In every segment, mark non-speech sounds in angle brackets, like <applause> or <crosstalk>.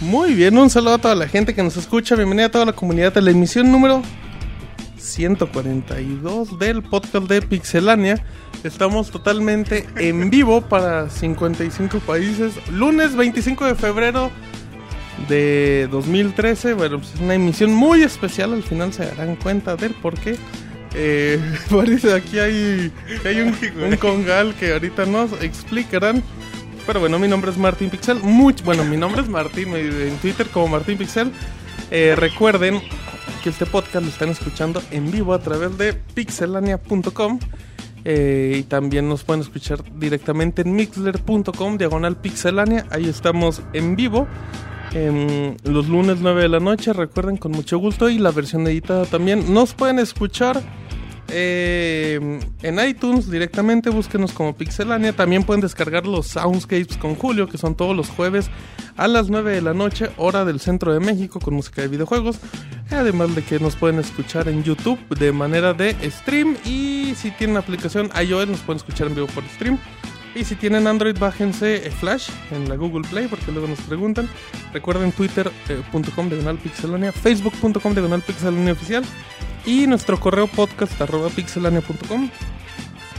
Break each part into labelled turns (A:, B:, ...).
A: Muy bien, un saludo a toda la gente que nos escucha. Bienvenida a toda la comunidad de la emisión número 142 del podcast de Pixelania. Estamos totalmente en vivo para 55 países. Lunes 25 de febrero de 2013. Bueno, pues es una emisión muy especial. Al final se darán cuenta del por qué. Eh, <laughs> parece aquí hay, hay un, un congal que ahorita nos explicarán. Pero bueno, mi nombre es Martín Pixel. Muy, bueno, mi nombre es Martín, me- en Twitter como Martín Pixel. Eh, recuerden que este podcast lo están escuchando en vivo a través de pixelania.com. eh, y también nos pueden escuchar directamente en mixler.com, diagonal pixelania. Ahí estamos en vivo. em, los lunes 9 de la noche, recuerden con mucho gusto. Y la versión editada también. Nos pueden escuchar eh, en iTunes directamente, búsquenos como Pixelania. También pueden descargar los Soundscapes con Julio, que son todos los jueves a las 9 de la noche, hora del centro de México, con música de videojuegos. Además de que nos pueden escuchar en YouTube de manera de stream. Y si tienen aplicación iOS, nos pueden escuchar en vivo por stream. Y si tienen Android, bájense eh, Flash en la Google Play porque luego nos preguntan. Recuerden twitter.com diagonal pixelania, facebook.com diagonal pixelania oficial y nuestro correo podcast arroba pixelania.com.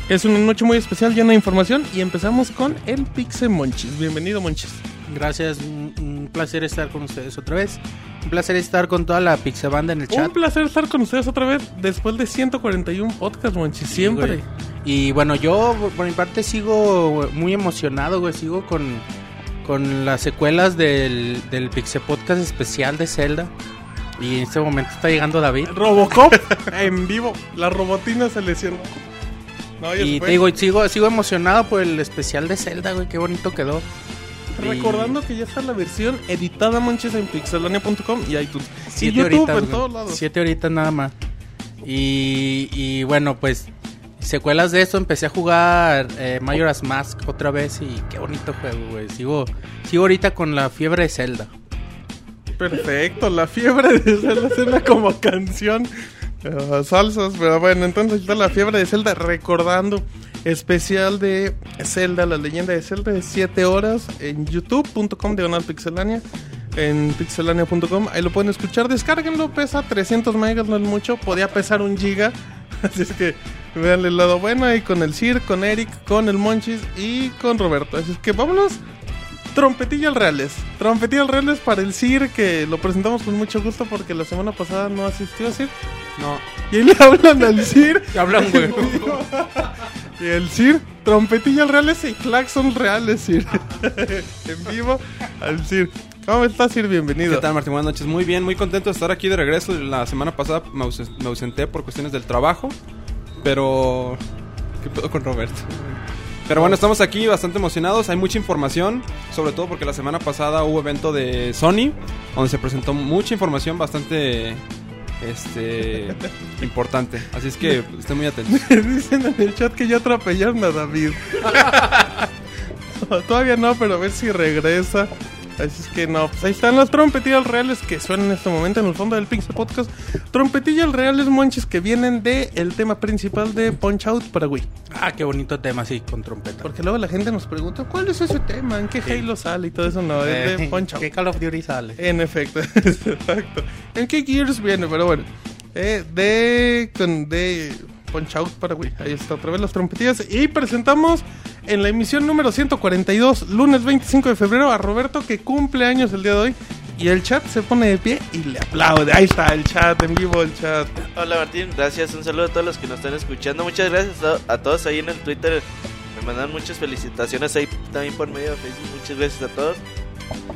A: Es una noche muy especial llena de información y empezamos con el Pixel Monchis. Bienvenido Monchis.
B: Gracias, un, un placer estar con ustedes otra vez. Un placer estar con toda la pixabanda en el
A: Un
B: chat.
A: placer estar con ustedes otra vez después de 141 podcasts Monchis, siempre.
B: Sí, güey. Y bueno, yo por- por mi parte sigo muy emocionado, güey. Sigo con, con las secuelas del, del Pixel Podcast especial de Zelda. Y en este momento está llegando David.
A: Robocop en vivo, la robotina se lesionó. No, ya se
B: Y
A: fue.
B: te digo, sigo, sigo emocionado por el especial de Zelda, güey. Qué bonito quedó.
A: Recordando que ya está la versión editada Monchis en pixelania.com y iTunes. Y
B: Siete
A: YouTube
B: horitas,
A: en
B: güey.
A: todos lados.
B: Siete horitas nada más. Y, y bueno, pues secuelas de esto, empecé a jugar eh, Majora's Mask otra vez y qué bonito juego, güey. Sigo, sigo ahorita con la fiebre de Zelda.
A: Perfecto, la fiebre <laughs> de Zelda suena como canción. eh, salsas, pero bueno, entonces ahí está la fiebre de Zelda recordando especial de Zelda, la leyenda de Zelda de 7 horas en youtube.com diagonal pixelania en pixelania.com, ahí lo pueden escuchar, descárguenlo, pesa 300 megas, no es mucho, podía pesar un giga, <laughs> así es que vean el lado bueno ahí con el Sir, con Eric, con el Monchis y con Roberto, así es que vámonos Trompetilla al Reales. Trompetilla al Reales para el CIR, que lo presentamos con mucho gusto porque la semana pasada no asistió a CIR.
B: No,
A: Y ahí le hablan al CIR.
B: hablan, güey.
A: Y el CIR, trompetilla al Reales y claxon reales, CIR. <laughs> en vivo al CIR. ¿Cómo estás, CIR?
C: ¿Qué
A: Bienvenido.
C: tal, Martín? Buenas noches. Muy bien, muy contento de estar aquí de regreso. La semana pasada me, ausen- me ausenté por cuestiones del trabajo, pero... ¿Qué pedo con Roberto? Pero bueno, estamos aquí bastante emocionados. Hay mucha información, sobre todo porque la semana pasada hubo evento de Sony, donde se presentó mucha información bastante... <laughs> Este... importante. Así es que estén muy atentos.
A: <laughs> Dicen en el chat que ya atropellaron a David. <laughs> No, todavía no, pero a ver si regresa. Así es que no, pues ahí están las trompetillas reales que suenan en este momento en el fondo del Pixel Podcast. Trompetillas reales, monches, que vienen del el tema principal de Punch Out para Wii.
B: <laughs> Ah, qué bonito tema, sí, con trompeta.
A: Porque luego la gente nos pregunta, ¿cuál es ese tema? ¿En qué Halo sale? Y todo eso no, es
B: <laughs>
A: de
B: Eh,
A: Punch Out.
B: ¿Qué Call of Duty sale?
A: En efecto, <laughs> exacto. ¿En qué Gears viene? Pero bueno. Eh, de, con, de Punch Out para Wii. Ahí está otra vez las trompetillas. Y presentamos en la emisión número 142, lunes 25 de febrero, a Roberto que cumple años el día de hoy. Y el chat se pone de pie y le aplaude. Ahí está el chat, en vivo el chat.
D: Hola Martín, gracias, un saludo a todos los que nos están escuchando, muchas gracias a, a todos ahí en el Twitter, me mandan muchas felicitaciones ahí también por medio de Facebook, muchas gracias a todos.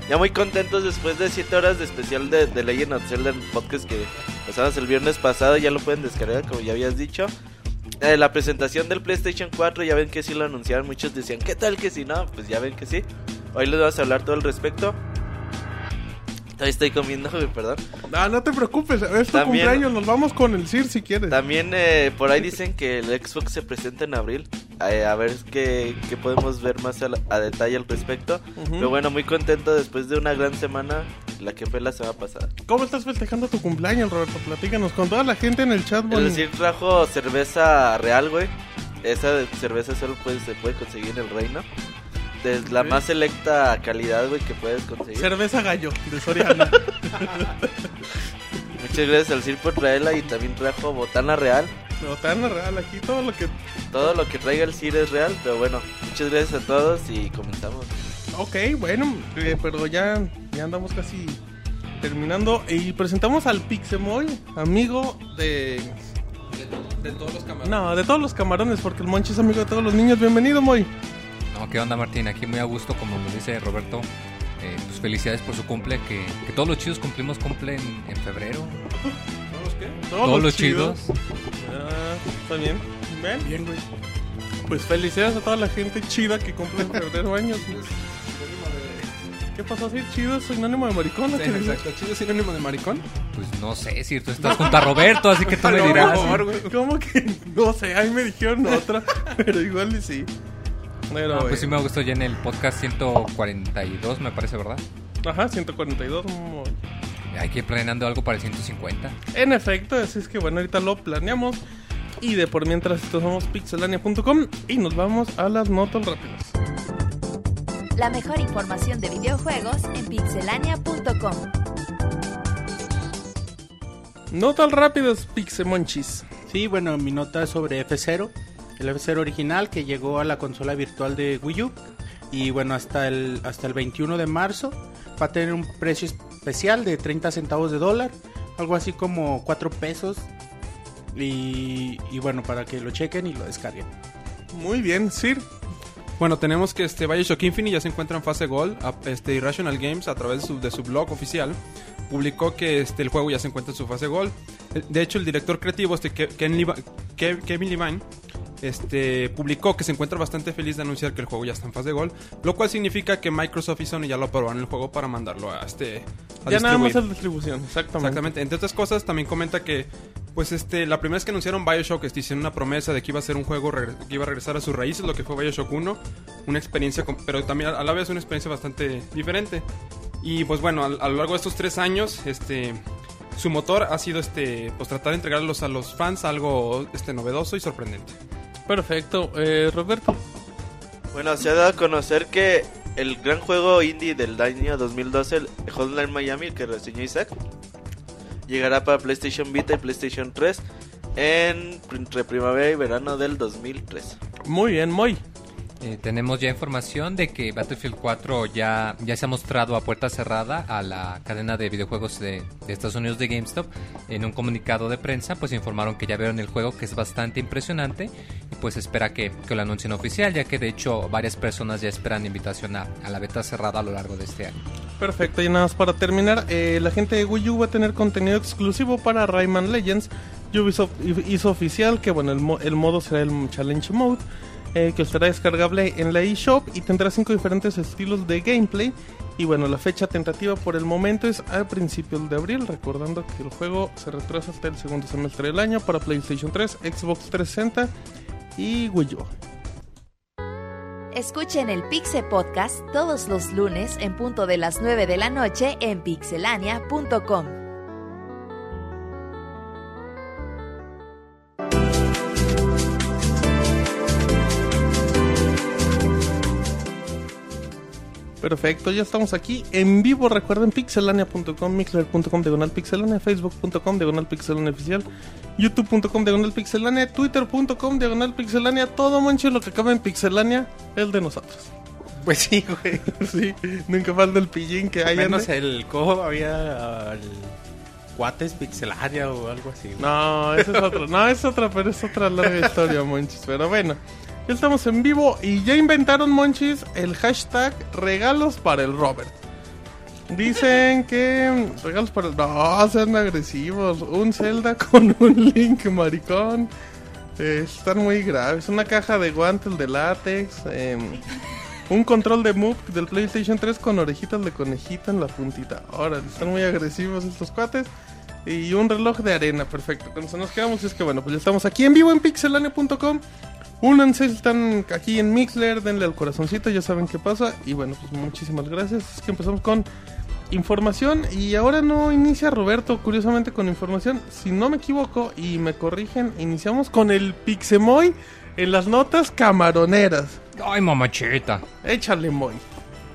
D: Ya muy contentos después de 7 horas de especial de, de Legend of Zelda, el podcast que pasamos el viernes pasado, ya lo pueden descargar como ya habías dicho. Eh, la presentación del PlayStation 4, ya ven que sí lo anunciaron, muchos decían, ¿qué tal que si no? Pues ya ven que sí. Hoy les vamos a hablar todo al respecto. Todavía estoy comiendo, <laughs> güey, perdón.
A: Ah, no te preocupes, es tu
D: También.
A: cumpleaños, nos vamos con el CIR si quieres.
D: También eh, por ahí dicen que el Xbox se presenta en abril. Eh, a ver qué, qué podemos ver más a, la- a detalle al respecto.
A: Ujú.
D: Pero bueno, muy contento después de una gran semana, la que fue la semana pasada.
A: ¿Cómo estás festejando tu cumpleaños, Roberto? Platícanos con toda la gente en el chat,
D: Es
A: boni.
D: decir, trajo cerveza real, güey. Esa de- cerveza solo pues, se puede conseguir en el reino. De la más selecta calidad, güey, que puedes conseguir.
A: Cerveza gallo de
D: <laughs>
A: Soriana.
D: Muchas gracias al Sir por traerla y también trajo botana real.
A: Pero tan real aquí todo lo que.
D: Todo lo que traiga el Sir es real, pero bueno, muchas gracias a todos y comenzamos.
A: Ok, bueno, eh, pero ya, ya andamos casi terminando. Y presentamos al Pixemoy, amigo de.
C: De todos los camaradas.
A: No, de todos los camarones, porque el Monchi es amigo de todos los niños. Bienvenido, Moy.
E: No, ¿qué onda Martín? Aquí muy a gusto, como lo dice Roberto. Eh, pues felicidades por su cumple, que, que todos los chidos cumplimos cumple en, en febrero.
C: ¿Todos qué?
E: Todos, los chidos.
A: Ah, está bien. Bien. Bien, güey. Pues felicidades a toda la gente chida que cumple en febrero años. ¿Qué pasó así? Chido es sinónimo de maricón, ¿no?
C: Sí,
A: ¿Qué dices?
C: exacto. ¿Chido es sinónimo de maricón?
E: Pues no sé, si tú estás junto <laughs> a Roberto, así que tú me
C: No,
E: dirás.
C: por favor, güey.
A: ¿Cómo que? No sé, ahí me dijeron <laughs> otra, pero igual y sí. Pero,
E: No,
A: güey.
E: pues sí me gustó ya en el podcast 142, me parece, ¿verdad?
A: Ajá, 142. muy-
E: Hay que ir planeando algo para el 150.
A: En efecto, así es que bueno, ahorita lo planeamos. Y de por mientras, estos somos pixelania.com y nos vamos a las notas rápidas.
F: La mejor información de videojuegos en pixelania.com.
A: Notas rápidas, pixemonchis.
B: Sí, bueno, mi nota es sobre F0, el F0 original que llegó a la consola virtual de Wii U y bueno, hasta el hasta el 21 de marzo va a tener un precio especial de 30 centavos de dólar, algo así como 4 pesos. Y, y bueno, para que lo chequen y lo descarguen.
A: Muy bien, Sir.
C: Bueno, tenemos que este Bioshock Infinite ya se encuentra en fase Gold. A- Este, Irrational Games, a través de su, de su blog oficial, publicó que este, el juego ya se encuentra en su fase Gold. Eh, De hecho, el director creativo, este, Ke- Ken Levi- Ke- Kevin Levine, este, publicó que se encuentra bastante feliz de anunciar que el juego ya está en fase Gold. Lo cual significa que Microsoft y Sony ya lo aprobaron el juego para mandarlo a este. a
A: Ya nada más
C: distribuir.
A: es distribución, exactamente.
C: Exactamente. Entre otras cosas, también comenta que, pues, este, la primera vez que anunciaron Bioshock, este, hicieron una promesa de que iba a ser un juego regre- que iba a regresar a sus raíces, lo que fue Bioshock 1. Una experiencia, com- pero también a la vez una experiencia bastante diferente. Y pues bueno, al- a, lo largo de estos tres años, este. Su motor ha sido este, pues tratar de entregarlos a los fans algo este, novedoso y sorprendente.
A: Perfecto. Eh, Roberto,
D: Bueno, se ha dado a conocer que el gran juego indie del año 2012, el Hotline Miami, que reseñó Isaac, llegará para PlayStation Vita y PlayStation 3 en pr- entre primavera y verano del 2013.
A: muy bien, Moy.
E: Eh, tenemos ya información de que Battlefield 4 ya, ya se ha mostrado a puerta cerrada a la cadena de videojuegos de, de Estados Unidos de GameStop. En un comunicado de prensa, pues informaron que ya vieron el juego, que es bastante impresionante, y pues espera que, que lo anuncien oficial, ya que de hecho varias personas ya esperan invitación a, a la beta cerrada a lo largo de este año.
A: Perfecto, y nada más para terminar, eh, la gente de Wii U va a tener contenido exclusivo para Rayman Legends. Ubisoft hi- hizo oficial que bueno, el, mo- el modo será el Challenge Mode, eh, que estará descargable en la eShop y tendrá cinco diferentes estilos de gameplay. Y bueno, la fecha tentativa por el momento es a principios de abril, recordando que el juego se retrasa hasta el segundo semestre del año para PlayStation 3, Xbox 360 y Wii U.
F: Escuchen el Pixe Podcast todos los lunes en punto de las 9 de la noche en pixelania.com.
A: Perfecto, ya estamos aquí en vivo. Recuerden pixelania.com, mixler.com, diagonal pixelania, facebook.com, diagonal pixelania oficial, youtube.com, diagonal pixelania, twitter.com, diagonal pixelania. Todo manche lo que acaba en pixelania es de nosotros.
B: <laughs>
A: <laughs>
B: Pues sí, güey.
A: sí, nunca falta el pillín que hay.
B: Menos
A: ande.
B: el cojo había el cuates pixelaria o algo así. güey.
A: No, esa es otra, no, es otra, pero es otra larga historia, monchis. Pero bueno, ya estamos en vivo y ya inventaron, monchis, el hashtag regalos para el Robert. Dicen que mm, regalos para el... No, sean agresivos. Un Zelda con un Link, maricón. Eh, están muy graves. Una caja de guantes de látex. em, Un control de Move del PlayStation 3 con orejitas de conejita en la puntita. Ahora, están muy agresivos estos cuates. Y un reloj de arena, perfecto. Con eso nos quedamos. Y es que bueno, pues ya estamos aquí en vivo en pixelania.com. Únanse, están aquí en Mixler, denle al corazoncito, ya saben qué pasa. Y bueno, pues muchísimas gracias. Es que empezamos con información y ahora no inicia Roberto, curiosamente con información. Si no me equivoco y me corrigen, iniciamos con el Pixemoy en las notas camaroneras.
E: Ay, mamachita.
A: Échale, Moy.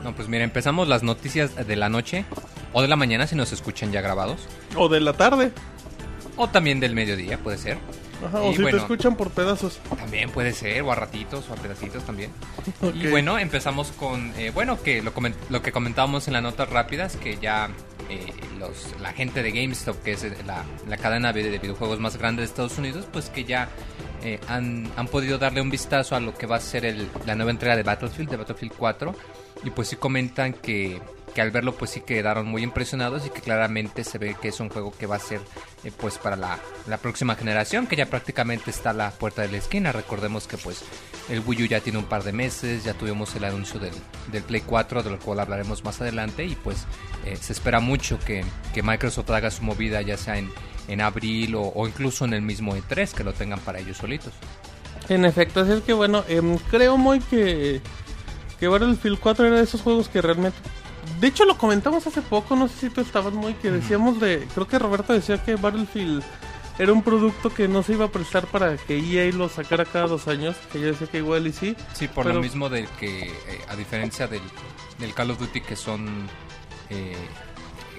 E: No, pues mira, empezamos las noticias de la noche o de la mañana si nos escuchan ya grabados.
A: O de la tarde.
E: O también del mediodía, puede ser.
A: Ajá, o
E: Y
A: si
E: bueno.
A: te escuchan por pedazos.
E: También puede ser, o a ratitos, o a pedacitos también. Y
A: Ok.
E: bueno, empezamos con, eh, bueno, que lo, comen- lo que comentábamos en las notas rápidas, que ya eh, los, la gente de GameStop, que es eh, la, la cadena de de videojuegos más grande de Estados Unidos, pues que ya eh, han, han podido darle un vistazo a lo que va a ser el- la nueva entrega de Battlefield, de Battlefield 4, y pues sí comentan que, que al verlo pues sí quedaron muy impresionados y que claramente se ve que es un juego que va a ser eh, pues para la, la próxima generación, que ya prácticamente está a la puerta de la esquina, recordemos que pues el Wii U ya tiene un par de meses, ya tuvimos el anuncio del, del Play 4, de lo cual hablaremos más adelante. Y pues eh, se espera mucho que, que Microsoft haga su movida, ya sea en, en abril o, o incluso en el mismo E3, que lo tengan para ellos solitos.
A: En efecto, así es que bueno, em, creo muy que, que Battlefield 4 era de esos juegos que realmente... De hecho lo comentamos hace poco, no sé si tú estabas muy, que decíamos de... Creo que Roberto decía que Battlefield era un producto que no se iba a prestar para que EA lo sacara cada dos años, que yo decía que igual y sí.
E: Sí, por
A: Pero-
E: lo mismo del que, eh, a diferencia del, del Call of Duty, que son. eh,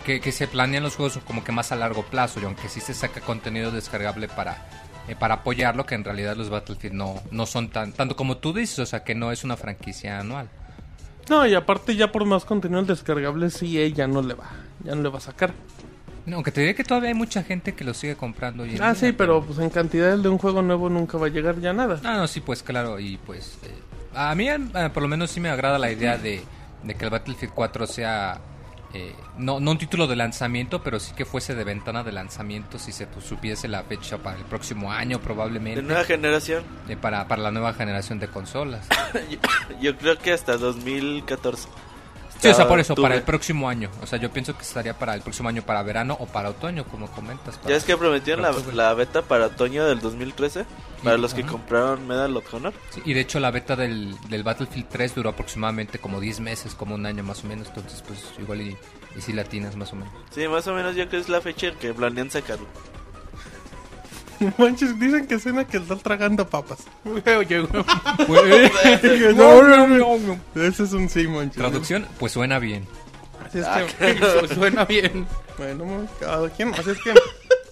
E: que, que se planean los juegos como que más a largo plazo, y aunque sí se saca contenido descargable para. eh, para apoyarlo, que en realidad los Battlefield no, no son tan, tanto como tú dices, o sea que no es una franquicia anual.
A: No, y aparte ya por más contenido el descargable sí, EA ya no le va, ya no le va a sacar.
E: No, aunque te diré que todavía hay mucha gente que lo sigue comprando. hoy en
A: Ah,
E: día,
A: sí, pero pues en cantidad el de un juego nuevo nunca va a llegar ya nada.
E: Ah, no, sí, pues claro, y pues... eh, a mí eh, por lo menos sí me agrada la idea de, de que el Battlefield 4 sea... eh, no, no un título de lanzamiento, pero sí que fuese de ventana de lanzamiento si se pues, supiese la fecha para el próximo año
D: De
E: probablemente
D: nueva generación.
E: eh, para, para la nueva generación de consolas.
D: Yo, yo creo que hasta 2014.
E: Sí, o sea,
D: Hasta
E: por eso, para
D: octubre.
E: el próximo año. O sea, yo pienso que estaría para el próximo año, para verano o para otoño, como comentas. para-
D: Ya es que prometieron la,
E: octubre.
D: la beta para otoño del 2013. Para
E: Y-
D: los que
E: ajá.
D: compraron Medal of Honor.
E: Sí, y de hecho la beta del, del Battlefield 3 duró aproximadamente como 10 meses, como un año más o menos, entonces pues igual y, y si latinas más o menos.
D: Sí, más o menos yo creo que es la fecha en que planean sacarlo.
A: <laughs> No manches, dicen que cena que está tragando papas.
B: <laughs>
A: Ese es un sí, manches.
E: Traducción, pues suena bien.
A: Así es
D: Ah,
A: que...
B: <laughs> Suena bien.
A: Bueno, muy- cada quien. Así es que.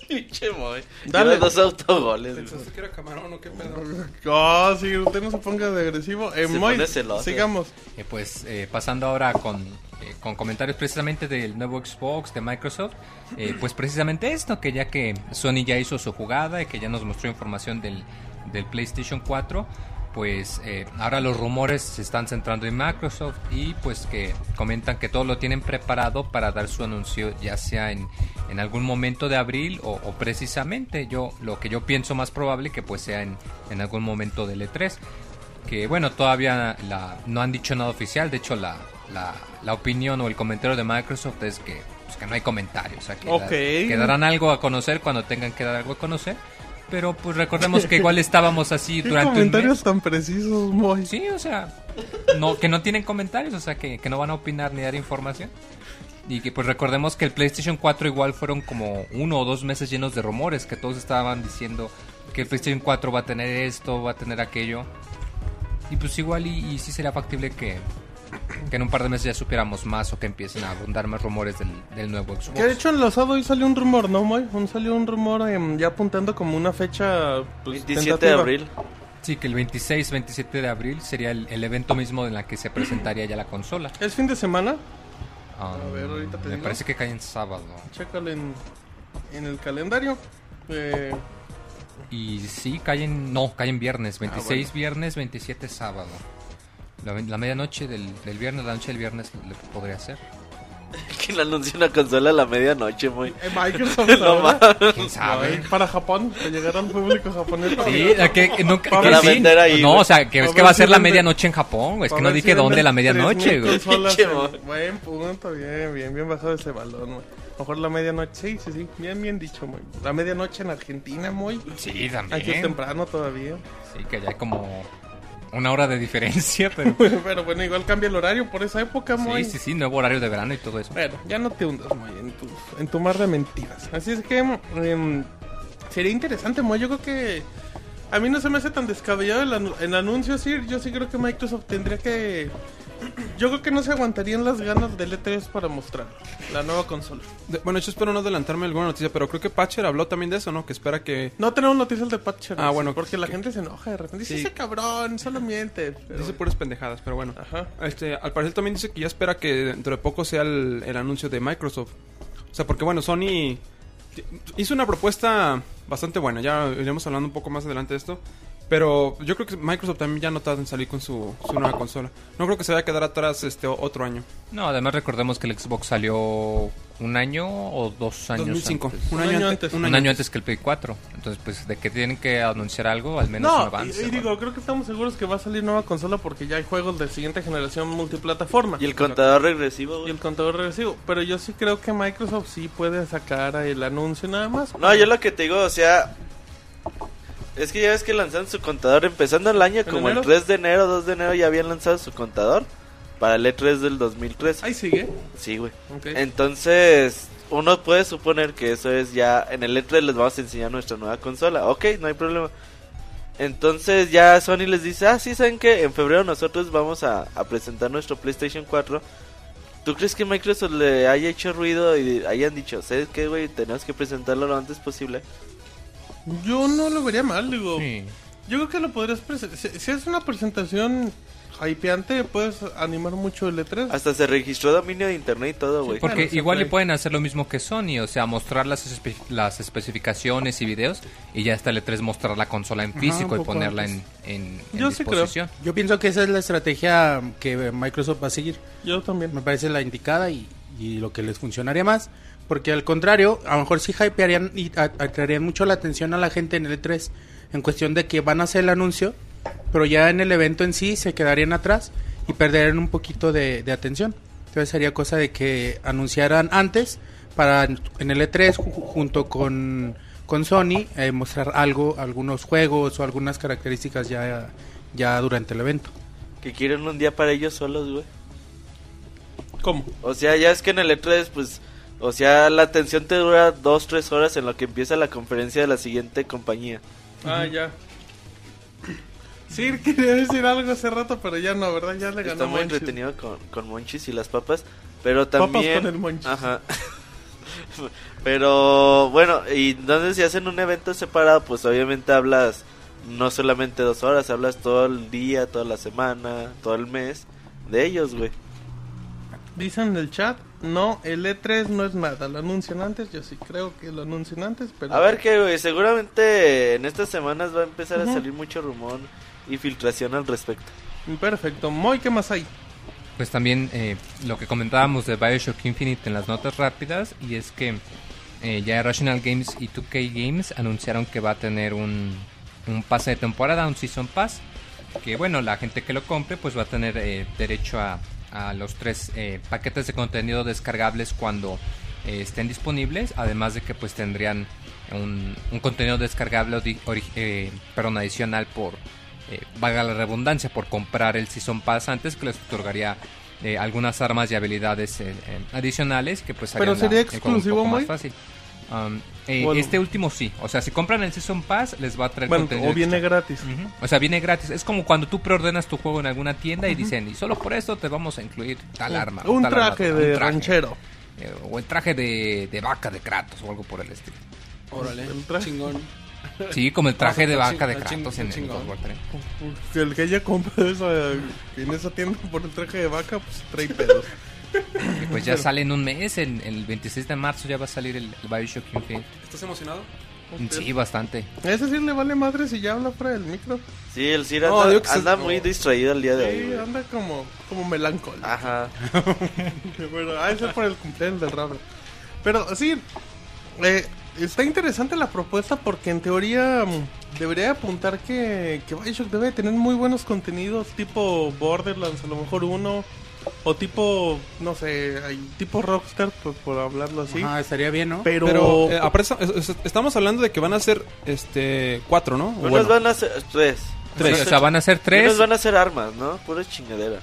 D: Pinche Moy.
A: Dale.
D: Dale dos autogoles. güey.
C: ¿Pensaste que era camarón o qué pedo?
A: Ah, si usted no se ponga de agresivo. Eh,
D: Se
A: Moy,
D: pone celoso.
A: sigamos.
E: Eh, pues eh, pasando ahora con, eh, con comentarios precisamente del nuevo Xbox de Microsoft, eh, pues precisamente esto, que ya que Sony ya hizo su jugada y que ya nos mostró información del, del PlayStation 4, pues eh, ahora los rumores se están centrando en Microsoft y pues que comentan que todo lo tienen preparado para dar su anuncio ya sea en, en algún momento de abril o, o precisamente yo lo que yo pienso más probable que pues sea en, en algún momento del E E3 que bueno, todavía la- no han dicho nada oficial, de hecho la, la, la opinión o el comentario de Microsoft es que, pues, que no hay comentarios, o sea, que,
A: Ok.
E: da- que darán algo a conocer cuando tengan que dar algo a conocer, pero pues recordemos que igual estábamos así
A: Qué
E: durante un mes.
A: comentarios tan precisos, Moy.
E: Sí, o sea, no, que no tienen comentarios, o sea, que, que no van a opinar ni dar información. Y que pues recordemos que el PlayStation 4 igual fueron como uno o dos meses llenos de rumores, que todos estaban diciendo que el PlayStation 4 va a tener esto, va a tener aquello. Y pues igual y, y sí sería factible que, que en un par de meses ya supiéramos más o que empiecen a abundar más rumores del, del nuevo Xbox.
A: Que de hecho enlazado hoy salió un rumor, ¿no, Moy? Un, salió un rumor em, ya apuntando como una fecha. Pues,
D: 27 de
A: tentativa.
D: abril.
E: Sí, que el 26, 27 de abril sería el, el evento mismo en la que se presentaría ya la consola.
A: ¿Es fin de semana?
E: Ah,
A: ver, ahorita te
E: me
A: digo.
E: parece que cae en sábado.
A: Chécale en, en el calendario. Eh,
E: Y sí, caen, no, caen
A: Ah,
E: viernes, 26 viernes, 27 sábado. La, la medianoche del, del viernes, la noche del viernes le podría hacer.
D: <laughs> que le anunció una consola a la medianoche, muy.
A: Eh, Microsoft,
D: <laughs> No
A: ahora.
D: mames.
E: ¿Quién
A: Ay,
E: sabe?
A: Para Japón, para llegar al público japonés.
E: Sí, la que, que no, que-
A: Para
E: que sí.
D: vender ahí,
E: no,
D: güey.
E: o sea, que
A: Para
E: es que va a
A: ver si
E: ser la
A: vende-
E: medianoche en Japón, güey. Es Pues que no
A: Para ver
E: dije
A: si
E: dónde la
A: venden
E: medianoche,
A: 3,000
E: güey.
A: consolas,
D: Che,
A: eh.
D: mo.
A: Buen punto, bien, bien, bien bajado ese balón, güey. Mejor la medianoche, sí, sí, sí, bien, bien dicho, muy. La medianoche en Argentina, muy.
E: Sí,
A: Aquí es
E: también.
A: temprano todavía. <laughs>
E: Sí, que ya hay como una hora de diferencia, <laughs> pero...
A: Pero bueno, igual cambia el horario por esa época, muy.
E: Sí, sí, sí, nuevo horario de verano y todo eso.
A: Bueno, ya no te hundas, muy, en tu, en tu mar de mentiras. Así es que em, sería interesante, muy. Yo creo que a mí no se me hace tan descabellado el, anu- el anuncio, sí. Yo sí creo que Microsoft tendría que. <clears throat> Yo creo que no se aguantarían las ganas del E3 para mostrar la nueva consola.
C: De- bueno, yo espero no adelantarme alguna noticia, pero creo que Patcher habló también de eso, ¿no? Que espera que...
A: No tenemos noticias de Patcher.
C: Ah, bueno,
A: Porque la
C: que-
A: gente se enoja de repente. Dice,
C: Sí.
A: ese cabrón, solo miente. pero-
C: Dice puras pendejadas, pero bueno.
A: Ajá.
C: Este, al parecer también dice que ya espera que dentro de poco sea el, el anuncio de Microsoft. O sea, porque bueno, Sony t- hizo una propuesta bastante buena. Ya iremos hablando un poco más adelante de esto. Pero yo creo que Microsoft también ya no tarda en salir con su, su nueva consola. No creo que se vaya a quedar atrás este o- otro año.
E: No, además recordemos que el Xbox salió un año o dos años
C: 2005.
E: antes.
C: Un, año antes.
E: Un año antes que el Play 4. Entonces, pues, de que tienen que anunciar algo, al menos un
A: No, y,
E: avance.
A: y
E: ¿no?
A: digo, creo que estamos seguros que va a salir nueva consola porque ya hay juegos de siguiente generación multiplataforma.
D: Y el contador regresivo,
A: Y
D: güey.
A: el contador regresivo. Pero yo sí creo que Microsoft sí puede sacar el anuncio nada más.
D: No, yo lo que te digo, o sea. Es que ya ves que lanzaron su contador empezando el año,
A: ¿En
D: como
A: enero?
D: el 3 de enero, 2 de enero, ya habían lanzado su contador para el E3 del 2003.
A: Ahí sigue.
D: Sí, güey.
A: Ok.
D: Entonces, uno puede suponer que eso es ya. En el E3 les vamos a enseñar nuestra nueva consola. Ok, no hay problema. Entonces, ya Sony les dice: Ah, sí, saben que en febrero nosotros vamos a, a presentar nuestro PlayStation 4. ¿Tú crees que Microsoft le haya hecho ruido y hayan dicho, ¿sabes qué, güey? Tenemos que presentarlo lo antes posible?
A: Yo no lo vería mal, digo.
E: Sí.
A: Yo creo que lo podrías presentar. Si, si es una presentación hypeante, puedes animar mucho el E E3.
D: Hasta se registró dominio de internet y todo, güey.
A: por-
E: Porque
A: Bueno, se
E: igual y
A: puede.
E: pueden hacer lo mismo que Sony, o sea, mostrar las, espe- las especificaciones y videos y ya está el E3 mostrar la consola en
B: un
E: físico y
B: poco
E: ponerla en,
B: antes.
E: en, en
A: Yo sí creo.
E: disposición.
B: Yo pienso que esa es la estrategia que Microsoft va a seguir.
A: Yo también.
B: Me parece la indicada y, y lo que les funcionaría más. Porque al contrario, a lo mejor sí hypearían y a- atraerían mucho la atención a la gente en el E3. En cuestión de que van a hacer el anuncio, pero ya en el evento en sí se quedarían atrás y perderían un poquito de, de atención. Entonces sería cosa de que anunciaran antes para en el E3 ju- junto con, con Sony eh, mostrar algo, algunos juegos o algunas características ya, ya durante el evento.
D: Que quieren un día para ellos solos, güey.
A: ¿Cómo?
D: O sea, ya es que en el E3, pues, o sea, la atención te dura dos, tres horas en lo que empieza la conferencia de la siguiente compañía.
A: Ah, ya. Sí, <laughs> quería decir algo hace rato, pero ya no, ¿verdad? Ya le ganó
D: Está muy
A: Monchis.
D: entretenido con, con Monchis y las papas, pero
A: Papas
D: también...
A: con el Monchis.
D: Ajá. <laughs> pero, bueno, y entonces si hacen un evento separado, pues obviamente hablas no solamente dos horas, hablas todo el día, toda la semana, todo el mes de ellos, güey.
A: Dicen en el chat, no, el E3 no es nada, lo anuncian antes, yo sí creo que lo anuncian antes, pero...
D: A ver qué, güey, seguramente en estas semanas va a empezar
A: Ujú.
D: a salir mucho rumor y filtración al respecto.
A: Perfecto, Moy, ¿qué más hay?
E: Pues también eh, lo que comentábamos de Bioshock Infinite en las notas rápidas, y es que eh, ya Rational Games y 2K Games anunciaron que va a tener un, un pase de temporada, un Season Pass, que bueno, la gente que lo compre pues va a tener eh, derecho a, a los tres eh, paquetes de contenido descargables cuando eh, estén disponibles, además de que pues tendrían un, un contenido descargable ori- ori- eh, perdón, adicional por, eh, valga la redundancia, por comprar el Season Pass antes que les otorgaría eh, algunas armas y habilidades eh, eh, adicionales que pues
A: Pero
E: harían la-
A: sería
E: el juego un
A: exclusivo,
E: poco
A: Moy.
E: más fácil. Um, eh,
A: Bueno.
E: Este último sí, o sea, si compran el Season Pass les va a traer
A: Bueno,
E: contenido
A: o viene
E: extra.
A: gratis.
E: Ujú. O sea, viene gratis. Es como cuando tú preordenas tu juego en alguna tienda y dicen, y solo por esto te vamos a incluir tal arma.
A: Un
E: tal arma,
A: traje
E: un
A: de
E: traje,
A: ranchero.
E: eh, o el traje de, de vaca de Kratos o algo por
B: <laughs>
E: el estilo.
C: Órale,
A: El traje.
C: chingón.
E: Sí, como el traje de
C: Ah,
E: vaca de
C: ching-
E: Kratos
C: ching-
E: en el
C: chingón.
E: God War 3.
A: Si el que ella compra esa, en esa tienda <laughs> por el traje de vaca, pues trae pedos.
E: Y pues ya sale en un mes, en- el 26 de marzo ya va a salir el, el Bioshock Infinite.
C: ¿Estás emocionado?
E: Sí, bastante.
A: Ese sí le vale madre si ya habla fuera del micro.
D: Sí, el Ciro
C: No,
D: anda,
C: digo que se-
D: anda
C: no.
D: muy distraído el día de hoy.
A: Sí,
D: güey.
A: anda como, como melancólico.
D: Ajá.
A: Bueno, ah, eso es por el cumpleaños del Rafa. Pero sí, eh, está interesante la propuesta porque en teoría mm, debería apuntar que, que Bioshock debe tener muy buenos contenidos tipo Borderlands, a lo mejor uno, o tipo, no sé, hay- tipo Rockstar, por, por hablarlo así.
B: Ah, estaría bien, ¿no?
A: Pero,
C: Pero eh, aparece- es- es- estamos hablando de que van a ser este cuatro, ¿no? O
G: Oh,
D: Unos
C: bueno,
D: van a ser tres.
E: Sí, o sea, van a ser tres.
D: Unos van a ser armas, ¿no? Pura chingadera.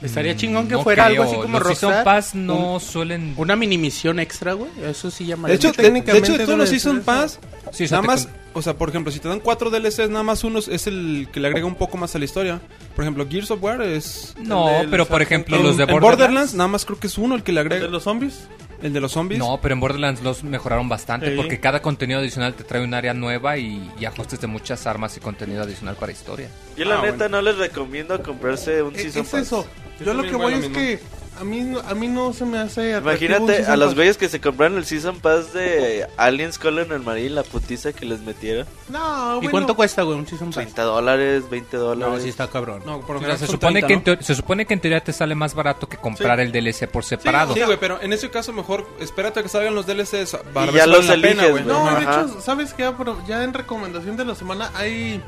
B: estaría chingón que
E: Mm, No
B: fuera
E: creo.
B: algo así como
E: Los Season
B: Rockstar.
E: Pass no suelen...
B: Una mini misión extra, güey. Eso sí llamaría.
C: de hecho,
B: mucho.
C: de, de hecho, de
A: debe
C: todos los
A: ser
C: Season
A: eso.
C: Pass,
E: Sí, o sea,
C: nada
E: te
C: más,
E: con-
C: o sea, por ejemplo, si te dan cuatro DLCs, nada más uno es el que le agrega un poco más a la historia. Por ejemplo, Gears of War es...
E: No,
A: el de
E: pero
A: los
E: por ejemplo
C: en-
E: los de
C: en
E: Borderlands...
C: nada más creo que es uno el que le
A: ¿de
C: agrega.
A: los zombies?
C: El de los zombies.
E: No, pero en Borderlands los mejoraron bastante
A: Sí.
E: porque cada contenido adicional te trae un área nueva y, y ajustes de muchas armas y contenido adicional para historia.
D: Yo la
C: Ah,
D: neta no les recomiendo comprarse un
A: Eh,
D: Season
A: es
D: Pass.
A: eso.
C: Yo
A: Yo lo
C: también
A: que
C: voy
A: voy
C: a
A: es
C: lo mismo.
A: que a mí, no- a mí no se me hace atractivo un
D: Imagínate
A: Season
D: a los
A: Pass.
D: güeyes que se compraron el Season Pass de Aliens Colonial Marine, la putiza que les metieron.
A: No,
B: ¿Y
A: bueno,
B: cuánto cuesta, güey, un Season Pass?
D: 30 dólares, 20
B: No, sí
D: dólares.
B: está cabrón.
C: No, por lo
E: O sea,
C: general
E: se,
C: son
E: supone
C: 30,
E: que
C: ¿no?
E: en teor- se supone que en teoría te sale más barato que comprar el DLC por separado.
C: Sí, güey, pero en ese caso mejor espérate a que salgan los DLCs para
D: Y
C: ver
D: ya
C: si
D: los
C: vale la
D: eliges, güey.
A: No, de
D: Ajá.
A: hecho, ¿sabes qué? Apro- Ya en recomendación de la semana hay...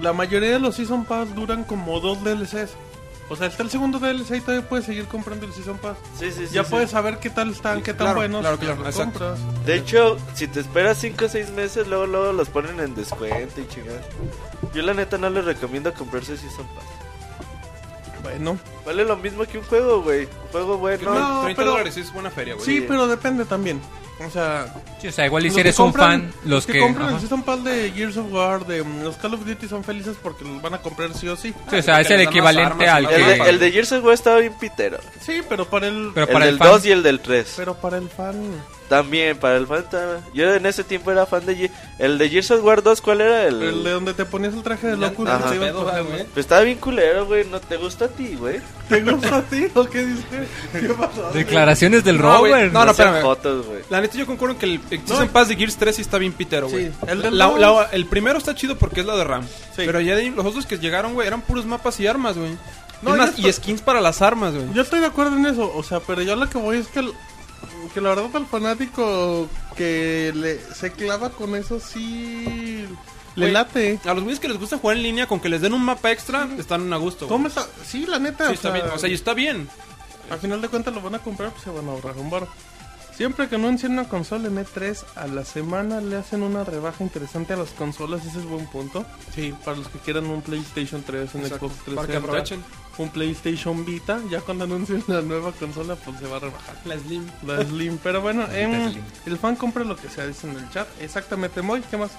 A: La mayoría de los Season Pass duran como dos DLCs. O sea, está el segundo DLC y todavía puedes seguir comprando el Season Pass.
D: Sí, sí, sí,
A: ya
D: sí.
A: puedes saber qué tal están, qué tan
C: Claro,
A: buenos.
C: claro, claro,
A: los
C: exacto.
A: compras.
D: De hecho, si te esperas 5 o 6 meses, luego, luego los ponen en descuento y chingadas. Yo la neta no les recomiendo comprarse Season Pass.
A: Bueno.
D: Vale lo mismo que un juego, güey. Un juego bueno.
A: No,
C: 30
A: pero-
C: dólares sí es buena feria, güey.
A: Sí, pero depende también. O sea,
E: Sí, o sea, igual y
A: los
E: si
A: que
E: eres un
A: compran-
E: fan, los que...
A: compran
E: ajá.
A: el Season Pass de Gears of War, de mm, los Call of Duty son felices porque los van a comprar sí o sí.
E: Sí, o sea, es el
C: Porque le dan más
E: equivalente
C: armas,
E: al
C: más
D: el,
E: que...
D: de, el de Gears of War estaba bien pitero.
A: Sí, pero para el...
E: Pero
D: el
E: para el
D: del
E: fan-
D: 2 y el del 3.
A: Pero para el fan...
D: También, para el fan. ta- Yo en ese tiempo era fan de. Ge- El de Gears of War 2, ¿cuál era? El.
A: El de donde te ponías el traje de Locust
D: Ajá.
A: y te ibas
C: Pedo,
A: por-
C: güey.
D: Pues estaba bien culero, güey. ¿No te gusta a ti, güey?
A: ¿Te gusta a ti o qué dices? ¿Qué pasó?
E: Declaraciones del
C: No, güey,
E: Robert.
C: no, no,
D: Hacían
C: espérame.
D: fotos, güey.
C: La neta yo concuerdo que el, el Season Pass de Gears 3 sí está bien pitero, güey.
A: Sí, el
C: el,
A: del dos.
C: el primero está chido porque es la de RAM. Pero ya de ahí los otros que llegaron, güey, eran puros mapas y armas, güey.
A: No,
C: Es
A: yo
C: más,
A: esto-
C: y skins para las armas, güey.
A: Yo estoy de acuerdo en eso, o sea, pero yo lo que voy es que, el- que la verdad al fanático que le, se clava con eso sí le
C: Güey,
A: late.
C: A los güeyes que les gusta jugar en línea, con que les den un mapa extra, están a gusto. güey.
A: ¿Cómo está? Sí, la neta,
C: Sí,
A: o,
C: está
A: sea,
C: bien. O sea, y está bien.
A: al final de cuentas lo van a comprar, pues se van a ahorrar un bar. Siempre que no encienden una consola en E3, a la semana le hacen una rebaja interesante a las consolas, ese es buen punto. Sí. Para los que quieran un PlayStation 3, un
C: Exacto.
A: Xbox 360.
C: Para que aprovechen.
A: un PlayStation Vita. Ya cuando anuncien la nueva consola, pues se va a rebajar.
C: La Slim.
A: La Slim. Pero
E: <laughs>
A: bueno, em,
E: Slim.
A: el fan compra lo que sea, dice en el chat. Exactamente, Moy, ¿qué más?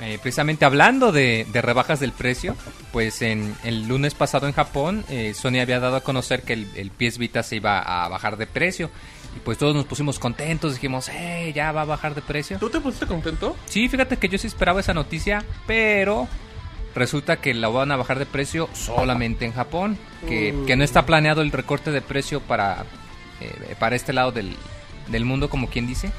E: Eh, precisamente hablando de, de rebajas del precio, pues en el lunes pasado en Japón, eh, Sony había dado a conocer que el, el PS Vita se iba a bajar de precio. Y pues todos nos pusimos contentos, dijimos, hey, ya va a bajar de precio.
A: ¿Tú te pusiste contento?
E: Sí, fíjate que yo sí esperaba esa noticia, pero resulta que la van a bajar de precio solamente en Japón, que, que no está planeado el recorte de precio para, eh, para este lado del, del mundo, como quien dice.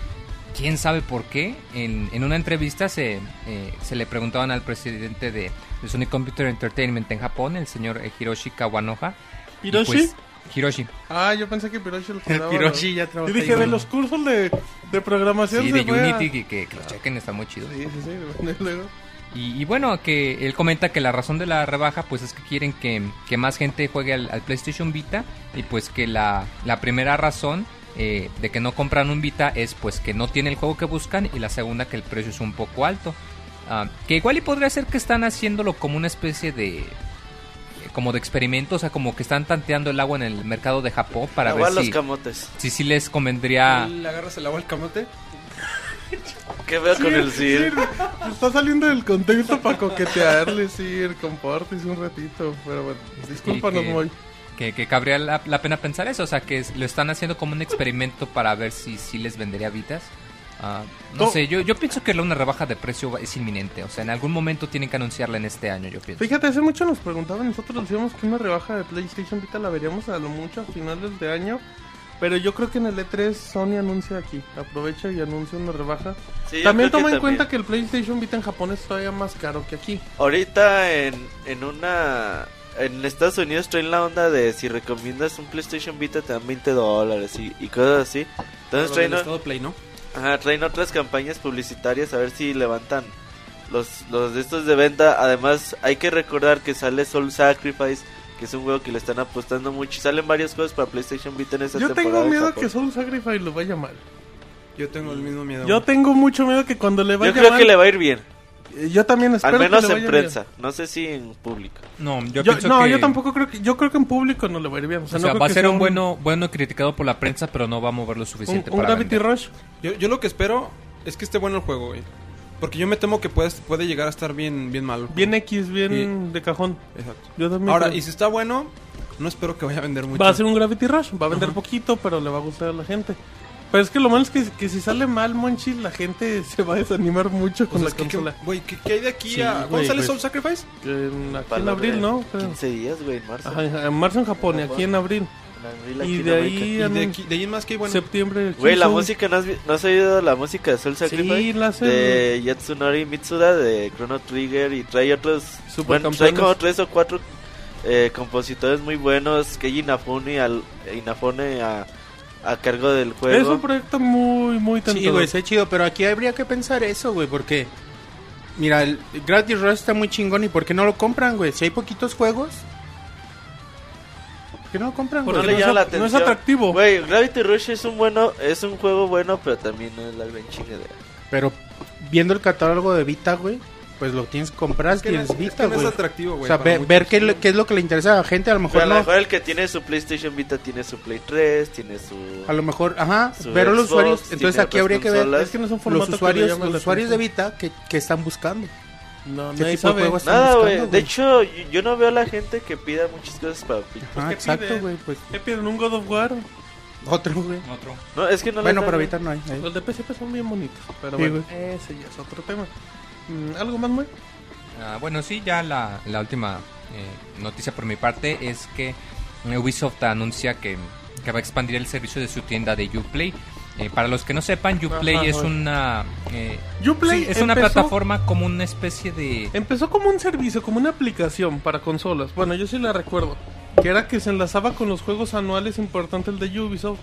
E: ¿Quién sabe por qué? En, en una entrevista se, eh, se le preguntaban al presidente de, de Sony Computer Entertainment en Japón, el señor eh, Hiroshi Kawanoha. y
A: ¿Hiroshi?
E: pues- Hiroshi.
A: Ah, yo pensé que Piroshi
E: <laughs>
A: lo cobraba.
B: Hiroshi ya trabaja
A: Yo dije,
B: ahí.
A: de los cursos de, de programación
E: Sí,
A: se
E: de
A: fue a-
E: Unity, que, que- que los chequen, está muy chido.
A: Sí, sí, sí. bueno, y luego.
E: Y, y bueno, que él comenta que la razón de la rebaja pues es que quieren que, que más gente juegue al, al PlayStation Vita y pues que la, la primera razón eh, de que no compran un Vita es pues que no tiene el juego que buscan y la segunda que el precio es un poco alto. Ah, que igual y podría ser que están haciéndolo como una especie de... como de experimento, o sea, como que están tanteando el agua en el mercado de Japón para
D: Aguas
E: ver
D: los
E: si,
D: camotes.
E: si sí les convendría...
C: Le agarras el agua al camote.
D: ¿Qué veo con el Sir?
A: Sir, Está saliendo del contexto para coquetearle, Sir. Compártese un ratito. Pero bueno, discúlpanos,
E: Este, que-
A: Moy.
E: Que, que cabría la, la pena pensar eso, o sea, que es- lo están haciendo como un experimento para ver si, si les vendería vitas. Ah, no,
A: No.
E: sé, yo, yo pienso que la- una rebaja de precio va- es inminente, o sea, en algún momento tienen que anunciarla en este año, yo pienso.
A: Fíjate, hace mucho nos preguntaban, nosotros decíamos que una rebaja de PlayStation Vita la veríamos a lo mucho a finales de año. Pero yo creo que en el E3 Sony anuncia aquí. Aprovecha y anuncia una rebaja.
D: Sí, yo
A: también
D: creo que
A: toma en cuenta
D: también.
A: que el PlayStation Vita en Japón es todavía más caro que aquí.
D: Ahorita en, en una. En Estados Unidos traen la onda de si recomiendas un PlayStation Vita te dan 20 dólares y, y cosas así. Entonces traen, o-
C: Todo Play, ¿no?
D: ajá, traen otras campañas publicitarias a ver si levantan los, los de estos de venta. Además, hay que recordar que sale Soul Sacrifice, que es un juego que le están apostando mucho. Y salen varios juegos para PlayStation Vita en esta
A: Yo
D: temporada.
A: tengo
D: en
A: miedo
D: Japón.
A: que Soul Sacrifice lo vaya mal.
C: Yo tengo el mismo miedo.
A: Yo tengo mucho miedo que cuando le
D: Yo
A: vaya
D: creo
A: mal.
D: que le va a ir bien.
A: Eh, Yo también espero
D: Al menos
A: que le
D: en
A: vaya
D: prensa. No sé si en público.
E: No, yo,
A: bien. Yo-
E: pienso
A: no,
E: que...
A: yo tampoco creo que. Yo creo que en público no le va a ir bien. O sea,
E: O
A: no
E: sea,
A: creo
E: va a
A: que
E: ser
A: sea
E: un bueno, bueno criticado por la prensa, pero no va a mover lo
A: Un,
E: suficiente
A: un
E: para
A: Gravity
E: vender.
A: Rush.
C: Yo, yo lo que espero es que esté bueno el juego, güey. Porque yo me temo que puede, puede llegar a estar bien, bien malo.
A: Bien X, bien de cajón.
C: Exacto.
A: Yo también
C: Ahora,
A: creo.
C: y si está bueno, no espero que vaya a vender mucho.
A: Va a ser un Gravity Rush. Va a vender poquito, pero le va a gustar a la gente. Pero es que lo malo es que, que si sale mal, Monchi, la gente se va a desanimar
G: Pues
A: mucho
C: O
A: con
C: sea,
A: la
C: es que-
A: consola.
C: que- Güey, ¿qué, qué hay de aquí
A: Sí,
C: a.
A: güey,
C: ¿Cuándo sale
A: pues.
C: Soul Sacrifice?
A: En, aquí en
D: Para
A: abril, ¿no? Creo.
D: 15 días, güey, en marzo.
A: Ajá, en- en marzo en Japón y aquí en abril.
D: En abril aquí
A: Y
D: en
A: de
D: América.
C: Y
A: ahí
C: de,
A: en
C: aquí, de ahí en más que hay bueno.
A: septiembre.
D: Güey, la
A: Soul.
D: música, ¿no has, vi- no has oído la música de Soul Sacrifice?
A: la sé.
D: De Yatsunori Mitsuda, de Chrono Trigger y trae otros... Bueno,
A: Supercampeones.
D: trae como tres o cuatro eh, compositores muy buenos. Keiji Inafune, al, eh, Inafune a, a cargo del juego.
A: Es un proyecto muy, muy
B: Sí,
A: tentador.
B: güey, está chido, pero aquí habría que pensar eso, güey, porque... Mira, el Gratis Rush está muy chingón y ¿por qué no lo compran, güey? Si hay poquitos juegos... ¿Por qué no lo compran,
D: no
A: Porque
D: le
A: no
B: güey?
A: es
D: llama la
A: at- no
D: atención.
A: es atractivo.
D: Güey, Gravity Rush es un bueno, es un juego bueno, pero también no es la gran chingadera.
B: Pero viendo el catálogo de Vita, güey, pues lo tienes que comprar,
C: Es que no es-
B: tienes
C: es que
B: Vita,
C: no es
B: güey.
C: atractivo, güey.
B: o sea,
C: para
B: ve-
C: muchos.
B: ver qué, le- qué es lo que le interesa a la gente, a lo
D: Pero
B: mejor
D: a lo
B: no.
D: mejor el que tiene su PlayStation Vita tiene su Play 3, tiene su...
B: A lo mejor, ajá,
D: Su
B: ver a los
D: Xbox,
B: usuarios.
D: tiene
B: Entonces aquí
D: otras
B: habría que ver
D: consolas.
A: Es que no es un
B: los
A: formato que le
B: usuarios,
A: llama
B: los
A: la
B: usuarios de
A: atención.
B: Vita que, que están buscando.
A: No,
B: ¿Qué
A: nadie
B: tipo de
A: sabe.
B: juegos?
D: Nada,
B: buscando,
D: güey. De
B: güey.
D: hecho, yo- yo no veo a la gente que pida muchas cosas para Play
B: Ah,
A: ¿qué
B: exacto,
A: pide?
B: güey, pues
A: ¿Qué piden? ¿Un God of War?
B: otro, güey.
E: Otro.
D: No, es que no
B: Bueno,
D: les
B: pero
D: dan-
B: Vita no hay. ahí.
A: Los de PSP son bien bonitos. Pero
B: Sí,
A: bueno, ese ya es otro tema. Mm, ¿Algo más, güey?
E: Ah, bueno, sí, ya la, la última eh, noticia por mi parte es que Ubisoft anuncia que, que va a expandir el servicio de su tienda de Uplay. Eh, para los que no sepan, Uplay
A: Ajá,
E: es
A: güey.
E: una eh,
A: Uplay
E: sí, es una
A: empezó-
E: plataforma como una especie de
A: Empezó como un servicio, como una aplicación para consolas. Bueno, yo sí la recuerdo. Que era que se enlazaba con los juegos anuales importantes el de Ubisoft.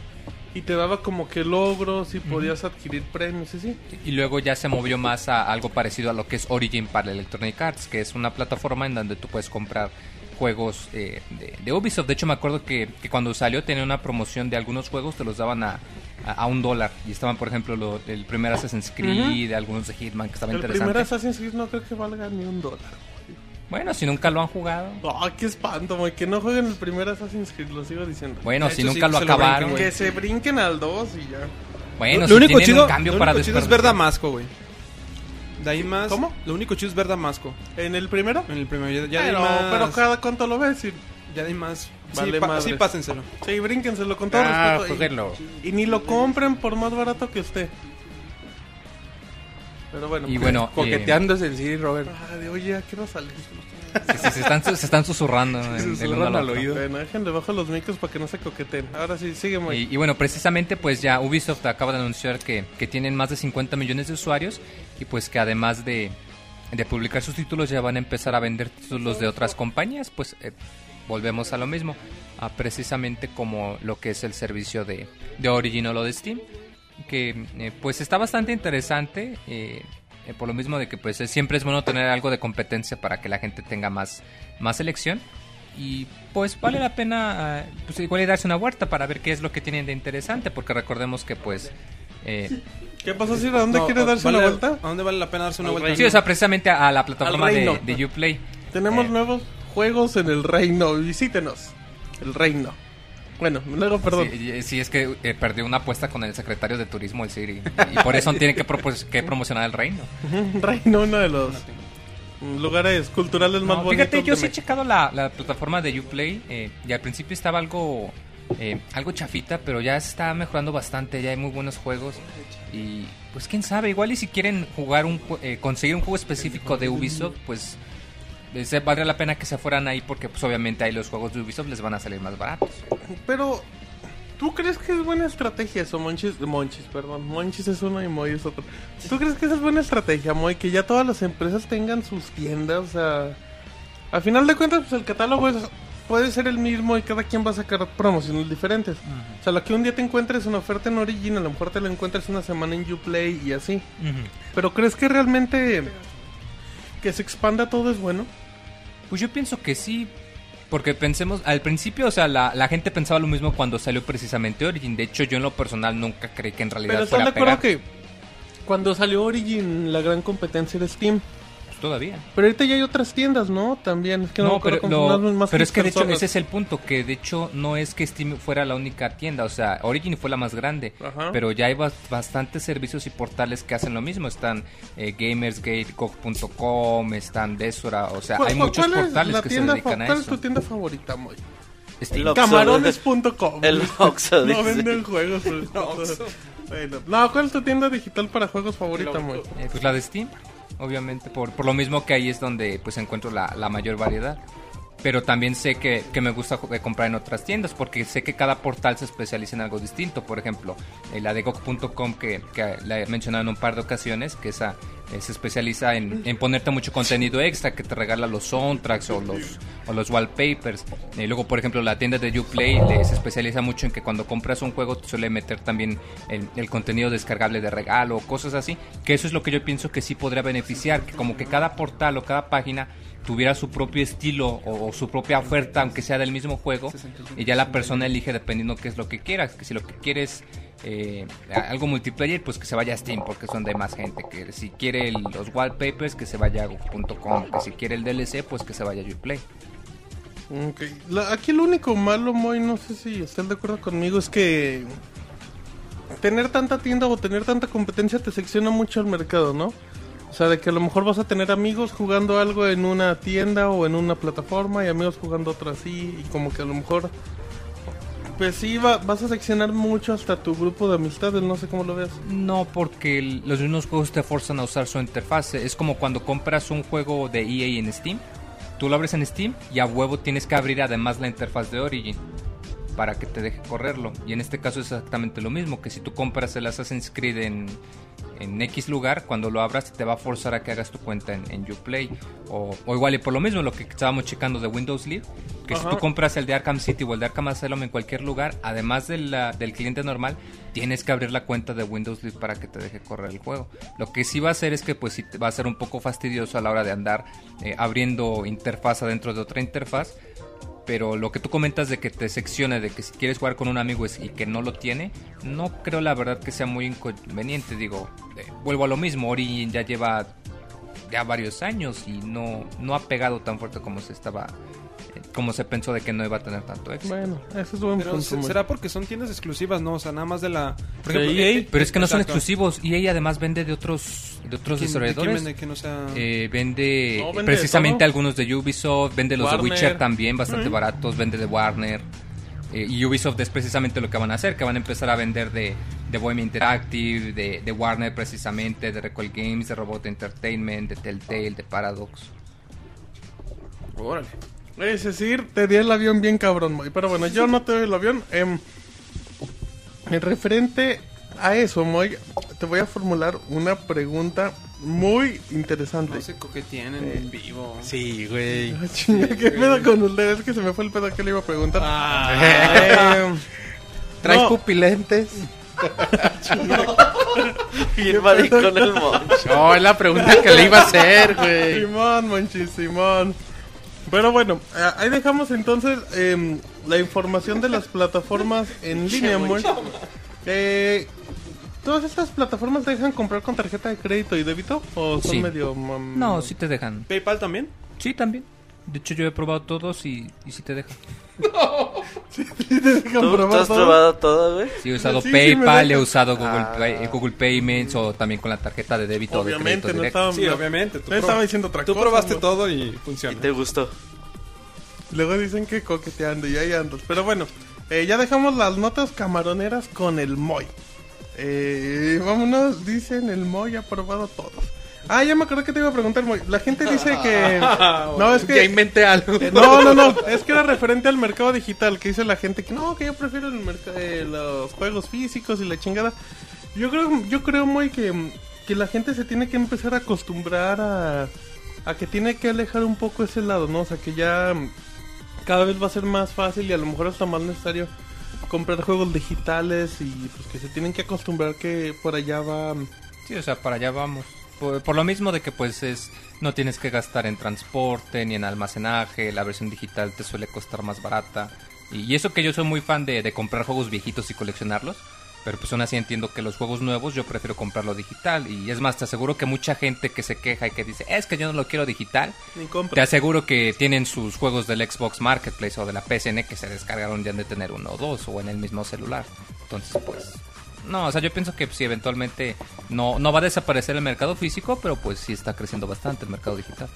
A: Y te daba como que logros y podías adquirir premios, sí, sí.
E: y luego ya se movió más a algo parecido a lo que es Origin para Electronic Arts, que es una plataforma en donde tú puedes comprar juegos eh, de, de Ubisoft. De hecho, me acuerdo que, que cuando salió tenía una promoción de algunos juegos, te los daban a, a, a un dólar. Y estaban, por ejemplo, lo- el primer Assassin's Creed, algunos de Hitman, que estaba
A: El primer
E: interesante.
A: Assassin's Creed no creo que valga ni un dólar.
E: Bueno, si nunca lo han jugado.
A: Ah, qué espanto, güey. Que no jueguen el primer Assassin's Creed, lo sigo diciendo.
E: Bueno,
C: Esto
E: si
C: sí
E: nunca
C: que
E: lo
C: se lo
E: acabaron.
C: brincan,
A: que se brinquen al 2 y ya.
E: bueno,
C: lo
E: si
C: único
E: tienen
C: chido,
E: un cambio
C: lo
E: para
C: único chido es ver
E: desperdiciar.
C: Damasco, güey. De ahí en más.
A: ¿Cómo?
C: Lo único chido es ver Damasco.
A: ¿En el primero?
C: En el primer. Ya, ya de ahí
A: pero,
C: más.
A: pero cada cuánto lo ves. Y,
C: Ya de ahí más. sí,
A: Vale
C: pa-
A: madres.
C: sí, pásenselo.
A: sí, brínquenselo con todo
B: Ah,
A: respeto. y-
B: jueguenlo.
A: Y ni lo compren por más barato que esté. Pero bueno.
C: <laughs>
E: Y bueno, eh,
B: Coqueteándose el CD, Robert.
A: Ah, de, oye, ¿a qué hora sale?
E: sí, sí, eh, <laughs> se, están, se están susurrando. en- en
B: susurran
E: uno al
B: al
E: otro.
B: oído.
A: Bueno, déjenle bajo los micros para que no se coqueten. Ahora sí, sigue muy.
E: Y, y bueno, precisamente pues ya Ubisoft acaba de anunciar que, que tienen más de 50 millones de usuarios y pues que además de, de publicar sus títulos ya van a empezar a vender títulos de otras compañías, pues eh, volvemos a lo mismo, a precisamente como lo que es el servicio de, de Origin o lo de Steam, que eh, pues está bastante interesante. eh, eh, por lo mismo de que pues es- siempre es bueno tener algo de competencia para que la gente tenga más, más elección. Y pues vale la pena eh, pues igual y darse una vuelta para ver qué es lo que tienen de interesante, porque recordemos que pues... eh,
A: ¿Qué pasó, Ciro? ¿A dónde
C: No,
A: quiere
C: o-
A: darse
C: vale-
A: una vuelta?
C: ¿A dónde vale la pena darse una
A: Al
C: vuelta?
E: pues, sí, o sea, precisamente a la plataforma
A: Al
E: de,
A: reino.
E: de Uplay.
A: Tenemos
E: Eh,
A: nuevos juegos en el reino. Visítenos. El reino. Bueno, luego, perdón.
E: Sí, y- sí, es que eh, perdió una apuesta con el secretario de turismo, el Siri. Y por eso tiene que, propos- que promocionar el reino.
A: <laughs> Reino, uno de los lugares culturales más
E: No,
A: bonitos.
E: fíjate, yo
A: de
E: sí he
A: México.
E: checado la, la plataforma de Uplay eh, y al principio estaba algo eh, algo chafita, pero ya está mejorando bastante, ya hay muy buenos juegos y pues quién sabe, igual y si quieren jugar un jue- eh, conseguir un juego específico de Ubisoft, pues eh, se- valdría la pena que se fueran ahí porque pues obviamente ahí los juegos de Ubisoft les van a salir más baratos.
A: Pero, ¿tú ¿Tú crees que es buena estrategia eso, Monchis? Monchis, perdón. Monchis es uno y Moy es otro. ¿Tú crees que esa es buena estrategia, Moy? Que ya todas las empresas tengan sus tiendas. O sea, al final de cuentas, pues el catálogo es- puede ser el mismo y cada quien va a sacar promociones diferentes. O sea, lo que un día te encuentres una oferta en Origin, a lo mejor te la encuentras una semana en Uplay y así.
E: Ujú.
A: Pero ¿crees que realmente que se expanda todo es bueno?
E: Pues yo pienso que sí. Porque pensemos, al principio, o sea, la, la gente pensaba lo mismo cuando salió precisamente Origin. De hecho, yo en lo personal nunca creí que en realidad
A: Pero están
E: fuera
A: de
E: a pegar.
A: acuerdo que cuando salió Origin, la gran competencia era Steam.
E: Pues todavía.
A: Pero ahorita ya hay otras tiendas, ¿no? También. Es que no, me
E: No,
A: acuerdo
E: pero,
A: cómo
E: no,
A: se llaman, más
E: pero es que de hecho
A: personas.
E: ese es el punto, que de hecho no es que Steam fuera la única tienda, o sea, Origin fue la más grande,
A: Ajá.
E: pero ya hay bas- bastantes servicios y portales que hacen lo mismo, están eh, gamersgate.com, están Desora, o sea,
A: ¿Cuál-
E: hay
A: cuál-
E: muchos
A: cuál es
E: portales
A: la
E: que se
A: tienda
E: dedican
A: fa-
E: a
A: ¿Cuál es tu
E: eso.
A: tienda favorita, Moy?
E: Steam.
D: Lo- Oxxo,
A: Camarones.com. <laughs>
D: El Oxxo,
A: No
D: dice.
A: venden juegos.
D: <laughs>
A: güey. Bueno, no, ¿cuál es tu tienda digital para juegos favorita, Moy?
E: Eh, pues la de Steam, obviamente, por, por lo mismo que ahí es donde pues encuentro la, la mayor variedad. Pero también sé que, que me gusta ju- eh, comprar en otras tiendas porque sé que cada portal se especializa en algo distinto. Por ejemplo, eh, la de GOG.com que, que la he mencionado en un par de ocasiones, que esa eh, se especializa en, en ponerte mucho contenido extra que te regala los soundtracks o los, o los wallpapers. Y luego, por ejemplo, la tienda de Uplay eh, se especializa mucho en que cuando compras un juego te suele meter también el, el contenido descargable de regalo, cosas así. Que eso es lo que yo pienso que sí podría beneficiar, que como que cada portal o cada página tuviera su propio estilo o, o su propia oferta, aunque sea del mismo juego, y ya la persona elige dependiendo qué es lo que quiera. Que si lo que quieres eh, a- algo multiplayer, pues que se vaya a Steam, porque son de más gente. Que si quiere el- los wallpapers, que se vaya a GOG.com. Que si quiere el DLC, pues que se vaya a Uplay.
A: Ok. La- aquí lo único malo, Moy, no sé si estás de acuerdo conmigo, es que tener tanta tienda o tener tanta competencia te secciona mucho el mercado, ¿no? O sea, de que a lo mejor vas a tener amigos jugando algo en una tienda o en una plataforma y amigos jugando otra así, y como que a lo mejor. Pues sí, va- vas a seccionar mucho hasta tu grupo de amistades, no sé cómo lo veas.
E: No, porque el- los mismos juegos te forzan a usar su interfase. Es como cuando compras un juego de EA en Steam. Tú lo abres en Steam y a huevo tienes que abrir además la interfaz de Origin para que te deje correrlo. Y en este caso es exactamente lo mismo, que si tú compras el Assassin's Creed en, en X lugar, cuando lo abras te va a forzar a que hagas tu cuenta en, en Uplay. O, o igual y por lo mismo, lo que estábamos checando de Windows Live, que si tú compras el de Arkham City o el de Arkham Asylum en cualquier lugar, además de la- del cliente normal, tienes que abrir la cuenta de Windows Live para que te deje correr el juego. Lo que sí va a hacer es que pues sí te va a ser un poco fastidioso a la hora de andar eh, abriendo interfaz adentro de otra interfaz. Pero lo que tú comentas de que te seccione, de que si quieres jugar con un amigo es- y que no lo tiene, no creo la verdad que sea muy inconveniente. Digo, eh, vuelvo a lo mismo, Origin ya lleva ya varios años y no, no ha pegado tan fuerte como se estaba, eh, como se pensó de que no iba a tener tanto éxito.
A: Bueno, eso es buen
C: Pero
A: punto,
C: se-
A: Moy.
C: será porque son tiendas exclusivas, ¿no? O sea, nada más de la... Por
A: De EA.
C: eh, eh,
E: E Pero es que no son
C: exacto.
E: exclusivos y ella además vende de otros, de
C: ¿Quién- de
E: otros
C: quién
E: desarrolladores.
C: vende que no sea-
E: Eh, vende,
A: No,
E: eh,
A: vende
E: precisamente
A: todo.
E: algunos de Ubisoft, vende los
A: Warner.
E: de Witcher también, bastante
A: Mm.
E: baratos, vende de Warner. Eh, y Ubisoft es precisamente lo que van a hacer, que van a empezar a vender de, de Bohemia Interactive, de, de Warner precisamente, de Recall Games, de Robot Entertainment, de Telltale, de Paradox.
C: Órale.
A: Es decir, te di el avión bien cabrón, Moy. Pero bueno, yo no te doy el avión. Em, en referente a eso, Moy, te voy a formular una pregunta muy interesante.
C: No se coqueteen en vivo.
B: Sí, güey.
A: Ah, <laughs> chinga, ¿Qué pedo con ustedes? Es que se me fue el pedo que le iba a preguntar. Em,
B: ¿Traes
A: No.
B: pupilentes?
D: Bien maricón
A: <laughs>
D: el moncho.
B: <laughs> No, es la pregunta que le iba a hacer, güey.
A: Simón, Monchis, Simón. Pero bueno, a- ahí dejamos entonces em, la información de las plataformas
C: <laughs>
A: en línea, Moy. Eh, ¿Todas estas plataformas dejan comprar con tarjeta de crédito y débito? ¿O son
E: Sí.
A: medio.? mm, mam-
E: No, sí te dejan.
C: ¿PayPal también?
E: Sí, también. De hecho, yo he probado todos y, y sí te dejan.
A: <laughs> ¿Te dejan
D: ¿Tú,
A: probar
D: tú has
A: todo?
D: probado todo, güey?
E: Sí, he usado
A: Sí, sí, me
E: PayPal, he
A: dejan.
E: usado Google,
D: Ah.
E: Pay- eh, Google Payments o también con la tarjeta de débito o de crédito
A: Obviamente, no
E: directo.
A: estaba.
C: Sí, obviamente. Tú,
A: Yo estaba diciendo otra
C: tú
A: cosa,
C: probaste
A: ¿no?
C: todo y
D: Y
C: funciona.
D: te gustó.
A: Luego dicen que coqueteando y ahí andas. Pero bueno, eh, ya dejamos las notas camaroneras con el Moy. Eh, vámonos, dicen el Moy ha probado todos. Ah, ya me acordé que te iba a preguntar. Moy. La gente dice que. No, es
B: Ya
A: que.
B: inventé algo.
A: No, no, no. Eh, Es que era referente al mercado digital. Que dice la gente que no, que yo prefiero el merc- eh, los juegos físicos y la chingada. Yo creo, yo creo muy que, que la gente se tiene que empezar a acostumbrar a, a que tiene que alejar un poco ese lado, ¿no? O sea, que ya cada vez va a ser más fácil y a lo mejor hasta más necesario comprar juegos digitales y pues que se tienen que acostumbrar que por allá va.
E: Sí, o sea, para allá vamos. Por, por lo mismo de que pues es no tienes que gastar en transporte ni en almacenaje, la versión digital te suele costar más barata. Y, y eso que yo soy muy fan de, de comprar juegos viejitos y coleccionarlos, pero pues aún así entiendo que los juegos nuevos yo prefiero comprarlo digital. Y es más, te aseguro que mucha gente que se queja y que dice, es que yo no lo quiero digital,
A: Ni
E: te
A: compra.
E: aseguro que tienen sus juegos del Xbox Marketplace o de la PSN que se descargaron ya han de tener uno o dos o en el mismo celular. Entonces, pues. No, o sea, yo pienso que si eventualmente no, no va a desaparecer el mercado físico, pero pues sí está creciendo bastante el mercado digital.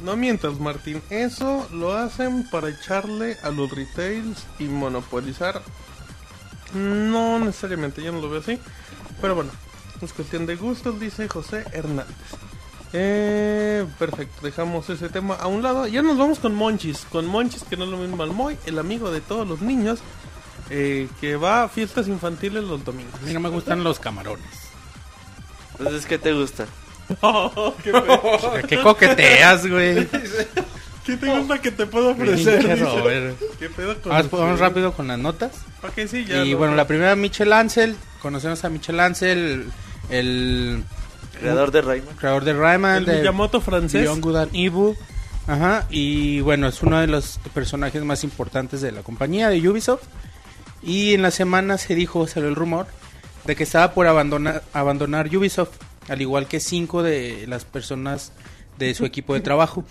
A: No mientas, Martín. Eso lo hacen para echarle a los retails y monopolizar. No necesariamente, yo no lo veo así. Pero bueno, es cuestión de gustos, dice José Hernández. Eh, perfecto, dejamos ese tema a un lado. Ya nos vamos con Monchis. Con Monchis, que no es lo mismo al Moy, el amigo de todos los niños, eh, que va a fiestas infantiles los domingos.
B: <laughs> A mí no me gustan los <laughs> camarones.
D: Entonces, ¿qué te gusta?
B: ¿Qué coqueteas, güey?
A: <laughs> ¿Qué te gusta que te puedo ofrecer?
B: Pinche
A: Dice.
B: Robert.
A: ¿Qué pedo con
B: Vamos, vamos
A: usted?
B: rápido con las notas.
A: ¿Pa' qué sí? Ya
B: Y
A: lo-
B: bueno, la primera, Michel Ansel. Conocemos a Michel Ansel, el,
D: Creador de Rayman.
B: creador de Rayman.
A: El
B: de
A: Miyamoto francés.
B: Beyond Good and Evil. Ajá, y bueno, es uno de los personajes más importantes de la compañía de Ubisoft. Y en la semana se dijo, salió el rumor, de que estaba por abandonar, abandonar Ubisoft, al igual que cinco de las personas de su equipo de trabajo.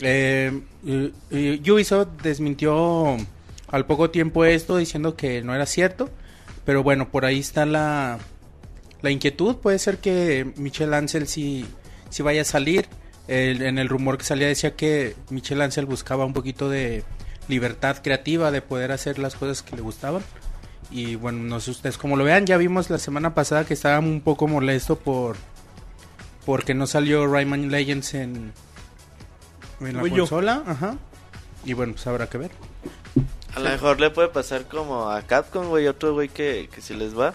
B: Eh, eh, eh, Ubisoft desmintió al poco tiempo esto diciendo que no era cierto, pero bueno, por ahí está la, la inquietud. Puede ser que Michel Ansel sí, sí vaya a salir. El- en el rumor que salía decía que Michel Ansel buscaba un poquito de libertad creativa, de poder hacer las cosas que le gustaban. Y bueno, no sé ustedes cómo lo vean. Ya vimos la semana pasada que estaba un poco molesto por porque no salió Rayman Legends en, en la
A: Wii U.
B: consola. Ajá. Y bueno, pues habrá que ver.
D: A lo mejor le puede pasar como a Capcom, güey. Otro güey que, que se les va.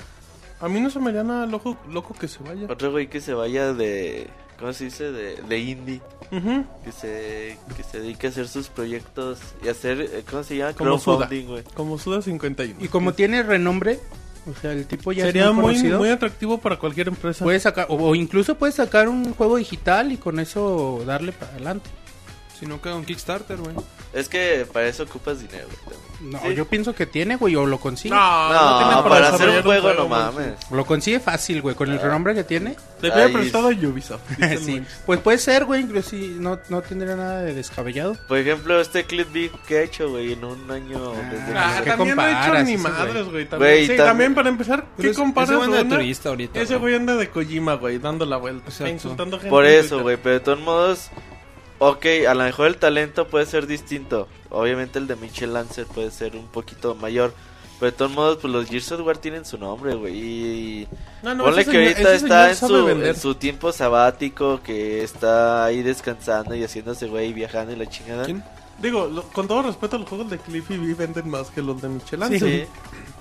A: A mí no se me da nada loco, loco que se vaya.
D: Otro güey que se vaya de. ¿Cómo se dice? De, de indie.
A: Ujú.
D: Que se, que se dedique a hacer sus proyectos y hacer. eh, ¿Cómo se llama?
A: Como Suda.
D: Crowdfunding, güey.
A: Como Suda 51.
B: Y como tiene renombre, o sea, el tipo ya es
A: Sería muy,
B: conocido. Pues-
A: muy atractivo para cualquier empresa.
B: Puedes sacar, o, o incluso puedes sacar un juego digital y con eso darle para adelante.
C: Si no queda un Kickstarter, güey.
D: Es que para eso ocupas dinero, güey. también.
B: No,
D: Sí.
B: yo pienso que tiene, güey, o lo consigue.
D: No,
A: Ah, tiene
D: para, hacer un
A: desarrollar
D: juego, no
A: man.
D: mames.
B: Lo consigue fácil, güey, con
A: Ah.
B: el renombre que tiene.
A: Le había
D: Ay,
A: prestado a Ubisoft. dice el
B: sí.
A: Monchis.
B: Pues puede ser, güey, incluso si no, no tendría nada de descabellado.
D: Por ejemplo, este clip big que ha hecho, güey, en un año. desde
A: Ah,
B: ¿qué
A: también no ha hecho
B: comparas
A: ni
B: ese güey?
A: madres, güey.
D: Güey,
A: También, sí,
D: también-
A: también para empezar, ¿qué comparas?
C: Ese güey anda de
A: una-
C: turista ahorita.
A: Ese güey anda de Kojima, güey, dando la vuelta.
C: Exacto.
A: Insultando gente.
D: Por
A: en
D: eso,
A: Twitter.
D: güey, pero de todos modos, ok, a lo mejor el talento puede ser distinto. Obviamente el de Michel Lancer puede ser un poquito mayor. Pero de todos modos, pues los Gears of War tienen su nombre, güey. Y
A: Ah, No, no,
D: ponle
A: ese
D: que
A: señor-
D: ahorita
A: ese
D: está en
A: señor sabe
D: su,
A: vender.
D: en su tiempo sabático, que está ahí descansando y haciéndose, güey, y viajando y la chingada.
C: ¿Quién?
A: Digo, lo- con todo respeto, los juegos de Cliffy B venden más que los de Michelangelo.
D: Sí.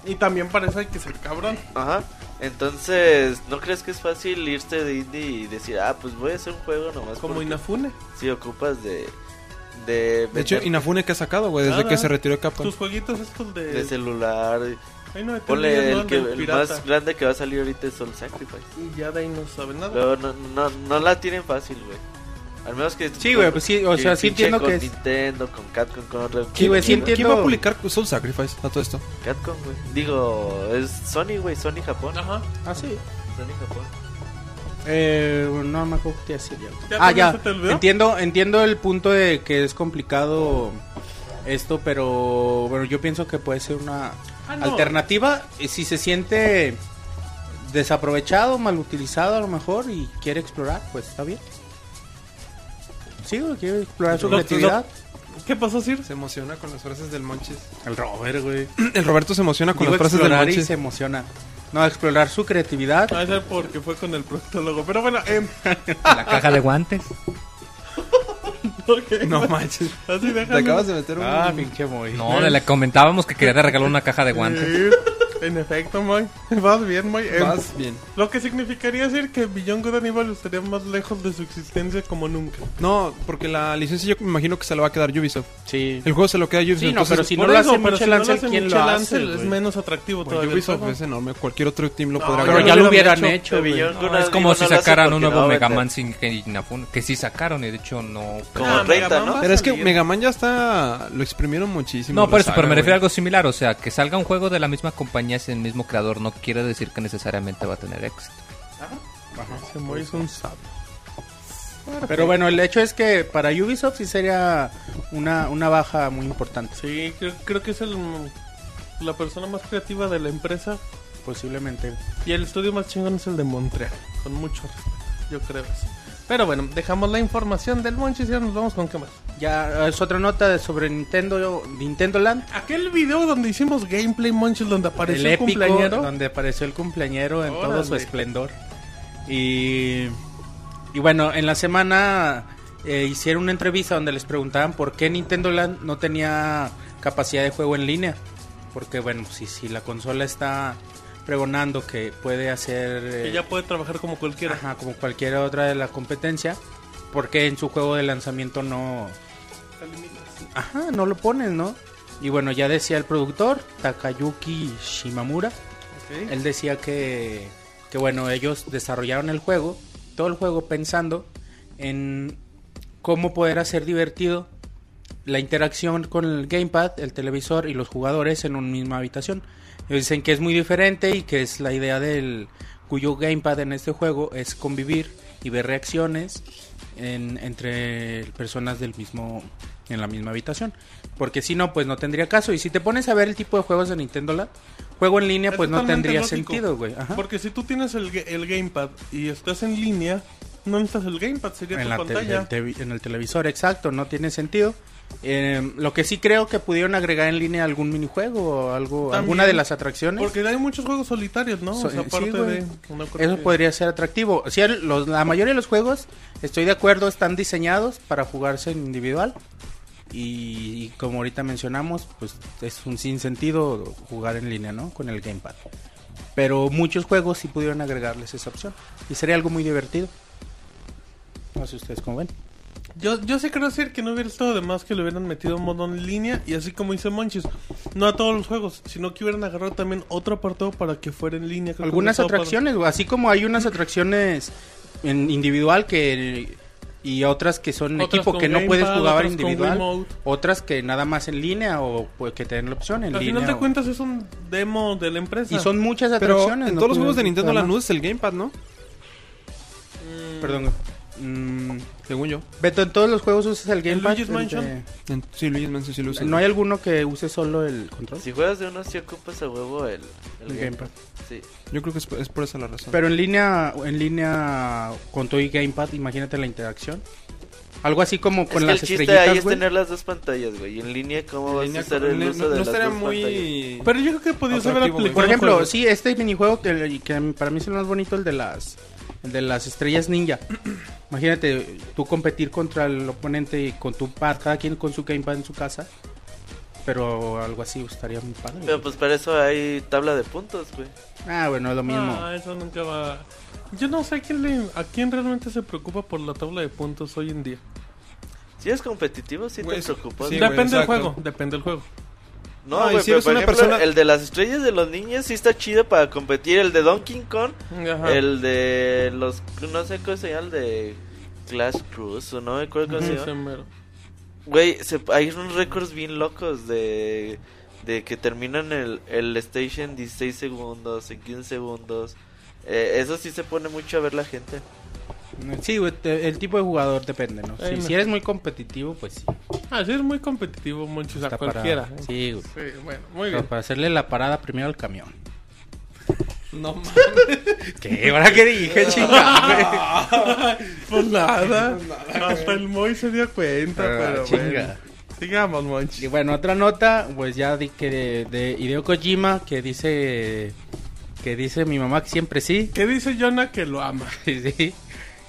A: Y también parece que ser cabrón.
D: Ajá. Entonces, ¿no crees que es fácil irte de indie y decir, ah, pues voy a hacer un juego nomás?
A: Como
D: porque
A: Inafune.
D: Si ocupas de. De,
C: De hecho,
D: vender
C: Inafune que ha sacado, güey, desde
A: Nada.
C: que se retiró de Capcom.
A: Tus jueguitos estos de...
D: de celular.
A: Ay, no, de Tendrías,
D: Ponle
A: ¿no?
D: el, que,
A: Del
D: el
A: pirata.
D: más grande que va a salir ahorita es Soul Sacrifice.
A: Y ya de ahí no sabe nada.
D: Pero no, no, no la tienen fácil, güey. Al menos que.
B: Sí, güey, pues sí, o
D: que
B: sea, sí
D: pinche
B: entiendo
D: con
B: que es-
D: Nintendo, con Catcom, con otra.
B: Sí, güey, sí
D: ¿no?
B: entiendo.
C: ¿Quién va a publicar Soul Sacrifice a todo esto?
D: Catcom, güey. Digo, es Sony, güey, Sony Japón.
A: Ajá.
B: Ah, sí.
D: Sony Japón.
B: Eh, no me acuerdo qué hacía ya.
A: ¿Ya
B: Ah,
A: también se
B: ya.
A: te olvidó?
B: Entiendo, entiendo el punto de que es complicado esto, pero bueno, yo pienso que puede ser una
A: Ah, no.
B: alternativa eh, si se siente desaprovechado, mal utilizado a lo mejor y quiere explorar, pues está bien. Sí, güey, quiere explorar su
A: Lo- lo-
B: creatividad.
A: ¿Qué pasó, Sir?
C: Se emociona con las frases del Monchis.
B: El Robert, güey.
C: <clears throat> El Roberto se emociona con
B: Digo,
C: las frases del
B: explorar y
C: Monchis.
B: se emociona. No, explorar su creatividad.
A: Va a ser porque fue con Ah, el proctólogo. Pero bueno, em, <laughs>
E: La caja de guantes.
A: ok.
C: <laughs> No manches.
A: Así
C: Te
A: déjalo.
C: acabas de meter un.
B: Ah, pinche muy.
E: No, le, le comentábamos que quería regalar una caja de guantes.
A: Sí, En efecto, Moy. <laughs> Vas bien, Moy. Em,
C: Vas bien.
A: Lo que significaría decir que Beyond Good and Evil estaría más lejos de su existencia como nunca.
C: No, porque la licencia yo me imagino que se la va a quedar Ubisoft.
B: Sí.
C: El juego se lo queda Ubisoft.
B: Sí, no,
C: entonces-
B: pero si
A: Por
B: no lo
A: eso,
B: hace
A: pero
B: Michel
A: si no
B: Ancel,
A: hacen
B: ¿quién lo
A: Michel
B: hace?
A: Ancel, es
B: güey?
A: menos atractivo
C: Güey,
A: todavía. el
C: pues, Ubisoft
A: juego.
C: es enorme. Cualquier otro team lo
A: No,
C: podrá
A: yo
B: Pero
C: ganar.
B: ya lo hubieran
A: hubieran
B: hecho,
D: De
B: güey.
D: Beyond Good
E: No, es
D: and
E: como
D: Evil
E: si
D: no lo hace
E: sacaran
D: porque
E: un
D: no
E: nuevo
D: va a
E: Mega
D: vender.
E: Man sin que Inafune, que sí sacaron y de hecho no.
D: Como
A: Ah,
D: 30,
A: Mega Man
D: ¿no?
A: va a
C: Pero es que
A: salir.
C: Mega Man ya está. Lo exprimieron muchísimo.
E: No,
C: la
E: por eso, pero
C: saga,
E: me refiero a
C: güey.
E: algo similar, o sea, que salga un juego de la misma compañía sin el mismo creador no quiere decir que necesariamente va a tener éxito.
A: Ese Moy es un sapo.
B: Pero bueno, el hecho es que para Ubisoft sí sería una, una baja muy importante, sí,
A: Sí, creo, creo que es el, la persona más creativa de la empresa.
B: posiblemente.
A: Y el estudio más chingón es el de Montreal. Con mucho respeto, yo creo. eso. Pero bueno, dejamos la información del Monchis y ahora nos vamos con qué más.
B: Ya es otra nota de- sobre Nintendo, Nintendo Land.
A: Aquel video donde hicimos gameplay Monchis donde apareció
B: el
A: el,
B: épico
A: cumpleañero.
B: donde apareció el cumpleañero en todo su
A: Órale.
B: esplendor. Y, y bueno, en la semana eh, hicieron una entrevista donde les preguntaban por qué Nintendo Land no tenía capacidad de juego en línea. Porque bueno, si, si la consola está pregonando que puede hacer... eh,
A: Que ya puede trabajar como cualquiera.
B: Ajá, como cualquier otra de la competencia. Porque en su juego de lanzamiento no. Ajá, no lo pones, ¿no? Y bueno, ya decía el productor, Takayuki Shimamura.
A: Ok.
B: Él decía que, que bueno, ellos desarrollaron el juego, todo el juego pensando en cómo poder hacer divertido la interacción con el gamepad, el televisor y los jugadores en una misma habitación. Ellos dicen que es muy diferente y que es la idea del cuyo gamepad en este juego es convivir y ver reacciones en- entre personas del mismo en la misma habitación, porque si no pues no tendría caso y si te pones a ver el tipo de juegos de Nintendo Land, juego en línea
A: Es
B: pues no
A: totalmente
B: tendría
A: lógico.
B: sentido, güey. Ajá.
A: Porque si tú tienes el, ga- el gamepad y estás en línea, no necesitas el gamepad, sería
B: en,
A: tu
B: la te-
A: pantalla.
B: del tevi- en el televisor, exacto, no tiene sentido. Eh, lo que sí creo que pudieron agregar en línea algún minijuego o algo,
A: También,
B: alguna de las atracciones.
A: Porque hay muchos juegos solitarios, ¿no?
B: So-
A: o sea,
B: sí,
A: aparte
B: güey.
A: de... una cosa
B: Eso
A: que-
B: podría ser atractivo. O sea, los- la mayoría de los juegos, estoy de acuerdo, están diseñados para jugarse en individual. Y, y como ahorita mencionamos, pues es un sinsentido jugar en línea, ¿no? Con el gamepad. Pero muchos juegos sí pudieron agregarles esa opción. Y sería algo muy divertido. No sé ustedes cómo ven.
A: Yo, yo sí creo decir que no hubiera estado de más que le hubieran metido modo en línea y así como dice Monchis, no a todos los juegos, sino que hubieran agarrado también otro apartado para que fuera en línea. Creo que hubiera
B: Algunas
A: estado padre.
B: atracciones, güey, así como hay unas atracciones en individual que y otras que son en
A: Otras
B: equipo
A: con
B: que no puedes
A: gamepad,
B: jugar
A: otras con
B: individual,
A: Wiimote.
B: otras que nada más en línea o pues, que te den la opción en
A: Al
B: línea.
A: final de
B: o-
A: cuentas es un demo de la empresa.
B: y son muchas atracciones.
C: Pero en
B: ¿no?
C: todos los juegos de
B: Nada
C: Nintendo la
B: más.
C: luz es el gamepad, ¿no?
B: Perdón. Mm,
C: Según yo.
B: Beto, en todos los juegos usas el Game
A: Luigi's Mansion?
C: En- Sí, Luis Manso sí lo usa.
B: No hay alguno que use solo el control.
D: Si juegas de uno, si ocupas a huevo el, el
B: El
D: gamepad.
B: gamepad.
D: Sí.
C: Yo creo que es, es por esa la razón.
B: Pero en línea, en línea con tu gamepad, imagínate la interacción. Algo así como
D: es
B: con
D: que
B: las
D: el chiste ahí
B: estrellitas,
D: es
B: güey.
D: tener las dos pantallas, güey. Y en línea, ¿cómo
C: En
D: vas
C: línea
D: a hacer
C: con-
D: el
C: no-
D: uso
C: no
D: de las
C: estaría
D: dos pantallas?
C: muy.
A: Pero yo creo que podías haber
C: Atractivo,
A: aplicado...
C: güey.
B: Por ejemplo,
A: juegos.
B: sí, este minijuego que, que para mí se me más bonito el de las el de las estrellas ninja. <clears throat> Imagínate tú competir contra el oponente y con tu pad, cada quien con su gamepad en su casa. Pero algo así estaría muy padre.
D: Pero pues para eso hay tabla de puntos, güey.
B: Ah, bueno, es lo mismo.
A: Ah, eso nunca va... Yo no sé a quién, le- a quién realmente se preocupa por la tabla de puntos hoy en día.
D: Si es competitivo, sí
C: Güey,
D: te preocupas.
C: sí,
D: güey.
A: depende del
C: exacto.
A: juego, depende del juego.
D: No,
C: No, y
D: güey,
C: si
D: pero
C: eres
D: por
C: una
D: ejemplo,
C: persona-
D: el de las estrellas de los niños sí está chido para competir. El de Donkey Kong,
A: Ajá.
D: el de los. No sé cómo se llama, el de Clash Cruise, o no me acuerdo cómo se
A: Ese
D: llama.
A: mero.
D: Güey, se- hay unos récords bien locos de, de que terminan el, el Station 16 segundos, en 15 segundos. Eh, eso sí se pone mucho a ver la gente.
B: Sí, güey, te- el tipo de jugador depende, ¿no?
A: Ay,
B: Si,
A: me-
B: si eres muy competitivo, pues sí.
A: Ah, sí, es muy competitivo, Monchis, a
B: está para-
A: cualquiera. Sí,
B: Sí, güey.
A: bueno, muy
B: Pero
A: bien.
B: para hacerle la parada primero al camión.
C: No mames.
B: ¿Qué? ¿Ahora qué <laughs> dije, chinga?
A: <laughs> Pues nada, hasta el Moy se dio cuenta,
B: Ah,
A: pero
B: chinga.
A: bueno. Sigamos,
B: Y
A: Monchi.
B: bueno, otra nota, pues ya di que de, de Hideo Kojima, que dice que dice mi mamá que siempre sí.
A: ¿Qué dice Jonah que lo ama?
B: <laughs> Sí, sí.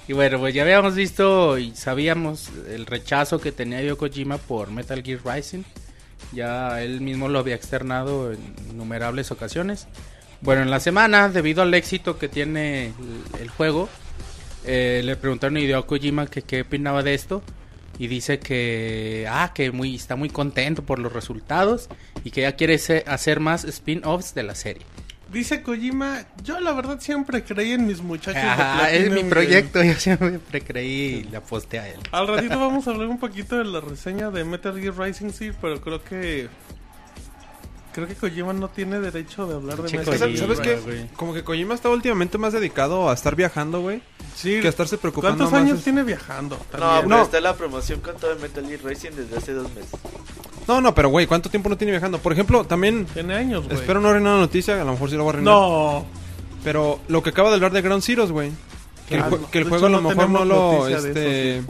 B: Y bueno, pues ya habíamos visto y sabíamos el rechazo que tenía Hideo Kojima por Metal Gear Rising. Ya él mismo lo había externado en innumerables ocasiones. Bueno, en la semana, debido al éxito que tiene el- el juego, eh, le preguntaron a Hideo Kojima que qué opinaba de esto. Y dice que, ah, que muy, está muy contento por los resultados y que ya quiere se- hacer más spin-offs de la serie.
A: Dice Kojima, yo la verdad siempre creí en mis muchachos. de
B: Ajá, es mi
A: Platinum
B: proyecto, yo siempre creí y le aposté a él.
A: Games". Al
B: <laughs>
A: ratito vamos a hablar un poquito de la reseña de Metal Gear Rising sí, pero creo que... Creo que Kojima no tiene derecho de hablar de
B: Che,
A: Metal
G: ¿Sabes,
A: Gear.
B: Kojima,
G: sabes qué?
B: güey.
G: Como que Kojima está últimamente más dedicado a estar viajando, güey.
A: Sí,
G: Que a estarse preocupando
A: ¿Cuántos
G: más
A: años
G: es-
A: tiene viajando?
D: No,
A: También.
D: pero
G: No.
B: pues,
D: está la promoción con todo el Metal Gear Racing desde hace dos meses.
G: No, no, pero güey, ¿cuánto tiempo no tiene viajando? Por ejemplo, también...
A: Tiene años, güey.
G: Espero no arruinar la noticia, a lo mejor sí lo voy a arruinar.
A: No.
G: Pero lo que acaba de hablar de Ground Zeroes, güey. Que, el
A: Claro.
G: jue- que el
A: De
G: juego a
A: hecho,
G: lo
A: no
G: mejor no
A: tenemos
G: lo...
A: noticia de
G: Este,
A: eso,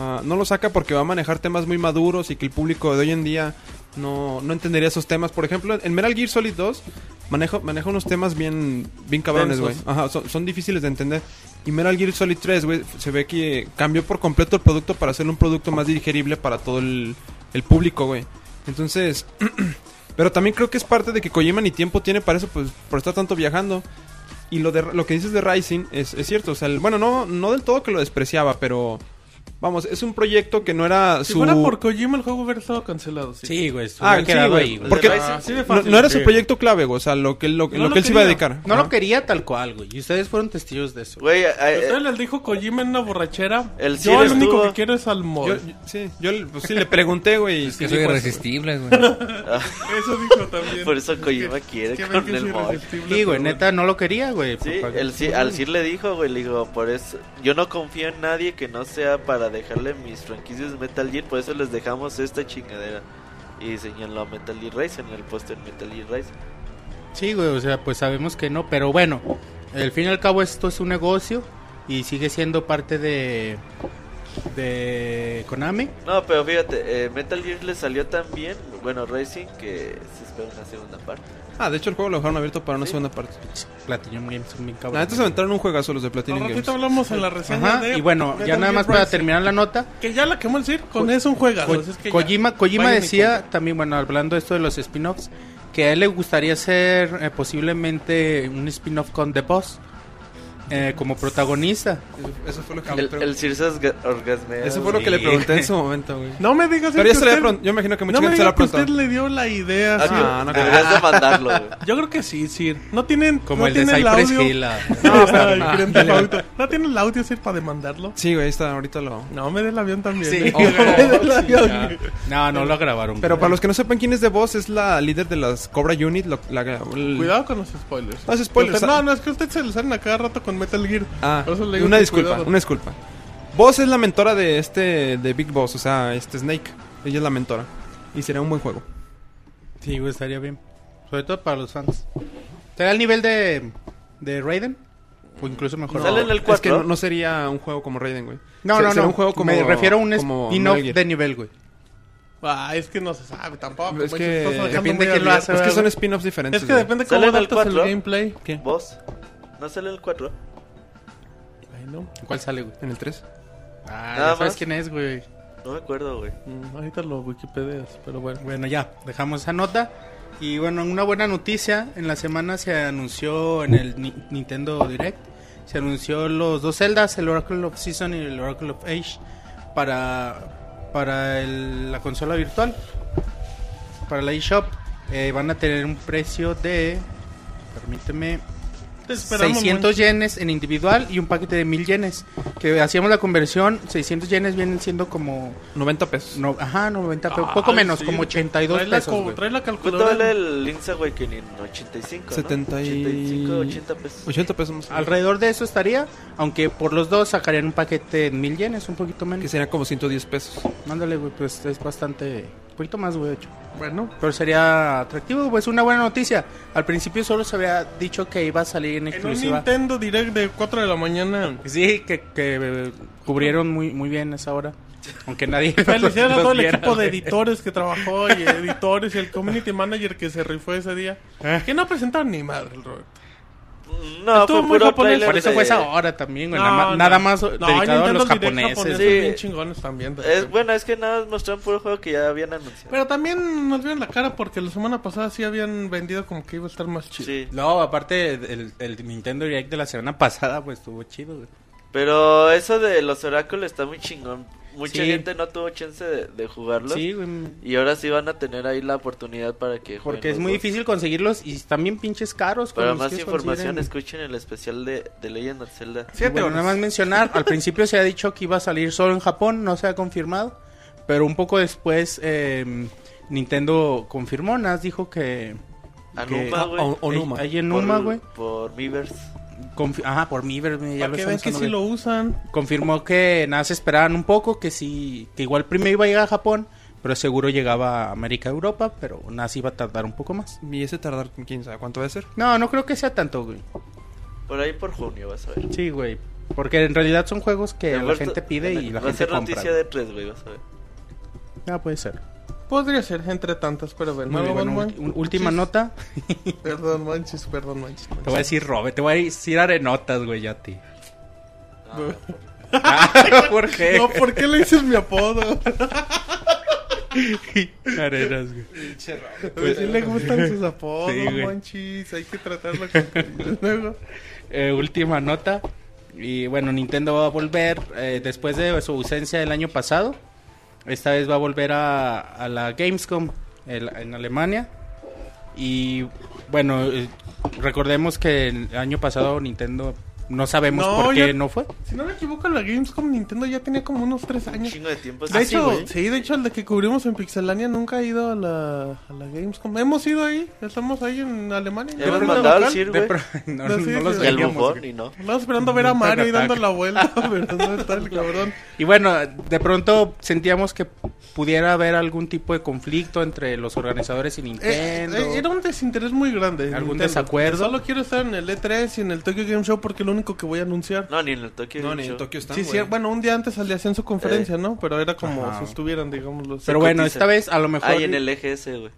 G: ah, no lo saca porque va a manejar temas muy maduros y que el público de hoy en día no, no entendería esos temas. Por ejemplo, en Metal Gear Solid 2 maneja, maneja unos temas bien, bien cabrones, güey.
A: Densos.
G: Ajá, son, son difíciles de entender. Y Metal Gear Solid 3, güey, se ve que cambió por completo el producto para hacer un producto más digerible para todo el, el público, güey. Entonces, pero también creo que es parte de que Kojima ni tiempo tiene para eso, pues, por estar tanto viajando. Y lo, de, lo que dices de Rising es, es cierto. O sea, el- bueno, no, no del todo que lo despreciaba, pero... Vamos, es un proyecto que no era
A: Si
G: su...
A: fuera por Kojima el juego hubiera estado cancelado, sí.
B: Sí, güey, se
G: Ah,
B: hubiera
G: sí,
B: quedado
G: güey.
B: ahí, güey.
G: Porque-
D: Desde Rising,
A: Así de
G: No,
A: fácil.
G: no era su
A: Sí.
G: proyecto clave, güey. O sea, lo que, lo,
A: No
G: lo
A: lo
G: que él se iba a
A: quería.
G: dedicar.
B: No lo
G: Ajá.
B: quería tal cual, güey. Y ustedes fueron testigos de eso.
D: Güey, eh, a- a-
A: Entonces les dijo Kojima en una borrachera.
D: El sí
A: yo lo
D: eres
A: único
D: tú.
A: que quiero es al
G: Yo,
A: mod.
G: yo- sí, yo le- pues sí, le pregunté, güey.
E: Es que
G: y
E: soy
G: dijo eso.
E: irresistible, güey.
A: Eso dijo también.
D: <laughs> Por eso Kojima quiere
A: que
D: con
A: ven que es
D: el mod.
A: irresistible,
B: Sí, güey,
A: pero
B: neta, no lo quería, güey.
D: Sí,
B: Papá-
D: el Cir- al Cir le dijo, güey, le digo, por eso, yo no confío en nadie que no sea para dejarle mis franquicias de Metal Gear, por eso les dejamos esta chingadera. Y señaló a Metal Gear Rising en el póster Metal Gear Rising.
B: Sí, güey, o sea, pues sabemos que no, pero bueno, al fin y al cabo esto es un negocio y sigue siendo parte de de Konami.
D: No, pero fíjate, eh, Metal Gear le salió tan bien, bueno, Rising, que se espera una segunda parte.
G: Ah, de hecho el juego lo dejaron abierto para una segunda parte.
B: Platinum Games son bien
G: Nah,
B: cabrones.
G: entonces aventaron un juegazo los de
A: Al
G: Platinum Games.
A: ratito hablamos en la reseña
B: Ajá,
A: de
B: y bueno,
A: Metal
B: ya nada
A: Gear
B: más para
A: Rising.
B: terminar la nota,
A: Que ya la quemó el Sir, con eso un juegazo.
B: Ko-
A: así es que ya.
B: Kojima, Kojima
A: Vayan y
B: decía también, bueno, hablando de esto de los spin-offs, que a él le gustaría hacer eh, posiblemente un spin-off con The Boss eh, como protagonista.
G: Eso, eso fue lo que,
D: El, el Sir se orga- orgasmea,
G: eso fue lo
D: güey.
G: que le pregunté en su momento, güey.
A: compren. No me digas
G: Pero
A: que
G: ya se le
A: usted-
G: había preguntado. Yo imagino que mucha
A: No me
G: gente se
A: digas
G: la
A: que usted
G: preguntó.
A: le dio la idea,
D: Ah,
A: Sir.
G: Ah, no,
D: Deberías de mandarlo, güey.
A: Yo creo que sí, Sir. No tienen
B: Como
A: no
B: el de
A: tiene
B: Cypress
A: audio. <laughs>
B: Hill. ah.
A: No, ay, Grand Theft Auto. ¿No tiene el audio, Sir, para demandarlo?
G: Sí, güey, ahí está, ahorita lo...
A: No, me dé el avión también.
B: <laughs> Sí.
A: ¿eh? <laughs>
B: Oh, No, no lo grabaron.
G: Pero
B: güey.
G: para los que no sepan quién es The Boss, es la líder de las Cobra Unit. lo- la, el-
A: Cuidado con los spoilers.
G: No, es spoiler,
A: Usted-
G: sa-
A: no, no, es que usted se le salen a cada rato con Metal Gear.
G: Ah,
A: Por eso le digo
G: una
A: que
G: disculpa,
A: cuidado.
G: una disculpa. Boss es la mentora de este, de Big Boss, o sea, este Snake. Ella es la mentora. Y será un buen juego.
B: Sí, güey, estaría bien. Sobre todo para los fans. ¿Será al nivel de, de Raiden? O incluso mejor.
D: Sale en el
G: Es que
D: 4.
G: no, no sería un juego como Raiden, güey.
B: No,
G: Se-
B: no,
G: será
B: no.
G: un juego como,
B: Me refiero a un
G: como
B: spin-off
G: Metal Gear.
B: de nivel, güey.
A: Ah, es que no se sabe tampoco.
G: Es
A: pues,
G: que
A: estás dejando
B: depende
A: muy
B: quién lo
A: abierto.
G: Es que
A: Es
G: son spin-offs
A: que,
G: diferentes.
A: es que
G: güey.
A: depende
D: ¿Sale
A: cómo
D: en el
A: adaptas el,
D: cuatro?
A: gameplay.
D: ¿Vos? ¿No sale en el 4?
A: Ay, no.
B: ¿Cuál sale, güey?
G: En el 3.
B: Ah,
D: Nada
B: ya sabes
D: más.
B: quién es, güey.
D: No me acuerdo, güey.
A: Mm, Ahorita lo wikipedias, pero bueno.
B: Bueno, ya, dejamos esa nota. Y bueno, una buena noticia, en la semana se anunció en el Ni- Nintendo Direct, se anunció los dos celdas, el Oracle of Season y el Oracle of Age, para, para el- la consola virtual, para la eShop. Eh, van a tener un precio de, permíteme,
A: Te esperamos,
B: 600 yenes en individual y un paquete de 1000 yenes. Que hacíamos la conversión, 600 yenes vienen siendo como
G: 90 pesos.
B: no, ajá, 90
A: Ay,
B: pesos. Poco menos,
A: sí.
B: como 82
A: Trae la
B: pesos.
A: co-
B: güey.
A: Trae la
D: ¿Cuánto vale
A: calculadora.
D: Pues el Linza, güey, que en 85,
G: 70 y-
D: 85, 80 pesos.
G: 80 pesos más.
B: Alrededor de eso estaría, aunque por los dos sacarían un paquete de mil yenes, un poquito
G: Que
B: menos.
G: serían como 110 pesos.
B: Mándale, güey, pues es bastante. Un poquito más, güey, de hecho.
A: Bueno,
B: Pero sería atractivo, pues una buena noticia. Al principio solo se había dicho que iba a salir en
A: en un
B: exclusiva.
A: Nintendo Direct de 4 de la mañana.
B: Sí, que, que, eh, cubrieron muy, muy bien esa hora. Aunque
A: <laughs>
B: nadie.
A: Felicidades a
B: los
A: todo el
B: viera,
A: equipo de
B: güey.
A: editores que trabajó y editores y el community manager que se rifó ese día. Que no presentaron ni madre el Robert.
D: No,
A: Estuvo
D: fue
A: muy
D: puro
A: japonés.
D: trailer
B: Por eso
D: de-
B: fue esa hora también, güey.
A: No,
B: nada, ma-
A: no.
B: nada más
A: No,
B: dedicado a
A: Nintendo
B: los
A: Direct
B: japoneses.
A: son
D: Sí.
A: bien chingones también. de-
D: Es, bueno, es que nada más mostraron puro juego que ya habían anunciado.
A: Pero también nos vieron la cara porque la semana pasada sí habían vendido como que iba a estar más chido.
D: Sí.
B: No, aparte el, el Nintendo Direct de la semana pasada, pues estuvo chido, güey.
D: Pero eso de los oráculos está muy chingón. Mucha
B: Sí.
D: gente no tuvo chance de, de jugarlos.
B: Sí, güey.
D: Y ahora sí van a tener ahí la oportunidad para que jueguen
B: Porque es
D: los
B: muy
D: dos.
B: difícil conseguirlos y están bien pinches caros.
D: Para
B: con los
D: más
B: que ellos
D: información,
B: consiguen.
D: escuchen el especial de, de Legend of Zelda.
A: Siete
B: Bueno,
A: horas.
B: nada más mencionar,
A: <laughs>
B: al principio se ha dicho que iba a salir solo en Japón, no se ha confirmado, pero un poco después eh, Nintendo confirmó, Nas dijo que... Ah,
D: Anuma, güey.
C: O- Onuma.
B: Ahí en Numa,
D: Por-
B: güey.
D: Por Miiverse.
B: Confi- Ajá, por mí, ver- ya
A: Para
B: lo
A: que
B: está
A: vean que
B: buscando,
A: sí
B: güey.
A: lo usan.
B: Confirmó que nada, se esperaban un poco, que sí, que igual primero iba a llegar a Japón, pero seguro llegaba a América, Europa, pero nada, sí iba a tardar un poco más.
C: Y ese tardar, quién sabe cuánto va a ser.
B: No, no creo que sea tanto, güey.
D: Por ahí por junio, vas a ver.
B: Sí, güey. Porque en realidad son juegos que
D: A
B: la
D: ver,
B: gente
D: tú-
B: pide y la
D: Va a
B: gente
D: ser
B: compra.
D: noticia de E tres, güey, vas a ver.
B: Ah, puede ser.
A: Podría ser entre tantas, pero bueno.
B: Muy bien,
A: bueno,
B: bueno,
A: bueno.
B: ul- última
A: Manches.
B: nota.
A: <laughs> Perdón, manches, perdón, manches. manches.
B: Te voy a decir Robert, te voy a decir arenotas, güey, ya a <laughs> ti.
D: Ah,
B: ¿Por qué?
A: <laughs> No, ¿por qué le dices mi
B: <laughs>
A: apodo?
B: Arenas, güey.
A: A ver si Pues le gustan sus apodos,
B: Sí, güey.
A: manchis. Hay que tratarlo con <laughs> cariño. Luego,
B: Eh, última nota. Y bueno, Nintendo va a volver eh, después de su ausencia del año pasado. Esta vez va a volver a, a la Gamescom el- en Alemania. Y bueno, eh, recordemos que el año pasado Nintendo no sabemos
A: No,
B: por qué
A: yo-
B: no fue.
A: si no me equivoco, la Gamescom Nintendo ya tenía como unos tres
D: Un
A: años.
D: chingo de tiempo.
A: De hecho,
D: Pues güey.
A: sí, de hecho, el de que cubrimos en Pixelania nunca ha ido a la, a la Gamescom. Hemos ido ahí, estamos ahí en Alemania. en la
D: Hemos
A: tienda
D: mandado al
A: local.
D: Sir,
B: De
D: güey.
B: pro- <laughs> no,
A: No,
B: no
A: sí,
B: los
A: sí,
D: Y al
B: veíamos,
D: bufón,
B: güey.
D: y no.
A: Estaba esperando ver a Mario y
B: Ataca.
A: dando la vuelta, <laughs> pero no está el cabrón.
B: Y bueno, de pronto sentíamos que pudiera haber algún tipo de conflicto entre los organizadores y
A: Eh,
B: Nintendo.
A: eh, era un desinterés muy grande. de
B: ¿Algún
A: Nintendo.
B: desacuerdo?
A: Solo quiero estar en el E3 y en el Tokyo Game Show porque es lo único que voy a anunciar.
D: No, ni en el Tokio.
C: No,
D: Game
C: ni en
D: Show.
C: Tokio están,
A: sí, sí,
C: güey.
A: bueno, un día antes salía en su conferencia,
D: Eh.
A: ¿no? Pero era como
B: Ajá.
A: si estuvieran, digámoslo. así.
B: Pero bueno,
D: cotiza.
B: esta vez a lo mejor
D: Ah, y en el EGS, güey.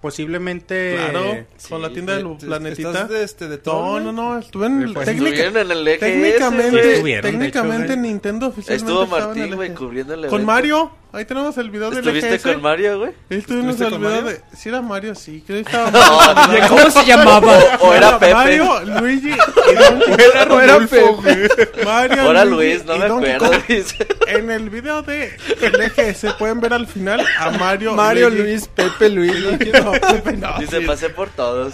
B: posiblemente
A: claro, con la
D: sí,
A: tienda
G: Eh,
A: del
C: ¿Estás
A: planetita.
C: de este, de
A: No,
C: Torne?
A: no, no, estuve en el
B: Pues
A: técnica-
D: Estuvieron en el EGS,
A: Técnicamente,
D: güey.
B: Estuvieron, de
A: técnicamente
B: hecho, güey.
A: Nintendo oficialmente
D: Estuvo
A: estaba en
D: Martín,
A: el
D: güey,
A: EGS.
D: cubriendo el
A: Con
D: evento.
A: Mario, ahí tenemos el video del
D: ¿Estuviste
A: EGS.
D: con
A: <laughs>
D: Mario, güey?
A: Ahí tuvimos
C: ¿Estuviste
A: el
C: con
A: video
C: Mario?
A: de... Sí era Mario, sí, creo
D: <laughs>
A: que estaba Mario.
B: <laughs> ¿Cómo se llamaba?
A: <laughs>
D: O era Pepe.
A: Mario, Luigi y Donkey
D: <laughs> Era
A: Kong.
D: Rodolfo,
A: Mario,
D: Ahora Luis, no
A: y
D: me
A: Donkey
D: acuerdo.
A: Kong.
D: dice.
A: En el video de el EGS pueden ver al final a Mario,
B: Mario
A: Luigi.
B: Luis,
C: <laughs>
B: Pepe Luis.
A: <laughs> No, Pepe, no.
D: Dice, pasé por
A: <laughs>
D: todos.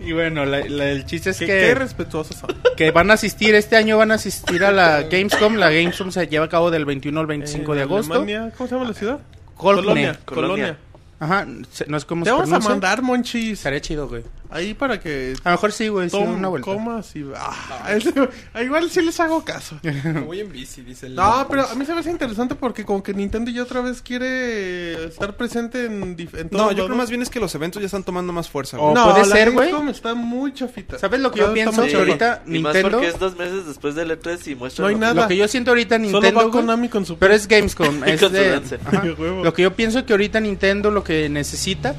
B: Y bueno, la- la- el chiste es
A: Qué, qué
B: que,
A: respetuosos son.
B: que van a asistir, este año van a asistir a la Gamescom. La Gamescom se lleva a cabo del 21 al 25 de
A: En
B: agosto.
A: Eh, Alemania, ¿Cómo se llama la ciudad?
B: Kolkne.
A: Colonia. Colonia.
D: Colonia.
B: Ajá, se- no es como
A: Te
B: se
A: vamos a
B: pronuncia.
A: mandar, Monchis.
B: Estaría chido, güey.
A: Ahí para que
B: A lo mejor sí, güey, sí,
A: Tom,
B: una vuelta.
A: comas y... Ah, ese- ah, igual sí les hago caso.
C: Me voy en bici, dice el...
A: No, pero a mí se me hace interesante porque como que Nintendo ya otra vez quiere estar presente en, dif- en
C: No,
A: todos
C: yo creo Oh,
A: lados.
C: más bien es que los eventos ya están tomando más fuerza,
B: O
C: güey.
A: No,
B: puede
A: la
B: ser, güey.
A: Gamescom está muy chafita.
B: ¿Sabes lo que yo
A: Está- está
B: pienso?
A: muy
B: Que
D: Sí.
A: chafa.
B: ahorita
D: y más
B: Nintendo-
D: porque es dos meses después del E3 y muestra.
A: No hay nada.
B: Lo que yo siento ahorita Nintendo.
A: Solo va
B: güey,
A: Konami con su...
B: Pero es
D: <laughs>
B: Gamescom. es
D: Con su
B: de-
D: danza.
B: ajá.
A: De huevo.
B: Lo que yo pienso que ahorita Nintendo lo que necesita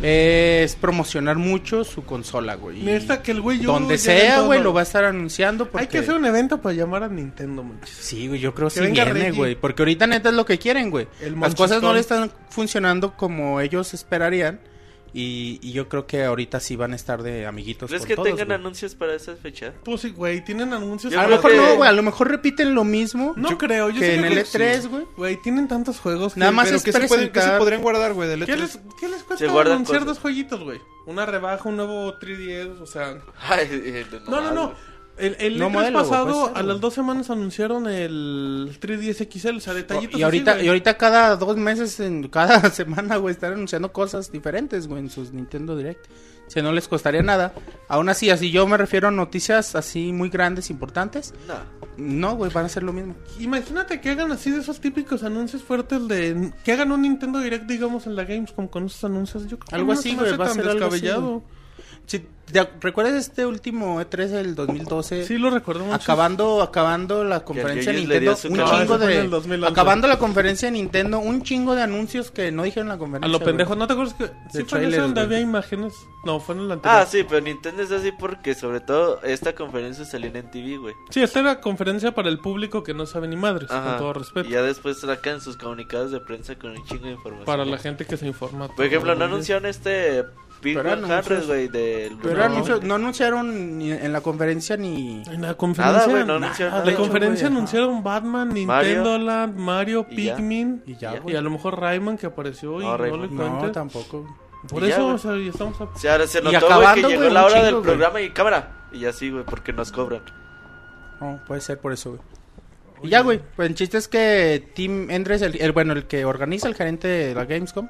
B: es promocionar mucho su consola, güey. Y
A: Necesita que el güey... yo
B: Donde
A: llegue en
B: sea,
A: todos
B: güey, lo
A: lados.
B: va a estar anunciando. Porque...
A: Hay que hacer un evento para llamar a Nintendo, Monchis.
B: Sí, güey, yo creo que
A: Que
B: sí
A: venga
B: viene,
A: Reggie.
B: güey. Porque ahorita neta es lo que quieren, güey.
A: El
B: Las cosas no
A: Monchis
B: le
A: Con.
B: están funcionando como ellos esperarían. Y, y yo creo que ahorita sí van a estar de amiguitos.
D: ¿Crees
B: con
D: que
B: todos,
D: tengan
B: güey.
D: anuncios para esa fecha?
A: Pues sí, güey, tienen anuncios...
D: Yo
B: A
A: para-
B: lo mejor
D: creo que-
B: no, güey. A lo mejor repiten lo mismo
A: No creo, yo
B: que
A: sé
B: en
A: que-
B: el E3, güey.
A: Güey, tienen tantos juegos que-
B: Nada más
C: Pero
B: es
C: ¿qué se, pueden, ¿Qué se
B: presentar-
C: podrían guardar, güey, del E
A: ¿Qué
C: E3?
A: les, ¿Qué les cuesta
D: Se guardan
A: anunciar
D: cosas.
A: dos jueguitos, güey? Una rebaja, un nuevo 3DS, o sea...
B: eh,
D: Ay,
A: No, no, no.
D: mames.
A: El, el
B: No
A: E3
B: modelo, pues, güey,
A: pasado,
B: puede ser,
A: a
B: güey.
A: las dos semanas anunciaron el 3DS XL, o sea, detallitos
B: Y ahorita,
A: así, güey.
B: y ahorita cada dos meses, en <laughs> cada semana, güey, están anunciando cosas diferentes, güey, en sus Nintendo Direct. Si no les costaría nada. Aún así, así yo me refiero a noticias así muy grandes, importantes.
D: No.
B: No, güey, van a ser lo mismo.
A: Imagínate que hagan así de esos típicos anuncios fuertes de... Que hagan un Nintendo Direct, digamos, en la Gamescom con esos anuncios. Yo creo que
B: Algo
A: no se
B: así,
A: me
B: güey,
A: hace
B: va a
A: tan
B: ser algo así,
A: descabellado.
B: si te ac- recuerdas este último E3 del 2012,
A: Sí, lo recuerdo mucho.
B: acabando acabando la conferencia de
D: Yoyis le dio
B: Nintendo,
D: su
B: un
D: clavo.
A: No,
B: chingo
A: ese fue en
B: de
A: el 2011.
B: acabando la conferencia de Nintendo, un chingo de anuncios que no dijeron en la
A: A
B: conferencia.
A: lo
B: güey.
A: pendejo, ¿no te acuerdas que sí fue en
B: trailers,
A: ese donde
B: güey.
A: había imágenes? No, fue en el anterior.
D: Ah, sí, pero Nintendo es así porque sobre todo esta conferencia salió en TV, güey.
A: Sí, esta era conferencia para el público que no sabe ni
B: Pues,
A: madres,
D: Ajá.
A: con todo respeto.
D: Y ya después sacan sus comunicados de prensa con un chingo de información.
A: Para la gente que se informa.
D: Pues Por ejemplo, no
A: todo.
D: anunciaron este Big
B: Pero
D: Bang
B: anuncios-
D: Harvest, güey, del...
B: Pero
D: no,
B: anuncio- no anunciaron ni en la conferencia ni
A: En la conferencia.
D: Nada, güey, no anunciaron
A: nada.
D: nada.
A: la conferencia
B: Ajá.
A: anunciaron Batman,
D: Mario.
A: Nintendo Land, Mario,
D: Y ya.
A: Pikmin.
B: y
D: Y
B: ya,
D: ya.
A: Y
B: güey.
A: a lo mejor Rayman que apareció y
D: No,
A: no,
D: Rayman.
A: le
B: No,
A: cuentas.
B: tampoco.
A: Por
D: Y ya,
A: eso,
D: güey.
A: o sea, ya estamos a...
D: O sea, ahora se
B: Y
D: notó, güey, que
B: acabando,
D: llegó
B: güey,
D: la
B: un
D: hora
B: chingo,
D: del
B: güey.
D: programa y cámara. Y así, güey, porque nos cobran.
B: No, puede ser por eso, güey. Y ya, güey. Pues el chiste es que Tim Endres, el, el- bueno, el que organiza el gerente de la Gamescom,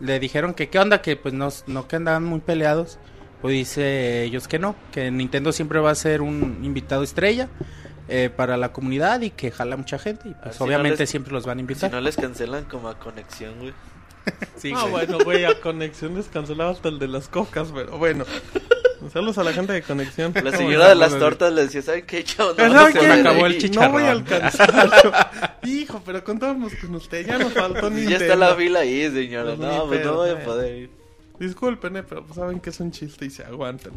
B: le dijeron que qué onda, que pues no, no que andaban muy peleados. Pues dice ellos que no, que Nintendo siempre va a ser un invitado estrella eh, para la comunidad y que jala mucha gente. Y
D: ver
B: pues
D: si no
B: obviamente
D: les-
B: siempre los van a
D: Si
B: invitar.
D: no les cancelan como a conexión,
B: <laughs>
D: güey.
B: Sí,
A: Ah,
B: güey.
A: bueno, güey, a Conexión descancelaba hasta el de las cocas, pero bueno. Saludos a la gente de Conexión.
D: La señora de las tortas le decía, ¿saben qué, chavo? No,
A: ¿Saben
D: no se
A: qué?
D: va a ir
B: acabó
D: de
B: el
D: aquí".
B: chiste.
A: No voy a alcanzar. <laughs> Hijo, pero contábamos con usted. Ya nos
D: <laughs>
A: faltó
D: Y
A: Nintendo.
D: Ya está la fila ahí, señora.
A: Pues
D: No,
A: ni
D: pues no
A: pedo,
D: voy a
A: eh.
D: poder ir.
A: Disculpen, eh, pero pues saben que es un chiste y se aguantan.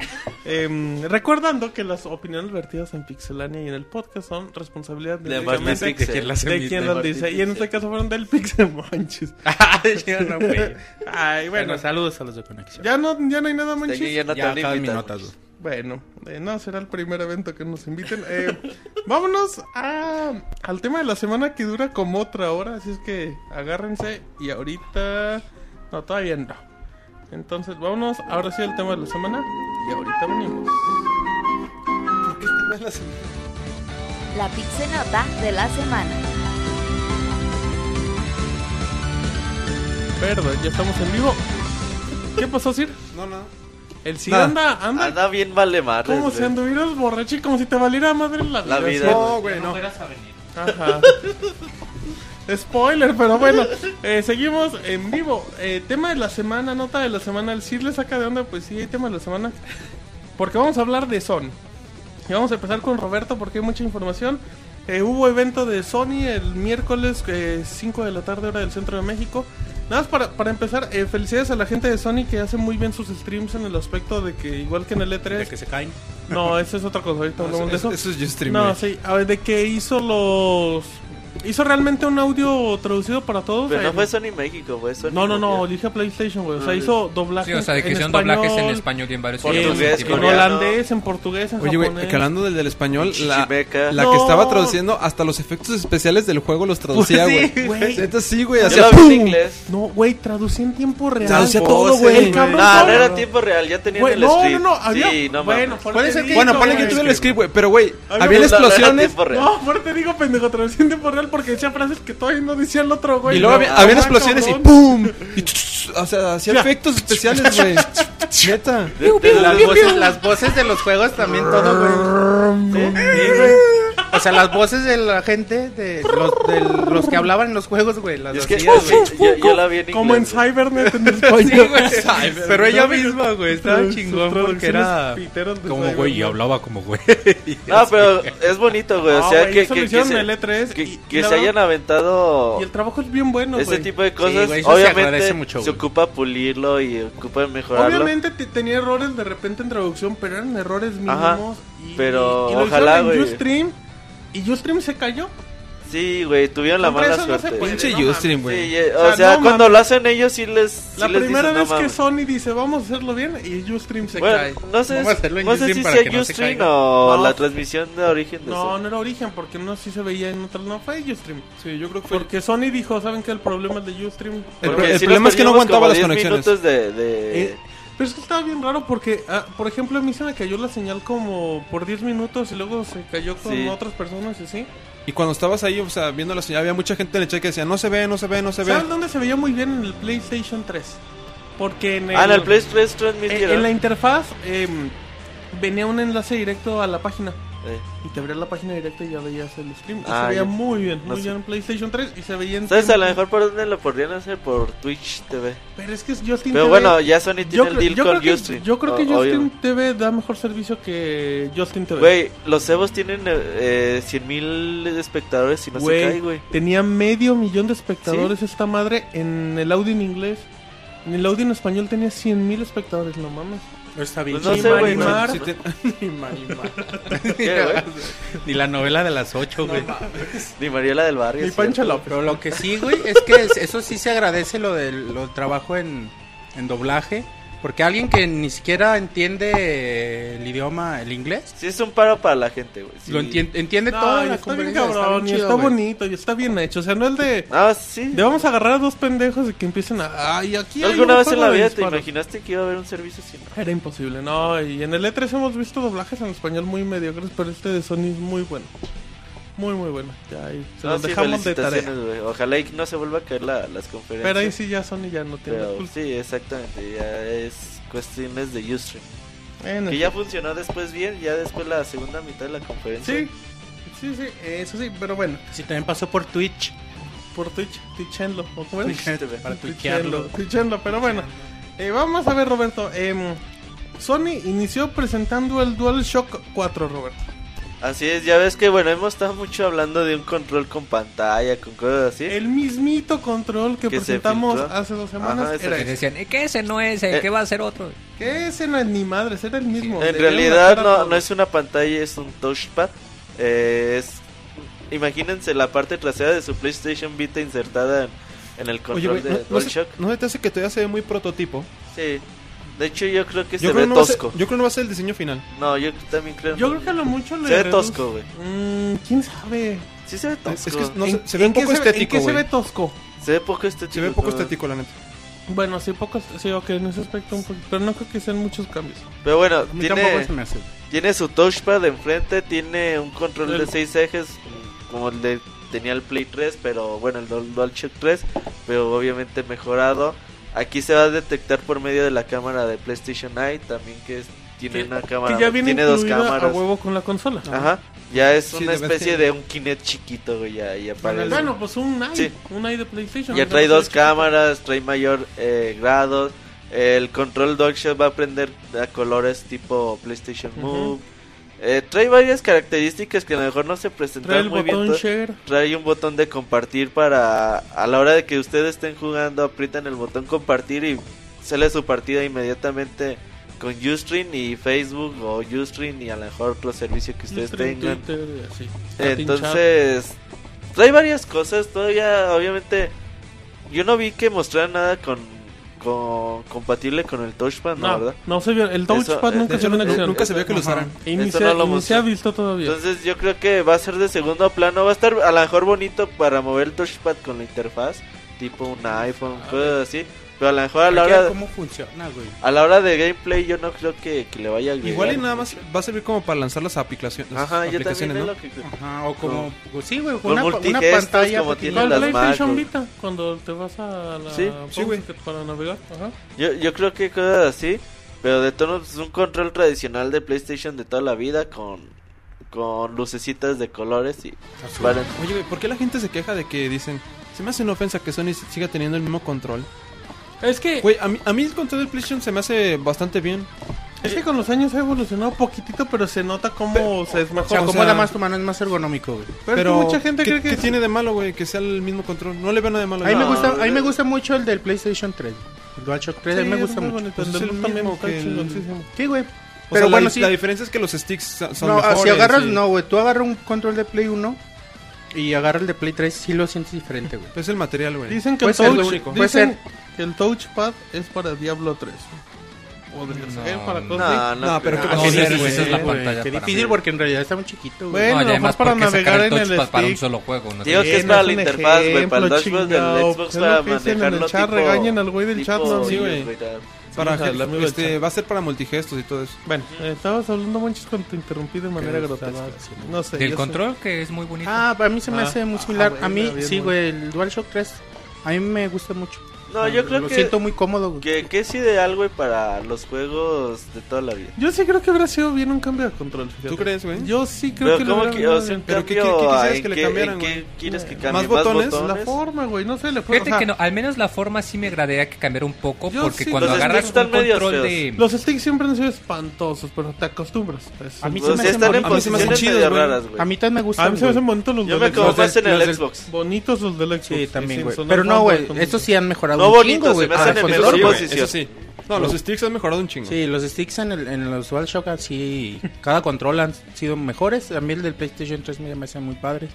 A: Em, recordando que las opiniones vertidas en Pixelania y en el podcast son responsabilidad
D: De
A: únicamente
D: Martín Pixel.
E: quien las
A: de quien <laughs>
E: emite.
A: las
D: Martín
A: dice. Y en
D: Pixel.
A: este caso fueron del Pixel Monchis.
B: Ah, No, güey.
A: Ay, bueno.
B: Bueno, saludos a los de Conexión.
A: Ya no, ya no hay nada,
D: pues Tenía
A: Monchis.
D: ya no te
B: Ya
D: van a
B: acaban mis
D: invitar.
B: notas, güey.
A: Bueno, eh, no será el primer evento que nos inviten. Eh, vámonos a- al tema de la semana que dura como otra hora, así es que agárrense y ahorita... No, todavía no. Entonces, vámonos ahora sí al tema de la semana y ahorita venimos.
F: La pixenota de la semana.
A: Perdón, ya estamos en vivo. ¿Qué pasó, Sir?
C: No, no.
A: El Sir anda, anda
D: Anda bien vale madre.
A: como si anduvieras borracho y como si te valiera madre la,
D: La vida.
A: Sir.
C: No, güey, no.
A: Ajá. <laughs> Spoiler, pero bueno, eh, seguimos en vivo. Eh, tema de la semana, nota de la semana. El Sir le saca de onda, pues sí, hay tema de la semana. Porque vamos a hablar de Sony. Y vamos a empezar con Roberto porque hay mucha información. Eh, hubo evento de Sony el miércoles eh, 5 de la tarde, hora del centro de México. Nada más para, para empezar, eh, felicidades a la gente de Sony que hace muy bien sus streams en el aspecto de que, igual que en el E3.
B: De que se caen.
A: No, eso es otra cosa, ahorita hablamos de
C: Eso, eso es yo streaming.
A: no, sí, a ver, de que hizo los... Hizo realmente un audio traducido para todos.
D: Pero no
A: en-
D: fue Sony México, fue Sony.
A: no, no, no,
D: Mundial.
A: dije a PlayStation, güey. O sea,
D: Ah,
A: hizo doblajes
E: Sí, o sea, de que
A: en
E: hicieron
A: español,
E: doblajes en español y en varios
D: en
E: idiomas.
D: portugués,
A: en,
E: tipo,
A: en
D: coreano.
A: holandés, en portugués, en
C: Oye,
A: japonés.
C: güey, que hablando del, del español, la,
D: Chichimeca.
C: la
A: No.
C: que estaba traduciendo hasta los efectos especiales del juego los traducía,
B: Pues
C: güey.
B: sí,
A: güey.
C: Entonces sí, güey,
D: Yo
C: hacía
D: la vi en
C: ¡pum!
D: inglés.
A: No, güey, traducía en tiempo real.
C: Traducía
A: Oh,
C: todo,
A: sí,
C: güey.
A: El cabrón
D: No, no
A: todo.
D: era tiempo real, ya tenían
A: Güey,
D: el
A: no,
D: script.
A: no, no, había...
D: Sí, no
A: bueno,
D: mames.
A: por eso te digo,
C: Bueno, ponle que
A: güey.
C: tuve el script, güey, pero güey,
A: Había
C: había
A: un-
D: No, era
C: explosiones
D: tiempo real.
A: No, por eso te digo, pendejo, traducía en tiempo real porque decía frases que todavía no decía el otro, güey.
C: y luego
A: Ah,
C: había, habían
A: cabrón.
C: explosiones y ¡pum! Y ch- o sea, hacía
A: Mira.
C: efectos especiales,
A: <laughs>
C: güey. Neta.
D: De- de la-
B: Las voces, las voces de los juegos también todo, güey. Sí, güey. O sea, las voces de la gente, de los, de los que hablaban en los juegos, güey. Las
D: Es que
B: hacía, güey.
D: <laughs> yo, yo la vi en inglés.
A: Como en
D: güey.
A: Cybernet en
D: <laughs>
A: español.
B: Sí, güey. Pero ella misma, güey, estaba
A: Sus
B: chingón porque
A: traducciones
B: era...
A: piteras de
E: Como
A: Cybernet.
E: güey, y hablaba como güey.
D: No, pero es bonito, güey.
A: Ah,
D: O sea,
A: güey,
D: que,
A: eso lo
D: que, que
A: hicieron en
D: se,
A: el E3
D: que-
A: y-
D: que
A: y la
D: se
A: verdad-
D: hayan aventado
A: Y el trabajo es bien bueno,
D: ese
A: güey.
D: tipo de cosas.
B: güey, eso se
D: obviamente se,
B: agradece mucho, güey.
D: ocupa pulirlo y ocupa mejorarlo.
A: Obviamente te- tenía errores de repente en traducción, pero eran errores mínimos.
D: Ajá,
A: y,
D: pero
A: y, y lo hicieron
D: ojalá,
A: en
D: güey.
A: Ustream y Ustream se cayó.
D: Sí, güey, tuvieron la
A: Contra
D: mala
A: eso no se
D: suerte.
A: puede.
C: Pinche
A: no mames.
C: Ustream,
D: Sí,
C: güey.
D: y-
A: O
D: o
A: sea,
D: sea,
A: no
D: cuando
A: mames.
D: lo hacen ellos sí les
A: La
D: sí les
A: primera
D: dicen,
A: vez
D: "No
A: que
D: mames".
A: Sony dice, vamos a hacerlo bien, y Ustream se cae.
D: Bueno, no sé,
B: Vamos a hacerlo en
D: no sé
B: Ustream
D: si
B: para
D: sea
B: que no se
D: Ustream
B: caiga.
D: o
A: No.
D: la transmisión de origen de
A: No,
D: Sony.
A: no era origen, porque no sí se veía en otras. No, fue Ustream.
C: Sí, yo creo que
A: Porque Sony dijo, ¿saben qué? El problema es de Ustream.
C: El
D: Porque
C: pro- el
D: sí
C: problema
D: los
C: es que no
D: perdimos como
C: aguantaba las
D: 10
C: conexiones.
D: minutos de, de-
A: Eh, pero es que estaba bien raro porque, ah, por ejemplo, a mí se me cayó la señal como por 10 minutos y luego se cayó con
D: Sí.
A: otras personas y así.
C: Y cuando estabas ahí, o sea, viendo la señal, había mucha gente en el chat que decía, no se ve, no se ve, no se ve.
A: ¿Sabes dónde se veía muy bien en el PlayStation 3? Porque en el,
D: Ah, en el Play 3
A: eh, en
D: transmitieron.
A: la interfaz em, venía un enlace directo a la página.
D: Eh,
A: Y te abrías la página directa y ya veías el stream. Y
D: Ah,
A: se veía
D: ya.
A: muy bien,
D: No
A: muy
D: sé.
A: bien en PlayStation 3 y se veía en.
D: ¿Sabes a lo
A: tiempo.
D: mejor por dónde lo podrían hacer? Por Twitch TV.
A: Pero es que Justin
D: Pero
A: TV
D: bueno, ya Sony
A: yo,
D: tiene el
A: creo-
D: deal
A: yo
D: con
A: creo que,
D: Justin.
A: yo creo que
D: o- obvio.
A: Justin TV da mejor servicio que Justin TV.
D: Güey, los cebos tienen eh, 100 mil espectadores y no
A: Güey,
D: se cae, güey.
A: Tenía medio millón de espectadores esta madre en el audio en inglés. En el audio en español tenía 100 mil espectadores, no mames.
B: <laughs> Está bien.
D: Pues no
A: sí,
D: sé,
A: Mari
D: güey.
A: Mar.
D: no-
C: Si te-
D: ¿Qué, güey?
B: Ni la novela de las ocho, güey.
D: Ni Mariela del Barrio.
A: Y
D: es
A: Pancho
D: cierto.
A: López.
B: Pero lo que sí, güey, es que es- eso sí se agradece lo del, lo del trabajo en, en doblaje. Porque alguien que ni siquiera entiende el idioma, el inglés,
D: Sí, es un paro para la gente, güey. sí.
B: lo entiende, entiende
A: No,
B: todo.
A: y
B: la
A: está bien
B: conferencia,
A: cabrón,
B: está bien
A: y
B: chido,
A: está
B: güey.
A: bonito, y está bien hecho. O sea, no es de.
D: Ah, sí.
A: De vamos a agarrar a dos pendejos y que empiecen a. Ay, aquí.
D: ¿Tú
A: hay
D: ¿Alguna
A: un
D: vez en
A: juego
D: la
A: de
D: vida te
A: disparos".
D: imaginaste que iba a haber un servicio así?
A: Era imposible, no. Y en el E3 hemos visto doblajes en español muy mediocres, pero este de Sony es muy bueno. Muy, muy bueno. Ya ahí se
D: No,
A: los
D: sí,
A: dejamos de tarea.
D: felicitaciones, güey. Ojalá y no se vuelva a caer la- las conferencias.
A: Pero ahí sí ya Sony ya no tiene pues, la
D: Pero
A: culpa.
D: sí, exactamente. Ya es cuestiones
A: <laughs>
D: de Ustream.
A: En
D: Que
A: el-
D: ya funcionó después bien, ya después la segunda mitad de la conferencia.
A: Sí, sí, sí, eso sí, pero bueno.
B: Sí, también pasó por Twitch.
A: Por Twitch, Twitchenlo, ¿o cómo es?
D: Este,
B: Para tuichearlo.
A: Twitchenlo, pero bueno. Eh, vamos a ver, Roberto. em, Sony inició presentando el DualShock 4, Roberto.
D: Así es, ya ves que bueno, hemos estado mucho hablando de un control con pantalla, con cosas así.
A: El mismito control que,
D: Que se
A: presentamos
D: filtró.
A: hace dos semanas
D: Ajá, ese
A: era
E: <laughs> Que
A: ese.
E: decían, "Eh, que ese no es, eh,
D: Eh.
E: que va a ser otro.
A: Que ese no es ni madres, era el mismo.
D: En
A: Debieron
D: realidad
A: hacer a
D: no,
A: todos.
D: no es una pantalla, es un touchpad. Eh, es, imagínense la parte trasera de su PlayStation Vita insertada en, en el
G: Oye,
D: control
G: güey,
D: de
G: no, no se,
D: DualShock.
G: no se te hace que todavía se ve muy prototipo.
D: Sí. De hecho yo creo que
G: Yo creo,
D: se ve
G: no va a ser,
D: tosco.
G: yo creo que no va a ser el diseño final.
D: No, yo también creo.
A: Yo creo que a lo mucho le.
D: Se ve
A: reduce-
D: tosco, güey.
A: Mm, quién sabe.
D: Sí se ve
G: Es,
D: tosco.
G: es que no
A: ¿En-
G: se, se ve un
A: en qué
G: poco
A: se ¿En
G: estético,
A: qué se
G: güey.
A: ve tosco?
D: Se ve poco estético. Ah.
G: Se ve poco
D: pero-
G: estético, la neta.
A: Bueno, sí, poco. Sí, ok, en ese aspecto un poquito. Pero no creo que sean muchos cambios.
D: Pero bueno,
B: A mí tampoco
D: tiene,
B: se me hace.
D: tiene su touchpad enfrente, tiene un control de
A: El-
D: 6 ejes como el de tenía el Play 3, pero bueno, el Dual- DualShock 3, pero obviamente mejorado. Aquí se va a detectar por medio de la cámara de PlayStation Eye, también que es- tiene
A: Que-
D: una cámara,
A: que ya viene
D: tiene dos
A: incluida
D: cámaras.
A: a huevo con la consola.
D: Ajá. Ya es
G: Sí,
D: una
G: de verdad,
D: especie
G: sí.
D: de un Kinect chiquito, güey, ya, ya parece.
A: Bueno, pues un AI,
D: Sí.
A: un AI de PlayStation.
D: Ya
A: O sea,
D: trae
A: no
D: dos
A: sé, chiquito.
D: cámaras, trae mayor eh, grado. El control DualShock va a prender a colores tipo PlayStation
A: Ujú.
D: Move. Eh, trae varias características que a lo mejor no se
A: Trae el
D: presentaron muy bien.
A: botón
D: to-
A: share.
D: Trae un botón de compartir para a la hora de que ustedes estén jugando, aprietan el botón compartir y sale su partida inmediatamente con Ustream y Facebook o Ustream y a lo mejor otro servicio que ustedes
A: Stream
D: tengan.
A: Twitter, y así.
D: Entonces, trae varias cosas. Todavía, obviamente, yo no vi que mostraran nada con, con- compatible con el touchpad, ¿no?
A: No,
D: ¿verdad?
A: no se vio. El touchpad
D: eh,
A: nunca
G: De
A: se
G: hecho,
A: vio en
G: nu-
A: acción.
G: nunca se vio que lo
B: Ajá.
G: usaran.
A: Y ni
D: Eso
A: se-
D: no lo
A: y ni se ha
D: mostró.
A: visto todavía.
D: Entonces, yo creo que va a ser de segundo plano. Va a estar a lo mejor bonito para mover el touchpad con la interfaz, tipo un iPhone, cosas así. Pero a lo mejor a la
B: Hay que ver
D: hora,
B: ¿Cómo funciona, güey?
D: a la hora de gameplay, yo no creo que, que le vaya a agregar
G: Igual y nada más
D: mucho.
G: va a servir como para lanzar las aplicaciones. las
D: Ajá, yo también
G: aplicaciones,
D: es
G: ¿no?
D: lo que creo.
B: Ajá, o como. pues Sí, güey,
D: Con
B: una, pa- una
D: multigestos,
B: pantalla.
D: como
B: pequeña.
D: tienen
A: Con
D: las
A: PlayStation
D: Mac, güey.
A: Vita, cuando te vas a la
D: Sí,
G: sí, güey.
A: Pocket para navegar. Ajá.
D: Yo, yo creo que cosas así, pero de tono es un control tradicional de PlayStation de toda la vida con, con lucecitas de colores y para-
G: Oye, güey, ¿por qué la gente se queja de que dicen... Se me hace una ofensa que Sony siga teniendo el mismo control.
A: Es que,
G: Güey, a mí, a mí el control del PlayStation se me hace bastante bien.
A: es que con los años ha evolucionado poquitito, pero se nota cómo se
B: O sea,
A: desmejora.
G: como-
B: acomoda
G: sea-
B: más tu mano, es más ergonómico, güey.
A: pero, es que mucha gente
G: ¿qué,
A: cree que
G: qué
A: es-
G: tiene de malo, güey? Que sea el mismo control. No le veo nada de malo.
B: A mí, me
D: No,
B: gusta, a mí
D: güey.
B: me gusta mucho el del PlayStation 3. El DualShock 3, a mí
A: Sí,
B: me
A: es
B: gusta
A: muy
B: mucho.
A: bonito,
G: Pues
A: el
G: es
A: del
G: el
A: Luz también
G: mismo
A: está
G: que el-
A: chingoncísimo.
B: Sí, güey.
G: O
B: Pero
G: sea,
B: bueno,
G: la,
B: sí.
G: la diferencia es que los sticks son son
B: no, ah,
G: mejores.
B: si agarras,
G: y-
B: no, güey. Tú agarras un control de Play 1 y agarras el de Play 3, sí lo sientes diferente,
G: <laughs>
B: güey.
G: Es el material, güey.
A: Dicen que
B: Puede
A: el
B: ser lo
A: touch-
B: único. Puede
A: dicen
B: ser.
A: que el touchpad es para Diablo 3. Podría
E: No,
A: ser para cosas
E: no.
D: No,
A: así.
D: no,
G: No, pero
D: creo.
G: ¿qué pasó?
B: Qué
G: sí,
B: difícil,
G: güey,
E: esa es la
B: güey,
E: pantalla
B: Qué
E: para
B: difícil
E: mí.
B: porque en realidad está muy chiquito, güey.
A: Bueno,
E: no, y además
A: mejor para
E: porque sacar
A: navegar
E: el
A: en el
E: touchpad para un
A: stick.
E: solo juego. No
D: Digo
E: sé.
D: que es
A: Sí,
D: para
A: no
D: la
A: un
D: interfaz, güey,
A: ejemplo,
D: para el dashboard
A: chingao.
D: del Xbox,
A: Es lo
D: para
A: que dicen en el
D: manejarlo
A: chat,
D: tipo-
A: regañen al güey del
D: tipo
A: chat, no,
G: sí, güey.
D: Razer.
G: Para,
A: Vamos a la amiga
G: este,
A: del
G: va a ser para multigestos y todo eso.
A: Bueno, eh, estabas hablando muchos cuando te interrumpí de manera
B: Que
A: grotesca.
B: estaba
A: No sé.
E: Del
A: yo
E: control, que es muy bonito.
B: Ah, para mí se me
A: Ah,
B: hace muy
A: ah,
B: similar.
A: güey,
B: a mí,
A: está bien,
B: sí,
A: güey.
B: güey, el DualShock 3. A mí me gusta mucho.
A: sé.
D: No, yo creo
B: Lo
D: que-
B: siento muy cómodo, güey.
D: Que, que es ideal, güey, para los juegos de toda la vida.
A: Yo sí creo que habrá sido bien un cambio de control. fíjate.
C: ¿Tú crees, güey?
A: Yo sí creo
D: Pero
A: que lo
D: ¿cómo
A: habrán
D: que, o sea, un
A: dado
C: Pero ¿qué-
D: cambio
C: qué- qué quisieras
D: en
C: que le
D: qué-
C: cambiaran,
D: en qué
C: güey?
D: quieres que
C: ¿Más
D: cambie? ¿Más botones?
C: botones?
A: en La forma, güey. No sé, le fue-
E: Fíjate
A: o sea,
E: que no, al menos la forma sí me agradaría que cambiara un poco,
A: Yo
E: porque
A: sí.
E: cuando
D: Los
E: agarras
D: sticks están
E: un
D: medios
E: control de...
D: feos.
A: Los sticks siempre han sido espantosos, pero te acostumbras. Es-
B: A mí
D: O
B: se me hacen
D: sea, Pues están en
B: bonitos.
C: a mí se me hacen
D: posiciones
C: chidos,
D: medio
C: güey.
D: raras, güey.
B: A mí también me
A: A
B: gustan.
A: mí se me
B: güey.
A: hacen bonitos <laughs> los del
D: Yo me como
A: Xbox.
D: más en
B: los
D: el
B: del-
D: Xbox.
A: Bonitos los del Xbox.
B: Sí, también,
A: sin
B: güey.
A: sonar
B: Pero no,
A: fanboy,
B: güey.
A: con-
B: Estos sí han mejorado
D: No
B: un
D: bonitos,
B: chingo, güey.
D: se me
B: para
D: hacen pues, en
C: Eso
B: el
D: mejor
B: control,
C: sí,
B: güey.
C: güey,
D: posición.
C: eso sí. No, los sticks han mejorado un chingo.
B: Sí, los sticks en, el, en los DualShock así, cada control han sido mejores. A mí el del PlayStation 3 me me hacen muy padres.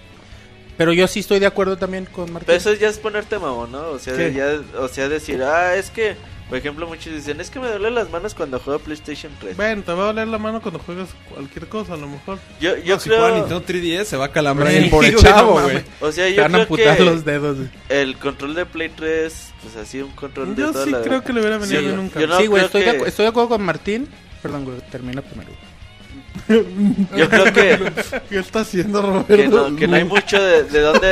B: Pero yo sí estoy de acuerdo también con Martín.
D: Pero eso ya es ponerte mamón, ¿no? O sea,
A: ¿Qué?
D: ya, o sea, decir, ah, es que, por ejemplo, muchos dicen, es que me duele las manos cuando juego a PlayStation 3.
A: Ven, te va a doler la mano cuando juegas cualquier cosa, a lo mejor.
D: Yo, yo
C: No, si
D: creo,
C: juega Nintendo 3DS se va a calambrar
B: Sí,
C: el pobre
B: güey,
C: chavo,
B: no
C: güey.
B: mames.
D: o sea,
B: Te
D: yo
B: van a
D: creo
B: amputar
D: que
B: los dedos. güey.
D: el control de Play 3, pues así un control de
A: Yo
D: toda
A: sí
D: la
A: creo que le hubiera venido
D: Sí,
A: bien
D: yo-
A: un
D: yo
A: cambio.
D: no
B: sí, güey,
D: creo
B: estoy, de,
D: que-
B: acu- estoy de acuerdo con Martín. Perdón, güey, termina primero.
D: Yo
A: <laughs>
D: creo que,
A: ¿Qué está haciendo Roberto?
D: que, no, que no hay mucho de, de dónde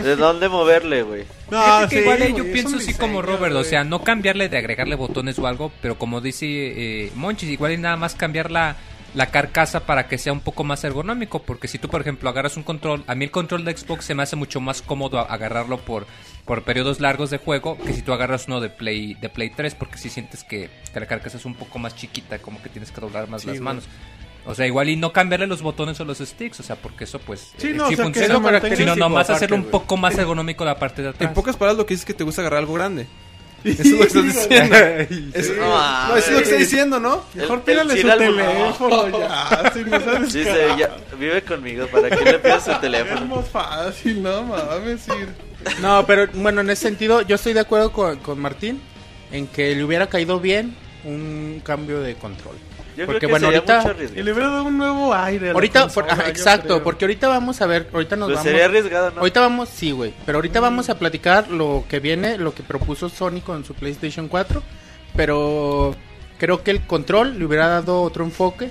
D: de dónde moverle, güey.
E: Fíjate que
A: sí,
E: igual eh,
A: güey,
E: yo
A: es
E: pienso
A: un
E: así como
A: diseño,
E: Robert, o
A: güey.
E: sea, no cambiarle de agregarle botones o algo, pero como dice eh, Monchis, igual y nada más cambiar la, la carcasa para que sea un poco más ergonómico, porque si tú, por ejemplo, agarras un control, a mí el control de Xbox se me hace mucho más cómodo a- agarrarlo por, por periodos largos de juego que si tú agarras uno de Play, de Play 3, porque si sientes que, que la carcasa es un poco más chiquita, como que tienes que doblar más las manos. O sea, igual y no cambiarle los botones o los sticks, o sea, porque eso pues
A: Sí,
E: eh,
A: no, o sea, que
E: funciona,
A: eso mantenga-
E: sino nomás
B: aparte,
E: hacerlo un
B: güey.
E: poco más ergonómico la parte de atrás.
C: En pocas palabras, lo que dices es que te gusta agarrar algo grande. Eso es lo que estás diciendo. Eso-
D: Sí.
G: ah,
C: no, eso es lo que estás diciendo, ¿no?
A: Mejor
D: El-
A: pídale
D: el
A: su
D: Chiral,
A: teléfono ya. Si no sabes
D: Sí, se- ya- vive conmigo, ¿para qué le pidas su
A: Es
D: teléfono?
A: más fácil, no mames. sí.
B: No, pero bueno, en ese sentido, yo estoy de acuerdo con, con Martín en que le hubiera caído bien un cambio de control.
D: Yo
B: Porque,
D: creo que
B: bueno,
D: sería
B: ahorita-
D: mucho
A: Y
D: arriesgado.
A: le hubiera dado un nuevo aire. a la
B: Ahorita, por-
A: consola,
B: ajá,
A: Ah, yo
B: exacto,
A: creo.
B: porque ahorita vamos a ver, ahorita nos
D: Pues
B: vamos.
D: sería arriesgado, ¿no?
B: Ahorita vamos, sí, güey. Pero ahorita vamos a platicar lo que viene, lo que propuso Sony con su PlayStation 4. Pero creo que el control le hubiera dado otro enfoque.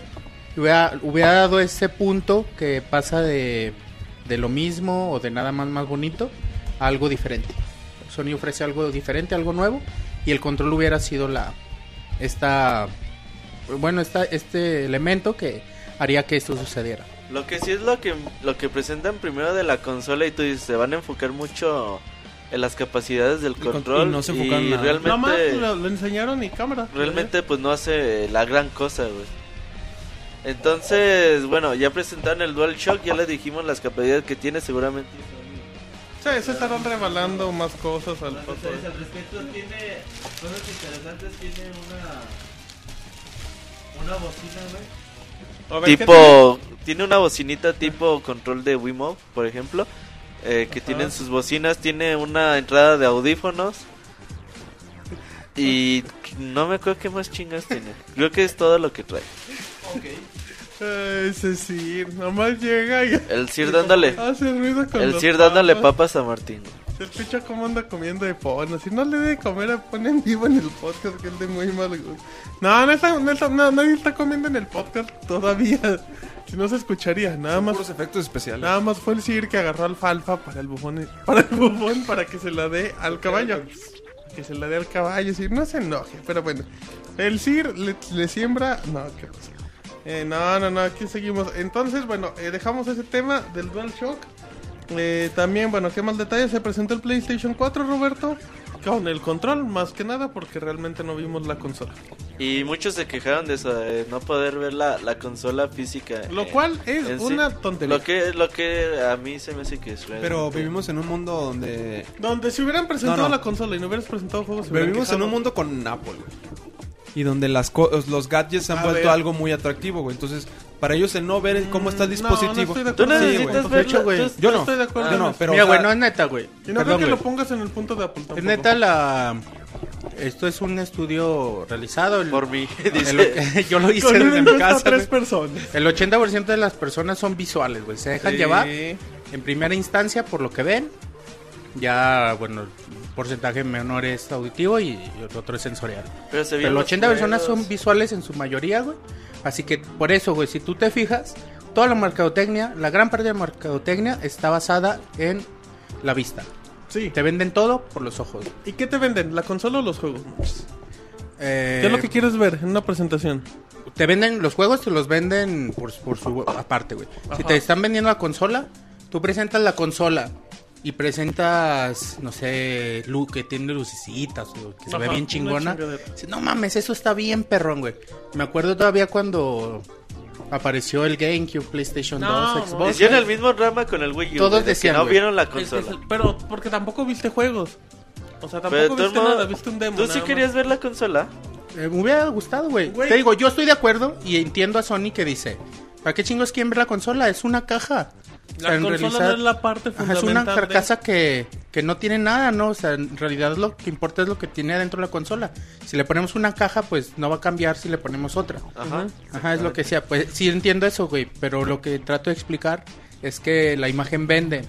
B: Le hubiera, hubiera dado ese punto que pasa de, de lo mismo o de nada más más bonito a algo diferente. Sony ofrece algo diferente, algo nuevo. Y el control hubiera sido la. Esta. Bueno, esta, este elemento que haría que esto sucediera.
D: Lo que sí es lo que lo que presentan primero de la consola y tú dices, se van a enfocar mucho en las capacidades del
C: control,
D: control
C: y no se
D: y
C: enfocaron nada.
D: realmente
A: Nada más lo, lo enseñaron y cámara.
D: realmente pues no hace la gran cosa, güey. Entonces, bueno, ya presentaron el DualShock, ya les dijimos las capacidades que tiene, seguramente.
A: Sí, se estarán rebalando más cosas al paso. de-
D: respecto tiene cosas interesantes, tiene una una bocina, güey.
A: A ver, ¿qué
D: tipo tiene una bocinita tipo control de Wiimote, por ejemplo, eh, que tienen sus bocinas, tiene una entrada de audífonos y no me acuerdo qué más chingas tiene. Creo que es todo lo que trae.
A: tal? Ese sí, nomás llega y
D: El Sir dándole,
A: <laughs> hace ruido con
D: el
A: los
D: Sir dándole
A: papas.
D: papas a Martín.
A: Se escucha cómo anda comiendo de porno. Si no le debe comer a pone en vivo en el podcast, que es de muy mal gusto. No, no está, no está- no, nadie está comiendo en el podcast todavía. Si no se escucharía, nada
C: Son
A: más.
C: puros efectos especiales.
A: Nada más fue el Sir que agarró alfalfa para el bufón, <laughs> para el bufón, para que se la dé al caballo. Que se la dé al caballo, Sir, no se enoje, pero bueno. El Sir le, le siembra... No, qué cosa. Eh, no, no, no, aquí seguimos. Entonces, bueno, eh, dejamos ese tema del DualShock. Eh, también, bueno, ¿qué más detalles? Se presentó el PlayStation 4, Roberto. Con el control, más que nada, porque realmente no vimos la consola.
D: Y muchos se quejaron de eso, de no poder ver la, la consola física.
A: Lo
D: eh,
A: cual es
D: en sí.
A: una tontería.
D: Lo que lo que a mí se me hace que es
C: Pero
D: realmente-
C: vivimos en un mundo donde...
A: Donde se hubieran presentado
C: No, no.
A: la consola y no hubieras presentado juegos... se hubieran
C: Vivimos en
A: quejado.
C: un mundo con Apple, güey. Y donde las co- los gadgets se han
A: A
C: vuelto
A: ver.
C: algo muy atractivo, güey. Entonces, para ellos el no ver el cómo está el
A: Mm, no,
C: dispositivo...
A: no estoy de
D: Tú
A: acuerdo.
C: Sí,
D: necesitas
C: güey.
D: ver
B: hecho,
D: la-
B: güey,
D: tú-
C: Yo no,
A: estoy de acuerdo
C: yo
A: en
C: no,
A: eso.
C: pero...
B: Mira,
C: o sea,
B: güey, no es neta, güey.
A: Ah, Y no
B: Perdón,
A: creo que
B: güey.
A: lo pongas en el punto de Apple tampoco.
B: Es neta la... Esto es un estudio realizado. el-
D: por mí <laughs>
B: el-
D: dice
B: <laughs> yo lo hice
A: Con
B: desde
A: uno
B: mi
A: hasta
B: casa.
A: tres
B: güey.
A: personas.
B: El 80% de las personas son visuales, güey. Se dejan llevar en primera instancia por lo que ven. Ya, bueno, el porcentaje menor es auditivo y el otro es sensorial.
D: Pero se
B: Pero
D: vieron
B: el
D: los
B: 80 personas son
D: juegos.
B: visuales en su mayoría, güey. Así que por eso, güey, si tú te fijas, toda la mercadotecnia, la gran parte de la mercadotecnia está basada en la vista.
A: Sí.
B: Te venden todo por los ojos.
A: ¿Y qué te venden? ¿La consola o los juegos?
B: Eh,
A: ¿Qué es lo que quieres ver en una presentación?
B: Te venden los juegos, te los venden por, por su aparte, güey. Si
A: Ajá.
B: te están vendiendo la consola, tú presentas la consola y presentas, no sé, lu- que tiene lucecitas o que se ve
A: Ajá,
B: bien
A: una
B: chingona.
A: chingadera.
B: Dices, No mames, eso está bien perrón, güey. Me acuerdo todavía cuando apareció el GameCube, PlayStation
A: No,
B: 2, Xbox.
D: Decían
B: güey.
D: el mismo rama con el Wii U.
B: Todos
D: güey, de que
B: decían,
D: No
B: güey.
D: vieron la
A: Pues Es-
D: consola.
A: es- pero porque tampoco viste juegos. O sea,
D: Pero de
A: tampoco
D: todos
A: viste
D: modos,
A: nada, viste un demo.
D: ¿Tú
A: nada
D: sí
A: más.
D: querías ver la consola?
B: Eh, me hubiera gustado, güey.
A: Güey.
B: Te digo, yo estoy de acuerdo y entiendo a Sony que dice, ¿para qué chingos quieren ver la consola? Es una caja. O
A: La
B: sea, en
A: consola
B: realidad-
A: no es la parte
B: Ajá,
A: fundamental.
B: es una
A: de-
B: carcasa que, que no tiene nada, ¿no? O sea, en realidad lo que importa es lo que tiene adentro la consola. Si le ponemos una caja, pues no va a cambiar si le ponemos otra.
D: Ajá.
B: Ajá, es lo que sea. Pues sí entiendo eso, güey, pero lo que trato de explicar es que la imagen vende.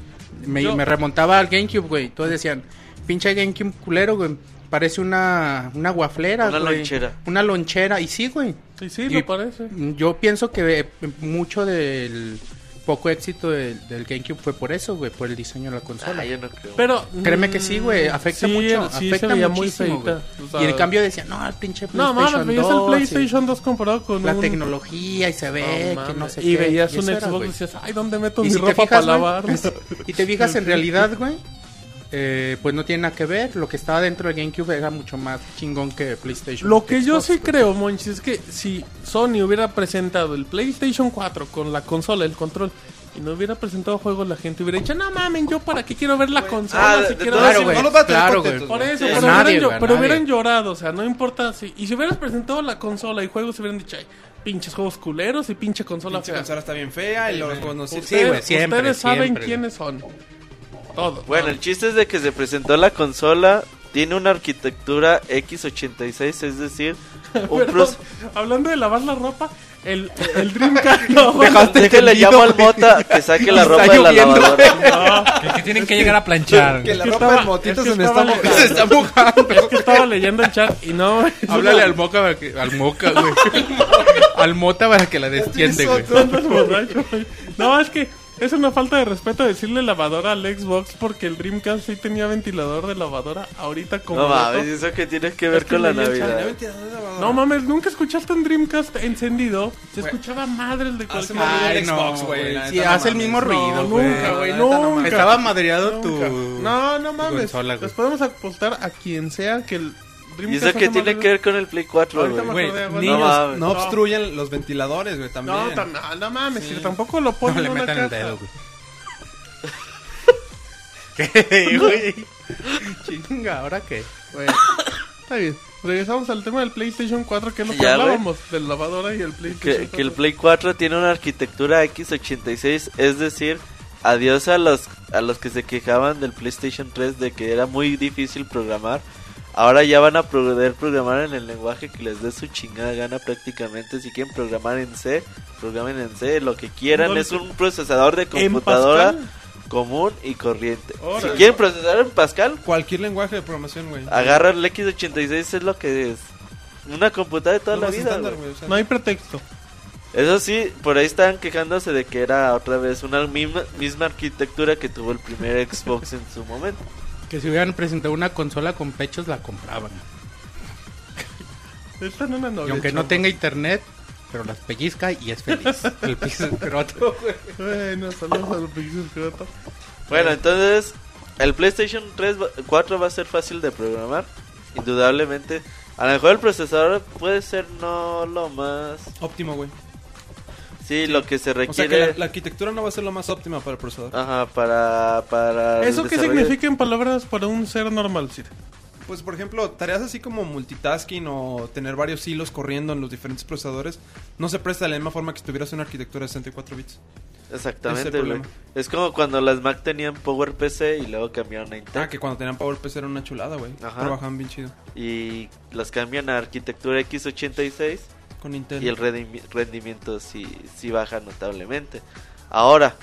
B: Me,
A: Yo-
B: me remontaba al GameCube, güey. Todos decían, pinche GameCube culero, güey. Parece una, una guaflera,
D: Una
B: güey.
D: lonchera.
B: Una lonchera. Y sí, güey.
A: Sí, sí,
B: Y-
A: lo parece.
B: Yo pienso que eh, mucho del poco éxito del, del GameCube fue por eso, güey, por el diseño de la consola.
D: Ah, yo no creo.
A: Pero.
B: Créeme que sí, güey,
A: mm,
B: afecta
A: sí,
B: mucho,
A: Sí,
B: afecta
A: se veía
B: muchísimo,
A: muy feita.
B: güey.
A: o sea,
B: y en cambio decían, no, el pinche
A: No,
B: PlayStation
A: mames, veías el
B: 2,
A: PlayStation 2 comparado
B: y
A: con
B: la
A: un-
B: tecnología y se
A: No
B: ve que
A: mames,
B: no sé
A: y
B: qué.
A: veías un
B: eso era,
A: Xbox y
B: güey.
A: decías, ay, ¿dónde meto
B: Y
A: mi
B: si te
A: ropa
B: fijas,
A: para
B: güey,
A: lavar?
B: y te fijas en realidad, güey, eh, pues no tiene nada que ver. Lo que estaba dentro del GameCube era mucho más chingón que PlayStation.
A: <laughs> Lo que yo
B: Xbox,
A: sí
B: güey.
A: creo, Monchi, es que si Sony hubiera presentado el PlayStation 4 con la consola, el control, y no hubiera presentado juegos, la gente hubiera dicho, no mames, yo para qué quiero ver la consola si
D: ah, de- de
A: quiero
D: todas
A: ver
B: Claro,
D: No
B: güey.
D: los
C: va a tener
B: claro, güey.
C: contentos,
A: Por eso,
D: Sí,
A: pero,
B: nadie,
A: hubieran, llo-
B: güey,
A: pero
B: nadie.
A: hubieran llorado, o sea, no importa si... Y si hubieras presentado la consola y juegos, hubieran dicho, "Ay, pinches juegos culeros y pinche consola
C: Pinche
A: fea".
C: consola está bien fea y los juegos no sirven.
A: Ustedes,
B: güey, siempre,
A: ustedes saben
B: siempre,
A: quiénes son. Todos.
D: Bueno, el chiste es de que se presentó la consola. Tiene una arquitectura X86,
A: <laughs>
D: es decir, un
A: Perdón,
D: pros-
A: <laughs> hablando de lavar la ropa, el, el Dreamcast... no, güey.
D: Dejaste Déjale,
B: entendido,
D: llamo al
B: güey.
D: mota que
A: <laughs>
D: saque la
B: Está
D: ropa de la
B: lloviendo.
D: lavadora.
E: Que, que tienen que llegar a planchar. <laughs>
C: Que la
A: Es que
C: ropa
A: estaba-
C: del motito
A: es que
C: se me
A: estaba
C: está <laughs>
A: la-
C: mojando. <laughs> Se está mojando.
A: Es que estaba leyendo el chat y no... es <laughs>
B: Háblale
A: una-
B: al Moca, para que- al Moca, güey. al Mota para que la destiende, güey.
A: Andas borracho, güey. No, es que es una falta de respeto decirle lavadora al Xbox porque el Dreamcast sí tenía ventilador de lavadora ahorita como...
D: No
A: dato.
D: mames, eso que tiene que ver
A: que
D: con la
A: leí el
D: Navidad.
A: chat.
C: <laughs>
A: No mames, nunca escuchaste un Dreamcast encendido. Se escuchaba madres de
C: Hace
A: cualquier.
C: más
B: Ay,
C: ruido el
B: no,
C: Xbox, güey.
B: güey.
C: la neta,
B: Sí,
C: no
B: hace el
C: mames.
B: mismo ruido,
A: No,
B: güey.
A: nunca, güey,
C: la neta, no
A: nunca.
C: mames.
B: Estaba madreado tu.
A: Nunca. No, no mames.
B: consola, güey.
A: Les podemos apostar a quien sea que el Dreamcast.
D: Y eso
A: hace
D: que
A: más
D: tiene
A: ruido.
D: que ver con el Play 4,
A: Ahorita
D: güey.
A: me
C: Güey,
A: acordé, güey.
C: niños,
D: No mames.
C: no,
A: No.
C: obstruyen los ventiladores, güey, también.
A: No, tam- no, no mames, si tampoco lo
B: No
A: ponen
B: le
A: en una
B: metan el
A: caja.
B: dedo, güey. ¿Qué, güey? Chinga, ¿ahora qué?
A: Bueno, está bien. Regresamos al tema del PlayStation 4, que es lo que
D: Ya, güey.
A: hablábamos, de la lavadora y el PlayStation
D: Que, que el
A: 4.
D: Play 4 tiene una arquitectura X86, es decir, adiós a los, a los que se quejaban del PlayStation 3 de que era muy difícil programar. Ahora ya van a poder programar en el lenguaje que les dé su chingada gana prácticamente. Si quieren programar en C, programen en C, lo que quieran.
A: No,
D: es un procesador de
A: ¿En
D: computadora
A: Pascal?
D: común y corriente.
A: Órale.
D: Si quieren procesar en Pascal,
C: Cualquier lenguaje de programación, güey.
D: agarra el X86, es lo que es. Una computadora de toda
C: Lo
D: la
C: más
D: vida.
C: estándar,
D: güey.
C: güey, o sea,
A: No hay pretexto.
D: Eso sí, por ahí estaban quejándose de que era otra vez una misma, misma arquitectura que tuvo el primer Xbox en su momento.
B: Que si hubieran presentado una consola con pechos, la compraban.
A: Esta no es una novia.
B: Y aunque no
A: chavo.
B: tenga internet, pero las pellizca y es feliz. El pixel croto.
A: Bueno, saludos a los Pixel Croto.
D: Bueno, entonces el PlayStation 3 va- 4 va a ser fácil de programar, indudablemente. A lo mejor el procesador puede ser no lo más...
C: óptimo, güey.
D: Sí, lo que se
C: O sea que la,
D: requiere Ah.
C: la arquitectura no va a ser lo más óptima para el procesador.
D: ajá, para... para el
A: ¿Eso qué
D: desarrollo.
A: significa en palabras para un ser normal, Sir?
C: Pues, por ejemplo, tareas así como multitasking o tener varios hilos corriendo en los diferentes procesadores no se presta de la misma forma que si tuvieras una arquitectura de 64 bits. Ese es
D: Exactamente,
C: el
D: güey.
C: problema.
D: Es como cuando las Mac tenían PowerPC y luego cambiaron a Intel.
C: Ah, que cuando tenían PowerPC era una chulada, güey.
D: Ajá.
C: Trabajaban bien chido.
D: Y las cambian a arquitectura X86.
C: Con Intel.
D: y el redim- rendimiento sí, sí baja notablemente. Ahora,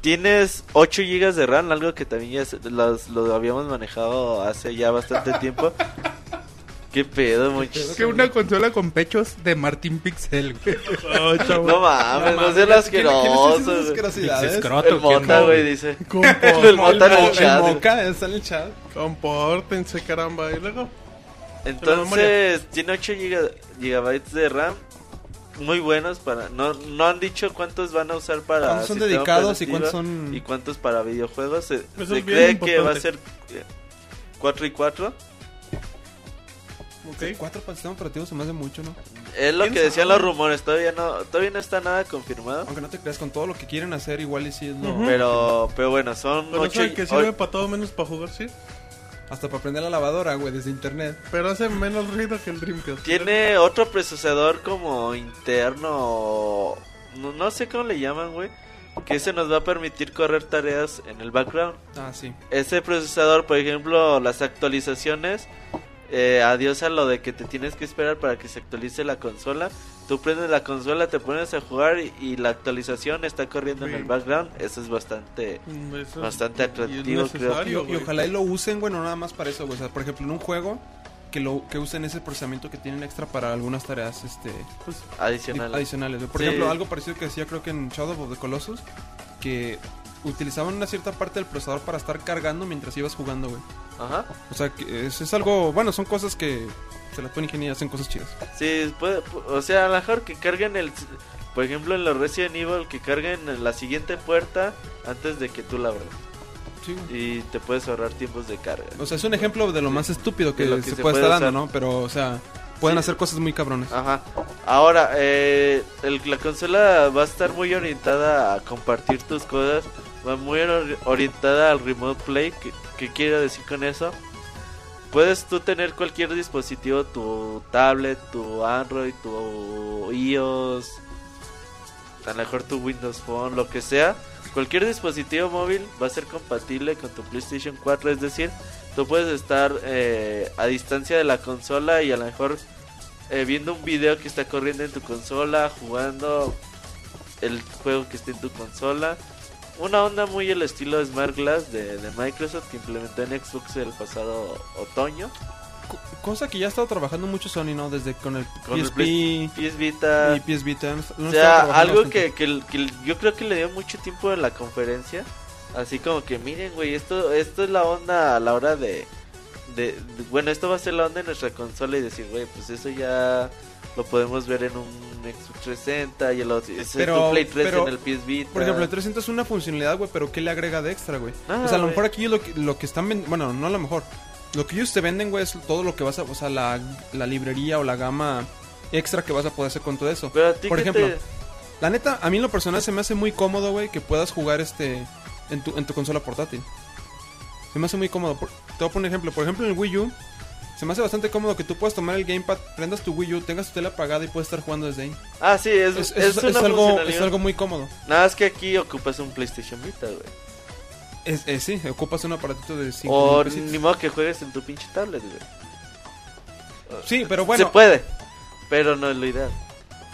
D: tienes 8 GB de RAM, <laughs> algo que también ya se- las- lo habíamos manejado hace ya bastante tiempo. ¿Qué pedo, muchachos?
B: <laughs> Que una consola con pechos de Martín Pixel, güey.
A: No, chavo.
D: No mames, no sean asquerosos. güey. El mota, güey, dice.
A: Compo-
D: <laughs> El mota en el chat. güey.
G: está en el chat.
A: Compórtense, caramba. Y luego,
D: Entonces, tiene 8 giga- gigabytes de RAM. Muy buenos para. No, no han dicho cuántos van a usar para.
G: ¿Cuántos son
D: sistema
G: dedicados y
D: operativo
G: cuántos son-
D: Y cuántos para videojuegos. Se,
A: Eso
D: se
A: es bien
D: cree que va a
A: importante.
D: ser 4 y 4.
A: ok.
G: Cuatro para el sistema operativo se me hace mucho, ¿no?
D: Es lo
G: ¿Quién
D: que decían
G: sabe?
D: los rumores. Todavía no, todavía no está nada confirmado.
G: Aunque no te creas, con todo lo que quieren hacer, igual y sí es lo...
D: Pero, pero bueno, son
A: Pero
D: 8
A: sabe que sirve para todo menos para jugar, sí.
G: Hasta para prender la lavadora, güey, desde internet.
A: Pero hace menos ruido que el Dreamcast.
D: Tiene otro procesador como interno. No, no sé cómo le llaman, güey. Que ese nos va a permitir correr tareas en el background.
G: Ah, sí.
D: Ese procesador, por ejemplo, las actualizaciones. eh, adiós a lo de que te tienes que esperar para que se actualice la consola. Tú prendes la consola, te pones a jugar y, y la actualización está corriendo en el background. Eso es bastante.
A: Mm, eso es-
D: Bastante
A: y
D: atractivo,
A: es
D: creo.
G: Y,
A: necesario,
G: y
A: güey.
G: ojalá y lo usen, güey, no nada más para eso, güey. O sea, por ejemplo, en un juego que lo que usen ese procesamiento que tienen extra para algunas tareas este di-
D: Adicional.
G: adicionales. güey. Por
D: Sí.
G: ejemplo, algo parecido que decía creo que en Shadow of the Colossus, que utilizaban una cierta parte del procesador para estar cargando mientras ibas jugando, güey.
D: Ajá.
G: O sea, que es, es algo, bueno, son cosas que se las ponen ingenieros, hacen cosas chidas.
D: Sí, puede- pu- o sea, a lo mejor que carguen el. Por ejemplo, en los Resident Evil, que carguen la siguiente puerta antes de que tú la abras.
G: Sí, güey.
D: Y te puedes ahorrar tiempos de carga.
G: O sea, es un ejemplo de lo más estúpido que,
D: De lo que
G: se,
D: se
G: puede
D: puede
G: estar
D: usar.
G: dando, ¿no? Pero, o sea, pueden
D: Sí.
G: hacer cosas muy cabrones.
D: Ajá. Ahora, eh, el- la consola va a estar muy orientada a compartir tus cosas. Va muy or- orientada al remote play. ¿Qué, qué quiero decir con eso? Puedes tú tener cualquier dispositivo, tu tablet, tu Android, tu iOS, a lo mejor tu Windows Phone, lo que sea. Cualquier dispositivo móvil va a ser compatible con tu PlayStation 4, es decir, tú puedes estar eh, a distancia de la consola y a lo mejor eh, viendo un video que está corriendo en tu consola, jugando el juego que esté en tu consola. Una onda muy el estilo Smart Glass de, de Microsoft que implementó en Xbox el pasado otoño.
G: Co- cosa que ya ha estado trabajando mucho Sony, ¿no? Desde con el
D: Con el
G: PSP
D: Play- PS Vita.
G: y PS Vita. han- han
D: o
G: estado
D: sea,
G: trabajando
D: algo
G: bastante.
D: que, que- que yo creo que le dio mucho tiempo en la conferencia. Así como que, miren, güey, esto, esto es la onda a la hora de, de- de- Bueno, esto va a ser la onda de nuestra consola y decir, güey, pues eso ya lo podemos ver en un Xbox 360 y el otro... es en
G: Pero-
D: tu Play 3
G: pero,
D: en el PS Vita.
G: Por ejemplo, el 300 es una funcionalidad, güey, pero ¿qué le agrega de extra, güey?
D: Nada,
G: o sea, a lo
D: Ah. güey.
G: mejor aquí lo que, lo que están vendiendo, bueno, no a lo mejor. Lo que ellos te venden, güey, es todo lo que vas a, o sea, la, la librería o la gama extra que vas a poder hacer con todo eso.
D: Pero a ti
G: por
D: que
G: ejemplo,
D: te-
G: La neta, a mí en lo personal se me hace muy cómodo, güey, que puedas jugar este en tu, en tu consola portátil. Se me hace muy cómodo. Por- te voy a poner un ejemplo. Por ejemplo, en el Wii U, se me hace bastante cómodo que tú puedas tomar el gamepad, prendas tu Wii U, tengas tu tela apagada y puedes estar jugando desde ahí.
D: Ah, sí, es,
G: Es,
D: es
G: es-
D: una
G: es algo, es
D: funcionalidad.
G: algo muy cómodo.
D: Nada más que aquí ocupas un PlayStation Vita, güey.
G: Es, eh, sí, ocupas un aparatito de 5
D: O ni modo que juegues en tu pinche tablet, güey.
G: Sí, pero bueno.
D: Se puede, pero no es lo ideal.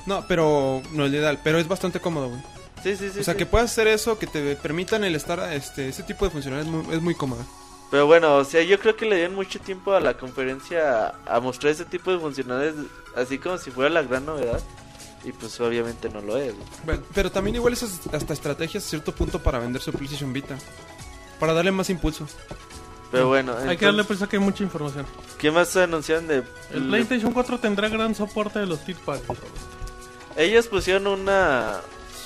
G: No, pero no es lo ideal, pero es bastante cómodo, güey.
D: Sí, sí, sí.
G: o sea,
D: sí.
G: que puedas hacer eso, que te permitan el estar, este, ese tipo de funcionalidades es muy, es muy cómodo.
D: Pero bueno, o sea, yo creo que le dieron mucho tiempo a la conferencia a, a mostrar ese tipo de funcionalidades, así como si fuera la gran novedad. Y pues obviamente no lo es. güey.
G: Bueno, pero también igual esas hasta estrategias a cierto punto para vender su PlayStation Vita. Para darle más impulso.
D: Pero bueno,
A: Hay que darle
D: entonces,
A: prisa que hay mucha información.
D: ¿qué más anunciaron de...
A: El
D: de-
A: PlayStation 4 tendrá gran soporte de los T-Pads.
D: Ellos pusieron una...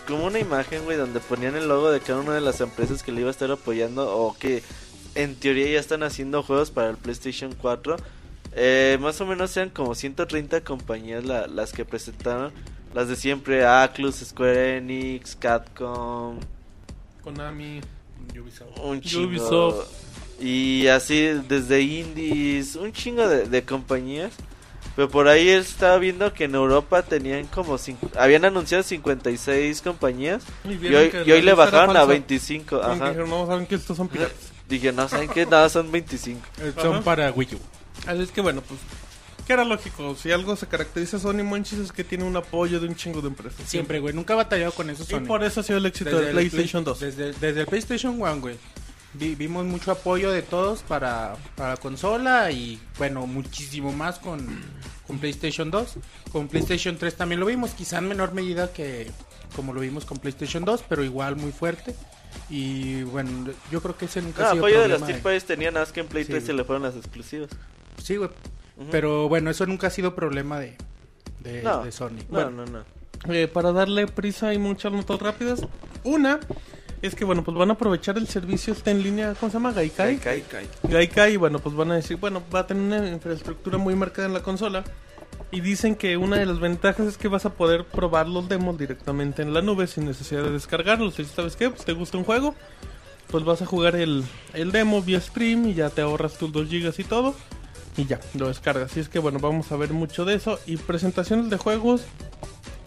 D: Como una imagen, güey, donde ponían el logo de cada una de las empresas que le iba a estar apoyando o que en teoría ya están haciendo juegos para el PlayStation 4. Eh, más o menos sean como 130 compañías la- las que presentaron. Las de siempre, Atlus, Square Enix, Capcom,
A: Konami.
D: un chingo.
A: Ubisoft.
D: Y así desde indies, un chingo de, de compañías. Pero por ahí estaba viendo que en Europa tenían como cin- habían anunciado 56 compañías y hoy, y hoy le bajaron a 25.
A: Ajá.
D: Ajá.
A: Dijeron, no, saben que estos son piratas.
D: Dije, no, ¿saben qué? Nada, son 25.
A: Ajá.
H: Son para Wii U.
A: Así es que bueno, pues. Que era lógico. Si algo se caracteriza a Sony Monchis es que tiene un apoyo de un chingo de empresas.
B: Siempre, güey. Nunca he batallado con eso,
A: Y
B: Sony.
A: por eso ha sido el éxito del
B: el
A: PlayStation
B: Play-
A: 2.
B: Desde, desde el PlayStation 1, güey. vi- vimos mucho apoyo de todos para, para la consola y bueno, muchísimo más con, con PlayStation 2. Con PlayStation 3 también lo vimos, quizá en menor medida que como lo vimos con PlayStation 2, pero igual muy fuerte. Y bueno, yo creo que ese nunca
D: No,
B: ha sido
D: apoyo Ah, de los
B: problema
D: Team
B: de-
D: Players tenía nada más que en Play
B: Sí,
D: 3 se
B: güey.
D: le fueron las exclusivas.
B: Sí, güey.
D: Ujú.
B: Pero bueno, eso nunca ha sido problema de, de,
D: No,
B: de Sony.
D: no,
B: Bueno,
D: no, no.
A: Eh, para darle prisa hay muchas notas rápidas. Una es que, bueno, pues van a aprovechar el servicio, está en línea, ¿cómo se llama? Gaikai.
D: Kai,
A: Gaikai, bueno, pues van a decir, bueno, va a tener una infraestructura muy marcada en la consola. Y dicen que una de las ventajas es que vas a poder probar los demos directamente en la nube sin necesidad de descargarlos. Y sabes qué, pues te gusta un juego, pues vas a jugar el, el demo vía stream y ya te ahorras tus 2 GB y todo. Y ya, lo descargas. Así es que bueno, vamos a ver mucho de eso. Y presentaciones de juegos.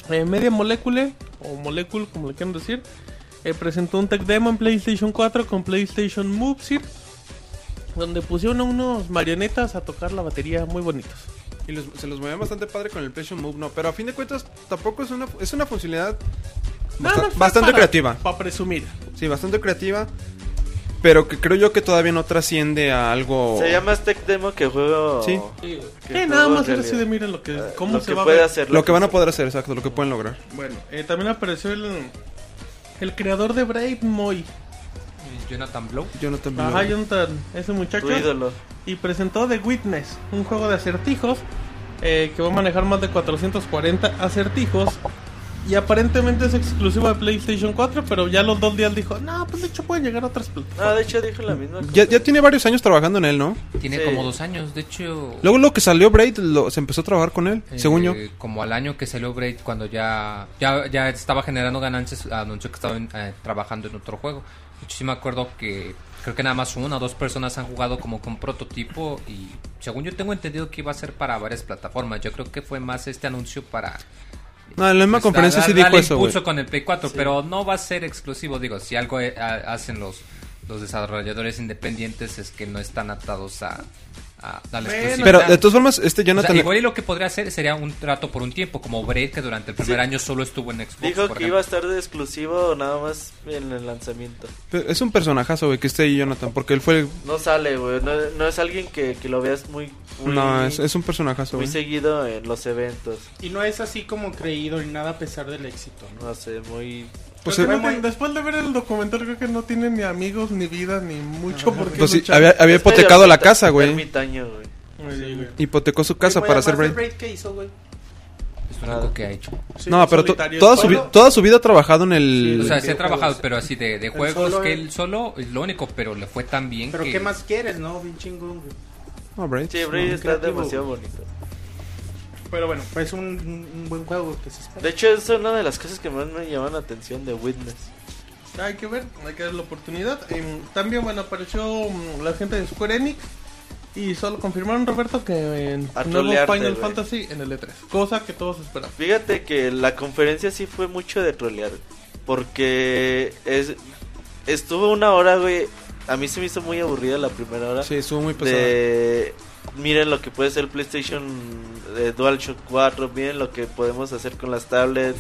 A: eh, Media Molecule, o Molecule, como le quieran decir, eh, presentó un tech demo en PlayStation 4 con PlayStation Move Circuit donde pusieron a unos marionetas a tocar la batería muy bonitos.
C: Y los- se los movía bastante padre con el PlayStation Move, no. Pero a fin de cuentas, tampoco es una, es una funcionalidad basta- bastante creativa.
A: Para presumir.
C: Sí, bastante creativa. Pero que creo yo que todavía no trasciende a algo.
D: Se llama más Tech Demo que juego.
C: Sí.
D: que
A: Eh, nada
D: juego
A: más
D: en
A: era así de
D: realidad.
A: miren lo que
D: Eh,
A: cómo
D: lo
A: se
D: que
A: va a
D: puede
A: ver.
D: hacer.
C: Lo que van a poder hacer, exacto, lo que pueden lograr.
A: Bueno, eh, también apareció el el creador de Brave Moy,
E: Eh, Jonathan Blow.
C: Jonathan
A: Ajá, Jonathan, ese muchacho,
D: Tu ídolo.
A: y presentó The Witness, un juego de acertijos eh, que va a manejar más de 440 acertijos. Y aparentemente es exclusivo de PlayStation 4, pero ya los dos días dijo, no, pues de hecho pueden llegar a otras plataformas.
D: No, de hecho dijo la misma cosa.
C: Ya, ya tiene varios años trabajando en él, ¿no?
E: Tiene
D: Sí.
E: como dos años, de hecho.
C: Luego lo que salió Braid, lo- se empezó a trabajar con él,
E: eh,
C: según yo.
E: Como al año que salió Braid, cuando ya, ya, ya estaba generando ganancias, anunció que estaba en- eh, trabajando en otro juego. De hecho, sí me acuerdo que creo que nada más una o dos personas han jugado como con prototipo y según yo tengo entendido que iba a ser para varias plataformas. Yo creo que fue más este anuncio para...
C: No, en la misma
E: pues,
C: conferencia
E: dar-
C: sí dijo
E: darle
C: eso, güey.
E: impulso con el Play 4, pero no va a ser exclusivo. Digo, si algo eh, ha- hacen los, los desarrolladores independientes es que no están atados a... a- a la exclusividad.
C: Pero de todas formas, este
E: O sea,
C: Jonathan.
E: igual y lo que podría hacer sería un trato por un tiempo, como Braid, que durante el primer año solo estuvo en Xbox.
D: Dijo
E: por
D: que iba a
E: ejemplo.
D: estar de exclusivo nada más en el lanzamiento.
C: Pero Es un personajazo, güey, que esté ahí Jonathan, porque él fue el...
D: No sale, güey. No, no es alguien que, que lo veas muy, muy,
C: No, es, es un personajazo,
D: muy
C: güey.
D: seguido en los eventos.
B: y no es así como creído ni nada a pesar del éxito, ¿no?
D: No sé, muy.
C: Pues,
A: Pero
C: eh,
A: creo que después de ver el documental creo que no tiene ni amigos, ni vida, ni mucho por qué
C: pues sí,
A: luchar.
C: había, había
D: Es medio
C: hipotecado la
D: ermita-
C: casa, güey.
D: ermitaño, güey.
C: Hipotecó su casa
B: Oye,
C: para
B: además
C: hacer
B: del
C: Braid.
B: break que hizo, güey.
E: Es lo único que ha hecho.
C: No, pero to- toda, su vi- toda su vida ha trabajado en el...
E: O sea, se ha
B: videojuegos.
E: trabajado, pero así de, de juegos
B: solo,
E: que
B: eh.
E: él solo es lo único, pero le fue tan bien
B: Pero
E: que...
B: ¿qué más quieres, no? Bien chingón, güey.
C: No, Braid.
D: Sí, Braid está
B: creativo.
D: demasiado bonito.
B: Pero bueno, pues un, un- un buen juego que se espera.
D: De hecho, es una de las cosas que más me llaman la atención de Witness.
A: Hay que ver, hay que dar la oportunidad. Em, también, bueno, apareció mm, la gente de Square Enix y solo confirmaron, Roberto, que en
D: A
A: nuevo
D: trolearte,
A: Final
D: güey.
A: Fantasy en el E3. Cosa que todos esperan.
D: Fíjate que la conferencia sí fue mucho de trolear. Porque es, estuvo una hora, güey. A mí se me hizo muy aburrida la primera hora.
C: Sí, estuvo muy pesado.
D: de miren lo que puede ser el PlayStation eh, DualShock 4, miren lo que podemos hacer con las tablets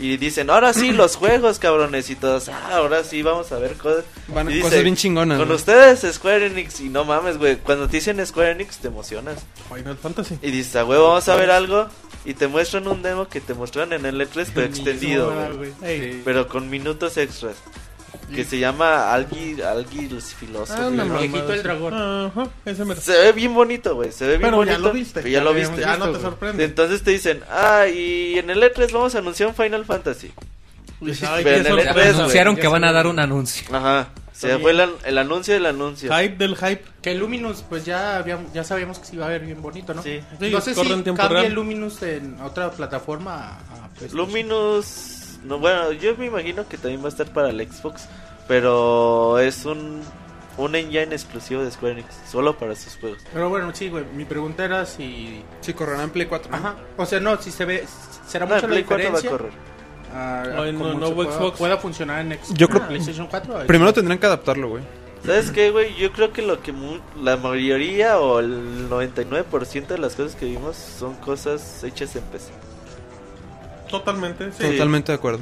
D: y dicen, "Ahora sí los juegos, cabrones" y todos, "Ah, ahora sí vamos a ver cosas."
C: Van
D: y dice,
C: cosas bien chingonas.
D: Con
C: ¿no?
D: ustedes Square Enix y no mames, güey, cuando te dicen Square Enix te emocionas
A: Final Fantasy.
D: y dices, "A huevo, vamos a ver algo." Y te muestran un demo que te mostraron en el E3 pero extendido,
B: Ah,
D: güey,
B: güey.
A: Ey.
D: pero con minutos extras. Que se llama Algi Algi los filósofos.
A: Ah, una
B: El viejito
A: mamada,
B: el
A: sí.
B: dragón.
A: Ajá, ese mero.
D: Se ve bien bonito, güey. Se ve bien
A: Pero
D: bonito.
A: ya lo viste.
D: Pero ya lo
A: habíamos
D: viste.
A: Ya no te
B: güey.
A: sorprende.
D: Entonces te dicen, ah, y en el E3 vamos a anunciar un Final Fantasy.
A: Ay,
D: pero
A: qué
D: en el E
E: O sea,
D: E3, güey.
A: sorpresa.
E: anunciaron
B: ya
E: que van a
B: sé.
E: dar un anuncio.
D: Ajá. Se
B: Oye.
D: fue el, an- el anuncio del anuncio.
A: Hype del hype.
B: Que el Luminous, pues ya, habíamos, ya sabíamos que se iba a ver bien bonito, ¿no?
D: Sí.
A: Sí,
B: no sé si
A: corre en
B: cambia
A: tiempo real.
B: el Luminous en otra plataforma a- a
A: pues,
B: PlayStation.
D: Luminous. No, bueno, yo me imagino que también va a estar para el Xbox. Pero es un, un engine exclusivo de Square Enix. Solo para sus juegos.
B: Pero bueno, sí, güey. Mi pregunta era si.
C: Sí, correrán en Play 4. ¿no?
B: Ajá. O sea, no, si se ve. ¿Será
D: No, en
B: mucho la
D: Ah, Play 4 va a
B: diferencia?
D: correr.
B: Ah,
A: No, en
B: como
A: un
B: se
A: nuevo
B: pueda-
A: Xbox.
B: Pueda funcionar en Xbox.
C: Yo creo-
B: PlayStation 4. ahí.
C: Primero tendrán que adaptarlo, güey.
D: ¿Sabes qué, güey? Yo creo que lo que mu- la mayoría o el 99% de las cosas que vimos son cosas hechas en PC.
A: Totalmente. Sí.
C: Totalmente de acuerdo.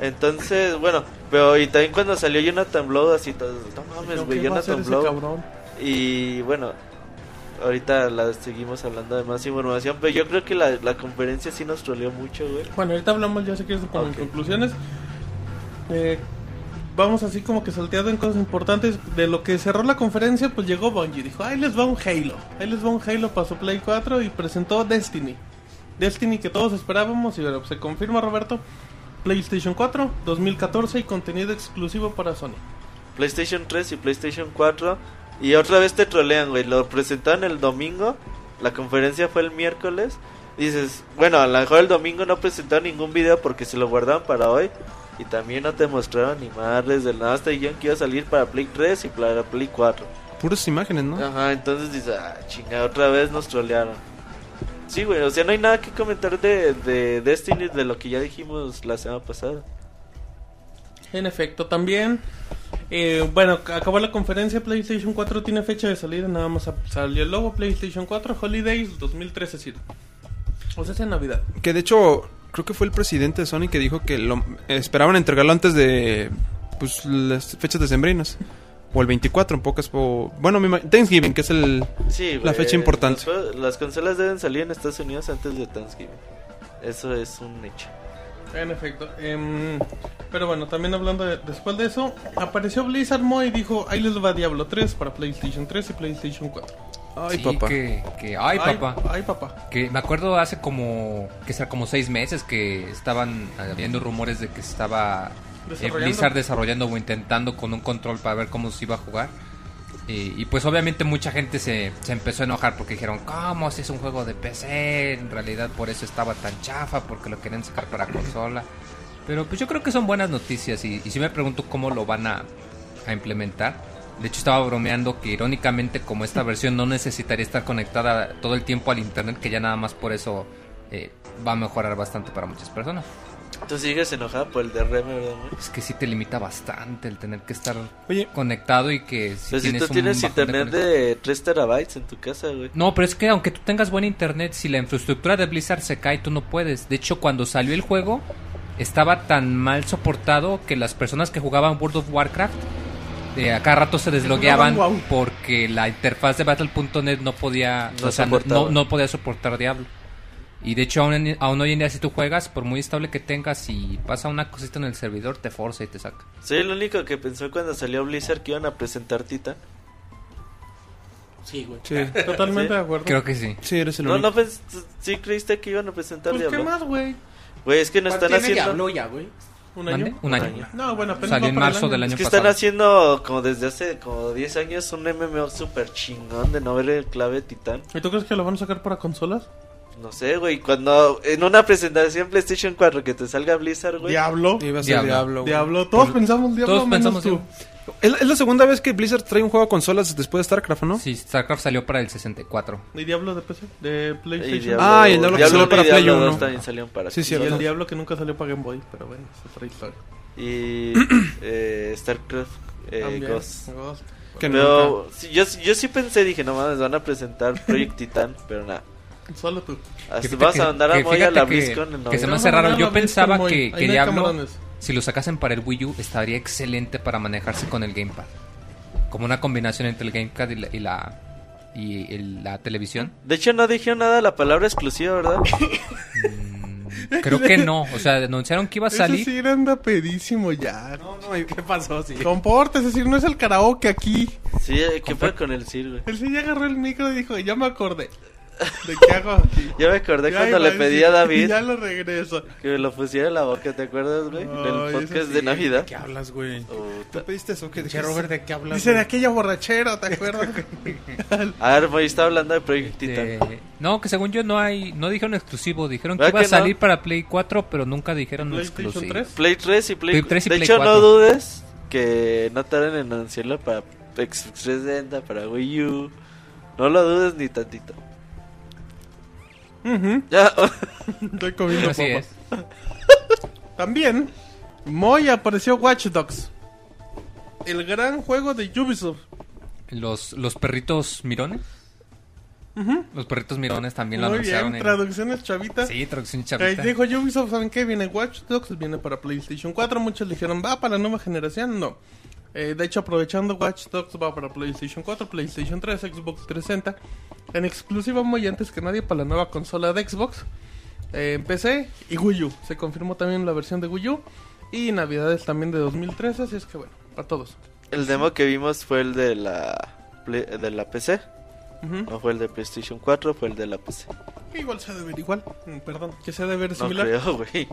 D: Entonces, bueno, pero y también cuando salió Jonathan Blow, así todos, no mames,
A: Yo,
D: güey,
A: ¿qué va a hacer
D: Jonathan
A: ese
D: Blow.
A: cabrón?
D: Y bueno, ahorita la seguimos hablando de más información, pero yo creo que la, la conferencia sí nos troleó mucho, güey.
A: Bueno, ahorita hablamos ya si quieres con
D: Ok.
A: conclusiones. Eh, vamos así como que salteando en cosas importantes. De lo que cerró la conferencia, pues llegó Bungie. y Dijo, ahí les va un Halo. Ahí les va un Halo para su Play 4 y presentó Destiny. Destiny que todos esperábamos y bueno, pues, se confirma Roberto. PlayStation 4, 2014 y contenido exclusivo para Sony.
D: PlayStation 3 y PlayStation 4. Y otra vez te trolean, güey. Lo presentaron el domingo. La conferencia fue el miércoles. Dices, bueno, a lo mejor el domingo no presentaron ningún video porque se lo guardaron para hoy. Y también no te mostraron ni madres del nada. Hasta dijeron que iba a salir para Play 3 y para Play 4.
C: Puras imágenes, ¿no?
D: Ajá, entonces dices, ah, chinga, otra vez nos trolearon. Sí, güey, o sea, no hay nada que comentar de, de Destiny de lo que ya dijimos la semana pasada.
A: En efecto, también. eh, bueno, ac- acabó la conferencia. PlayStation 4 tiene fecha de salida. Nada más ap- salió el logo. PlayStation 4 Holidays 2013. sí. O sea, es en Navidad.
C: Que de hecho, creo que fue el presidente de Sony que dijo que lo esperaban entregarlo antes de pues, las fechas decembrinas. O el 24, en pocas. po- bueno, mi ma- Thanksgiving, que es el.
D: Sí,
C: La
D: güey,
C: fecha importante.
D: los juegos- las consolas deben salir en Estados Unidos antes de Thanksgiving. Eso es un hecho.
A: En efecto. em, pero bueno, también hablando de- después de eso, apareció Blizzard Moe y dijo: Ahí les va Diablo 3 para PlayStation 3 y PlayStation 4.
C: Ay,
E: Sí,
C: papá.
E: Que, que- ay, papá.
A: Ay, papá.
E: Que me acuerdo hace como, que será como seis meses que estaban habiendo rumores de que estaba eh,
A: Desarrollando.
E: Blizzard desarrollando o intentando con un control para ver cómo se iba a jugar. Y, y pues obviamente mucha gente se, se empezó a enojar porque dijeron, ¿cómo si es un juego de PC? En realidad por eso estaba tan chafa, porque lo querían sacar para consola. Pero pues yo creo que son buenas noticias y, y sí me pregunto cómo lo van a, a implementar. De hecho estaba bromeando que irónicamente como esta versión no necesitaría estar conectada todo el tiempo al internet, que ya nada más por eso eh, va a mejorar bastante para muchas personas.
D: Tú sigues enojada por el DRM, ¿verdad? güey?
E: Es que sí te limita bastante el tener que estar
C: Oye.
E: conectado y que
D: Pero si tú
E: un
D: tienes
E: bajón de
D: internet
E: conexión-
D: de 3 terabytes en tu casa, güey.
E: no, pero es que aunque tú tengas buen internet, si la infraestructura de Blizzard se cae, tú no puedes. De hecho, cuando salió el juego, estaba tan mal soportado que las personas que jugaban World of Warcraft eh, a cada rato se deslogueaban
A: jugaban WoW.
E: porque la interfaz de Battle.net no podía,
D: No
E: o sea, no-
D: soportaba.
E: no- no podía soportar Diablo. Y de hecho, aún, en- aún hoy en día, si tú juegas, por muy estable que tengas, y pasa una cosita en el servidor, te forza y te saca.
D: Soy el único que pensó cuando salió Blizzard que iban a presentar Titan.
B: Sí, güey.
C: Sí,
A: Totalmente
D: Sí.
A: de acuerdo.
E: Creo que sí.
C: sí, eres el
D: No,
C: único.
D: no, pens- sí creíste que iban a presentar
A: Pues, ¿qué
D: Diablo.
A: más, güey?
D: Güey, es que no están haciendo.
B: ya, güey?
A: ¿Un
E: ¿Mande?
A: año?
E: Un
D: Un
E: año.
D: año.
A: No, bueno, apenas
E: Salió
A: va
E: en
A: para el
E: marzo del
D: Es
E: año
D: que
E: pasado.
D: están haciendo como desde hace como 10 años un MMO super chingón de no ver el clave de Titán.
A: ¿Y tú crees que lo van a sacar para consolas?
D: No sé, güey, cuando en una presentación PlayStation 4 que te salga Blizzard, güey.
A: Diablo.
C: Iba a ser
E: Diablo.
C: Diablo. güey.
A: Diablo. Todos pensamos Diablo.
E: todos
A: menos
E: pensamos
A: tú.
E: Diablo.
C: Es, es la segunda vez que Blizzard trae un juego a consolas después de StarCraft, ¿no?
E: Sí, StarCraft salió para el 64.
A: ¿Y Diablo de PC? ¿De
D: Y
A: PlayStation?
D: Diablo,
C: Ah, y el Diablo que salió
D: uno
C: para
D: y
C: Play
D: Diablo
C: uno.
D: dos también salieron para
C: Sí,
D: Play.
A: Y
C: cierto.
A: el Diablo que nunca salió para Game Boy, pero bueno, es otra historia.
D: Y eh, StarCraft eh,
A: También,
D: Ghost.
A: Ghost.
C: Que
D: Pero sí, yo, yo sí pensé, dije, no mames, van a presentar Project Titan, pero nada.
A: Solo tú.
E: Que
D: Hasta
E: fíjate
D: vas
E: que-
D: a andar a
E: que
D: Moy a la
E: fíjate que-
D: BlizzCon en
E: que se me
D: noviembre.
E: hace raro. Yo
A: Ahí no hay
E: pensaba
A: camarones.
E: que- que
A: Ahí no hay
E: Diablo-
A: camarones.
E: Si lo sacasen para el Wii U, estaría excelente para manejarse con el Gamepad. Como una combinación entre el Gamepad y la, y la, y el- la televisión.
D: De hecho, no dijeron nada de la palabra exclusiva,
E: <laughs>
D: ¿verdad?
E: Mm, Creo que no. O sea, anunciaron que iba a
A: Ese
E: salir.
A: Sir anda pedísimo ya.
B: No, no, ¿y ¿qué pasó? Sí.
A: Compórtese, Sir, no es el karaoke aquí.
D: Sí, eh, ¿qué fue con el Sir, güey?
A: El Sir ya agarró el micro y dijo, ya me acordé. ¿De qué hago aquí?
D: <laughs> Yo me acordé
A: Ya iba
D: cuando le
A: a
D: pedí
A: decir,
D: a
A: <laughs>
D: David
A: Ya lo regreso.
D: que me lo pusiera en la boca, ¿te acuerdas, güey?
A: Ay,
D: Del
A: eso
D: podcast
A: sí.
D: de Navidad.
B: ¿Qué hablas, güey?
D: Puta.
C: pediste eso? ¿Qué
B: Che, Robert, ¿de qué hablas?
A: Dice, de
B: güey?
A: aquella borrachera, ¿te
B: <laughs>
A: acuerdas?
D: A ver, Moy está hablando de Project
E: Este,
D: Titan.
E: de- eh, no, que según yo no hay. No dijeron exclusivo. Dijeron que
D: ¿Verdad
E: iba a
D: que no?
E: salir para Play 4, pero nunca dijeron
A: PlayStation
E: exclusivo.
A: 3.
D: Play 3 y Play,
E: Play 3 y
D: De
E: Play
D: hecho,
E: 4.
D: no dudes que no tarden en anunciarlo para Xbox 360, para Wii U. No lo dudes ni tantito.
A: Ujú,
D: Ya, <laughs>
A: Estoy comiendo
E: Así
A: papas.
E: es.
A: <laughs> También, Moy apareció Watch Dogs. El gran juego de Ubisoft.
E: Los, los perritos mirones. Los perritos mirones también lo
A: Muy
E: anunciaron.
A: bien,
E: en-
A: traducciones chavitas.
E: Sí, traducción
A: Ahí
E: chavita.
A: dijo Ubisoft, ¿saben qué? Viene Watch Dogs, viene para PlayStation 4. Muchos dijeron, va para la nueva generación. No. Eh, de hecho, aprovechando, Watch Dogs va para PlayStation 4, PlayStation 3, Xbox 360. En exclusiva, muy antes que nadie, para la nueva consola de Xbox. Eh, en PC y Wii U. Se confirmó también la versión de Wii U. Y Navidades también de 2013. Así es que bueno, para todos.
D: El demo que vimos fue el de la, Play- de la PC.
A: Ujú.
D: No fue el de PlayStation 4, fue el de la PC.
A: Igual se ha de ver igual. Mm, Perdón, que se ha de ver
D: No
A: similar.
D: creo, güey.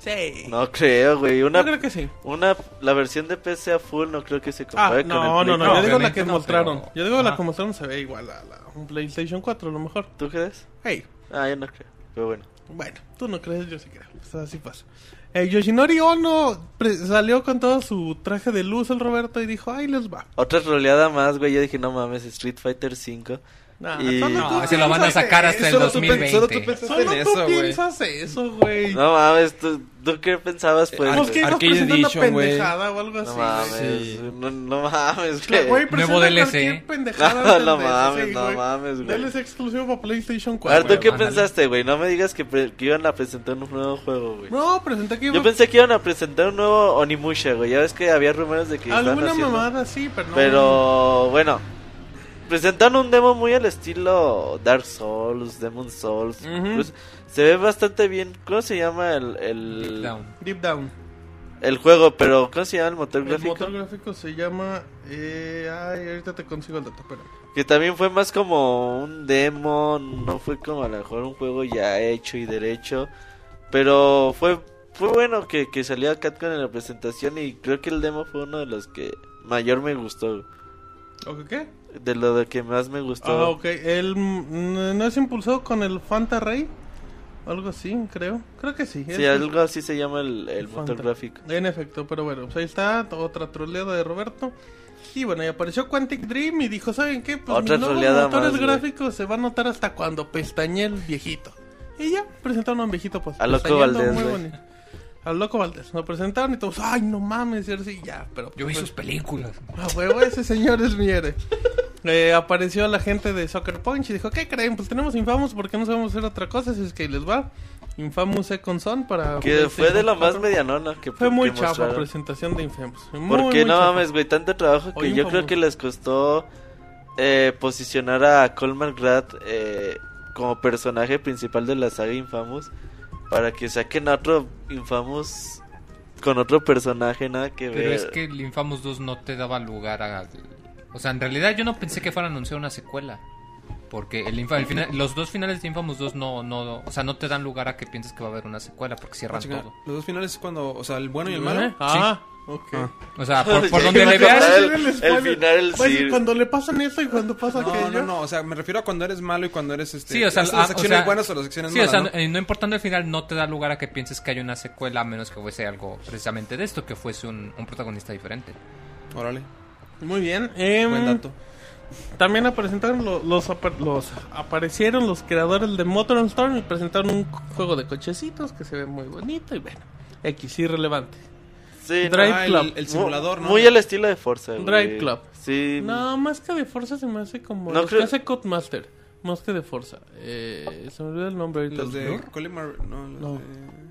A: Sí.
D: No creo, güey.
A: Yo
D: Una,
A: creo que sí.
D: una, la versión de PC a full no creo que se
A: Ah,
D: compare con
A: no,
D: el
A: no,
D: Play
A: no,
D: cuatro.
A: yo digo la
E: obviamente
A: que
E: no,
A: mostraron.
E: pero-
A: Yo digo la
E: Ajá.
A: que mostraron se ve igual a la, un PlayStation 4 a lo mejor.
D: ¿Tú crees?
A: Hey,
D: Ah, yo no creo. Pero bueno.
A: bueno, tú no crees, yo sí creo. O sea, así pasa. Eh, Yoshinori Ono pre- salió con todo su traje de luz el Roberto y dijo, ahí les va.
D: Otra troleada más, güey. Yo dije, no mames, Street Fighter 5.
A: Nah,
D: Y-
A: solo
D: No,
A: tú
E: se lo van a
A: piensas
E: sacar hasta el
A: eso, tú pen-
E: 2020.
C: Solo tú pensaste
A: Solo
C: en
A: tú
C: eso, güey.
A: piensas eso, güey.
D: No mames, ¿tú, tú qué pensabas, pues?
A: Pues
D: güey?
A: que nos
C: Arcade
A: presentan una
C: Edition, güey.
A: pendejada o algo
D: No
A: así.
D: mames,
C: sí.
D: no, no mames,
A: La-
D: güey.
A: Güey,
E: Nuevo
A: presentan
E: DLC.
A: cualquier pendejada
D: No,
A: antes
D: no
A: de eso,
D: mames,
A: sí,
D: no
A: güey.
D: mames, güey.
A: DLC exclusivo para PlayStation
D: A
A: 4.
D: ver, ¿tú qué
E: ándale.
D: pensaste, güey? No me digas que, pre- que iban a presentar un nuevo juego, güey.
A: No, presenté que iba
D: Yo pensé que iban a presentar un nuevo Onimusha, güey. Ya ves que había rumores de que estaban
A: Alguna
D: haciendo.
A: mamada sí, pero no.
D: Pero bueno, presentaron un demo muy al estilo Dark Souls, Demon Souls.
A: Ujú.
D: incluso. se ve bastante bien. ¿Cómo se llama el, el,
E: Down.
A: Deep Down.
D: el juego? Pero ¿cómo se llama el motor
A: El
D: gráfico?
A: motor gráfico se llama. Eh, ay, ahorita te consigo el dato, espérame.
D: Que también fue más como un demo, no fue como a lo mejor un juego ya hecho y derecho. Pero fue fue bueno que, que salió Catcon en la presentación y creo que el demo fue uno de los que mayor me gustó.
A: ¿O qué qué?
D: De lo de que más me gustó.
A: Ah, ok. El, mm, ¿No es impulsado con el Fanta Ray? Algo así, creo. Creo que sí.
D: Sí,
A: es-
D: algo así se llama el, el motor
A: Fanta.
D: gráfico.
A: En efecto, pero bueno, pues ahí está otra troleada de Roberto. Y bueno, y apareció Quantic Dream y dijo, ¿saben qué? Pues
D: Otra
A: mis nuevos
D: troleada
A: motores
D: más, güey.
A: gráficos se va a notar hasta cuando pestañe el viejito. Y ya, presentaron a un viejito pues
D: A Loco
A: pestañeando
D: Valdés, güey.
A: bonito. Al loco Valdés. Lo presentaron y todos, ay, no mames, y así, ya, pero...
E: Yo vi
A: pues,
E: sus películas.
A: a huevo, ese señor es mi héroe. Eh, apareció la gente de Soccer Punch y dijo, ¿qué creen? Pues tenemos Infamous porque no sabemos hacer otra cosa, así es que ahí les va. Infamous Second Son para...
D: Que fue de lo más
A: PlayStation 4.
D: medianona que
A: Fue muy
D: que
A: chafa
D: mostraron.
A: presentación de Infamous. Muy,
D: Porque
A: muy
D: no
A: chafa.
D: mames, güey, tanto trabajo que
A: Oye, un
D: yo creo
A: favor.
D: que les costó eh, posicionar a Colmar Grad eh, como personaje principal de la saga Infamous para que saquen otro Infamous con otro personaje, nada que ver.
E: Pero es que el Infamous 2 no te daba lugar a... O sea, en realidad yo no pensé que fuera a anunciar una secuela. Porque el Infa- el final- los dos finales de Infamous 2 no, no, o sea, no te dan lugar a que pienses que va a haber una secuela porque
C: Ah,
E: cierran
C: chinga,
E: todo.
C: Los dos finales es cuando, o sea, el bueno y el malo.
A: ¿Eh? Ah, ok.
E: O sea, por, por
D: Sí,
E: donde
D: me
E: le
D: acordaba
E: veas...
A: Ese es
D: el- el
A: spoiler.
D: final, el
A: Pues,
D: sí.
A: Cuando le pasan esto y cuando pasa
C: No,
A: aquello.
C: no, no, o sea, me refiero a cuando eres malo y cuando eres este.
E: Sí, o sea,
C: haces
E: ah,
C: las
E: o
C: acciones
E: sea,
C: buenas o las acciones
E: sí, o
C: malas.
E: sea,
C: ¿no?
E: no, eh, no importando el final, no te da lugar a que pienses que hay una secuela, a menos que fuese algo precisamente de esto, que fuese un, un protagonista diferente. eh,
C: Órale,
A: Muy bien. em,
C: buen dato.
A: También presentaron lo- los, apa- los aparecieron los creadores de Motor and Storm y presentaron un juego de cochecitos que se ve muy bonito y bueno, X irrelevante.
D: Sí,
A: Drive
C: Ah,
A: Club.
C: El, el simulador, ¿no?
D: muy, muy al estilo de Forza, güey.
A: Drive Club.
D: Sí.
A: No, más que de Forza se me hace como
D: No
A: los
D: creo-
A: que hace Codemaster, más que de Forza. Eh, se me olvidó el nombre ahorita.
C: Los de
A: ¿No?
C: Colin Mar- No, eh, los
A: No.
C: de.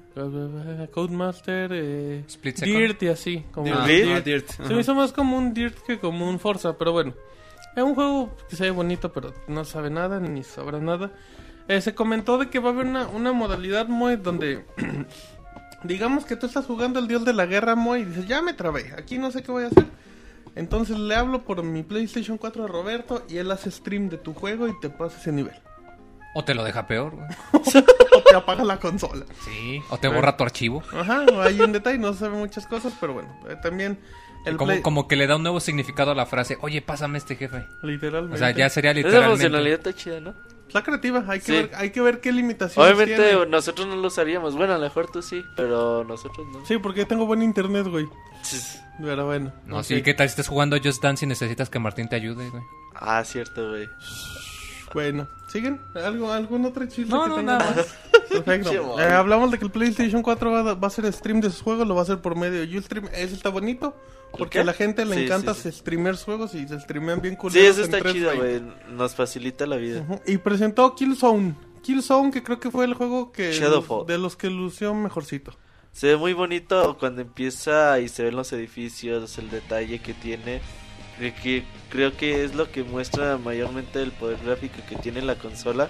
A: Codemaster, eh,
E: Split Second.
A: Dirt y así. Como
C: Ah,
D: Dirt.
C: ah, Dirt.
A: Se
C: ajá.
A: me hizo más como un Dirt que como un Forza, pero bueno. Es un juego que se ve bonito, pero no sabe nada, ni sabrá nada. Eh, se comentó de que va a haber una, una modalidad muy donde... <clears throat> digamos que tú estás jugando el dios de la guerra, muy y dices, ya me trabé, aquí no sé qué voy a hacer. Entonces le hablo por mi PlayStation 4 a Roberto y él hace stream de tu juego y te pasa ese nivel. <laughs>
E: O te lo deja peor, güey.
A: O te apaga la consola.
E: Sí. O te borra tu archivo.
A: Ajá, hay un detalle, no se sabe muchas cosas, pero bueno, eh, también... El
E: Como,
A: Play-
E: como que le da un nuevo significado a la frase, oye, pásame este jefe.
A: Literalmente.
E: O sea, ya sería
D: Esa
E: literalmente...
D: funcionalidad está chida, ¿no?
A: La creativa, hay que,
D: Sí.
A: ver, hay que ver qué limitaciones
D: Obviamente
A: tiene.
D: nosotros no lo usaríamos. Bueno, a lo mejor tú sí, pero nosotros no.
A: Sí, porque tengo buen internet, güey. Pero bueno.
E: No,
A: ok.
E: sí, ¿qué tal si estás jugando Just Dance y necesitas que Martín te ayude, güey?
D: Ah, cierto, güey.
A: Bueno, ¿siguen? ¿Algo, ¿Algún otro chiste?
E: No,
A: que
E: no,
A: tengan?
E: nada más.
A: <laughs>
D: Che,
A: Perfecto.
D: boy.
A: Eh, hablamos de que el PlayStation 4 va, a- va a hacer stream de sus juegos, lo va a hacer por medio de Ustream. Eso está bonito, porque
D: qué?
A: a la gente le
D: Sí,
A: encanta
D: sí, sí.
A: streamear sus juegos y se streamean bien culeros.
D: Sí, eso
A: en
D: está
A: 320.
D: chido, güey. Nos facilita la vida.
A: Ujú, Y presentó Killzone. Killzone, que creo que fue el juego que
D: Shadowfall.
A: de los que lució mejorcito.
D: Se ve muy bonito cuando empieza y se ven los edificios, el detalle que tiene. Creo que, creo que es lo que muestra mayormente el poder gráfico que tiene la consola.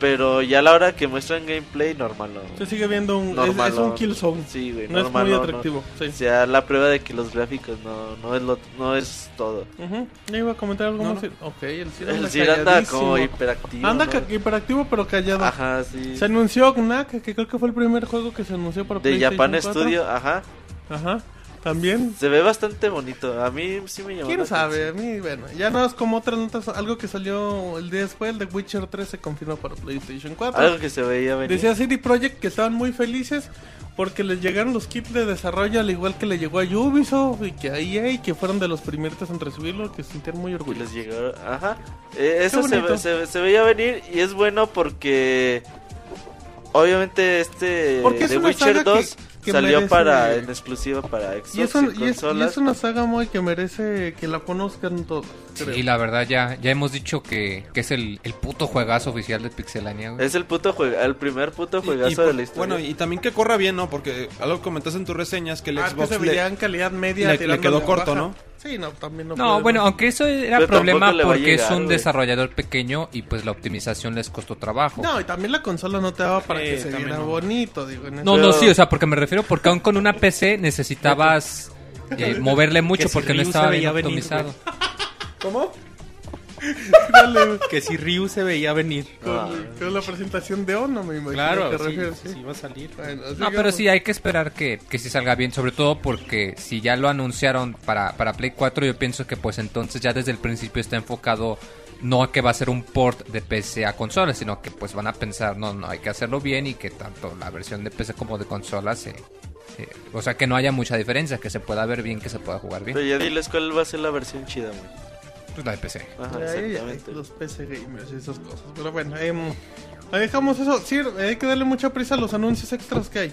D: Pero ya a la hora que muestran gameplay, normal.
A: Se sigue viendo un, es-
D: normal,
A: es, un Killzone.
D: Sí, güey,
A: no es
D: normal,
A: muy
D: no, no.
A: atractivo.
D: O
A: Sí.
D: sea, la prueba de que los gráficos no, no, es, lo, no es todo.
A: Ujú. Yo iba a comentar algo más. Ok, el Ciro
D: El
A: anda
D: Sir anda
A: calladísimo.
D: como hiperactivo.
A: Anda
D: ¿no?
A: ca- hiperactivo, pero callado.
D: Ajá, sí.
A: Se anunció Knack, que creo que fue el primer juego que se anunció para
D: De
A: PlayStation
D: Japan
A: 4.
D: Studio, ajá.
A: Ajá, también.
D: Se ve bastante bonito. A mí sí me llamó.
A: ¿Quién
D: la
A: sabe? A
D: atención.
A: mí, bueno, ya no es como otras notas. Algo que salió el día después, el de Witcher 3 se confirmó para PlayStation 4.
D: Algo que se veía venir.
A: Decía CD Projekt que estaban muy felices porque les llegaron los kits de desarrollo al igual que le llegó a Ubisoft y que a EA y que fueron de los primeros en recibirlo, que se sintieron muy
D: que les
A: orgullosos.
D: llegó. Ajá. Eh, eso se,
A: bonito.
D: ve- se, ve- se veía venir y es bueno porque. Obviamente este
A: Porque es
D: de
A: una saga
D: Witcher
A: que-
D: 2
A: que
D: salió
A: merece-
D: para en exclusiva para Xbox
A: Y es, un-
D: y
A: y es- y
D: consolas.
A: es una saga muy que merece que la conozcan todos. creo.
E: Sí, la verdad ya, ya hemos dicho que, que es el, el puto juegazo oficial de Pixelania, güey.
D: Es el puto juega, el primer puto
G: Y- y
D: juegazo
G: por-
D: Pues de la historia.
G: Bueno, y también que corra bien, ¿no? Porque algo que comentaste en tus reseñas que el
A: Ah,
G: Xbox
A: que se
G: le-
A: veía en calidad media.
G: le- le
A: tirándole
G: quedó
A: a
G: corto,
A: baja.
G: ¿no?
A: Sí, no, también no.
E: No,
A: puede-
E: bueno, aunque eso era
D: Pero
E: problema
D: tampoco le va a
E: porque es
D: llegar,
E: un
D: güey.
E: desarrollador pequeño y pues la optimización les costó trabajo.
A: No, y también la consola no te daba para
G: Sí,
A: que se
G: también
A: viera
G: no.
A: bonito, digo. en
E: No,
A: ese-
E: no,
D: Pero-
E: sí, o sea, porque me refiero porque aún con una PC necesitabas
D: <laughs>
E: eh, moverle mucho
B: si
E: porque no
B: Ryu
E: estaba
B: se
E: bien
B: veía venir,
E: optimizado.
B: <laughs>
A: Dale,
B: Que si Ryu se veía venir.
D: Ah.
A: con, con la presentación de Ono, me imagino.
B: Claro,
A: te
B: sí,
A: refieres, sí.
B: sí va a salir.
A: Bueno, así
E: No,
A: que-
E: pero sí, hay que esperar que, que sí salga bien, sobre todo porque si ya lo anunciaron para, para Play 4, yo pienso que pues entonces ya desde el principio está enfocado no a que va a ser un port de PC a consolas, sino que pues van a pensar, no, no, hay que hacerlo bien y que tanto la versión de PC como de consolas, se- se- o sea, que no haya mucha diferencia, que se pueda ver bien, que se pueda jugar bien.
D: Pero ya diles cuál va a ser la versión chida, güey.
E: Pues la de PC.
D: Ajá,
A: Ay, ay,
D: exactamente.
A: los PC gamers y esas cosas. Pero bueno, em, ahí dejamos eso. Sí, hay que darle mucha prisa a los anuncios extras que hay.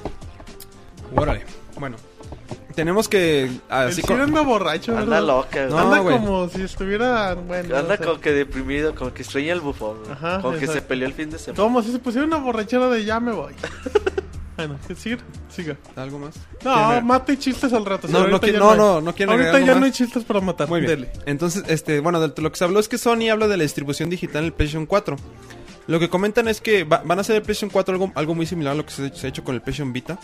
G: Órale. Bueno. Tenemos que... ah,
A: el
G: Así co-
A: Ciro anda borracho,
D: Anda
A: ¿verdad?
D: loca, güey.
A: anda
G: No, güey.
A: como si estuviera. Bueno,
D: Anda
A: o sea,
D: como que deprimido, como que extraña el bufón. güey.
A: Ajá,
D: como que
A: exacto.
D: se peleó el fin de semana.
A: Como si se pusiera una borrachera de ya me
G: <laughs>
A: voy. bueno, que Sir, siga.
G: ¿Algo más?
A: No,
G: ¿Quieren-
A: mate chistes al rato.
G: No,
A: ahorita
G: no qui-
A: ya
G: no,
A: hay.
G: no, no quieren
A: Ahorita
G: agregar
A: ya
G: algo
A: no hay
G: más.
A: chistes para matar.
G: Muy bien.
A: Dele.
G: Entonces, este, bueno, de lo que se habló es que Sony habla de la distribución digital en el PlayStation 4. Lo que comentan es que va- van a hacer el PlayStation 4 algo, algo muy similar a lo que se, se ha hecho con el PlayStation Vita,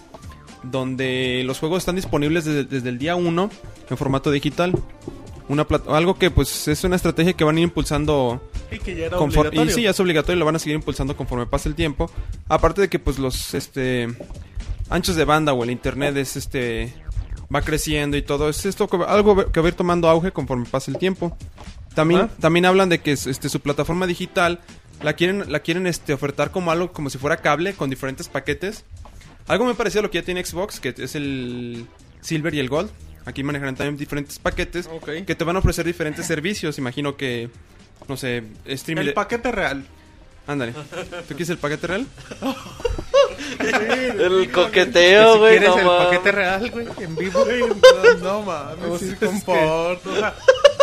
G: donde los juegos están disponibles desde, desde el día 1 en formato digital. Una plat- algo que pues es una estrategia que van a ir impulsando
A: Y que ya era
G: Confor-
A: obligatorio.
G: Y sí, ya es obligatorio, lo van a seguir impulsando conforme pase el tiempo. Aparte de que pues los este anchos de banda o el internet es este va creciendo y todo, es esto que, va- algo que va a ir tomando auge conforme pase el tiempo. También
A: Ajá.
G: también hablan de que este su plataforma digital la quieren la quieren este ofertar como algo como si fuera cable con diferentes paquetes. Algo me pareció lo que ya tiene Xbox, que es el Silver y el Gold. Aquí manejan también diferentes paquetes
A: Ok.
G: que te van a ofrecer diferentes servicios. Imagino que, no sé, streaming.
A: El
G: de-
A: paquete real.
G: Ándale. ¿Tú quieres el paquete real?
D: El coqueteo, güey.
B: ¿Quieres
D: no
B: el
D: mames.
B: paquete real, güey? En
A: <laughs>
B: vivo.
A: No, no
G: Pues
A: mames, sí,
B: sí, es
A: comporta. O sea,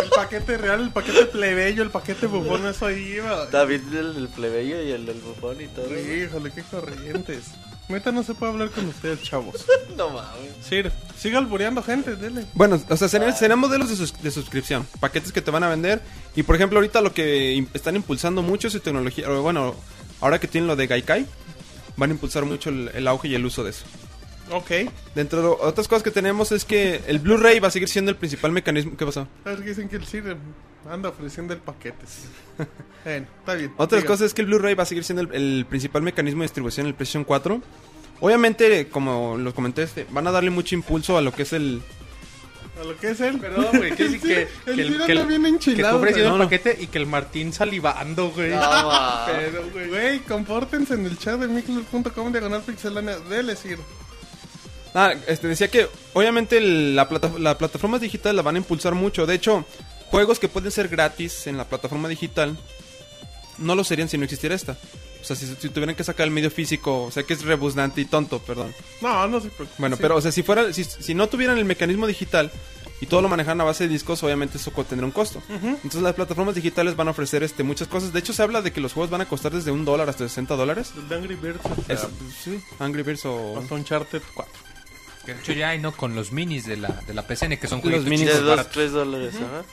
A: el paquete real, el paquete plebeyo, el paquete bufón, eso ahí iba.
D: David el, el plebeyo y el del bufón y todo. güey.
A: Híjole, qué corrientes. Neta no se puede hablar con ustedes, chavos.
D: No mames.
A: Sir, siga albureando gente, dele.
G: Bueno, o sea, serían, serían modelos de, sus- de suscripción. Paquetes que te van a vender. Y por ejemplo, ahorita lo que im- están impulsando mucho es su tecnología. o Bueno, ahora que tienen lo de Gaikai, van a impulsar mucho el, el auge y el uso de eso.
A: Ok.
G: Dentro de otras cosas que tenemos es que el Blu-ray va a seguir siendo el principal mecanismo. ¿Qué pasó?
A: A ver, dicen que el Sir anda ofreciendo el paquete.
G: <laughs>
A: Bueno, está bien.
G: Otras
A: Siga.
G: cosas es que el Blu-ray va a seguir siendo el, el principal mecanismo de distribución en el PlayStation 4. Obviamente, como lo comenté, este, van a darle mucho impulso a lo que es el,
A: A lo que es él.
B: Perdón, güey, que
A: <laughs> El
B: sí
A: Sir-
B: que- que
A: el
B: el-
A: Sir
B: que
A: anda
B: el-
A: bien
B: Que tú
A: enchilado.
B: ofrecido
A: güey. Ah,
B: el paquete y que el Martín salivando, güey.
D: No mames.
B: Pero, güey.
A: Güey, compórtense en el chat de mixler.com diagonal pixelania. Dele, Sir.
G: Ah, este, decía que obviamente el- la, plata- la plataforma digital la van a impulsar mucho. De hecho, juegos que pueden ser gratis en la plataforma digital no lo serían si no existiera esta. O sea, si, si tuvieran que sacar el medio físico, o sea, que es rebuznante y tonto, perdón.
A: No, no se preocupe.
G: Bueno,
A: Sí.
G: pero, o sea, si, fuera, si, si no tuvieran el mecanismo digital y todo lo manejaran a base de discos, obviamente eso co- tendría un costo. Entonces las plataformas digitales van a ofrecer este, muchas cosas. De hecho, se habla de que los juegos van a costar desde un dólar hasta 60 dólares.
A: El de Angry Birds. o sea,
G: Es- sí, Angry Birds o...
A: Hasta Uncharted 4.
E: Que de hecho ya hay, ¿no? Con los minis de la, de la PCN, que son
G: Los
E: juegos
G: minis
D: De
G: Mínimo
D: dos,
G: barato.
D: tres dólares, ajá.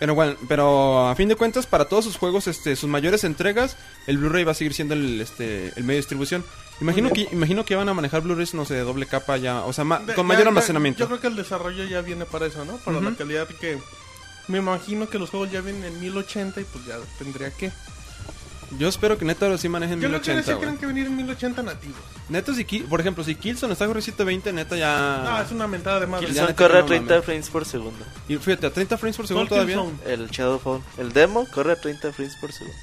G: Pero, bueno, pero a fin de cuentas, para todos sus juegos, este, sus mayores entregas, el Blu-ray va a seguir siendo el, este, el medio de distribución. Imagino que, imagino que van a manejar Blu-rays, no sé, de doble capa ya, o sea, ma-
A: De-
G: Ah, con
A: ya-
G: mayor
A: ya-
G: almacenamiento.
A: Yo creo que el desarrollo ya viene para eso, ¿no? Para la calidad que... Me imagino que los juegos ya vienen en 1080 y pues ya tendría que...
G: Yo, espero que neta sí manejen
A: Yo creo que
G: 1080,
A: sí
G: güey.
A: tienen que venir en 1080 nativos.
G: Neta, si Ki- por ejemplo, si Killzone está corriendo 720, neta
A: Ah,
G: ya...
A: es una mentada de madre.
G: Ya
D: Killzone
G: neta
D: corre
G: no
D: a 30
G: mames.
D: frames por segundo.
G: Y fíjate, a 30 frames por
A: No
G: segundo
A: el
G: todavía.
A: Killzone.
D: El Shadowfall. El demo corre a 30 frames por segundo.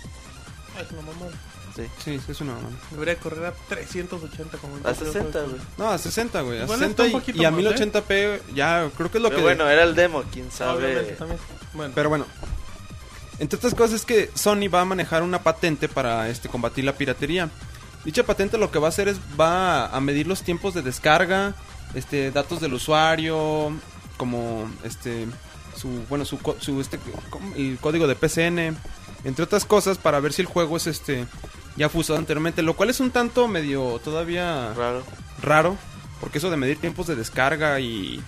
A: Ah, es una mamada.
D: Sí.
G: Sí, sí, es una mamá.
A: Debería correr a 380 como... en
D: A
A: cualquier
D: 60,
A: juego.
D: güey.
G: No, a 60, güey. A
A: Igual
G: 60
A: está un
G: y,
A: poquito
G: y a
A: más,
G: 1080p, ya creo que es lo
D: Pero
G: que...
D: bueno, era el demo, quién
A: Ah, Obviamente
D: sabe.
A: también. Bueno.
G: Pero bueno. Entre otras cosas es que Sony va a manejar una patente para este combatir la piratería. Dicha patente lo que va a hacer es va a medir los tiempos de descarga, este datos del usuario, como este su bueno su, co- su, este, com- el código de PCN, entre otras cosas para ver si el juego es este ya fue usado anteriormente, lo cual es un tanto medio todavía
D: Raro.
G: raro, porque eso de medir tiempos de descarga y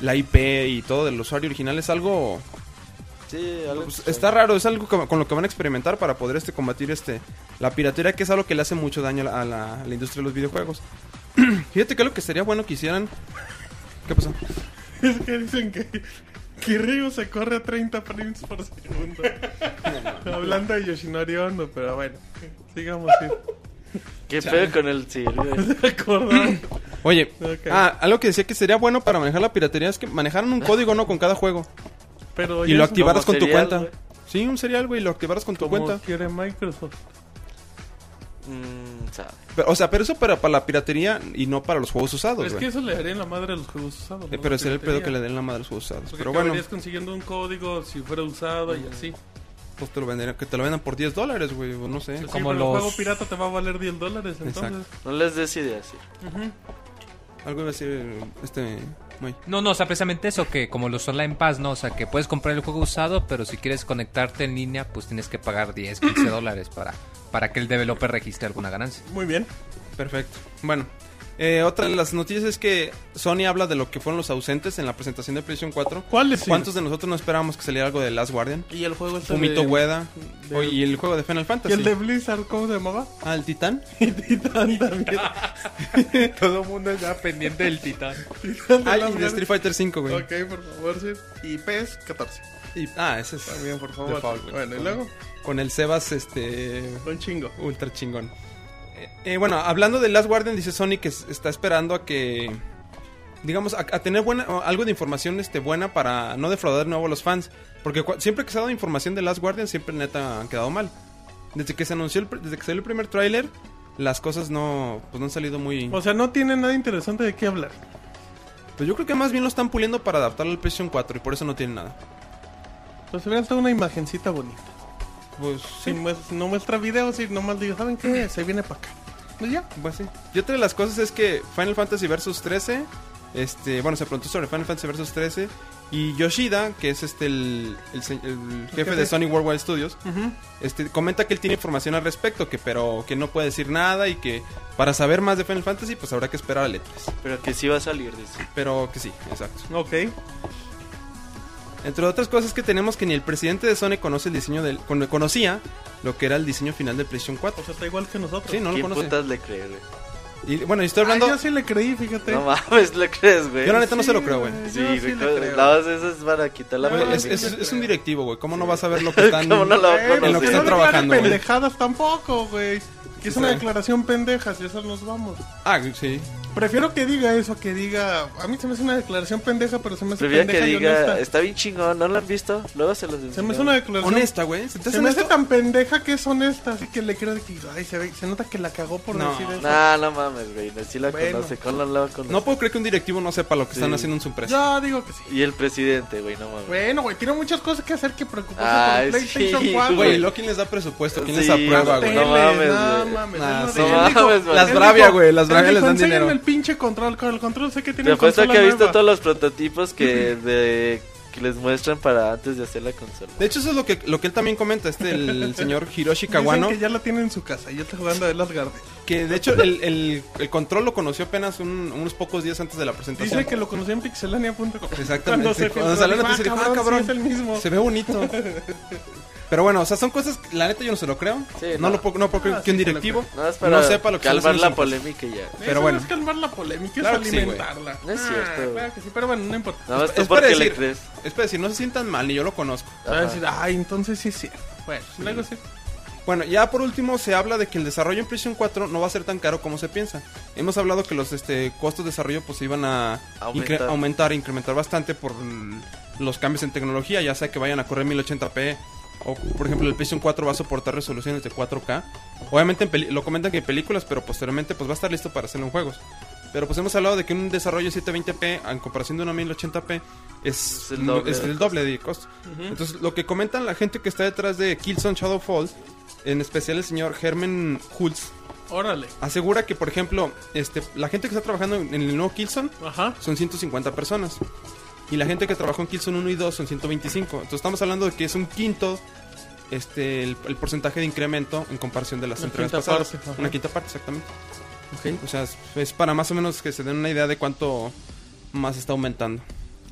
G: la IP y todo del usuario original es algo
D: Sí, algo
G: pues,
D: que-
G: está
A: eh,
G: raro, es algo que- con lo que van a experimentar para poder este combatir este la piratería, que es algo que le hace mucho daño a la, a la- a la industria de los videojuegos. <clears throat> Fíjate que lo que sería bueno que hicieran.
A: <laughs>
G: ¿Qué pasó?
A: <laughs> Es que dicen que, que Ryu se corre a 30 frames por
G: <laughs>
A: segundo. Hablando de Yoshinori Ono, pero bueno, sigamos.
G: <laughs>
A: <laughs> Sí.
D: Qué pedo con el sí,
A: <laughs>
D: güey.
A: ¿Te acordás?
G: Oye,
A: Ok. Ah.
G: ah, algo que decía que sería bueno para manejar la piratería es que manejaran un código no con cada juego
A: Pero
G: y lo activaras
D: como
G: con tu
D: serial,
G: cuenta.
D: güey.
G: Sí, un serial, güey, lo activaras con tu
A: como
G: cuenta.
A: quiere Microsoft.
D: Mm, sabe.
G: Pero, o sea, pero eso para, para la piratería y no para los juegos usados,
A: es
G: güey.
A: que eso le daría en la madre a los juegos usados.
G: Eh, pero sería el pedo que le den la madre a los juegos usados.
A: Porque
G: Pero bueno,
A: consiguiendo un código si fuera usado y así.
G: pues te lo venderían, que te lo vendan por 10 dólares, güey, o no sé.
A: Pues sí, pero
E: Como
A: el
E: los-
A: juego pirata te va a valer 10 dólares, entonces.
G: Exacto.
D: No les des ideas. sí.
G: Algo iba a decir este muy.
E: No, no, o sea, precisamente eso, que como los online pass, ¿no? O sea, que puedes comprar el juego usado, pero si quieres conectarte en línea, pues tienes que pagar 10, 15 dólares para, para que el developer registre alguna ganancia.
A: Muy bien.
G: Perfecto. Bueno, eh, otra de las noticias es que Sony habla de lo que fueron los ausentes en la presentación de PlayStation 4.
A: ¿Cuál es?
G: ¿Cuántos de nosotros no esperábamos que saliera algo de Last Guardian?
A: Y el juego este
G: Fumito
A: de-
G: Ueda.
A: de-
G: o- y el juego de Final
A: ¿Y
G: Fantasy.
A: el de Blizzard cómo se llamaba?
G: Ah, el Titán.
A: Titán también.
I: <laughs> Todo el mundo está pendiente del titán.
A: Titán de
G: Ah,
A: la
G: y de Street Fighter 5, güey.
A: Ok, por favor, sí. Y PES 14.
G: Y- ah, ese es.
A: También, por favor.
G: default, güey.
A: bueno, y luego,
G: Con el Sebas, este.
A: un chingo.
G: Ultra chingón. Eh, eh, bueno, hablando de Last Guardian, dice Sony que s- está esperando a que. Digamos, a, a tener buena, o algo de información este, buena para no defraudar de nuevo a los fans. Porque cua- siempre que se ha dado información de Last Guardian, siempre neta han quedado mal. Desde que se anunció, el pr- desde que salió el primer tráiler, las cosas no, pues no han salido muy...
A: O sea, no tiene nada interesante de qué hablar.
G: Pues yo creo que más bien lo están puliendo para adaptarlo al PlayStation 4 y por eso no tienen nada.
A: Pues hubiera estado una imagencita bonita.
G: Pues
A: Sin muest- no muestra videos y nomás digo, ¿saben qué? Se viene para acá. Pues ya.
G: Pues sí. Y otra de las cosas es que Final Fantasy Versus 13, este, bueno, se preguntó sobre Final Fantasy Versus 13 y Yoshida, que es este el, el se- el jefe de Sony Worldwide Studios, este comenta que él tiene información al respecto, que pero que no puede decir nada y que para saber más de Final Fantasy pues habrá que esperar a letras.
D: Pero que sí va a salir, dice.
G: Pero que sí, exacto.
A: Ok.
G: Entre otras cosas que tenemos que ni el presidente de Sony conoce el diseño del cono- conocía lo que era el diseño final del PlayStation
A: O
G: 4.
A: sea, está igual que nosotros.
G: Sí, no lo
D: ¿Quién
G: conoce.
D: putas le cree, güey?
G: Y bueno, y estoy
A: Ay,
G: hablando
A: yo sí le creí, fíjate.
D: No mames, le crees, güey.
G: Yo la neta no se lo creo, güey.
D: Sí,
A: Yo
D: güey.
A: sí le
D: co-
A: creo.
D: la vas eso es para quitar la
A: Güey,
G: es,
D: polémica.
G: es- es un
A: creo.
G: directivo, güey. ¿Cómo no vas a ver lo que están
D: ¿Cómo no la vas a
A: Eh,
G: en lo
A: pues si
G: que están
A: no
D: conocer?
A: declaran
G: trabajando, güey.
A: pendejadas tampoco, güey. Que es una
G: Sí.
A: declaración pendejas y esas nos vamos.
G: Ah, sí.
A: Prefiero que diga eso, que diga... A mí se me hace una declaración pendeja, pero se me hace
D: Prefiero que
A: pendeja y
D: diga,
A: honesta.
D: está bien chingón, ¿no lo han visto? Luego se los
A: Se me
D: enseñamos.
A: hace una declaración...
G: Honesta, güey. ¿Se te hace
A: Se me hace
G: honesto?
A: tan pendeja que es honesta, así que le creo de que... Ay, se, ve- se nota que la cagó por
G: No.
A: decir eso.
D: Nah, no mames, güey. no, Sí la
A: Bueno.
D: conoce, con la la conoce.
G: No puedo creer que un directivo no sepa lo que están
D: Sí.
G: haciendo en su empresa.
A: Yo digo que sí.
D: Y el presidente, güey, no mames.
A: Bueno, güey, tiene muchas cosas que hacer que preocuparse
D: Ay,
A: por el
D: sí,
A: PlayStation 4.
G: Güey, ¿lo- ¿quién les da presupuesto? ¿Quién les
D: Sí,
G: aprueba,
D: güey,
G: güey?
D: no mames,
A: no
D: güey.
A: mames.
G: Nah,
A: es
G: sí.
A: lo de-
D: No
A: él dijo-
D: mames, güey.
G: Las
A: él
G: Bravia,
A: dijo-
G: güey, las
A: él
G: Bravia
A: dijo,
G: les dan
A: "Enséñenme
G: dinero".
A: el pinche control, con el control sé que
D: Te
A: tiene
D: apuesto
A: consola
D: que ha visto
A: nueva.
D: todos los prototipos
G: <clears throat>
D: que, de, que les muestran para antes de hacer la consola.
G: De hecho, eso es lo que, lo que él también comenta, este,
A: <laughs>
G: el señor Hiroshi
A: Dicen
G: Kawano.
A: que ya la tiene en su casa y ya está jugando de las Garden.
G: Que de hecho, el, el- el control lo conoció apenas un- unos pocos días antes de la presentación.
A: Dice que lo conocí en pixelania.com.
G: Exactamente.
A: Cuando, se
G: Cuando salió la
A: filtró,
G: noticia,
A: dijo,
G: dijo, "Ah,
A: sí, es el mismo.
G: Se
A: <laughs>
G: ve bonito. Pero bueno, o sea, son cosas que la neta yo no se lo creo.
D: Sí,
G: no,
D: no.
G: lo puedo, no puedo creer
A: Ah,
G: que un
A: sí, se lo
G: directivo
D: Nada más para
G: no sepa lo que están
D: calmar
G: haciendo
D: la
G: en su empresa.
D: polémica y ya.
G: pero
A: Eso
G: bueno.
A: no es calmar la polémica,
G: Claro
A: es
G: que sí, güey.
A: alimentarla.
D: No es cierto,
A: Ah,
D: güey.
A: claro que sí, pero bueno, no importa.
D: Nada más
G: Es-
D: tú
G: es para
D: porque le
G: decir-
D: crees.
G: Es para decir, no se sientan mal, ni yo lo conozco.
A: Va a decir, ay, entonces Ah, sí es cierto. Bueno, luego sí.
G: Bueno, ya por último se habla de que el desarrollo en PlayStation 4 no va a ser tan caro como se piensa. Hemos hablado que los este, costos de desarrollo pues se iban a
D: Aumentar.
G: incre- aumentar, incrementar bastante por l- los cambios en tecnología, ya sea que vayan a correr 1080p o por ejemplo el PlayStation 4 va a soportar resoluciones de 4K. Obviamente en peli- lo comentan que en películas, pero posteriormente pues va a estar listo para hacerlo en juegos. Pero pues hemos hablado de que un desarrollo 720p en comparación de una 1080p es,
D: Es el doble
G: es
D: de
G: el doble de costo. Entonces, lo que comentan la gente que está detrás de Killzone Shadowfall, en especial el señor Herman Hulz,
A: Órale.
G: asegura que, por ejemplo, este, la gente que está trabajando en el nuevo Killzone
A: Ajá.
G: son 150 personas. Y la gente que trabajó en Killzone 1 y 2 son 125. Entonces, estamos hablando de que es un quinto este, el, el porcentaje de incremento en comparación de las
A: Una
G: entregas
A: quinta
G: pasadas.
A: parte, ajá.
G: Una quinta parte, exactamente. O sea, es- es para más o menos que se den una idea de cuánto más está aumentando.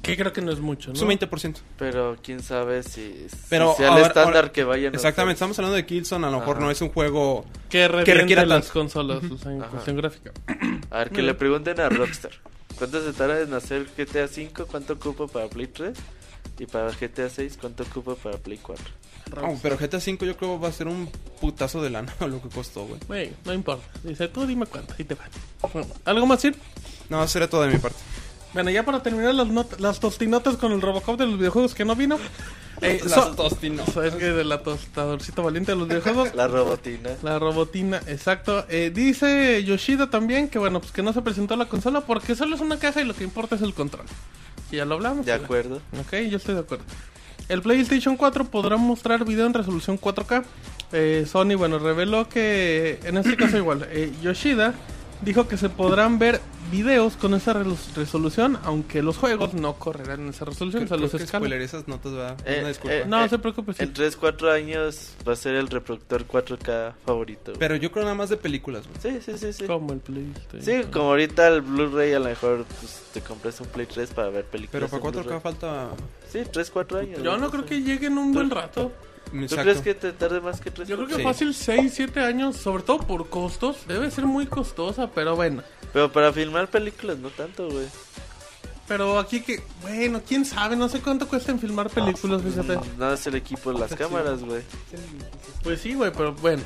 A: Que creo que no es mucho, ¿no?
G: Es un 20%.
D: Pero quién sabe si, si
G: Pero
D: sea el
G: ahora-
D: estándar
G: ahora-
D: que vayan a
G: Exactamente,
D: hacer.
G: estamos hablando de Killzone, a lo mejor
D: Ajá.
G: no es un juego
A: Que
G: Que requiera
A: requiere las
G: tanto.
A: consolas o sea, en
D: Ajá.
A: cuestión gráfica.
D: A ver, que le pregunten a Rockstar. ¿Cuánto se tarda en hacer GTA 5? ¿Cuánto ocupa para Play 3? Y para GTA 6, ¿cuánto ocupa para Play 4?
G: No, oh, pero GTA V yo creo va a ser un putazo de lana <laughs> lo que costó, güey.
A: Güey, no importa. Dice, tú dime cuánto y te va. Bueno, ¿Algo más, Sir?
G: No, será todo de mi parte.
A: Bueno, ya para terminar las, not- las tostinotas con el Robocop de los videojuegos que no vino.
G: <laughs>
A: Eh, so- Sabes que de la tostadorcita valiente de los videojuegos.
D: <laughs> La robotina.
A: La robotina, exacto. Eh, dice Yoshida también que bueno, pues que no se presentó la consola porque solo es una caja y lo que importa es el control. Y ya lo hablamos.
D: De
A: ¿verdad?
D: acuerdo.
A: Ok, yo estoy de acuerdo. El PlayStation 4 podrá mostrar video en resolución 4K. Eh, Sony, bueno, reveló que en este caso igual, eh, Yoshida dijo que se podrán ver videos con esa res- resolución, aunción, aunque los juegos no correrán en esa resolución, o sea,
G: Creo
A: los
G: que
A: escalan.
G: spoiler esas notas, ¿verdad?
D: Eh,
G: Una disculpa.
D: eh,
A: No, no se preocupe, Pues sí.
D: En 3, 4 años va a ser el reproductor 4K favorito. güey.
G: Pero yo creo nada más de películas, güey.
D: Sí, sí, sí, sí.
A: Como el PlayStation.
D: Sí, como ahorita el Blu-ray a lo mejor pues, te compras un Play 3 para ver
G: Pero
D: películas.
G: para
D: en
G: 4K
D: Blu-ray.
G: falta...
D: Sí, 3, 4 años.
A: Yo
D: güey,
A: no creo
D: sé.
A: que lleguen un buen rato.
D: ¿Tú
G: Exacto.
D: crees que te tarde más que 3,
A: Yo creo que
G: Sí.
A: fácil 6, 7 años, sobre todo por costos. Debe ser muy costosa, pero bueno.
D: Pero para filmar películas no tanto, güey.
A: Pero aquí que, bueno, quién sabe, no sé cuánto cuesta en filmar películas, fíjate.
D: Mm, Nada es el equipo de las cámaras, güey.
A: Pues sí, güey, pero bueno.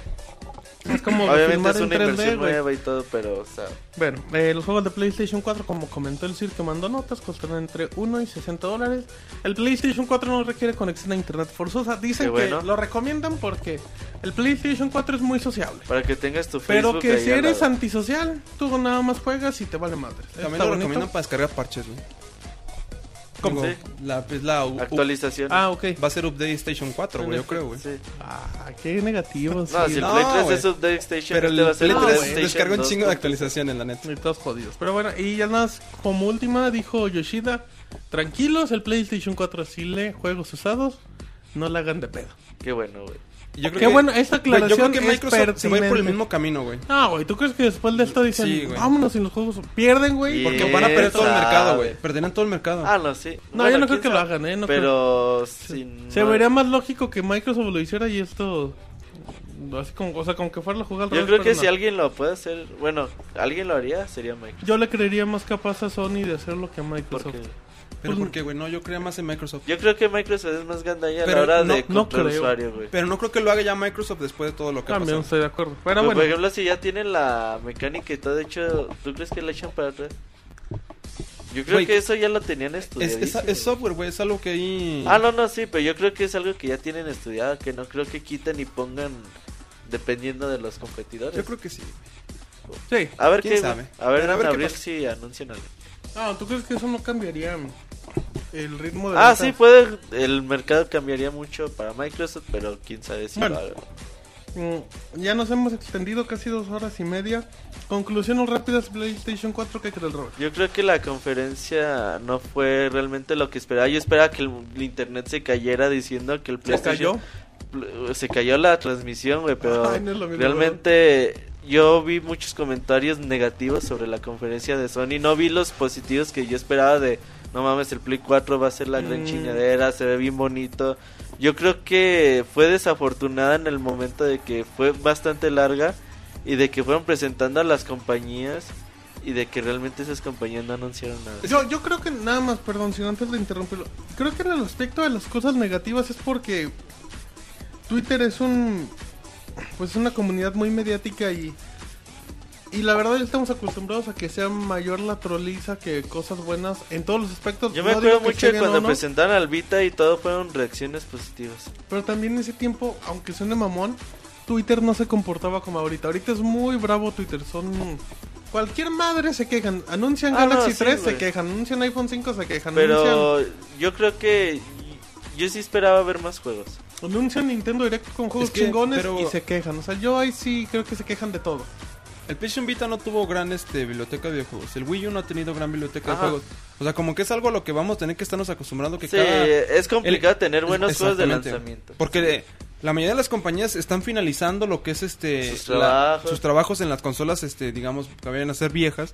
A: Es como
D: Obviamente
A: filmar
D: es
A: en
D: una inversión
A: 3D, güey.
D: nueva y todo, pero, o sea,
A: Bueno, eh, los juegos de PlayStation 4, como comentó el Sir que mandó notas, costarán entre 1 y 60 dólares. El PlayStation 4 no requiere conexión a internet forzosa. Dicen
D: Qué bueno.
A: que lo recomiendan porque el PlayStation 4 es muy sociable.
D: para que tengas tu
A: Pero
D: Facebook.
A: que
D: ahí
A: si
D: al
A: eres
D: lado.
A: antisocial, tú nada más juegas y te vale madre.
G: También
A: Está
G: lo
A: bonito.
G: recomiendan para descargar parches, güey.
D: ¿Cómo?
G: Digo, La, pues, la u- u-
D: Actualización.
A: Ah, ok.
G: va a ser Update Station 4, güey, yo creo, güey.
D: Sí.
A: Ah, qué negativo.
D: No, si
A: sí.
D: el
G: no,
D: Play 3 es
G: güey.
D: Update Station,
G: Pero
D: este
G: el
D: va a ser
G: Play
A: No,
G: 3
A: güey.
D: Update
G: descarga un
D: Station
G: chingo de
D: 2.
G: actualizaciones, la
D: pues.
G: neta.
A: Y todos jodidos. Pero bueno, y ya nada más, como última dijo Yoshida, tranquilos, el PlayStation 4 sí le juegos usados, no la hagan de pedo.
D: Qué bueno, güey.
G: Y Yo creo
A: Qué bueno, esta
G: Güey, Yo creo
A: aclaración
G: que
A: es
G: Microsoft se va a ir por el
A: pertinente.
G: mismo camino, güey.
A: Ah, güey, ¿tú crees que después de esto dicen,
G: Sí, güey.
A: vámonos sin los juegos? ¿Pierden, güey?
D: Y-
G: Porque van a perder todo el
D: sabe.
G: mercado, güey. Perderán todo el mercado.
D: Ah, no, sí.
A: No, yo no creo que lo hagan, ¿eh? No
D: pero si
A: Se
D: no-
A: vería más lógico que Microsoft lo hiciera y esto... Así como, o sea, como que fuera la jugada al
D: Yo
A: revés,
D: creo
A: pero
D: que
A: no.
D: si alguien lo puede hacer, bueno, alguien lo haría, sería Microsoft.
A: Yo le creería más capaz a Sony de hacerlo que a Microsoft.
D: Porque
G: Pero porque, güey, no, yo creía más en Microsoft.
D: pues, yo creo que Microsoft es más gandalla a la
G: Pero
D: hora
G: no-
D: de
A: no
D: controlar
A: creo.
D: usuario, güey.
G: Pero no creo que lo haga ya Microsoft después de todo lo que ha
A: También
G: pasado.
A: estoy de acuerdo. Pues, Pero
D: Pero,
A: bueno,
D: Por ejemplo, si ya tienen la mecánica y todo hecho, ¿tú crees que la echan para atrás? Yo creo
G: Güey,
D: que eso ya lo tenían estudiado.
G: Es, es, es software, güey, es algo que ahí...
D: Ah, no, no, sí, pero yo creo que es algo que ya tienen estudiado, que no creo que quiten y pongan dependiendo de los competidores.
G: Yo creo que sí.
A: sí.
D: A ver
G: ¿Quién
D: qué,
G: sabe?
D: a ver,
G: Pero a
D: en
G: ver qué
D: abril
G: pasa.
D: sí anuncian algo.
A: Ah, ¿tú crees que eso no cambiaría el ritmo de
D: Ah,
A: ventas?
D: sí, puede, el mercado cambiaría mucho para Microsoft, pero quién sabe si
A: Bueno.
D: lo haga.
A: Mm, Ya nos hemos extendido casi dos horas y media. Conclusiones rápidas, PlayStation 4, ¿qué crees, Robert?
D: Yo creo que la conferencia no fue realmente lo que esperaba. Yo esperaba que el, el internet se cayera diciendo que el
A: ¿Se
D: PlayStation pl- se cayó la transmisión, güey, pero
A: Ay, no es lo mismo,
D: realmente yo vi muchos comentarios negativos sobre la conferencia de Sony. No vi los positivos que yo esperaba de, no mames, el Play 4 va a ser la gran
A: Mm.
D: chingadera, se ve bien bonito. Yo creo que fue desafortunada en el momento de que fue bastante larga y de que fueron presentando a las compañías y de que realmente esas compañías no anunciaron nada.
A: Yo, yo creo que nada más, perdón, si antes de interrumpirlo. Creo que en el aspecto de las cosas negativas es porque Twitter es un. Pues una comunidad muy mediática y. Y la verdad, ya estamos acostumbrados a que sea mayor la troliza que cosas buenas en todos los aspectos.
D: Yo me
A: No digo
D: acuerdo
A: que esté
D: mucho de
A: bien o
D: cuando
A: no,
D: presentaron al Vita y todo fueron reacciones positivas.
A: Pero también en ese tiempo, aunque suene mamón, Twitter no se comportaba como ahorita. Ahorita es muy bravo Twitter, son... Cualquier madre se quejan. Anuncian
D: Ah, no,
A: Galaxy
D: sí,
A: 3,
D: güey.
A: se quejan. Anuncian iPhone 5, se quejan.
D: Pero yo creo que yo sí esperaba ver más juegos.
A: Anuncian, anuncian Nintendo Direct con juegos
G: Es que,
A: chingones
G: pero-
A: y se quejan. O sea, yo ahí sí creo que se quejan de todo.
G: El PlayStation Vita no tuvo gran este, biblioteca de videojuegos. El Wii U no ha tenido gran biblioteca
D: Ajá.
G: de juegos. O sea, como que es algo a lo que vamos a tener que estarnos acostumbrando que
D: Sí,
G: cada...
D: es complicado
G: el-
D: tener buenos juegos de
G: Exactamente.
D: lanzamiento.
G: Porque eh, la mayoría de las compañías están finalizando lo que es este
D: Sus
G: la-
D: trabajos.
G: sus trabajos en las consolas, este, digamos, que vayan a ser viejas,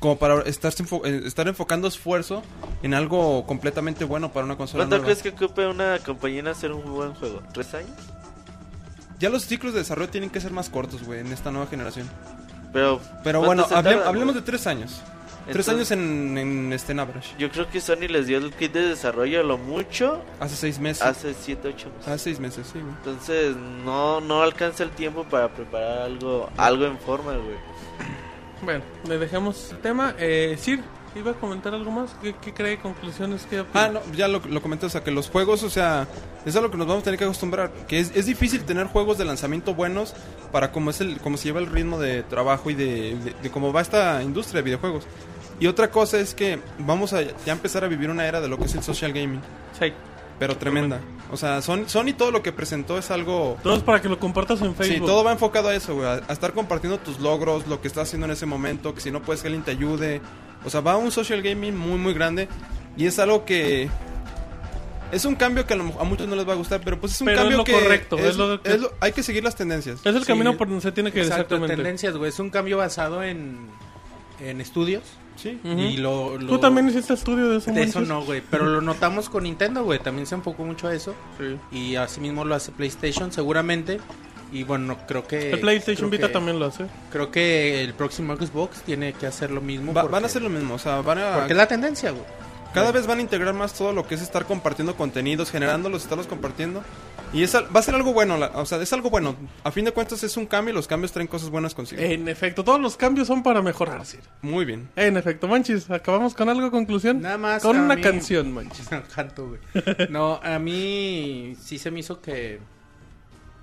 G: como para estarse enfo- eh, estar enfocando esfuerzo en algo completamente bueno para una consola
D: ¿Cuánto
G: nueva.
D: crees que ocupe una compañía en hacer un buen juego? ¿Tres años?
G: Ya los ciclos de desarrollo tienen que ser más cortos, güey, en esta nueva generación.
D: Pero,
G: Pero
D: ¿cuánto
G: bueno,
D: se
G: hable-
D: tardan,
G: hablemos de
D: güey?
G: tres años. tres
D: Entonces,
G: años en, en este en average.
D: Yo creo que Sony les dio el kit de desarrollo a lo mucho
G: Hace seis meses. Hace,
D: hace 7, 8 meses.
G: seis meses, sí, güey.
D: Entonces no no alcanza el tiempo para preparar algo algo en forma, güey.
A: Bueno, le dejamos el tema. Eh, Sir, ¿iba a comentar algo más? ¿Qué, qué cree? ¿Conclusiones? ¿Qué opina?
G: Ah, no, ya lo, lo comenté, o sea, que los juegos, o sea, es a lo que nos vamos a tener que acostumbrar. Que es, es difícil tener juegos de lanzamiento buenos para cómo, es el, cómo se lleva el ritmo de trabajo y de, de- de cómo va esta industria de videojuegos. Y otra cosa es que vamos a ya empezar a vivir una era de lo que es el social gaming,
A: Sí.
G: pero tremenda. O sea, Sony, Sony todo lo que presentó es algo...
A: Todos para que lo compartas en
G: Sí,
A: Facebook.
G: todo va enfocado a eso, güey. A, a estar compartiendo tus logros, lo que estás haciendo en ese momento, que si no puedes que alguien te ayude. O sea, va a un social gaming muy, muy grande. Y es algo que. Es un cambio que a, lo mejor- a muchos no les va a gustar, pero pues es un
A: Pero es
G: cambio
A: lo
G: que.
A: correcto, es lo que-
G: es lo- hay que seguir las tendencias.
A: Es el
B: Sí.
A: camino por donde se tiene que ir
B: Exacto,
A: exactamente.
B: tendencias, güey. Es un cambio basado en, en estudios.
G: Sí.
A: Ujú.
B: Y lo, lo-
A: Tú también hiciste estudio de eso,
B: De eso
A: Moisés?
B: no, güey. Pero lo notamos con Nintendo, güey. También se enfocó mucho a eso.
A: Sí.
B: Y así mismo lo hace PlayStation, seguramente. Y bueno, creo que.
A: El PlayStation
B: Eh, creo
A: Vita
B: que-
A: también lo hace.
B: Creo que el próximo Xbox tiene que hacer lo mismo.
G: Va-
B: porque-
G: Van a hacer lo mismo, o sea, van a.
B: Porque es la tendencia, <laughs> güey.
G: Cada vez van a integrar más todo lo que es estar compartiendo contenidos, generándolos, estarlos compartiendo. Y es, al- va a ser algo bueno, la- o sea, es algo bueno. A fin de cuentas es un cambio y los cambios traen cosas buenas consigo.
B: Eh,
A: En efecto, todos los cambios son para mejorar, Sir.
G: Muy bien.
A: En efecto, Manchis, acabamos con algo, conclusión.
B: Nada más.
A: Con
B: a
A: una
B: mí-
A: canción, Manchis.
B: No, canto, güey. No, a mí sí se me hizo que.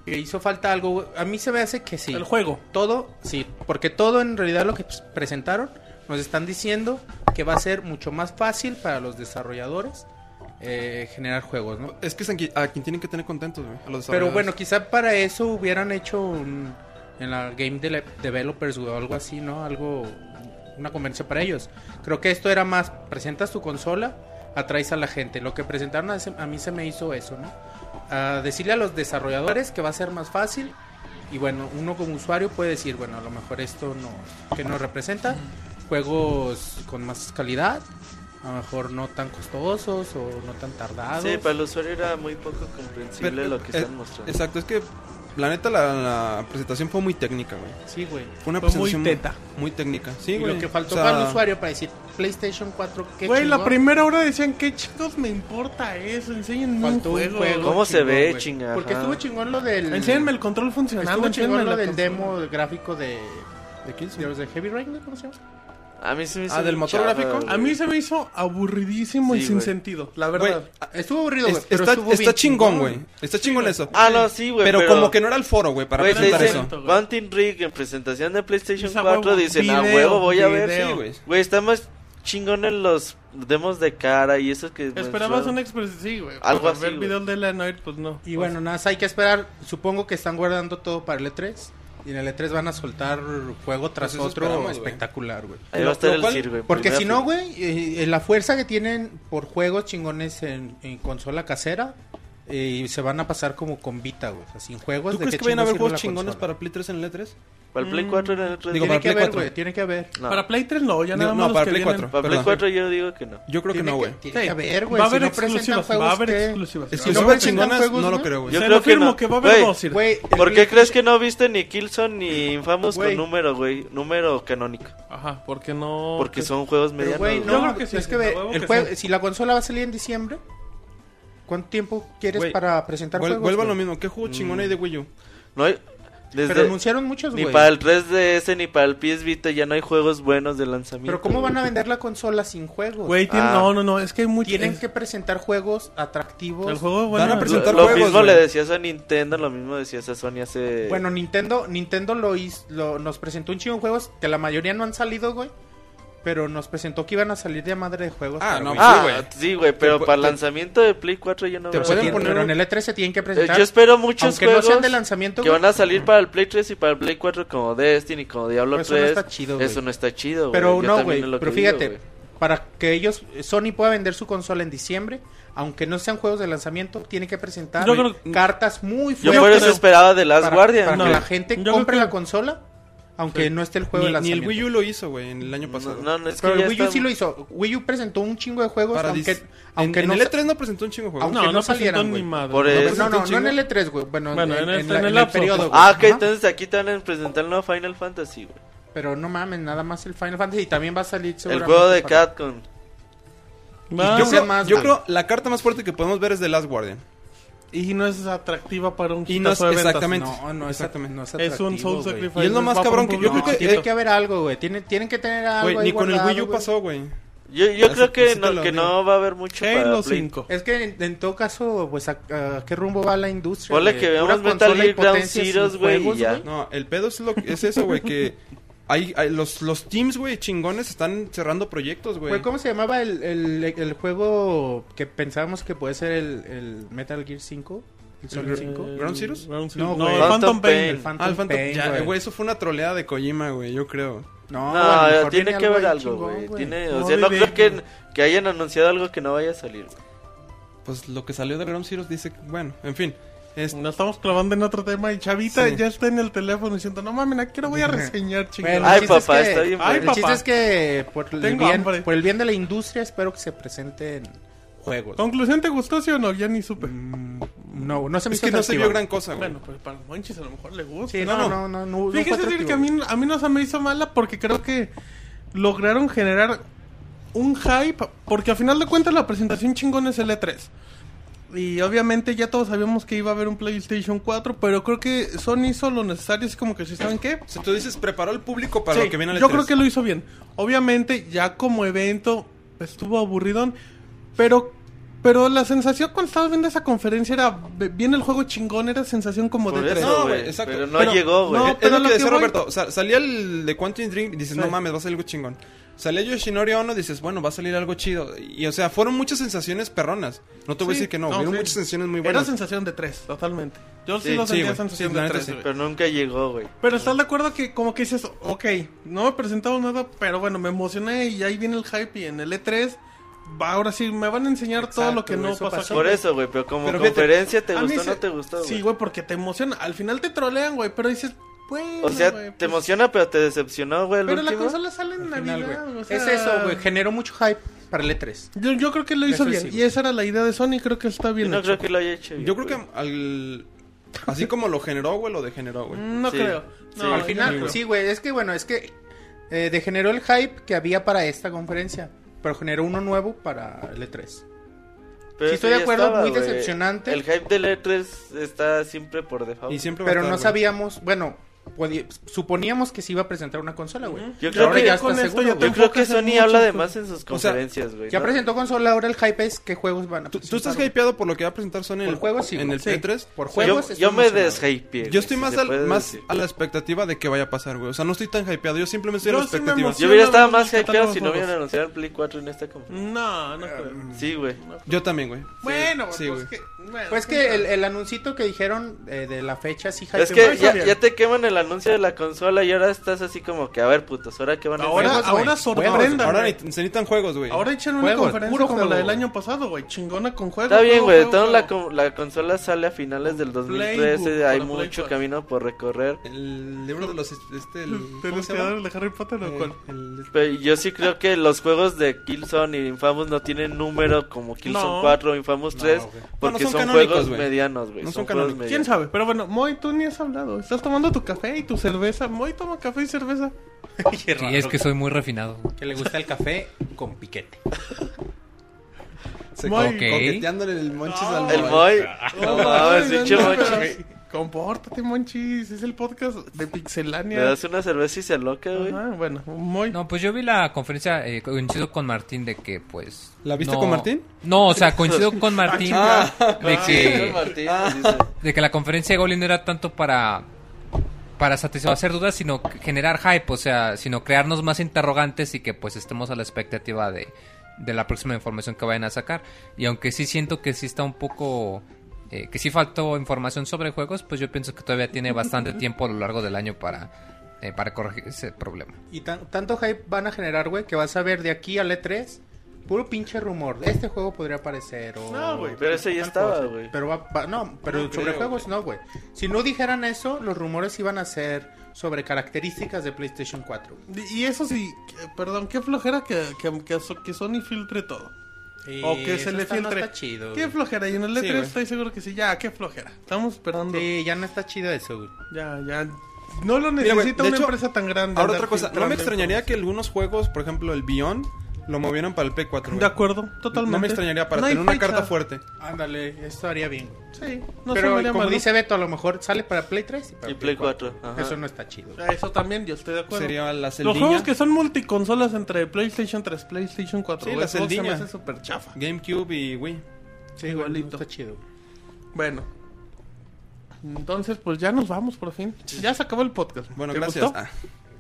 B: Que hizo falta algo, güey. A mí se me hace que sí.
A: El juego.
B: Todo, sí. Porque todo en realidad lo que pues, presentaron nos están diciendo que va a ser mucho más fácil para los desarrolladores eh, generar juegos, ¿no?
G: Es que es a quien- a quien tienen que tener contentos, güey. a los
B: Pero
G: desarrolladores.
B: bueno, quizá para eso hubieran hecho un- en la Game Dele- Developers o algo así, ¿no? Algo, una conferencia para ellos. Creo que esto era más, presentas tu consola, atraes a la gente. Lo que presentaron a, se- a mí se me hizo eso, ¿no? A decirle a los desarrolladores que va a ser más fácil. Y bueno, uno como usuario puede decir, bueno, a lo mejor esto no, que no representa. Juegos con más calidad, a lo mejor no tan costosos o no tan tardados.
D: Sí, para el usuario era muy poco comprensible
G: Ah, Pero-
D: lo que
G: eh,
D: están mostrando.
G: Exacto, es que la neta, la, la presentación fue muy técnica, güey.
B: Sí, güey.
G: Fue una
A: Fue muy
G: presentación
A: teta.
G: muy técnica. Sí,
B: Y
G: güey.
B: lo que faltó
G: O sea,
B: para el usuario para decir PlayStation 4, qué
A: Güey, la
B: chingón.
A: primera hora decían, ¿qué chicos me importa eso? Enséñenme un
B: Faltó un
A: juego.
B: juego.
D: ¿Cómo se
B: chingón,
D: ve,
B: güey.
D: chingada?
B: Porque estuvo chingón lo del.
A: Enséñenme el control funcionando.
B: Estuvo chingón
A: enséñenme
B: lo
A: la
B: del
A: consola.
B: demo gráfico de.
G: ¿De quién se-
B: De los de Heavy Rain, ¿no? ¿cómo se llama?
D: A mí se me hizo
G: Ah, ¿del
D: muy
G: motor
D: chafa,
G: gráfico?
D: güey.
A: A mí se me hizo aburridísimo y
D: Sí,
A: sin
D: güey.
A: sentido, la
G: Güey,
A: verdad.
G: ah,
B: Estuvo aburrido,
G: es-
B: güey. pero
G: está,
B: estuvo
G: está
B: bien
G: chingón, güey. Está chingón eso.
D: Ah, no, sí, güey.
G: pero, como que no era el foro, güey, para
D: Güey, te
G: presentar
D: dicen,
G: eso.
A: güey.
D: Bunting Rig en presentación de PlayStation
A: Esa
D: 4
A: huevo,
D: dicen, a
A: video,
D: huevo voy a ver.
A: video.
D: Sí, güey. Güey, está más chingón en los demos de cara y eso que...
A: Esperabas
B: Pues,
D: mencionaron.
A: un expresión, sí, güey.
D: Algo
A: para
D: así,
A: Ver
D: güey.
A: videos de la Noir, pues no.
B: Y bueno, nada, más hay que esperar. Supongo que están guardando todo para el E3. Y en el E3 van a soltar juego tras
G: Pues eso
B: otro
G: esperamos, güey.
B: espectacular, güey.
D: Ahí va a estar
G: Lo
D: el
G: cual-
D: Sir, güey.
B: Porque
D: primera
B: si no,
D: fila.
B: güey, eh, eh, la fuerza que tienen por juegos chingones en, en consola casera, eh, se van a pasar como con Vita, güey. O sea, sin juegos.
G: ¿Tú
B: ¿de
G: crees
B: qué
G: que vayan a
B: chingos
G: haber
B: sirve
G: juegos
B: la
G: chingones
B: consola?
G: para Play 3 en el E3?
D: Para el Play 4 era el 3
G: Digo,
B: Tiene
G: para
B: que
G: Play
B: haber,
G: 4.
B: güey, tiene que haber.
D: No.
A: Para Play 3 no, ya
G: No,
A: nada
G: no,
A: más. los
G: para
A: que
G: Play
A: vienen.
G: 4.
D: Para Play
G: Perdón.
D: 4 yo digo que no.
G: Yo creo que
B: Tiene
G: no,
B: que-
G: güey.
B: Tiene
A: Sí.
B: que haber,
A: Va
B: güey.
A: a
B: Si
A: haber
B: no presentan
A: exclusivas, va a
B: juegos
A: haber
B: que-
A: exclusivas.
B: Es
A: Se lo
B: que no
G: súper
B: presentan
G: chingonas
B: juegos,
G: no lo
B: ¿no?
G: creo, güey.
D: Yo
A: Te
D: creo
A: lo
D: que
A: firmo
D: no.
A: que va a haber
D: Güey,
A: dos. Sir.
B: Güey, el
D: ¿Por qué
B: Play-
D: crees que no viste ni Killzone ni Infamous
B: Güey.
D: con número, güey? Número canónico.
A: Ajá, porque no.
D: Porque
A: que-
D: son juegos medianos.
B: Pero, güey, no,
D: güey.
A: Yo creo que sí,
B: Es que
A: a
B: ve,
A: huevo
B: el
A: que
B: juego-
A: sí.
B: si la consola va a salir en diciembre, ¿cuánto tiempo quieres
G: Güey,
B: para presentar
G: Vuel-
B: juegos? Mm.
G: Vuelvo a
B: güey?
G: lo mismo. ¿Qué juego chingón hay de Wii U?
D: No hay...
B: Pero
D: Desde...
B: anunciaron muchos,
D: Ni
B: güey.
D: para el 3DS ni para el PS Vita ya no hay juegos buenos de lanzamiento.
B: Pero ¿cómo van a vender la consola sin juegos?
A: Güey, tiene-
D: Ah.
A: no, no, no, es que hay mucho.
B: Tienen
A: es-
B: que presentar juegos atractivos.
A: El juego, bueno.
G: a presentar
D: lo, lo
G: juegos,
D: mismo
G: güey.
D: le decías a Nintendo, lo mismo decías a Sony hace...
B: Bueno, Nintendo, Nintendo lo, hizo, lo- nos presentó un chingo de juegos que la mayoría no han salido, güey. Pero nos presentó que iban a salir de madre de juegos.
G: Ah,
B: para
G: no,
B: Wii.
G: mames,
D: ah, sí, güey, pero
G: Te-
D: para el
G: te-
D: lanzamiento de Play 4 ya no
G: te
D: veo-
B: Se
G: pueden
B: tienen-
G: poner
B: pero
G: un-
B: en el E3 se tienen que
D: Eh,
B: presentar.
D: Yo espero muchos
B: aunque
D: juegos
B: no sean de lanzamiento,
D: que
B: güey,
D: van a salir para el Play 3 y para el Play 4 como Destiny, como Diablo
B: Eso no
D: 3.
B: está chido,
D: Eso
B: güey.
D: no está chido, güey.
B: Pero
D: Yo
B: no,
D: también
B: güey.
D: es lo
B: Pero
D: que digo,
B: fíjate,
D: güey.
B: para que ellos, Sony pueda vender su consola en diciembre, aunque no sean juegos de lanzamiento, tiene que presentar
A: Yo creo-
B: cartas muy
D: Yo
B: fuertes.
D: por eso esperaba de Last
B: para-
D: Guardian.
B: para que
D: güey.
B: la gente
A: Yo creo
B: compre
A: que-
B: la consola, aunque no esté el juego de
G: Ni, ni
B: lanzamiento.
G: el Wii U lo hizo, güey, en el año pasado.
D: No, no, es que
B: Pero
D: ya
B: el Wii U
D: está-
B: sí lo hizo. Wii U presentó un chingo de juegos,
G: Para
B: aunque,
G: dis-
B: aunque
G: en,
B: no
G: en
D: E
B: sa-
G: el E3 no presentó un chingo de juegos.
B: aunque
A: No, no,
B: no
A: presentó
B: salieron,
A: ni
B: güey.
A: madre.
D: Por
G: No,
D: eso-
G: pues,
B: No, no,
G: Chingo.
B: no en el E3, güey. Bueno,
A: Bueno, en
B: en, en
A: el-
B: la-
A: en el
B: en el
A: lapso.
B: periodo. güey.
D: Ah, ok,
B: Ajá.
D: entonces aquí también presentan nuevo Final Fantasy, güey.
B: Pero no mames, nada más el Final Fantasy. Y también va a salir
D: El
B: seguramente
D: juego de
B: para-
D: Capcom.
A: Va,
G: yo
B: no
G: creo,
B: sé más,
G: Ah, yo
B: güey.
G: creo la carta más fuerte que podemos ver es The Last Guardian.
A: Y no es atractiva para un
G: Y no es
A: hitazo de ventas.
G: exactamente.
B: No, no es,
G: Exactamente.
B: no es
A: Es un
B: atractivo,
A: Soul
B: güey.
A: Sacrifice.
G: Y es lo más
A: va para
G: cabrón
A: un
G: que-
A: público
G: yo creo que-
B: Tiene
G: eh,
B: que haber algo, güey. Tienen, tienen que tener algo.
G: Güey,
B: ahí
G: ni con el
B: guardado,
G: Wii U
B: güey.
G: pasó, güey.
D: Yo, yo
G: Así-
D: creo que,
G: así te
D: no,
G: lo
D: que
G: digo.
D: no va a haber mucho para
A: Halo
D: Play.
A: 5.
B: Es que en, en todo caso, pues, ¿a, a qué rumbo va la industria?
D: Ponle
B: güey?
D: que
B: Pura
D: veamos Metal
B: consola y
D: Gear Ground
B: potencia sin
D: Zeroes, güey, y
B: juegos,
D: ya.
G: No, el pedo es, lo, es eso, güey, que hay, hay- los, los teams, güey, chingones están cerrando proyectos, güey.
B: Güey, ¿cómo se llamaba el, el, el juego que pensábamos que puede ser el, el Metal Gear 5? ¿El
G: Eh,
B: Solid 5?
G: ¿Ground Zeroes?
A: No,
B: No,
A: no
B: güey.
A: el Phantom
D: Phantom
A: Pain.
B: El Phantom
G: Ah, el Phantom-
B: Pain,
G: ya,
B: güey.
G: güey, eso fue una troleada de Kojima, güey, yo creo.
B: No, a lo
D: No,
B: mejor
D: tiene
B: viene
D: que haber
B: ahí
D: algo,
B: chingón,
D: güey. Tiene, o
A: No,
D: sea, no
A: diré,
D: creo que, que hayan anunciado algo que no vaya a salir. güey.
G: Pues lo que salió de Ground Zeroes dice, que- bueno, en fin. Es,
A: Nos estamos clavando en otro tema y Chavita
G: Sí.
A: ya está en el teléfono diciendo, no mames, aquí lo voy a reseñar,
B: Bueno,
A: chingada.
D: Ay,
B: el chiste es
D: papá,
B: que-
D: está bien
A: Ay,
B: el
A: papá.
B: chiste es que por el,
A: Tengo
B: bien,
A: hambre.
B: por el bien de la industria espero que se presenten juegos.
A: ¿Conclusión te gustó, sí o no? Ya ni supe.
G: Mm.
B: mm, No, no se me
G: es
B: hizo
G: que no se
B: atractiva.
G: vio gran cosa, güey.
A: Bueno, pues para los monchis a lo mejor le gusta.
B: Sí, no, no, no, no, no
G: Pues,
B: fue
A: Fíjese Sir,
B: atractivo,
A: que a mí, a mí no se me hizo mala porque creo que lograron generar un hype. Porque a final de cuentas la presentación chingón es el E3. Y obviamente ya todos sabíamos que iba a haber un PlayStation 4, pero creo que Sony hizo lo necesario. Es como que si saben qué.
G: Si tú dices, preparó el E público para
A: Sí,
G: lo que viene al
A: yo
G: E3.
A: creo que lo hizo bien. Obviamente, ya como evento pues, estuvo aburridón, pero pero la sensación cuando estabas viendo esa conferencia era ve- viene el juego chingón, era sensación como
D: Por
A: de tres.
D: eso,
G: No,
D: güey.
G: güey, exacto.
D: pero no
A: Pero-
D: llegó, güey.
A: no,
G: Pues, Es-
A: pero
G: es lo
A: lo
G: que decía
A: que voy-
G: Roberto. o sea, salía el de Quantum Dream y dices,
A: Sí.
G: no mames, va a salir algo chingón. Salía Yoshinori Ono dices, bueno, va a salir algo chido. Y o sea, fueron muchas sensaciones perronas. No te voy a
A: Sí,
G: decir que no,
A: no,
G: hubieron
A: sí.
G: muchas sensaciones muy
A: Era
G: buenas.
A: sensación de tres, totalmente. Yo sí,
D: Sí,
A: lo
G: sí,
A: sentía
G: güey.
A: sensación
G: Sí,
A: de
G: la neta
A: tres,
G: sí.
A: güey.
D: Pero nunca llegó, güey.
A: Pero estás de acuerdo que como que dices, ok, no me presentaron nada, pero bueno, me emocioné y ahí viene el hype y en el E3, va, ahora sí, me van a enseñar todo
B: Exacto,
A: lo que
B: güey,
A: no
B: eso
A: pasó.
B: pasó.
D: Por eso, güey. Pero como
G: Pero fíjate,
D: conferencia, ¿te
A: A mí
D: gustó o
A: se-
D: no te gustó, güey?
A: Sí, güey, porque te emociona. Al final te trolean, güey, pero dices, bueno,
D: O sea,
A: güey,
D: te
A: pues,
D: emociona, pero te decepcionó, güey. el
A: Pero la
D: último.
A: consola sale en
B: al final,
A: Navidad,
B: güey.
A: o sea,
B: Es eso, güey. Generó mucho hype para el E E3.
A: Yo, yo creo que lo hizo
B: Eso
A: bien.
B: sí,
A: y
B: güey.
A: esa era la idea de Sony. Creo que está
D: Yo
A: bien
D: no
A: hecho.
D: creo que lo haya hecho bien,
G: Yo creo que
D: güey.
G: al Así como lo generó, güey, lo degeneró, güey.
A: No
D: Sí.
A: creo.
D: Sí,
A: No,
B: al
A: yo
B: final,
A: no creo.
B: sí, güey, es que bueno, es que eh, degeneró el hype que había para esta conferencia, pero generó uno nuevo para el E E3.
D: Pero
B: Sí,
D: eso
B: estoy de
D: ya
B: acuerdo, muy
D: güey.
B: decepcionante.
D: El hype del E3 está siempre por default.
G: Y siempre va a
B: Pero
G: estar,
B: no
G: güey.
B: sabíamos, bueno, podí- suponíamos que se iba a presentar una consola, güey.
D: Yo
B: Pero
D: creo
B: ahora
D: que
B: ya
A: con
B: está
A: esto
B: seguro,
A: ya
B: güey.
D: Yo creo que
A: enfocas en
D: Sony habla de
A: muchas
D: más en sus
G: O sea,
D: conferencias, güey.
B: Ya
D: ¿no?
B: presentó consola, ahora el hype es qué juegos van a
G: Tú,
B: presentar.
G: tú estás
B: güey.
G: hypeado por lo que va a presentar Sony en
B: Por
G: el,
B: juegos, sí,
G: en
B: güey.
G: el
B: Sí.
G: P3.
B: Por
D: Yo,
B: juegos.
D: yo
B: estoy
D: me
B: emocionado.
D: deshypeé.
G: Yo estoy
D: güey,
G: más,
D: si se
G: al-
D: puede
G: más
D: decir.
G: a la expectativa de que vaya a pasar, güey. O sea, no estoy tan hypeado, yo simplemente estoy a la
A: Yo sí me
G: expectativa.
A: emociono.
D: Yo hubiera
A: no
D: estado
A: me
D: más
A: gustan
D: hypeado
A: los
D: si no hubieran
A: juegos.
D: anunciado el Play 4 en esta
G: Mm.
D: conferencia.
A: No, no creo.
D: Sí, güey.
G: Yo también, güey.
A: Bueno,
G: Sí,
A: pues
G: güey.
A: que. bueno,
B: Pues que el, el anuncito que dijeron eh, de la fecha sí hypeó
D: Es que
B: mucho.
D: ya,
A: bien.
D: ya te queman el anuncio de la consola y ahora estás así como que, a ver, putos, ¿ahora qué van a
A: Ahora,
D: hacer?
B: Juegos, güey.
A: ahora
B: Juegos.
A: sorprendan.
G: Ahora
A: güey.
G: ni- se necesitan juegos, güey.
A: Ahora echan una
B: Juegos,
A: conferencia
B: puro
A: como
B: juego.
A: la del año pasado, güey. Chingona con juegos.
D: Está bien,
A: juego,
D: güey.
A: juego,
D: Entonces la,
A: juego.
D: con- la consola sale a finales del 2013.
A: Playbook
D: hay
A: para
D: mucho
A: Playbook.
D: camino por recorrer.
G: El libro de los. Este, el,
A: ¿Te
G: ¿cómo
A: los
G: se llama?
A: quedaron de Harry Potter o cuál?
G: El-
D: Pero yo sí creo que los juegos de Killzone y Infamous no tienen número como Killzone
A: No.
D: 4 o Infamous 3
G: güey.
D: porque
G: No, no son
D: son,
G: canónicos,
D: juegos
G: güey.
D: medianos, güey.
G: No
D: son
G: son
D: juegos
G: canónicos.
A: ¿Quién
D: medianos.
A: sabe? Pero bueno, Moy, tú ni has hablado. Estás tomando tu café y tu cerveza. Moy toma café y cerveza.
B: Qué
E: Sí,
B: raro.
E: es que soy muy refinado.
B: que le gusta el café con piquete.
G: Se
A: Moy.
G: co- coqueteándole el monches al
D: El
G: Moy.
D: Moy. No mames, pinche
A: no,
D: Moy.
A: pero- Compórtate, Monchis. Es el podcast de
D: Le
A: Pixelania.
D: das una cerveza y se loca, güey.
A: Ajá, bueno, Moy.
E: No, pues yo vi la conferencia, eh, coincido con Martín de que, pues...
G: ¿La viste
E: no-
G: con Martín? Ah,
E: No, o sea, coincido
G: <laughs>
E: con Martín de que...
D: Martín, dice.
E: de que la conferencia de Goblin no era tanto para para satisfacer dudas, sino que generar hype, o sea, sino crearnos más interrogantes y que pues estemos a la expectativa de, de la próxima información que vayan a sacar. Y aunque sí siento que sí está un poco... eh, que sí faltó información sobre juegos, pues yo pienso que todavía tiene bastante tiempo a lo largo del año para, eh, para corregir ese problema.
B: Y tan- tanto hype van a generar, güey, que vas a ver de aquí al E3 puro pinche rumor. Este juego podría aparecer o...
A: No, güey,
D: pero ese ya
B: tal
D: estaba,
B: cosa.
D: güey.
B: Pero va- va- no, pero
G: No
B: sobre
G: creo,
B: juegos no, güey. Si no dijeran eso, los rumores iban a ser sobre características de PlayStation 4. güey.
A: Y eso sí, que- perdón, qué flojera que, que, que, so- que Sony filtre todo. o que se
B: eso
A: le
B: está- no
A: filtre.
B: está chido,
A: qué
B: güey.
A: flojera. Y en el
G: Sí,
A: E3
G: güey.
A: estoy seguro que sí. Ya, qué flojera. Estamos esperando.
B: Sí, ya no está chido eso, güey.
A: Ya, ya. No lo
G: Mira,
A: necesita
G: güey, de
A: una
G: hecho,
A: empresa tan grande.
G: Ahora
A: andar
G: otra cosa. No
A: filtrando
G: me extrañaría
A: información.
G: que algunos juegos, por ejemplo, el Beyond, lo movieran para el P4. güey.
A: De acuerdo, totalmente.
G: No me extrañaría para
A: No hay
G: tener una
A: fecha.
G: carta fuerte.
B: Ándale, esto haría bien. güey.
A: Sí, no se
B: pero
A: me haría
B: como
A: malo.
B: dice Beto, a lo mejor sale para Play 3 y para
D: Y Play 4. ajá.
B: Eso no está chido. güey.
A: Eso también, yo estoy de acuerdo.
G: Sería la
A: Los
G: Zeldiña.
A: juegos que son multiconsolas entre PlayStation 3, PlayStation 4,
G: Sí,
A: o
G: la
A: Xbox, se me
G: Zeldiña.
A: hace súper chafa.
G: GameCube y Wii.
B: Sí, güey, no
A: igualito.
B: está chido. güey.
A: Bueno. Entonces, pues ya nos vamos por fin. Ya se acabó el podcast.
G: Bueno,
A: ¿Te
G: gracias.
A: Gustó?
G: Ah,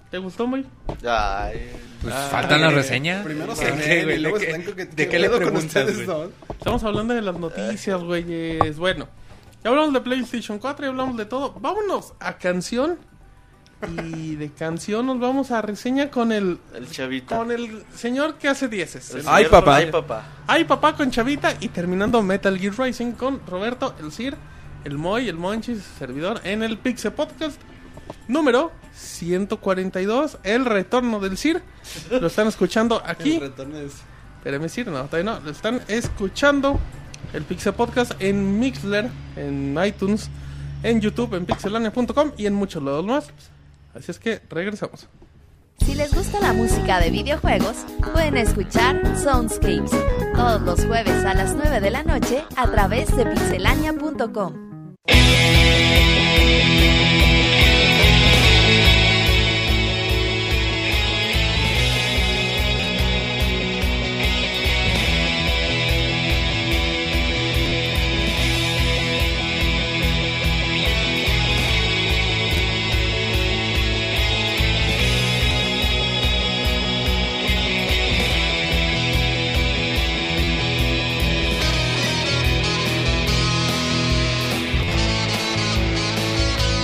A: ¿Te gustó, muy?
D: Ay,
E: Pues faltan las reseñas.
G: Primero
B: ¿Qué,
G: cené,
B: güey?
G: y eh, luego
B: ¿De
G: están
B: qué-
G: coquete-
B: de qué le
G: pedo con
B: preguntas,
G: ustedes
B: güey?
G: dos.
A: Estamos hablando de las noticias, güeyes. Bueno, ya hablamos de PlayStation 4, ya hablamos de todo. Vámonos a canción. Y de canción nos vamos a reseña con el
D: el chavito.
A: con el señor que hace dieces.
D: El
A: El-
G: Ay,
D: señor-
G: papá.
D: Ay, papá.
A: Ay, papá con Chavita y terminando Metal Gear Rising con Roberto, el Sir, el Moy, el Monchis, servidor en el Pixel Podcast número 142, el retorno del Sir. Lo están escuchando aquí.
G: El retorno es-
A: Espérame, Sir, no, todavía no. Lo están escuchando el Pixel Podcast en Mixler, en iTunes, en YouTube, en pixelania.com y en muchos lados más. Así es que regresamos.
F: Si les gusta la música de videojuegos, pueden escuchar Soundscapes todos los jueves a las 9 de la noche a través de pixelania.com.
J: Thank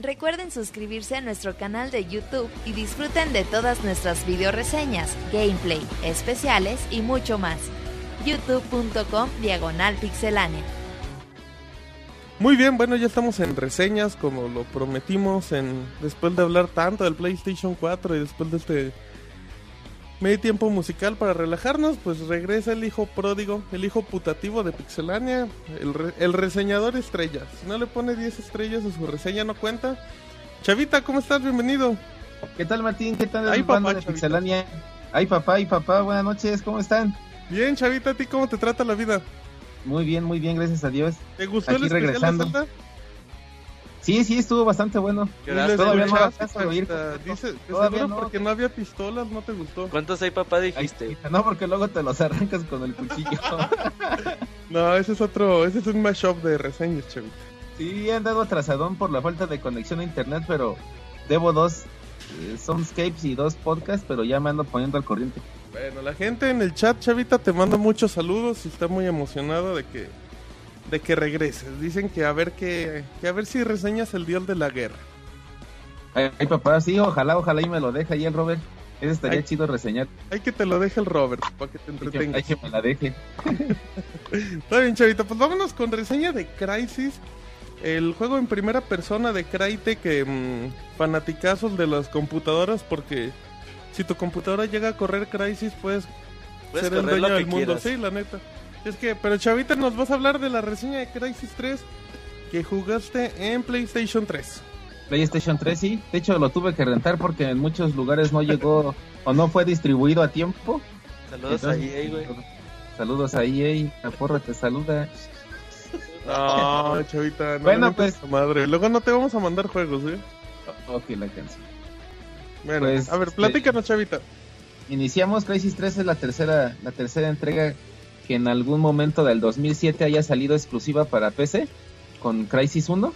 F: Recuerden suscribirse a nuestro canal de YouTube y disfruten de todas nuestras videoreseñas, gameplay, especiales y mucho más. youtube.com diagonal pixelánea.
A: Muy bien, bueno, ya estamos en reseñas, como lo prometimos en después de hablar tanto del PlayStation 4 y después de este medio tiempo musical para relajarnos, pues regresa el hijo pródigo, el hijo putativo de Pixelania, el, re- el reseñador estrella. Si no le pone 10 estrellas a su reseña no cuenta. Chavita, ¿cómo estás? Bienvenido.
J: ¿Qué tal, Martín? ¿Qué tal,
A: Ay,
J: el bando
A: papá,
J: de
A: chavito.
J: Pixelania? Ay, papá, ay, papá, buenas noches, ¿cómo están?
A: Bien, Chavita, ¿a ti cómo te trata la vida?
J: Muy bien, muy bien, gracias a Dios.
A: ¿Te gustó el
J: Aquí
A: especial
J: regresando.
A: de Zelda?
J: Sí, sí, estuvo bastante bueno.
A: Y
D: Lloraste.
A: lo
J: Todavía no
A: escuchaste,
J: alcanzo a oír
A: Chavita.
J: completo.
A: Dice, de
J: Todavía
A: seguro
J: no.
A: porque no había pistolas, no te gustó.
D: ¿Cuántos hay, papá?
J: Ahí
D: Dijiste.
J: está, No, porque luego te los <laughs> arrancas con el cuchillo. <laughs>
A: No, ese es otro, ese es un mashup de reseñas, Chavita.
J: sí, he andado atrasadón por la falta de conexión a internet, pero debo dos eh, soundscapes y dos podcasts, pero ya me ando poniendo al corriente.
A: Bueno, la gente en el chat, Chavita, te manda muchos saludos y está muy emocionada de que de que regreses. Dicen que a ver que, que a ver si reseñas el dios de la guerra.
J: Ay, ay, papá, sí, ojalá, ojalá y me lo deja ahí el Robert. Ese estaría
A: Ay.
J: chido reseñar.
A: Hay que te lo deje el Robert para que te
J: Hay que,
A: entretengas.
J: ay, que me la deje.
A: Está bien, Chavita, pues vámonos con reseña de Crisis. El juego en primera persona de Cryte que mm, fanaticazos de las computadoras porque si tu computadora llega a correr Crisis puedes
D: Puedes
A: ser el
D: correr
A: dueño
D: lo
A: del
D: que
A: mundo,
D: quieras.
A: sí, la neta. Es que, pero Chavita, nos vas a hablar de la reseña de Crisis 3 que jugaste en PlayStation 3.
J: PlayStation 3 sí, de hecho lo tuve que rentar porque en muchos lugares no llegó <laughs> o no fue distribuido a tiempo.
D: Saludos a
J: Entonces,
D: EA, güey.
J: Saludos a EA, la porra te saluda.
D: Ah.
A: No, Ah, Chavita, no.
J: Bueno,
A: neta,
J: pues.
A: tu Madre, luego no te vamos a mandar juegos, ¿eh?
J: Ok, Oh, la canción.
A: Bueno,
J: Pues,
A: a ver,
J: este-
A: platícanos, Chavita.
J: Iniciamos Crisis 3 es la tercera la tercera entrega que en algún momento del 2007 haya salido exclusiva para PC con Crisis 1.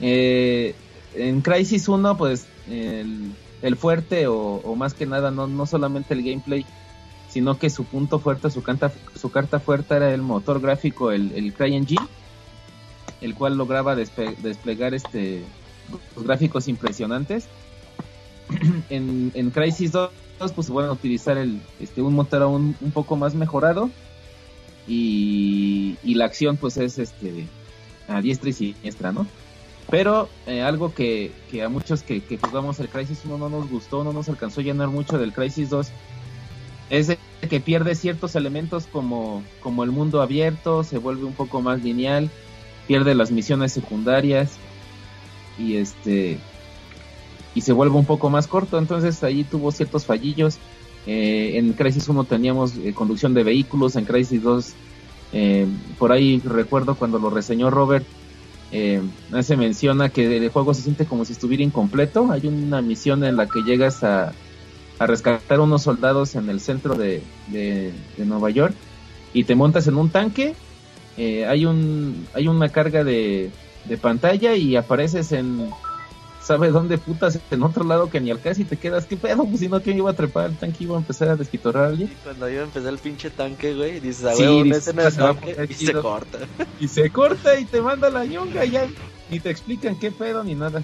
J: Eh, en Crisis 1 pues el, el fuerte o, o más que nada no, no solamente el gameplay sino que su punto fuerte, su, canta- su carta fuerte era el motor gráfico, el, el CryEngine, el cual lograba despe- desplegar este, los gráficos impresionantes. en, en Crisis 2 pues van a utilizar el, este, un motor aún un poco más mejorado y, y la acción pues es este a diestra y siniestra, ¿no? Pero eh, algo que, que a muchos que, que jugamos el Crisis 1 no nos gustó, no nos alcanzó a llenar mucho del Crisis 2 es de que pierde ciertos elementos como, como el mundo abierto, se vuelve un poco más lineal, pierde las misiones secundarias y este y se vuelve un poco más corto, entonces ahí tuvo ciertos fallillos. Eh, en Crisis 1 teníamos eh, conducción de vehículos, en Crisis 2 eh, por ahí recuerdo cuando lo reseñó Robert eh, se menciona que el juego se siente como si estuviera incompleto. Hay una misión en la que llegas a, a rescatar unos soldados en el centro de, de- de Nueva York y te montas en un tanque. eh, hay, un, hay una carga de, de pantalla y apareces en. ¿Sabe dónde putas? En otro lado que ni al casi te quedas. ¿Qué pedo? Pues si no, ¿quién iba a trepar al tanque? ¿Iba a empezar a desquitorrar a alguien?
D: Y Cuando iba a empezar el pinche tanque, güey, dices, a
J: Sí,
D: huevo, una
J: dices,
D: escena de
J: se va a
D: tanque
J: poner
D: y se
J: chido.
D: corta.
J: Y se corta y te manda la yunga. Ya ni te explican qué pedo ni nada.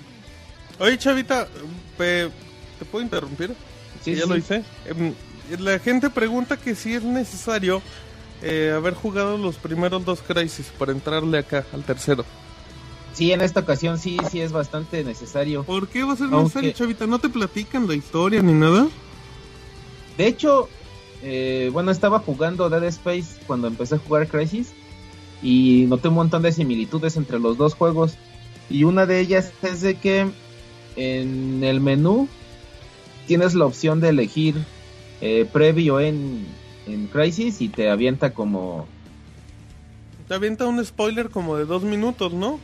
A: Oye, Chavita, ¿te, te puedo interrumpir?
J: Sí,
A: ya
J: sí.
A: lo hice. Em, la gente pregunta que si es necesario eh, haber jugado los primeros dos Crisis para entrarle acá al tercero.
J: Sí, en esta ocasión sí, sí es bastante necesario.
A: ¿Por qué va a ser
J: Aunque-
A: necesario, Chavita? ¿No te platican la historia ni nada?
J: De hecho, eh, bueno, estaba jugando Dead Space cuando empecé a jugar Crisis y noté un montón de similitudes entre los dos juegos. Y una de ellas es de que en el menú tienes la opción de elegir eh, previo en, en Crisis y te avienta como...
A: Te avienta un spoiler como de dos minutos, ¿no?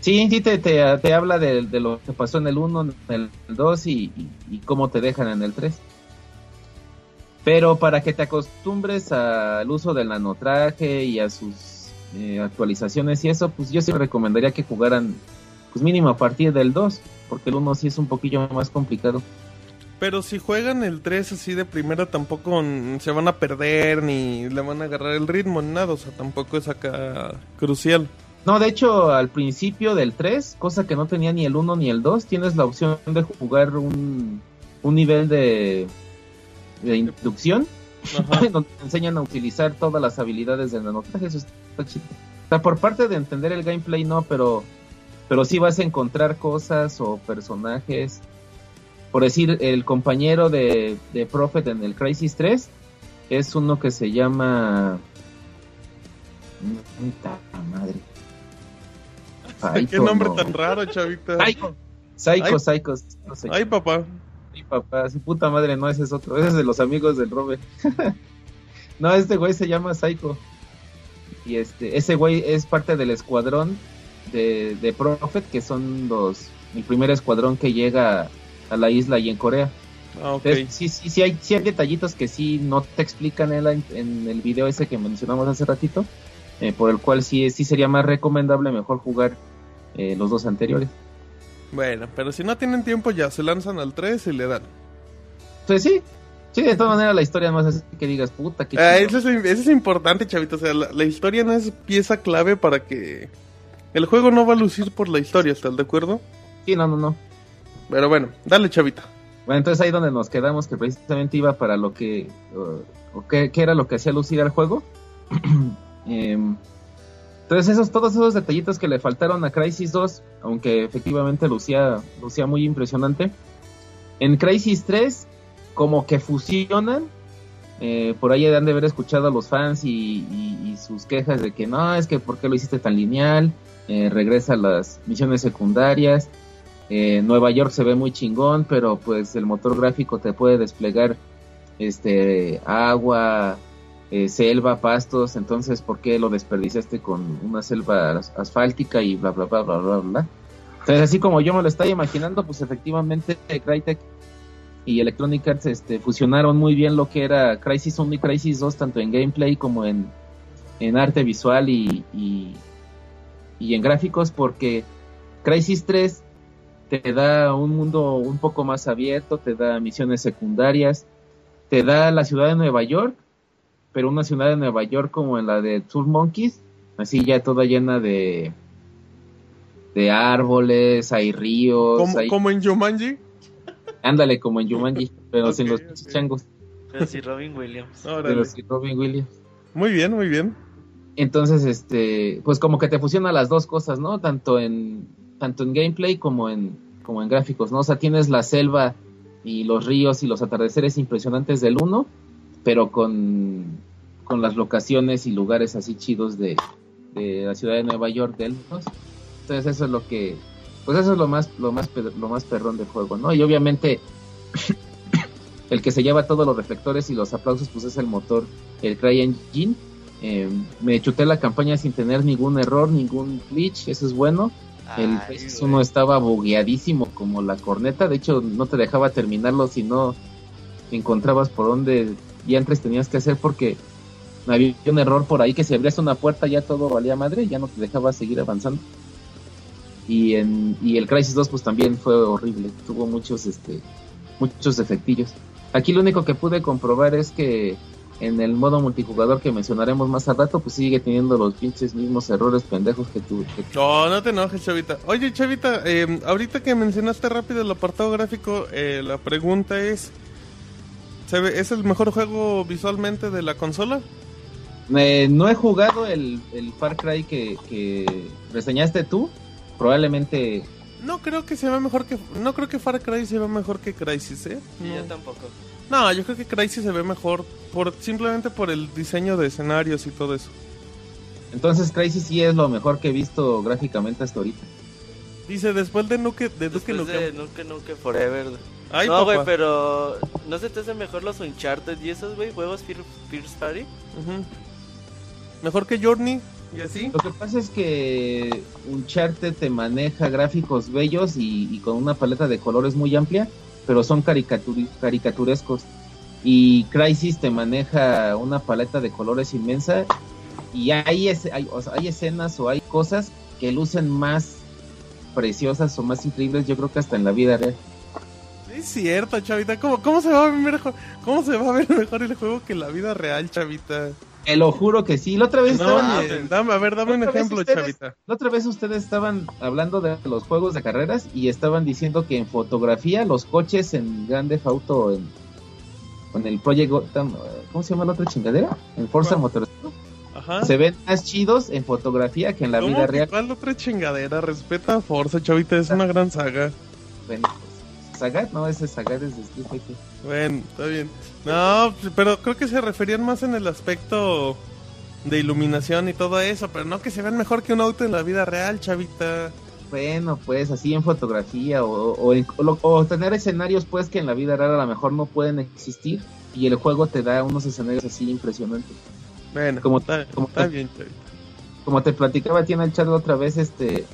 J: Sí, sí, te, te, te habla de, de lo que pasó en el 1, en el 2 y, y- y cómo te dejan en el 3. Pero para que te acostumbres al uso del nanotraje y a sus eh, actualizaciones y eso, pues yo sí recomendaría que jugaran, pues mínimo a partir del 2, porque el 1 sí es un poquillo más complicado.
A: Pero si juegan el 3 así de primera, tampoco mm, se van a perder ni le van a agarrar el ritmo, ni nada. O sea, tampoco es acá crucial.
J: No, de hecho, al principio del 3, cosa que no tenía ni el 1 ni el 2, tienes la opción de jugar un, un nivel de, de inducción. <laughs> donde te enseñan a utilizar todas las habilidades del nanotaje. Eso está chido. O sea, por parte de entender el gameplay, no, pero, pero sí vas a encontrar cosas o personajes. Por decir, el compañero de, de Prophet en el Crisis 3 es uno que se llama. Puta madre.
A: <laughs> Qué
J: Psycho,
A: nombre
J: no.
A: tan raro, chavita. Ay,
J: Psycho. Psycho,
A: Ay.
J: Psycho, no sé.
A: papá.
J: Mi papá, su puta madre, no, ese es otro, ese es de los amigos del Robert. <laughs> no, este güey se llama Psycho. Y este, ese güey es parte del escuadrón de, de Prophet, que son los, el primer escuadrón que llega a la isla y en Corea.
A: Ah, ok.
J: Entonces, sí, sí, sí hay, sí hay detallitos que sí no te explican en, la- en el video ese que mencionamos hace ratito, eh, por el cual sí, sí sería más recomendable mejor jugar eh, los dos anteriores.
A: Bueno, pero si no tienen tiempo ya, se lanzan al 3 y le dan.
J: Entonces sí, sí, de todas maneras la historia no es así que digas, puta, que...
A: Ah, eso, es, eso es importante, chavito. O sea, la, la historia no es pieza clave para que... El juego no va a lucir por la historia, ¿estás de acuerdo?
J: Sí, no, no, no.
A: Pero bueno, dale, chavita.
J: Bueno, entonces ahí donde nos quedamos, que precisamente iba para lo que. uh, o qué, qué era lo que hacía lucir al juego. <clears throat> Em, entonces, esos, todos esos detallitos que le faltaron a Crisis 2, aunque efectivamente lucía, lucía muy impresionante. En Crisis 3, como que fusionan. eh, por ahí han de haber escuchado a los fans y, y- y sus quejas de que no, es que ¿por qué lo hiciste tan lineal? Eh, regresa a las misiones secundarias. Eh, Nueva York se ve muy chingón, pero pues el motor gráfico te puede desplegar este agua, eh, selva, pastos, entonces ¿por qué lo desperdiciaste con una selva as- asfáltica y bla bla bla bla bla bla? Entonces así como yo me lo estaba imaginando, pues efectivamente eh, Crytek y Electronic Arts este, fusionaron muy bien lo que era Crisis 1 y Crisis 2, tanto en gameplay como en, en arte visual y, y, y en gráficos, porque Crisis 3 te da un mundo un poco más abierto, te da misiones secundarias, te da la ciudad de Nueva York, pero una ciudad de Nueva York como en la de Tour Monkeys, así ya toda llena de de árboles, hay ríos,
A: Como,
J: hay-
A: como en Jumanji.
J: ándale
A: <laughs>
J: como en Jumanji, pero sin los
A: Ok, ok.
J: changos,
D: Pero sí, Robin Williams.
A: Órale.
J: pero sin Robin Williams.
A: Muy bien, muy bien.
J: Entonces, este, pues como que te fusiona las dos cosas, ¿no? Tanto en tanto en gameplay como en como en gráficos, ¿no? O sea, tienes la selva y los ríos y los atardeceres impresionantes del uno, pero con con las locaciones y lugares así chidos de, de la ciudad de Nueva York del dos. Entonces, eso es lo que pues eso es lo más lo más pe- lo más perrón del juego, ¿no? Y obviamente <coughs> el que se lleva todos los reflectores y los aplausos pues es el motor, el CryEngine eh, me chuté la campaña sin tener ningún error, ningún glitch, eso es bueno. El
D: Ay,
J: Crisis
D: güey.
J: 1 estaba bugueadísimo como la corneta, de hecho no te dejaba terminarlo si no encontrabas por dónde y antes tenías que hacer porque había un error por ahí que si abrías una puerta ya todo valía madre, ya no te dejaba seguir avanzando. Y, en, y el Crisis 2 pues también fue horrible, tuvo muchos este muchos defectillos. Aquí lo único que pude comprobar es que en el modo multijugador que mencionaremos más al rato, pues sigue teniendo los pinches mismos errores pendejos que tú. que-
A: No, no te enojes, chavita. Oye, chavita, eh, ahorita que mencionaste rápido el apartado gráfico, eh, la pregunta es... ¿se ve- ¿Es el mejor juego visualmente de la consola?
J: Eh, no he jugado el, el Far Cry que, que reseñaste tú, probablemente.
A: No creo que se vea mejor que... No creo que Far Cry se vea mejor que Crisis, ¿eh?
D: Y yo
A: No.
D: tampoco.
A: No, yo creo que Crisis se ve mejor por simplemente por el diseño de escenarios y todo eso.
J: Entonces Crisis sí es lo mejor que he visto gráficamente hasta ahorita.
A: Dice, después de Nuke... De Duke
D: Después de
A: Nukem.
D: Nunca Nunca Forever.
A: Ay,
D: no, güey,
A: papá.
D: pero ¿no se te hacen mejor los Uncharted y esos, güey, juegos Fir- First Party?
A: Ujú. Mejor que Journey. ¿Y así?
J: Lo que pasa es que Uncharted te maneja gráficos bellos y, y con una paleta de colores muy amplia, pero son caricaturi- caricaturescos. Y Crisis te maneja una paleta de colores inmensa y hay, es- hay, o sea, hay escenas o hay cosas que lucen más preciosas o más increíbles, yo creo que hasta en la vida real.
A: Sí, Es cierto, chavita. ¿Cómo, cómo, se va a ver mejor, ¿Cómo se va a ver mejor el juego que la vida real, chavita?
J: Te lo juro que sí. La otra vez
A: No,
J: estaban.
A: eh, dame, a ver, dame un
J: Otra vez
A: ejemplo,
J: ustedes-
A: chavita.
J: La otra vez ustedes estaban hablando de los juegos de carreras y estaban diciendo que en fotografía los coches en Grande Auto en, con el Project Gotham, eh, ¿cómo se llama la otra chingadera? En Forza
A: ¿Cuál?
J: Motorsport
A: Ajá.
J: se ven más chidos en fotografía que en la
A: ¿Cómo
J: vida
A: que
J: real.
A: ¿Cuál otra chingadera? Respeta a Forza, chavita. Es una gran saga.
J: Bueno, pues, Sagat, no, ese Sagat es de Street Fighter.
A: Bueno, está bien. No, pues, pero creo que se referían más en el aspecto de iluminación y todo eso, pero no que se vean mejor que un auto en la vida real, chavita.
J: Bueno, pues así en fotografía o, o, en- o lo- o tener escenarios pues que en la vida real a lo mejor no pueden existir y el juego te da unos escenarios así impresionantes.
A: Bueno,
J: Como-
A: está,
J: como-
A: está bien, chavita.
J: como te platicaba aquí en el chat la otra vez, este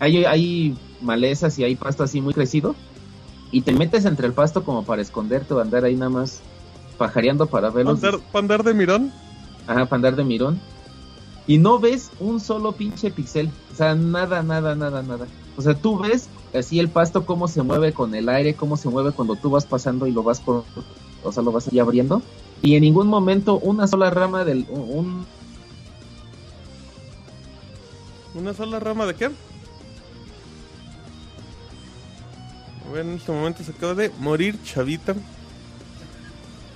J: hay, hay malezas y hay pasto así muy crecido y te metes entre el pasto como para esconderte o andar ahí nada más pajareando para
A: ¿Para
J: verlos,
A: andar- para andar de mirón?
J: ajá, para andar de mirón y no ves un solo pinche pixel, o sea, nada, nada, nada, nada. O sea, tú ves así el pasto cómo se mueve con el aire, cómo se mueve cuando tú vas pasando y lo vas por, o sea, lo vas ahí abriendo y en ningún momento una sola rama del un
A: ¿Una sola rama de qué? A ver, en este momento se acaba de morir Chavita.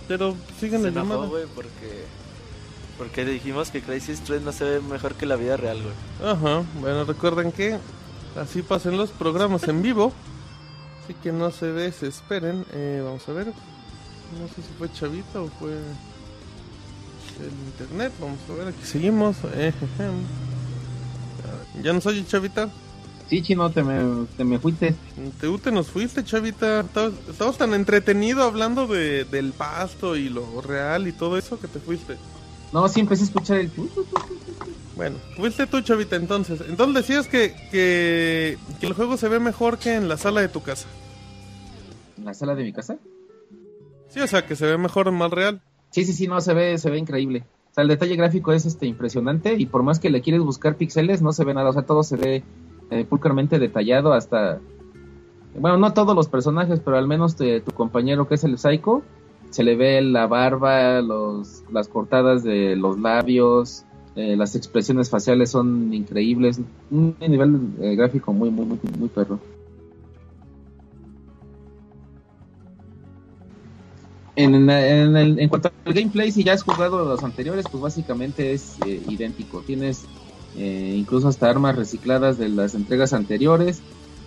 A: Pero siguen la
D: Se enojó,
A: llamada.
D: güey, porque... Porque dijimos que Crisis 3 no se ve mejor que la vida real, güey.
A: Ajá, bueno, recuerden que así pasan los programas en vivo. Así que no se desesperen. Eh, vamos a ver. No sé si fue Chavita o fue el internet. Vamos a ver, aquí seguimos. <laughs> Eh, ya nos oye Chavita.
J: Sí, chino, te me, te me fuiste.
A: Te ute, nos fuiste, chavita. Estabas, estabas tan entretenido hablando de, del pasto y lo real y todo eso que te fuiste.
J: No, sí empecé a escuchar el...
A: Bueno, fuiste tú, chavita, entonces. Entonces decías que, que, que el juego se ve mejor que en la sala de tu casa.
J: ¿En la sala de mi casa?
A: Sí, o sea, que se ve mejor en mal real.
J: Sí, sí, sí, no, se ve, se ve increíble. O sea, el detalle gráfico es este impresionante y por más que le quieres buscar píxeles, no se ve nada. O sea, todo se ve eh, pulcramente detallado hasta... Bueno, no todos los personajes, pero al menos te- tu compañero que es el Psycho, se le ve la barba, los, las cortadas de los labios, eh, las expresiones faciales son increíbles. Un nivel eh, gráfico muy, muy, muy, muy perro. En, la- en el- en cuanto al gameplay, si ya has jugado los anteriores, pues básicamente es eh, idéntico. Tienes eh, incluso hasta armas recicladas de las entregas anteriores,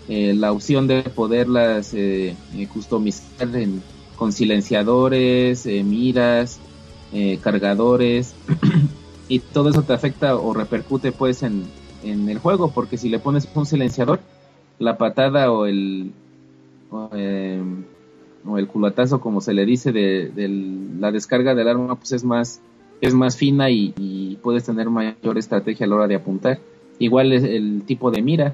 J: eh, la opción de poderlas eh, eh, customizar en- con silenciadores, eh, miras, eh, cargadores, <clears throat> y todo eso te afecta o repercute pues en, en el juego, porque si le pones un silenciador, la patada o el... o, em, o el culatazo como se le dice de, del- la descarga del arma pues es más es más fina y, y puedes tener mayor estrategia a la hora de apuntar igual es el tipo de mira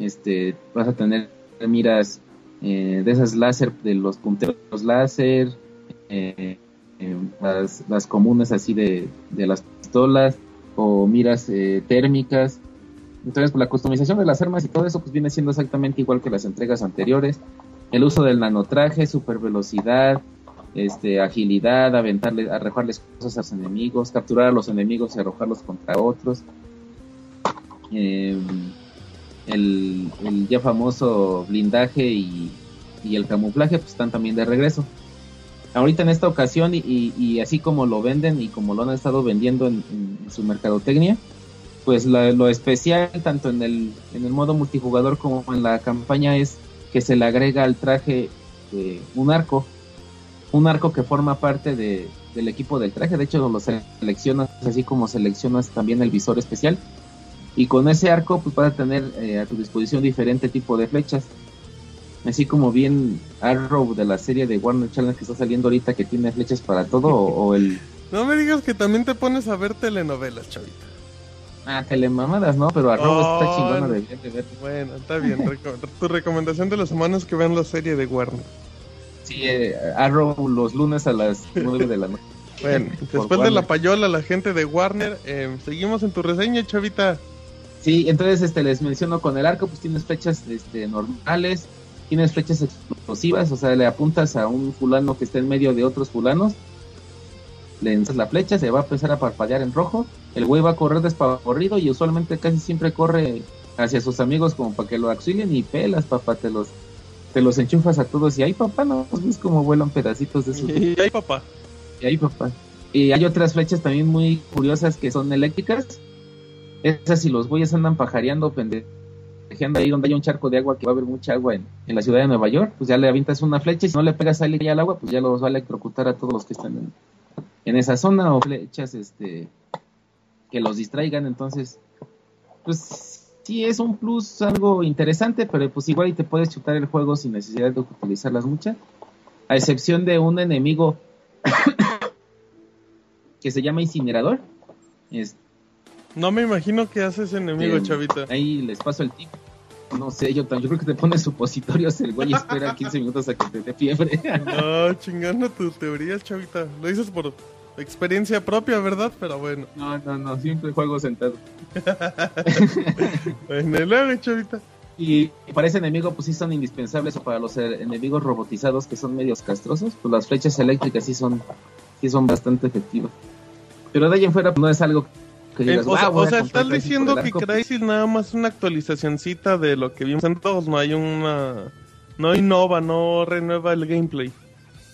J: este vas a tener miras eh, de esas láser de los punteros láser eh, eh, las, las comunes así de, de las pistolas o miras eh, térmicas entonces pues, la customización de las armas y todo eso pues viene siendo exactamente igual que las entregas anteriores el uso del nanotraje, super velocidad, este, agilidad, aventarle, arrojarles cosas a los enemigos, capturar a los enemigos y arrojarlos contra otros. Eh, el, el ya famoso blindaje y, y el camuflaje pues están también de regreso. Ahorita en esta ocasión y, y- y así como lo venden y como lo han estado vendiendo en, en- en su mercadotecnia, pues la- lo especial tanto en el, en el modo multijugador como en la campaña es que se le agrega al traje eh, un arco, un arco que forma parte de- del equipo del traje, de hecho lo seleccionas así como seleccionas también el visor especial y con ese arco pues vas a tener eh, a tu disposición diferente tipo de flechas, así como bien Arrow de la serie de Warner Challenge que está saliendo ahorita que tiene flechas para todo o, o el...
A: No me digas que también te pones a ver telenovelas, chavita.
J: Ah, telemamadas, ¿no? Pero Arrow está
A: Oh,
J: chingona
A: no.
J: de bien de ver.
A: Bueno, está
J: <laughs>
A: bien. reco- tu recomendación de la semana es que vean la serie de Warner.
J: Sí, eh, Arrow los lunes a las 9 de la noche.
A: Bueno,
J: <laughs> Por
A: después de la
J: Warner.
A: payola, la gente de Warner, eh, seguimos en tu reseña, chavita.
J: Sí, entonces este les menciono con el arco, pues tienes flechas este, normales, tienes flechas explosivas, o sea, le apuntas a un fulano que está en medio de otros fulanos, le lanzas la flecha, se va a empezar a parpadear en rojo, el güey va a correr despavorrido y usualmente casi siempre corre hacia sus amigos como para que lo auxilien y pelas, papá, te los te los enchufas a todos y ahí papá, no, ves como vuelan pedacitos
A: <laughs>
J: de sus
A: Y ahí, papá.
J: y ahí papá. Y hay otras flechas también muy curiosas que son eléctricas. Esas si los güeyes andan pajareando, pendejeando ahí donde hay un charco de agua que va a haber mucha agua en, en la ciudad de Nueva York, pues ya le avientas una flecha y si no le pegas ahí al agua, pues ya los va a electrocutar a todos los que están en, en esa zona o flechas este que los distraigan, entonces pues sí es un plus algo interesante, pero pues igual y te puedes chutar el juego sin necesidad de utilizarlas muchas, a excepción de un enemigo que se llama Incinerador. Este,
A: No me imagino que haces enemigo, chavita.
J: Ahí les paso el tip. No sé, yo, tam- yo creo que te pones supositorios el güey y espera 15 minutos a que te dé
A: <laughs>
J: fiebre.
A: No, chingando tus teorías, chavita. Lo dices por experiencia propia, ¿verdad? Pero bueno.
J: No, no, no, siempre juego sentado.
A: En el ave, chavita.
J: Y para ese enemigo, pues sí son indispensables, o para los eh, enemigos robotizados que son medios castrosos, pues las flechas eléctricas sí son, sí son bastante efectivas. Pero de ahí en fuera pues, no es algo que
A: Eh,
J: digas,
A: o sea,
J: "Wow, voy
A: o
J: a
A: sea,
J: comprar
A: estás
J: Crisis por
A: diciendo
J: el
A: que
J: arco".
A: Crisis nada más es una actualizacioncita de lo que vimos en todos. No hay una. No innova, no renueva el gameplay.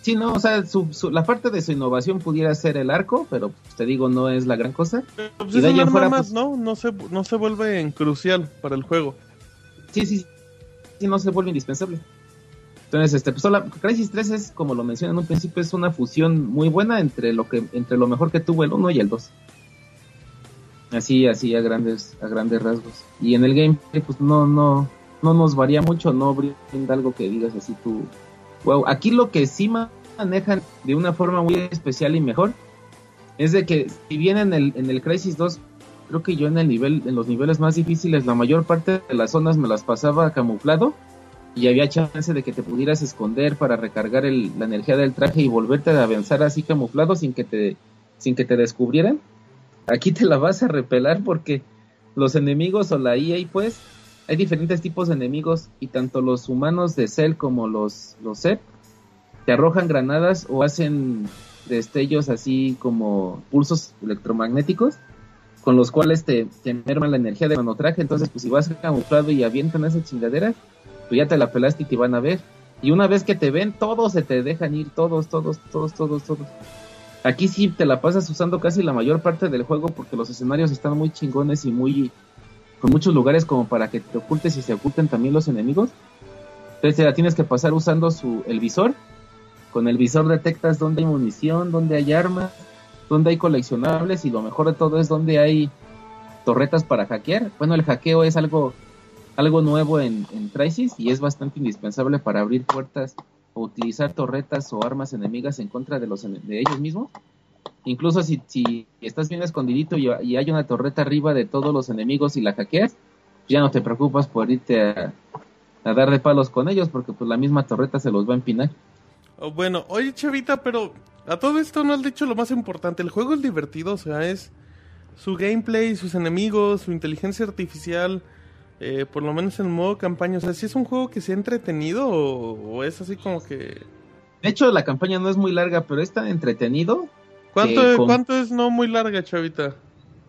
J: Sí, no, o sea, su- su- la parte de su innovación pudiera ser el arco, pero pues, te digo, no es la gran cosa.
A: Pues
J: Y
A: es
J: de ahí
A: un
J: en
A: arma
J: fuera,
A: más,
J: pues-
A: ¿no? No se, no se vuelve en crucial para el juego.
J: sí, sí, sí, no se vuelve indispensable. Entonces, este, pues, sola- Crisis 3 es, como lo mencioné en un principio, es una fusión muy buena entre lo que, entre lo mejor que tuvo el 1 y el 2. Así, así a grandes, a grandes rasgos. Y en el gameplay, pues no, no, no nos varía mucho, no brinda algo que digas así tú. Wow, aquí lo que sí ma- manejan de una forma muy especial y mejor es de que si bien en el, en el Crisis 2 creo que yo en el nivel, en los niveles más difíciles, la mayor parte de las zonas me las pasaba camuflado y había chance de que te pudieras esconder para recargar el- la energía del traje y volverte a avanzar así camuflado sin que te, sin que te descubrieran. Aquí te la vas a repelar porque los enemigos o la IA pues hay diferentes tipos de enemigos y tanto los humanos de Cell como los los Zep te arrojan granadas o hacen destellos así como pulsos electromagnéticos con los cuales te, te merman la energía del manotraje. Entonces, pues si vas camuflado y avientan esa chingadera, pues ya te la pelaste y te van a ver. Y una vez que te ven, todos se te dejan ir, todos, todos, todos, todos, todos. Aquí sí te la pasas usando casi la mayor parte del juego porque los escenarios están muy chingones y muy con muchos lugares como para que te ocultes y se oculten también los enemigos. Entonces te la tienes que pasar usando su, el visor. Con el visor detectas dónde hay munición, dónde hay armas, donde hay coleccionables y lo mejor de todo es donde hay torretas para hackear. Bueno, el hackeo es algo, algo nuevo en, en Crisis y es bastante indispensable para abrir puertas o utilizar torretas o armas enemigas en contra de, los, ene- de ellos mismos. Incluso si, si estás bien escondidito y, y hay una torreta arriba de todos los enemigos y la hackeas, ya no te preocupas por irte a, a dar de palos con ellos porque pues la misma torreta se los va a empinar.
A: Oh, Bueno, oye, chavita, pero a todo esto no has dicho lo más importante. El juego es divertido, o sea, es su gameplay, sus enemigos, su inteligencia artificial, eh, por lo menos en modo campaña. O sea, si es un juego que se ha entretenido o, o es así como que...
J: De hecho, la campaña no es muy larga, pero es tan entretenido
A: ¿Cuánto,
J: Que con-
A: ¿cuánto es no muy larga, chavita?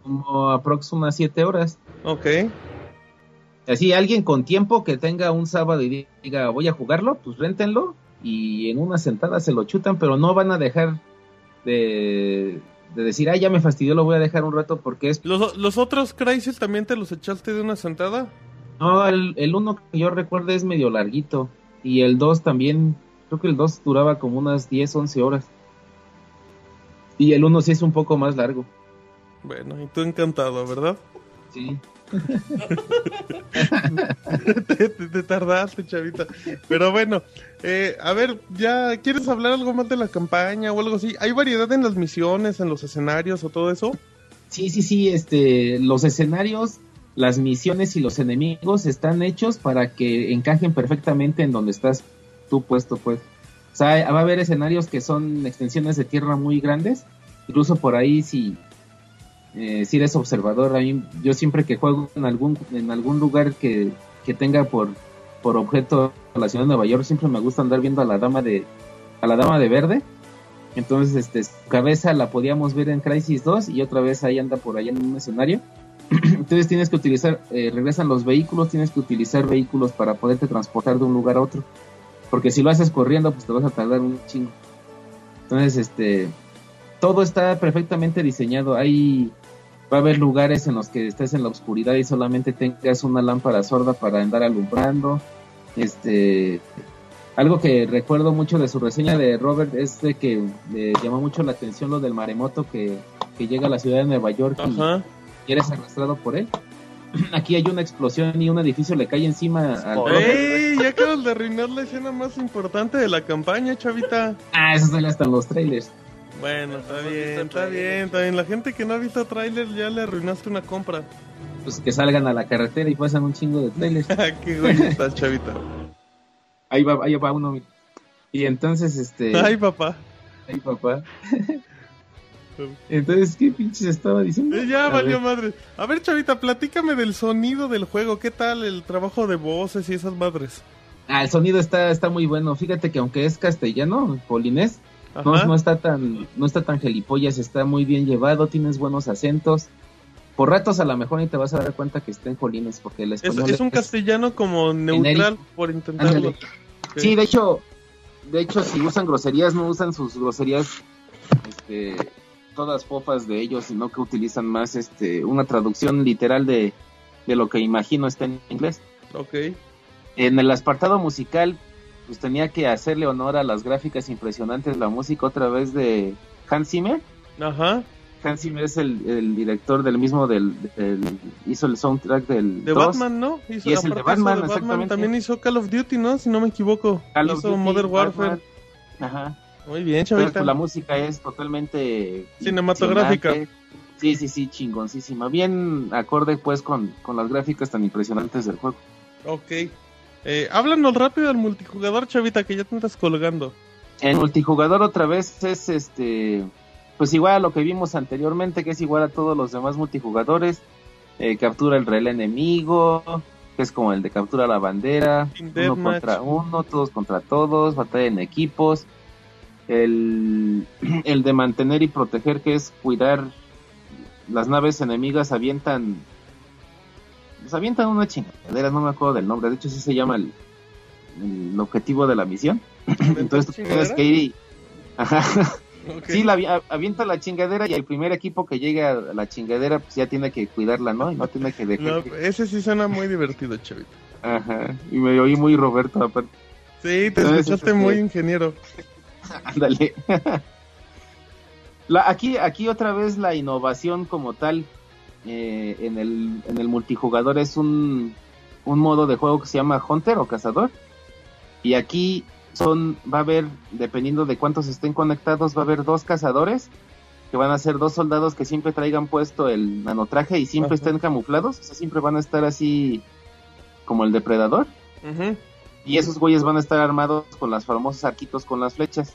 J: como aproximadamente 7 horas.
A: Ok.
J: Así, alguien con tiempo que tenga un sábado y diga voy a jugarlo, pues réntenlo y en una sentada se lo chutan, pero no van a dejar de, de decir, ah, ya me fastidió, lo voy a dejar un rato porque es...
A: ¿Los, los otros Crisis también te los echaste de una sentada?
J: No, el, el uno que yo recuerdo es medio larguito y el 2 también, creo que el 2 duraba como unas 10, 11 horas. Y el uno sí es un poco más largo.
A: Bueno, y tú encantado, ¿verdad? <laughs>
J: Sí.
A: te, te- te tardaste, chavita. Pero bueno, eh, a ver, ya, ¿quieres hablar algo más de la campaña o algo así? ¿Hay variedad en las misiones, en los escenarios o todo eso?
J: Sí, sí, sí, este, los escenarios, las misiones y los enemigos están hechos para que encajen perfectamente en donde estás tú puesto, pues. O sea, va a haber escenarios que son extensiones de tierra muy grandes. Incluso por ahí, si, eh, si eres observador, a mí- yo siempre que juego en algún, en algún lugar que, que tenga por por objeto a la ciudad de Nueva York, siempre me gusta andar viendo a la dama de a la dama de verde. Entonces, este, su cabeza la podíamos ver en Crisis 2 y otra vez ahí anda por allá en un escenario. Entonces tienes que utilizar, eh, regresan los vehículos, tienes que utilizar vehículos para poderte transportar de un lugar a otro. Porque si lo haces corriendo, pues te vas a tardar un chingo. Entonces, este, todo está perfectamente diseñado. Hay, va a haber lugares en los que estés en la oscuridad y solamente tengas una lámpara sorda para andar alumbrando. Este, algo que recuerdo mucho de su reseña de Robert es de que le llamó mucho la atención lo del maremoto que, que llega a la ciudad de Nueva York
A: Ajá.
J: y eres arrastrado por él. <clears throat> Aquí hay una explosión y un edificio le cae encima al
D: Spoiler.
J: Robert.
A: ¡Ey! Ya acabas de arruinar la escena más importante de la campaña, chavita.
J: Ah, eso sale hasta en los trailers.
A: Bueno, está
D: No he
A: bien,
D: visto el
A: está
D: tráiler.
A: bien, está bien. La gente que no ha visto tráiler ya le arruinaste una compra. <laughs>
J: Pues que salgan a la carretera y pasan un chingo de trailers.
A: Qué güey estás, chavita.
J: Ahí va, ahí va uno. mira. Y entonces,
A: <laughs>
J: este.
A: Ay, papá.
J: Ay,
A: <laughs>
J: papá. Entonces, ¿qué pinches estaba diciendo?
A: Eh, Ya
J: A
A: valió
J: ver,
A: madre. A ver, chavita, platícame del sonido del juego. ¿Qué tal el trabajo de voces y esas madres?
J: Ah, el sonido está, está muy bueno. Fíjate que aunque es castellano, polinés, no,
A: Ajá.
J: no está tan, no está tan gelipollas, está muy bien llevado, tienes buenos acentos. Por ratos a lo mejor y te vas a dar cuenta que está en polines, porque el
A: Es,
J: español
A: es un castellano como neutral por intentarlo.
J: Ándale. Sí, de hecho, de hecho, si usan groserías, no usan sus groserías, este, todas fofas de ellos, sino que utilizan más, este, una traducción literal de, de lo que imagino está en inglés.
A: Ok.
J: En el apartado musical, pues tenía que hacerle honor a las gráficas impresionantes, la música otra vez de Hans Zimmer.
A: Ajá.
J: Hans Zimmer es el, el director del mismo, del, del- hizo el soundtrack del
A: De
J: 2.
A: Batman, ¿no? Hizo,
J: Y es el de
A: aparte hizo
J: Batman, exactamente.
A: También hizo Call of Duty, ¿no? Si no me equivoco.
J: Call of
A: hizo
J: Duty,
A: Modern Warfare.
J: Batman. Ajá.
A: Muy bien,
J: Pero
A: chavita.
J: la música es totalmente
A: Cinematográfica.
J: impresionante. Sí, sí, sí, chingoncísima. Bien acorde pues con, con las gráficas tan impresionantes del juego.
A: Ok. Eh, háblanos rápido del multijugador, chavita, que ya te andas
J: <coughs>
A: colgando.
J: El multijugador otra vez es este pues igual a lo que vimos anteriormente, que es igual a todos los demás multijugadores. Eh, captura el relé enemigo, que es como el de captura la bandera,
A: Team
J: uno
A: Deathmatch.
J: contra uno, todos contra todos, batalla en equipos. El, <clears throat> el de mantener y proteger, que es cuidar las naves enemigas, avientan. pues, avientan una chingadera, no me acuerdo del nombre. De hecho, sí se llama el, el objetivo de la misión. Entonces tú tienes que ir y. Ajá. <laughs>
A: Ok.
J: Sí, la avi- a- avienta la chingadera y el primer equipo que llega a la chingadera pues ya tiene que cuidarla, ¿no? Y no tiene que
A: No, pues.
J: dejar. que-
A: ese sí suena muy divertido, chavita.
J: Ajá. Y me oí muy Roberto aparte.
A: Sí, te
J: Entonces,
A: escuchaste
J: este-
A: muy ingeniero.
J: Ándale. <laughs> La- aquí, aquí otra vez la innovación como tal eh, en, el, en el multijugador es un, un modo de juego que se llama Hunter o Cazador. Y aquí son, va a haber, dependiendo de cuántos estén conectados, va a haber dos cazadores que van a ser dos soldados que siempre traigan puesto el nanotraje y
A: Ajá.
J: siempre estén camuflados. O sea, siempre van a estar así como el depredador.
A: Ujú.
J: Y esos güeyes van a estar armados con las famosas arquitos con las flechas.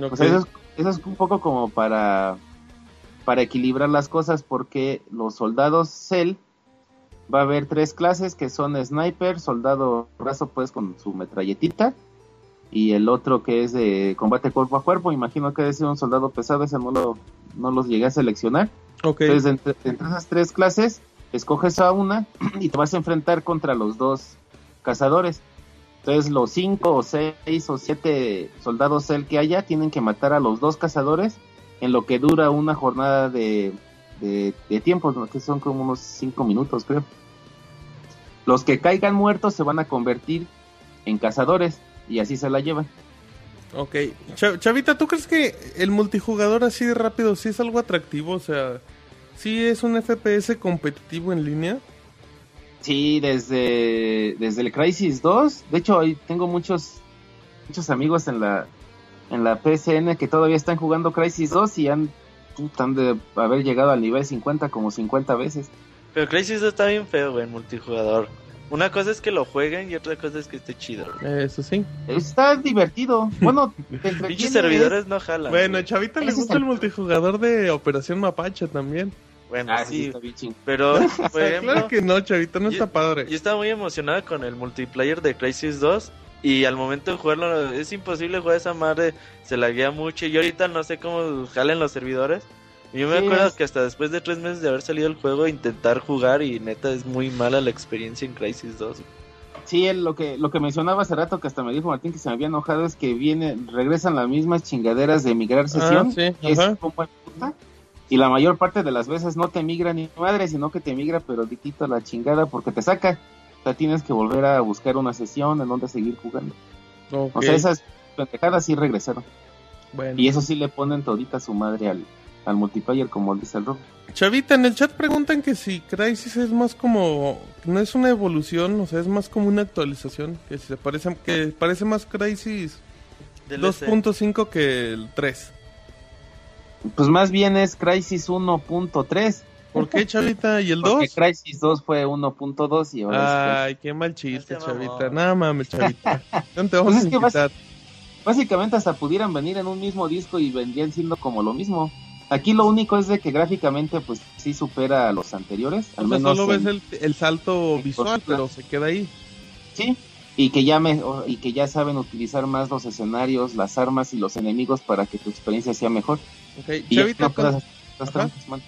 A: Ok.
J: O sea, eso, es, eso es un poco como para, para equilibrar las cosas porque los soldados Cell va a haber tres clases que son sniper, soldado raso pues con su metralletita y el otro que es de combate cuerpo a cuerpo, imagino que es un soldado pesado, ese no, lo, no los llegué a seleccionar.
A: Ok.
J: Entonces de entre, de entre esas tres clases escoges a una <clears throat> y te vas a enfrentar contra los dos cazadores. Entonces los cinco o seis o siete soldados Cell que haya tienen que matar a los dos cazadores en lo que dura una jornada de, de, de tiempo, ¿no? que son como unos cinco minutos creo. Los que caigan muertos se van a convertir en cazadores y así se la llevan.
A: Ok. Cha- Chavita, ¿tú crees que el multijugador así de rápido sí es algo atractivo? O sea, ¿sí es un FPS competitivo en línea?
J: Sí, desde, desde el Crisis 2. De hecho, ahí tengo muchos, muchos amigos en la, en la PSN que todavía están jugando Crisis 2 y han, puta, han de haber llegado al nivel 50 como 50 veces.
D: Pero Crisis 2 está bien feo, güey, en multijugador. Una cosa es que lo jueguen y otra cosa es que esté chido. güey.
A: Eso sí.
J: Está divertido. Bueno, te entretiene,
D: Pinches servidores no jalan.
A: Bueno,
D: güey.
A: Chavita le
J: Ese es
A: gusta
J: el-
A: el multijugador de Operación Mapache también.
J: es-
D: Bueno,
J: Ah, sí,
D: sí,
J: está bien chingón.
D: pero por ejemplo,
A: <laughs> Claro que no, chavita, no
D: Yo-
A: está padre.
D: yo estaba muy emocionado con el multiplayer de Crisis 2 y al momento de jugarlo es imposible jugar esa madre, se laguea mucho. Yo ahorita no sé cómo jalen los servidores. Yo me
J: Sí,
D: acuerdo
J: es-
D: que hasta después de tres meses de haber salido el juego intentar jugar y neta es muy mala la experiencia en Crisis 2.
J: Sí, el- lo que lo que mencionaba hace rato que hasta me dijo Martín que se me había enojado es que viene regresan las mismas chingaderas de migrar sesión.
A: Ah, sí,
J: que es
A: ajá.
J: como en puta, y la mayor parte de las veces no te migra ni madre, sino que te migra pero ditito a la chingada porque te saca. O sea, tienes que volver a buscar una sesión en donde seguir jugando.
A: Ok,
J: O sea, esas pendejadas sí regresaron.
A: bueno.
J: Y eso sí le ponen todita su madre al, al multiplayer, como dice el Rob.
A: Chavita, en el chat preguntan que si Crisis es más como. No es una evolución, o sea, es más como una actualización. Que si se parece, que parece más Crisis 2.5 que el 3.
J: Pues más bien es Crisis 1.3.
A: ¿Por
J: <laughs>
A: qué, Chavita? ¿Y el Ah,
J: Porque
A: 2?
J: Crisis 2 fue 1.2 y ahora es
A: Ay, qué mal chiste,
D: No seas mamón.
A: Chavita. Nada mames,
J: <laughs>
A: Chavita. No te vamos
J: Pues
A: a
J: es que vas-
A: invitar.
J: Crisis. Básicamente hasta pudieran venir en un mismo disco y vendrían siendo como lo mismo. Aquí lo único es de que gráficamente pues sí supera a los anteriores. Al
A: O sea,
J: menos
A: solo ves
J: en-
A: el, el salto
J: en
A: visual,
J: consola.
A: pero se queda ahí.
J: Sí, y que ya me, o- y que ya saben utilizar más los escenarios, las armas y los enemigos para que tu experiencia sea mejor.
A: Ok,
J: Y ya
A: Chavita,
J: no puedas
A: con,
J: hacer estas
A: Ajá.
J: trampas, man.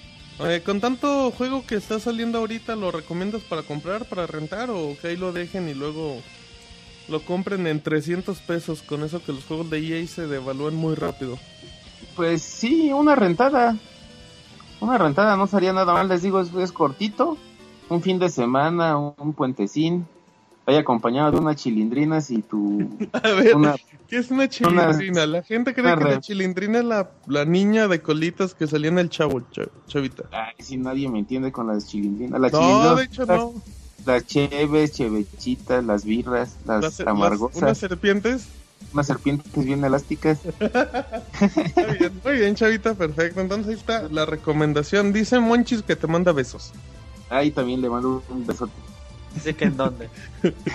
A: eh, con tanto juego que está saliendo ahorita, ¿lo recomiendas para comprar, para rentar o que ahí lo dejen y luego lo compren en 300 pesos? Con eso que los juegos de EA se devalúan muy rápido. <laughs>
J: Pues sí, una rentada. Una rentada no sería nada mal, les digo, es, es cortito. Un fin de semana, un, un puentecín. Vaya acompañado de unas chilindrinas
A: <laughs>
J: y tu...
A: A ver,
J: Una,
A: ¿qué es una chilindrina? La gente cree
J: una
A: que la
J: re-
A: chilindrina es la, la niña de colitas que salía en el chavo, Chav- Chavita.
J: ay, si nadie me entiende con las chilindrinas. Las
A: No,
J: chilindrinas,
A: de hecho no.
J: Las cheves, chevechitas, las birras, las,
A: Las- las-
J: amargosas,
A: unas serpientes.
J: unas serpientes bien elásticas.
A: Muy bien, muy bien, Chavita, perfecto. Entonces ahí está la recomendación. Dice Monchis que te manda besos.
J: Ahí también le mando un besote. <laughs>
D: Dice que en dónde.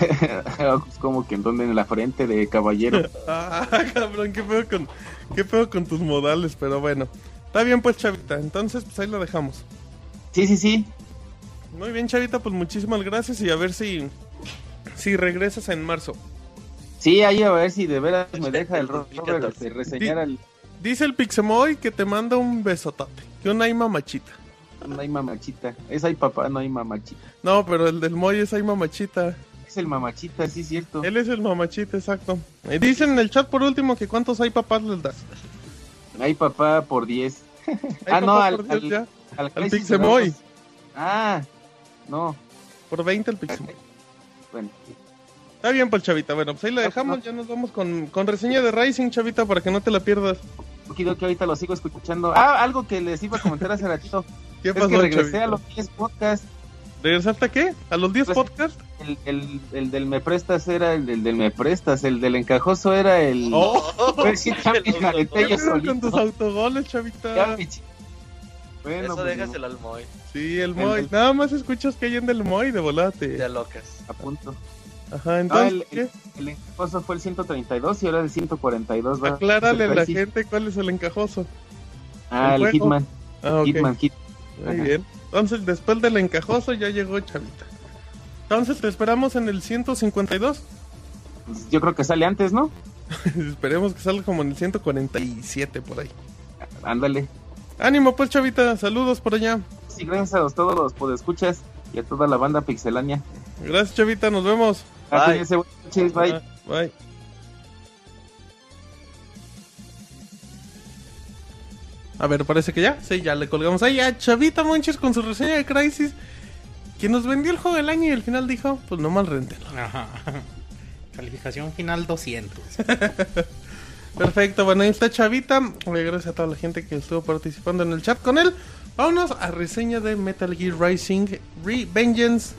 J: Pues como que en donde en la frente
A: <laughs>
J: de caballero.
A: Ah, cabrón, qué pedo con, qué pedo con tus modales, pero bueno. Está bien pues, Chavita. Entonces, pues ahí lo dejamos.
J: Sí, sí, sí.
A: Muy bien, Chavita, pues muchísimas gracias y a ver si, si regresas en marzo.
J: Sí, ahí a ver si de veras me deja el Robert
D: 2014.
J: de reseñar al
A: Dice el Pixemoy que te manda un besotote. Que una hay mamachita.
J: No hay mamachita. Es hay papá, no hay mamachita.
A: No, pero el del Moy es hay mamachita.
J: Es el mamachita, sí, cierto.
A: Él es el mamachita, exacto. Y dicen en el chat por último que cuántos hay papás les das.
J: Hay papá por 10.
A: Ay,
J: <laughs> Ah, no,
A: papá,
J: al-
A: por Dios,
J: al-
A: ya.
J: Al
A: Al
J: Crisis
A: Pixemoy.
J: Bros. Ah, no.
A: Por 20 el Pixemoy.
J: Bueno,
A: Está bien, pues chavita. Bueno, pues ahí la dejamos. Ya nos vamos con, con reseña de Rising, chavita, para que no te la pierdas.
J: poquito que ahorita lo sigo escuchando. Ah, algo que les iba a comentar hace ratito.
A: <laughs> ¿Qué
J: es
A: pasó,
J: que regresé
A: chavita?
J: a los 10 podcasts.
A: ¿Regresaste a qué? ¿A los 10
J: Pues-
A: podcasts?
J: El, el, el del Me Prestas era el del, del Me Prestas. El del Encajoso era el. <laughs>
D: <laughs>
J: Pues sí,
A: <laughs>
J: ya me calenté yo
A: ¿Qué pedo Oh, con
J: solito.
A: tus autogoles, chavita?
J: Ya me chi- Bueno,
D: Eso
J: pues,
D: déjaselo al Moy,
A: Sí, el Moy.
J: El-
A: Nada más escuchas que hay en del Moy de
D: te
A: volate.
D: alocas.
J: a punto.
A: Ajá,
J: Ah,
A: entonces,
J: el,
A: ¿qué?
J: el, el encajoso fue el 132 y ahora el 142. va a ser
A: aclárale a la
J: Crisis.
A: gente cuál es el encajoso.
J: Ah,
A: el
J: el
A: juego.
J: Hitman.
A: Ah, ok.
J: Hitman, Hit-
A: Muy
J: Ajá.
A: bien. Entonces, después del encajoso ya llegó, chavita. Entonces, te esperamos en el 152.
J: Pues, Yo creo que sale antes, ¿no?
A: <laughs> Esperemos que salga como en el 147 por ahí.
J: Ándale.
A: Ánimo pues chavita, saludos por allá.
J: Sí, gracias a los- todos los podescuchas y a toda la banda pixelánea.
A: Gracias chavita, nos vemos. Ah,
J: Ah,
D: Bye.
J: cuídense, buenas noches, bye.
A: Bye. A ver, parece que ya. Sí, ya le colgamos ahí a Chavita Monches con su reseña de Crisis. Que nos vendió el juego del año y al final dijo, pues no mal rentelo.
B: Ajá. <laughs> Calificación final 200. <laughs>
A: Perfecto, bueno, ahí está Chavita. Le Gracias a toda la gente que estuvo participando en el chat con él. Vámonos a reseña de Metal Gear Rising Revengeance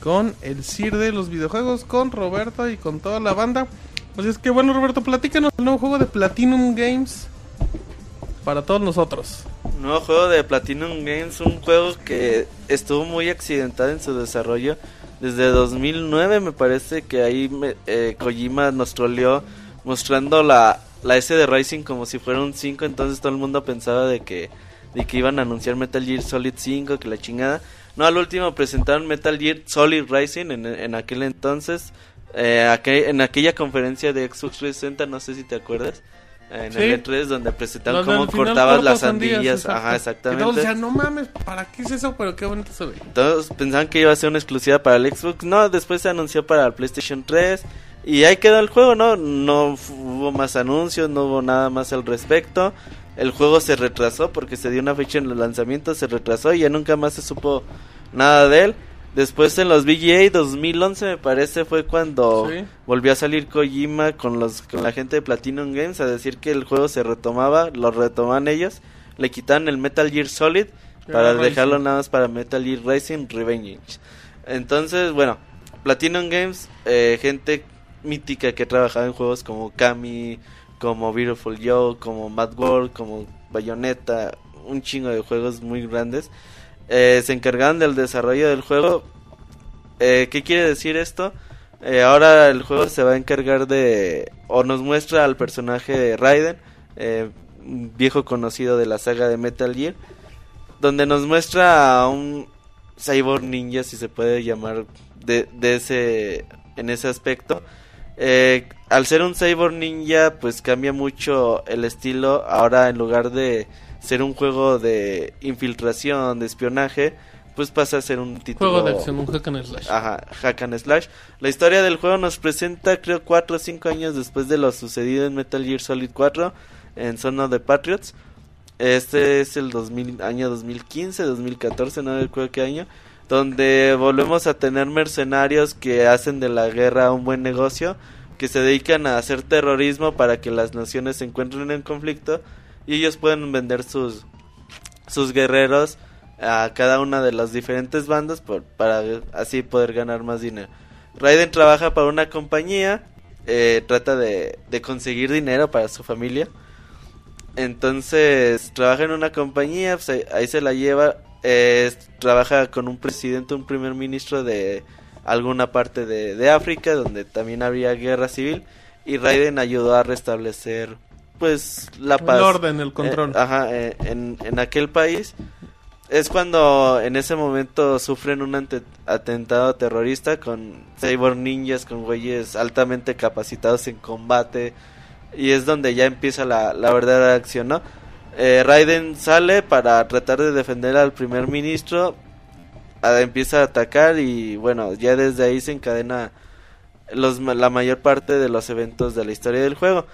A: con el CIR de los videojuegos, con Roberto y con toda la banda. Así es que bueno, Roberto, platícanos el nuevo juego de Platinum Games para todos nosotros.
D: Nuevo juego de Platinum Games, un juego que estuvo muy accidentado en su desarrollo. Desde 2009 me parece que ahí me- eh, Kojima nos troleó mostrando la, la S de Rising como si fuera un 5, entonces todo el mundo pensaba de que de que iban a anunciar Metal Gear Solid 5, que la chingada. No, al último presentaron Metal Gear Solid Rising en, en aquel entonces. eh, aquel- en aquella conferencia de Xbox 360, no sé si te acuerdas. En
A: Sí.
D: el E3 donde presentaron
A: Donde
D: cómo
A: al final
D: cortabas
A: cortas
D: las sandillas.
A: exacto.
D: Ajá,
A: Y todos
D: exactamente.
A: decían, no mames, ¿para qué es eso? Pero qué bonito se ve.
D: Todos pensaban que iba a ser una exclusiva para el Xbox. No, después se anunció para el PlayStation 3. Y ahí quedó el juego, ¿no? No f- hubo más anuncios, no hubo nada más al respecto. El juego se retrasó porque se dio una fecha en el lanzamiento, se retrasó y ya nunca más se supo nada de él. Después en los VGA 2011 me parece fue cuando
A: Sí.
D: volvió a salir Kojima con los con la gente de Platinum Games a decir que el juego se retomaba, lo retomaban ellos, le quitaron el Metal Gear Solid para
A: Rising.
D: dejarlo nada más para Metal Gear Racing Revenge. Entonces, bueno, Platinum Games, eh, gente mítica que trabajaba en juegos como Kami, como Beautiful Joe, como Mad World, como Bayonetta, un chingo de juegos muy grandes, eh, se encargaban del desarrollo del juego. Eh, ¿Qué quiere decir esto? Eh, ahora el juego se va a encargar de... o nos muestra al personaje de Raiden, eh, un viejo conocido de la saga de Metal Gear, donde nos muestra a un cyborg ninja, si se puede llamar de, de ese, en ese aspecto. Eh, al ser un cyborg ninja, pues cambia mucho el estilo. Ahora en lugar de ser un juego de infiltración, de espionaje, pues pasa a ser un título
A: Juego de acción, un hack and slash.
D: Ajá, hack and slash. La historia del juego nos presenta, creo, 4 o 5 años después de lo sucedido en Metal Gear Solid 4 en Zona de Patriots. Este es el 2000, año 2015, 2014, no recuerdo qué año. Donde volvemos a tener mercenarios que hacen de la guerra un buen negocio, que se dedican a hacer terrorismo para que las naciones se encuentren en conflicto y ellos pueden vender sus, sus guerreros a cada una de las diferentes bandas por- para así poder ganar más dinero. Raiden trabaja para una compañía, eh, trata de, de conseguir dinero para su familia. Entonces trabaja en una compañía, pues, ahí, ahí se la lleva, eh, trabaja con un presidente, un primer ministro de alguna parte de, de África, donde también había guerra civil, y Raiden ayudó a restablecer pues la paz.
A: El orden, el control.
D: Eh, ajá, eh, en, en aquel país. Es cuando en ese momento sufren un ante- atentado terrorista con cyborg ninjas, con güeyes altamente capacitados en combate. Y es donde ya empieza la, la verdadera acción, ¿no? Eh, Raiden sale para tratar de defender al primer ministro. a- empieza a atacar y bueno, ya desde ahí se encadena los, ma- la mayor parte de los eventos de la historia del juego.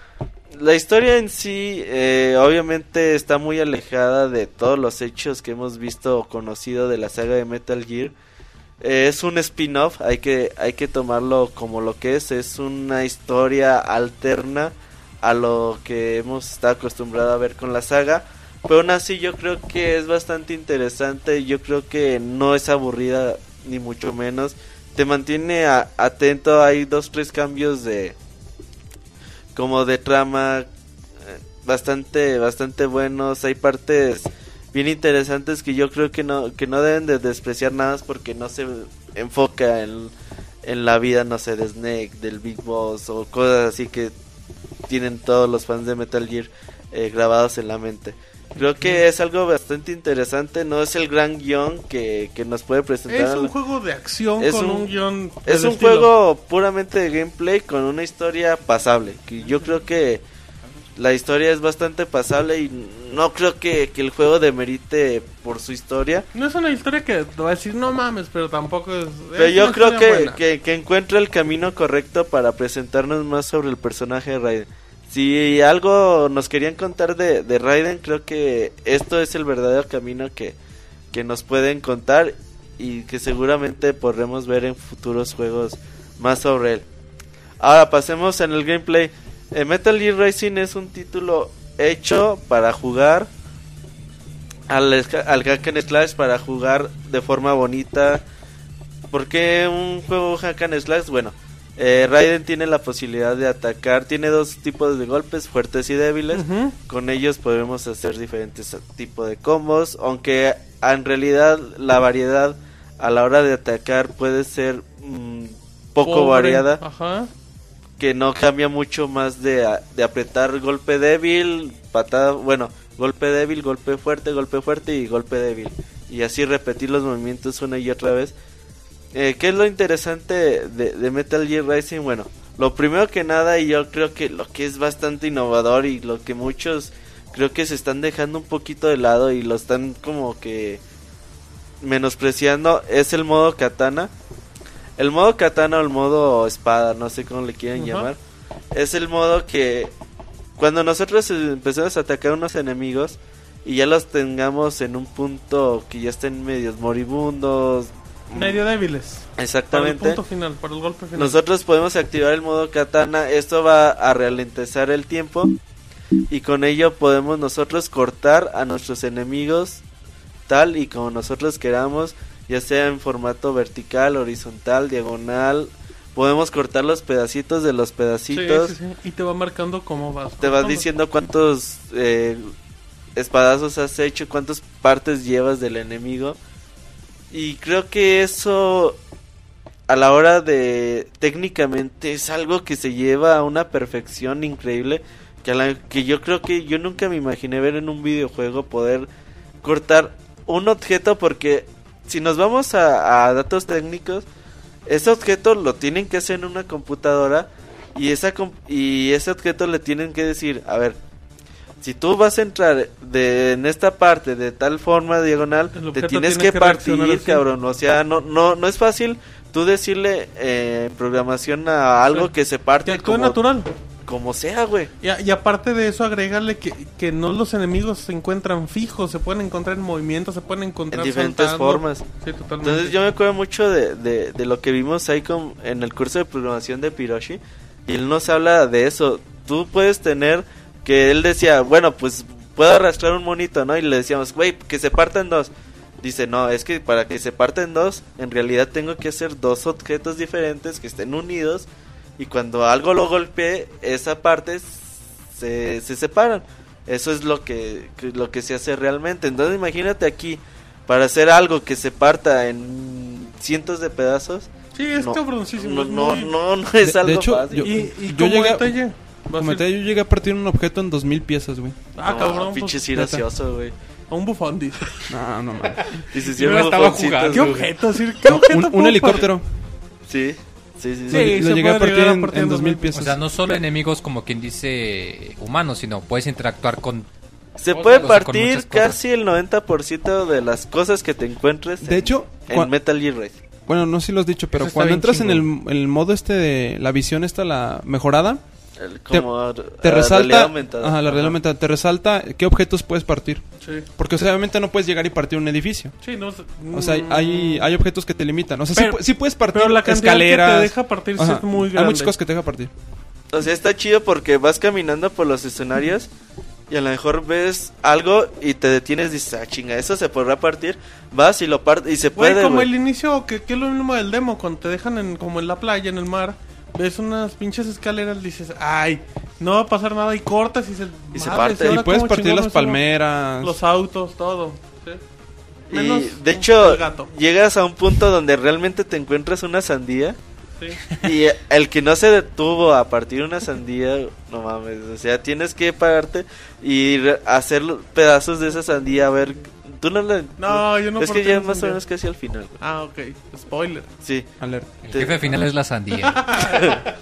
D: La historia en sí, eh, obviamente, está muy alejada de todos los hechos que hemos visto o conocido de la saga de Metal Gear. Eh, es un spin-off, hay que, hay que tomarlo como lo que es. Es una historia alterna a lo que hemos estado acostumbrados a ver con la saga. Pero aún así, yo creo que es bastante interesante. Yo creo que no es aburrida, ni mucho menos. Te mantiene a- atento. Hay dos, tres cambios de, como de trama eh, bastante bastante buenos hay partes bien interesantes que yo creo que no que no deben de despreciar nada más porque no se enfoca en, en la vida no sé de Snake del Big Boss o cosas así que tienen todos los fans de Metal Gear eh, grabados en la mente creo que es algo bastante interesante no es el gran guión que, que nos puede presentar
A: Es
D: a
A: un
D: la-
A: juego de acción
D: Es
A: con
D: un-
A: un guión.
D: es
A: del
D: un
A: estilo.
D: juego puramente de gameplay con una historia pasable. Que yo creo que la historia es bastante pasable y no creo que, que el juego demerite por su historia.
A: No es una historia que te va a decir, no mames, pero tampoco es. "Eh,
D: Pero
A: es
D: yo
A: una
D: creo
A: historia
D: que,
A: buena.
D: que, que encuentra el camino correcto para presentarnos más sobre el personaje de Raiden. Si algo nos querían contar de, de Raiden, creo que esto es el verdadero camino que, que nos pueden contar y que seguramente podremos ver en futuros juegos más sobre él. Ahora pasemos en el gameplay. Eh, Metal Gear Racing es un título hecho para jugar al, esca- al hack and slash, para jugar de forma bonita, ¿Por qué un juego hack and slash? Bueno, eh, Raiden tiene la posibilidad de atacar, tiene dos tipos de golpes, fuertes y débiles.
A: Ujú.
D: Con ellos podemos hacer diferentes tipos de combos, aunque en realidad la variedad a la hora de atacar puede ser mm, poco
A: Pobre.
D: variada
A: Ajá.
D: que no cambia mucho más de, a- de apretar golpe débil, patada, bueno, golpe débil, golpe fuerte, golpe fuerte y golpe débil. Y así repetir los movimientos una y otra vez. Eh, ¿Qué es lo interesante de, de Metal Gear Rising? Bueno, lo primero que nada, y yo creo que lo que es bastante innovador y lo que muchos creo que se están dejando un poquito de lado y lo están como que menospreciando, es el modo katana. El modo katana o el modo espada, no sé cómo le quieren llamar. Es el modo que cuando nosotros em, empezamos a atacar unos enemigos y ya los tengamos en un punto que ya estén medios moribundos.
A: Medio débiles. Para el
D: Exactamente.
A: punto final, para el golpe final.
D: Nosotros podemos activar el modo katana. Esto va a ralentizar el tiempo. Y con ello podemos nosotros cortar a nuestros enemigos tal y como nosotros queramos. Ya sea en formato vertical, horizontal, diagonal. Podemos cortar los pedacitos de los
A: Sí,
D: pedacitos.
A: sí, sí, Y te va marcando cómo vas.
D: Te vas
A: cortando.
D: diciendo cuántos eh, espadazos has hecho, cuántas partes llevas del enemigo. Y creo que eso a la hora de técnicamente es algo que se lleva a una perfección increíble que, a la- que yo creo que yo nunca me imaginé ver en un videojuego poder cortar un objeto porque si nos vamos a, a datos técnicos ese objeto lo tienen que hacer en una computadora y esa com- y ese objeto le tienen que decir a ver si tú vas a entrar de, en esta parte de tal forma diagonal,
A: El
D: te
A: objeto
D: tienes
A: tiene
D: que,
A: que reaccionar
D: partir,
A: así.
D: cabrón. O sea, no, no, no es fácil tú decirle eh, programación a algo
A: Sí.
D: que se
A: Que
D: parte
A: actúe
D: como,
A: natural.
D: como sea, güey.
A: Y, a- y aparte de eso, agregarle que, que no los enemigos se encuentran fijos, se pueden encontrar en movimiento, se pueden encontrar
D: En diferentes
A: saltando.
D: formas.
A: Sí, totalmente.
D: Entonces yo me acuerdo mucho de, de- de lo que vimos ahí con- en el curso de programación de Piroshi. Y él nos habla de eso. Tú puedes tener que él decía, bueno, pues puedo arrastrar un monito, ¿no? Y le decíamos, güey, que se parta en dos. Dice, no, es que para que se parta en dos, en realidad tengo que hacer dos objetos diferentes que estén unidos. Y cuando algo lo golpee, esa parte se, se separan. Eso es lo que, que- lo que se hace realmente. Entonces imagínate aquí, para hacer algo que se parta en cientos de pedazos,
A: Sí, es
D: no,
A: cabroncísimo.
D: no,
A: es
D: no,
A: muy-
D: no, no es
C: de
D: algo
C: hecho,
D: fácil.
C: yo-
A: Y, y
C: yo
A: como
C: llegué a-
A: detalle, va a
C: Como te
A: ser-
C: digo, yo llegué a partir un objeto en 2000 piezas, güey.
A: Ah,
D: No,
A: cabrón.
D: pinche
A: pues,
D: sí,
A: <laughs>
D: gracioso, güey.
A: a un bufón, dice.
C: No, no mames.
D: Dices,
I: Yo
D: "Sí,
I: no estaba
D: bufoncitos,
I: jugando,
A: ¿Qué
D: güey".
A: objeto? Sir? ¿Qué objeto
C: un, un
A: puedo
C: helicóptero.
D: Sí, sí, sí.
A: Sí,
D: sí.
C: lo
A: se
C: llegué a
A: puede
C: partir
A: llegar a
C: en,
A: partir en
C: en 2000
A: 2000.
E: O
C: piezas.
E: sea, no solo enemigos como quien dice humanos, sino puedes interactuar con...
D: Se
E: Cosa,
D: puede
E: cosa con
D: partir
E: muchas cosas.
D: casi el 90% de las cosas que te encuentres
C: De
D: en,
C: hecho,
D: en
C: cua-
D: Metal Gear Rising.
C: bueno, no sé si lo has dicho, pero
A: Eso está
C: cuando
A: bien
C: entras en el, el modo este de la visión esta, la mejorada,
D: El-
C: te
D: como a- a Ah, realidad
C: resalta...
D: aumentada.
C: Ajá, la realidad aumentada. Te resalta qué objetos puedes partir.
A: Sí.
C: Porque o sea, obviamente no puedes llegar y partir un edificio.
A: Sí, no sé.
C: O sea, hay- hay,
D: Mm.
C: hay objetos que te limitan. O sea,
A: Pero-
C: sí, pu- sí puedes partir
A: Pero la cantidad
C: escaleras.
A: que te deja partir sí
C: Ajá.
A: es muy
C: Hay
A: grande.
C: muchas cosas que te deja partir.
D: O sea, está chido porque vas caminando por los escenarios y a lo mejor ves algo y te detienes y dices, ah, chinga, eso se podrá partir. Vas y lo partes y se
A: Güey,
D: puede,
A: como
D: güey.
A: el inicio, que, que es lo mismo del demo, cuando te dejan en, como en la playa, en el mar, ves unas pinches escaleras, dices, ay, no va a pasar nada, y cortas y se...
D: Y se
A: madres,
D: parte.
A: ¿y
C: Y
A: ahora
C: puedes
A: cómo
C: partir
A: chingados
C: las
A: hacemos?
C: palmeras.
A: Los autos, todo. ¿sí?
D: Y,
A: Menos
D: de hecho,
A: el gato.
D: llegas a un punto donde realmente te encuentras una sandía.
A: Sí.
D: <laughs> Y el que no se detuvo a partir una sandía, no mames, o sea, tienes que pararte y re- hacer los pedazos de esa sandía, a ver, tú no la...
A: No, yo no
D: Es que
A: partí
D: ya
A: una
D: más o
A: sandía.
D: menos casi al final, güey.
A: Ah, ok.
D: <laughs>
A: Spoiler.
D: Sí.
C: Alerta.
E: El
D: Te-
E: jefe final es la sandía.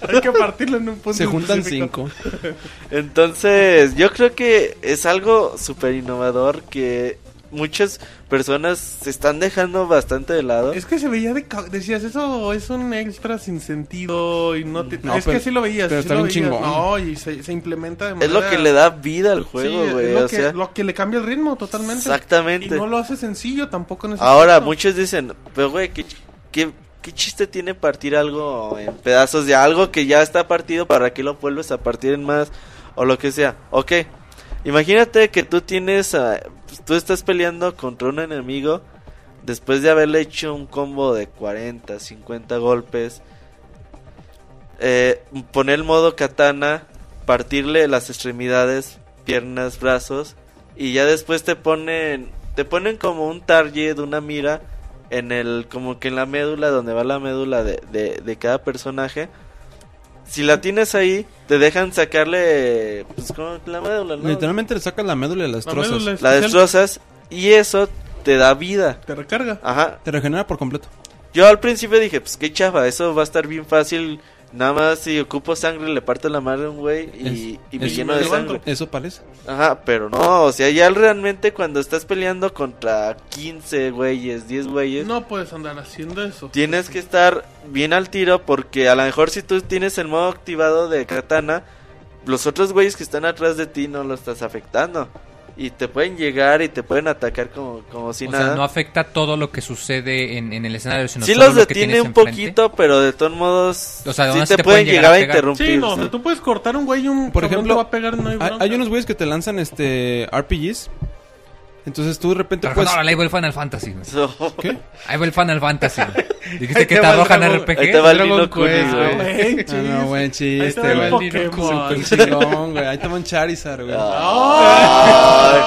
A: Hay que partirlo en un punto
C: Se juntan
A: específico.
C: cinco.
D: Entonces, yo creo que es algo súper innovador que muchas personas se están dejando bastante de lado.
A: Es que se veía de... ca- Decías, eso es un extra sin sentido y no te...
C: No,
A: es
C: pero-
A: que sí lo veías.
C: pero
A: sí
C: está
A: lo
C: bien
A: veías.
C: chingón.
A: No, y se, se implementa de
D: Es lo
A: manera-
D: que le da vida al juego,
A: Sí,
D: güey.
A: es lo,
D: o
A: que,
D: sea,
A: lo que le cambia el ritmo totalmente. Y
D: exactamente.
A: no lo hace sencillo tampoco en ese
D: Ahora,
A: aspecto.
D: muchos dicen, pero güey, ¿qué, qué, qué chiste tiene partir algo en pedazos de algo que ya está partido? ¿Para qué lo vuelves a partir en más? O lo que sea. Ok, imagínate que tú tienes, ah, pues, tú estás peleando contra un enemigo después de haberle hecho un combo de 40, 50 golpes. Eh, poner el modo katana, partirle las extremidades, piernas, brazos y ya después te ponen te ponen como un target una mira en el como que en la médula donde va la médula de, de, de cada personaje si la tienes ahí, te dejan sacarle. Pues como la médula, ¿no?
G: Literalmente le sacas la médula y las
A: La
G: trozas.
A: médula
D: La
A: especial
D: destrozas y eso te da vida.
A: Te recarga.
D: Ajá.
G: Te regenera por completo.
D: Yo al principio dije, pues qué chafa, eso va a estar bien fácil. Nada más si ocupo sangre le parto la madre a un güey y, y me
G: es-
D: lleno de
A: me levanto.
D: sangre.
G: Eso parece.
D: Ajá, pero no, o sea, ya realmente cuando estás peleando contra 15 güeyes, 10 güeyes,
A: No puedes andar haciendo eso.
D: tienes que estar bien al tiro porque a lo mejor si tú tienes el modo activado de katana, los otros güeyes que están atrás de ti no lo estás afectando. Y te pueden llegar y te pueden atacar como, como si
E: o
D: nada.
E: sea, no afecta todo lo que sucede en, en el escenario, sino
D: sí
E: solo
D: los
E: lo que
D: detiene
E: tienes
D: un
E: enfrente.
D: poquito, pero de todos modos
E: O sea, aún
D: sí
E: así
D: te,
E: te
D: pueden
E: pueden
D: llegar a,
E: llegar a pegar.
D: interrumpir.
A: Sí, no, o
D: sí.
A: sea, tú puedes cortar un güey y un
G: Por
A: cabrón
G: ejemplo,
A: te va a pegar, no hay
G: Hay,
A: bronca.
G: hay unos güeyes que te lanzan este RPGs. Entonces tú de repente
E: Pero
G: pues
E: no, ahí va el Final Fantasy.
D: <laughs>
E: güey.
D: So,
G: ¿Qué?
E: Ahí va el Final Fantasy. güey.
B: Ahí
E: Dijiste que
B: te
E: te
B: va el
E: arrojan
B: Dragon-
E: RPG.
D: ahí te va el
B: Dragon
D: Nino Kuni,
A: <laughs>
B: Quest,
D: güey.
B: güey.
A: Buen
G: Ah,
A: chiste.
G: no, buen
A: Ahí
G: chiste,
A: está el
G: güey.
A: Pokémon. <laughs>
G: Súper chingón, güey. Ahí te va un Charizard, güey.
D: Ah. Ay,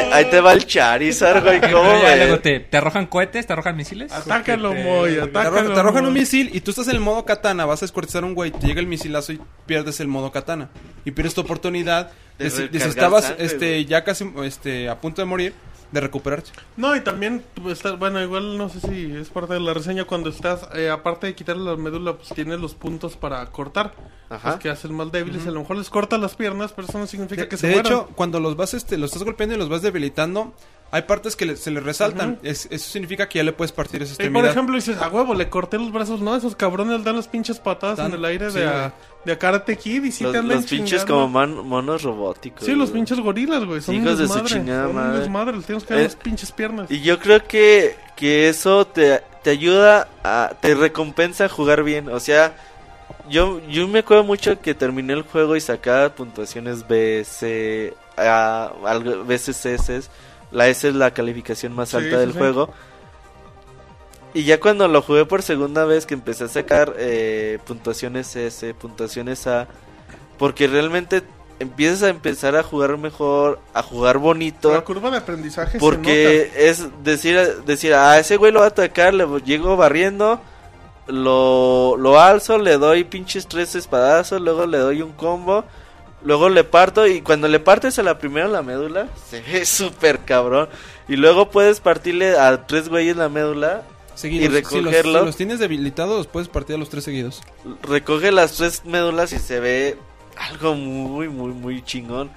D: ahí, ahí te va el Charizard, güey.
E: <laughs> <laughs> Pero
D: ¿Cómo,
E: ya luego
D: güey?
E: te, te arrojan cohetes, te arrojan misiles.
A: Atácalo, Moy,
G: Te arro-
A: atácalo.
G: te arrojan
A: Moy.
G: un misil y tú estás en el modo katana, vas a descuartizar a un güey, te llega el misilazo y pierdes el modo katana. Y pierdes tu oportunidad de,
D: De
G: si, de si
D: recargar
G: estabas
D: sangre,
G: este,
D: güey.
G: ya casi este, a punto de morir, de recuperarte.
A: No, y también, tú estás- bueno, igual no sé si es parte de la reseña, cuando estás, eh, aparte de quitarle la médula, pues tienes los puntos para cortar.
D: Ajá.
A: Los que hacen más débiles, a lo mejor les corta las piernas, pero eso no significa
G: De,
A: que se
G: de
A: mueran.
G: hecho, cuando los vas, este, los estás golpeando y los vas debilitando, hay partes que le- se les resaltan. Es- eso significa que ya le puedes partir esa
A: Y por
G: extremidad.
A: ejemplo, dices, a huevo, le corté los brazos. No, esos cabrones dan las pinches patadas
G: Dan-
A: en el aire
G: sí,
A: de,
G: güey.
A: a, de a Karate Kid y sí
D: los
A: te andan
D: los pinches
A: chingando.
D: como man- monos robóticos.
A: Sí, los
D: güey.
A: pinches gorilas, güey. Son
D: Hijos
A: un
D: de su
A: desmadre.
D: chingada
A: son un
D: madre.
A: desmadre, les tienes que dar
D: Eh,
A: las pinches piernas.
D: Y yo creo que, que eso te, te ayuda a. te recompensa jugar bien. O sea, yo, yo me acuerdo mucho que terminé el juego y sacaba puntuaciones B, C, A, algo, B, C, C, Cs. La S es la calificación más
A: Sí,
D: alta
A: sí,
D: del
A: sí.
D: juego. Y ya cuando lo jugué por segunda vez, que empecé a sacar eh, puntuaciones S, puntuaciones A, porque realmente empiezas a empezar a jugar mejor, a jugar bonito.
A: La curva de aprendizaje se
D: Porque es decir, decir, a ese güey lo va a atacar, le llego barriendo, lo, lo alzo, le doy pinches tres espadazos, luego le doy un combo, luego le parto y cuando le partes a la primera la médula, se ve <laughs> súper cabrón. Y luego puedes partirle a tres güeyes la médula,
G: Seguidos.
D: y
G: Si los,
D: recogerlo.
G: si los tienes debilitados, los puedes partir a los tres seguidos.
D: recoge las tres médulas y se ve algo muy, muy, muy chingón.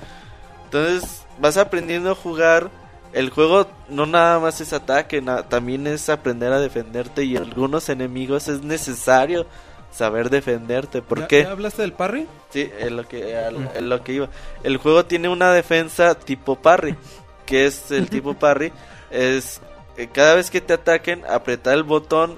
D: Entonces vas aprendiendo a jugar. El juego no nada más es ataque, na- también es aprender a defenderte y algunos enemigos es necesario saber defenderte. ¿Por
G: ¿Ya-
D: qué?
G: ¿Ya hablaste del parry?
D: Sí, es lo que, a lo- es lo que iba. El juego tiene una defensa tipo parry. que es el tipo parry? Es eh, cada vez que te ataquen, apretar el botón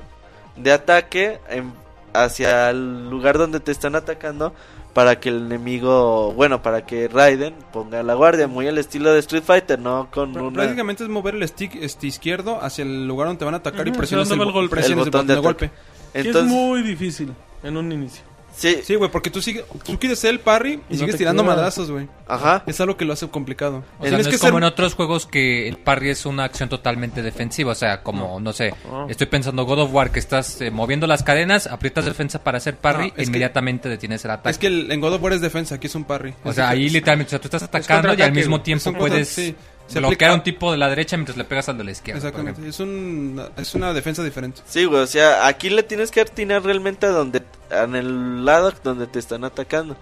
D: de ataque en- hacia el lugar donde te están atacando para que el enemigo, bueno, para que Raiden ponga la guardia, muy al estilo de Street Fighter, no con
G: Pr-
D: una...
G: Prácticamente es mover el stick este, izquierdo hacia el lugar donde te van a atacar y
A: Ujú,
G: presionas
A: hacia
G: el,
A: donde va el
G: bo-
A: golpe.
G: presionas
D: El
G: el
D: botón de
G: botón de golpe.
A: nota. Que
D: Entonces,
A: Es muy difícil en un inicio.
D: sí,
G: Sí, güey, porque tú, sigue, tú quieres ser el parry y
A: No
G: sigues
A: te
G: tirando
A: curas.
G: madrazos, güey.
D: ajá.
G: Es algo que lo hace complicado.
E: O sea, no
G: Tienes
E: es
G: que
E: como
G: ser-
E: en otros juegos que el parry es una acción totalmente defensiva. O sea, como, no sé, estoy pensando God of War, que estás eh, moviendo las cadenas, aprietas defensa para hacer parry,
G: No,
E: e
G: es que-
E: inmediatamente detienes el ataque.
G: Es que el- en God of War es defensa, aquí es un parry.
E: o
G: Es
E: sea, ahí
G: diferente.
E: literalmente, o sea, tú estás atacando y al
G: contraataque,
E: mismo
G: güey. Es
E: tiempo
G: un
E: puedes
G: contra- sí. Se
E: bloquear
G: aplica-
E: a un tipo de la derecha mientras le pegas al de la izquierda. por
G: Exactamente,
E: ejemplo.
G: es, un, es una defensa diferente.
D: Sí, güey, o sea, aquí le tienes que atinar realmente a donde, en el lado donde te están atacando.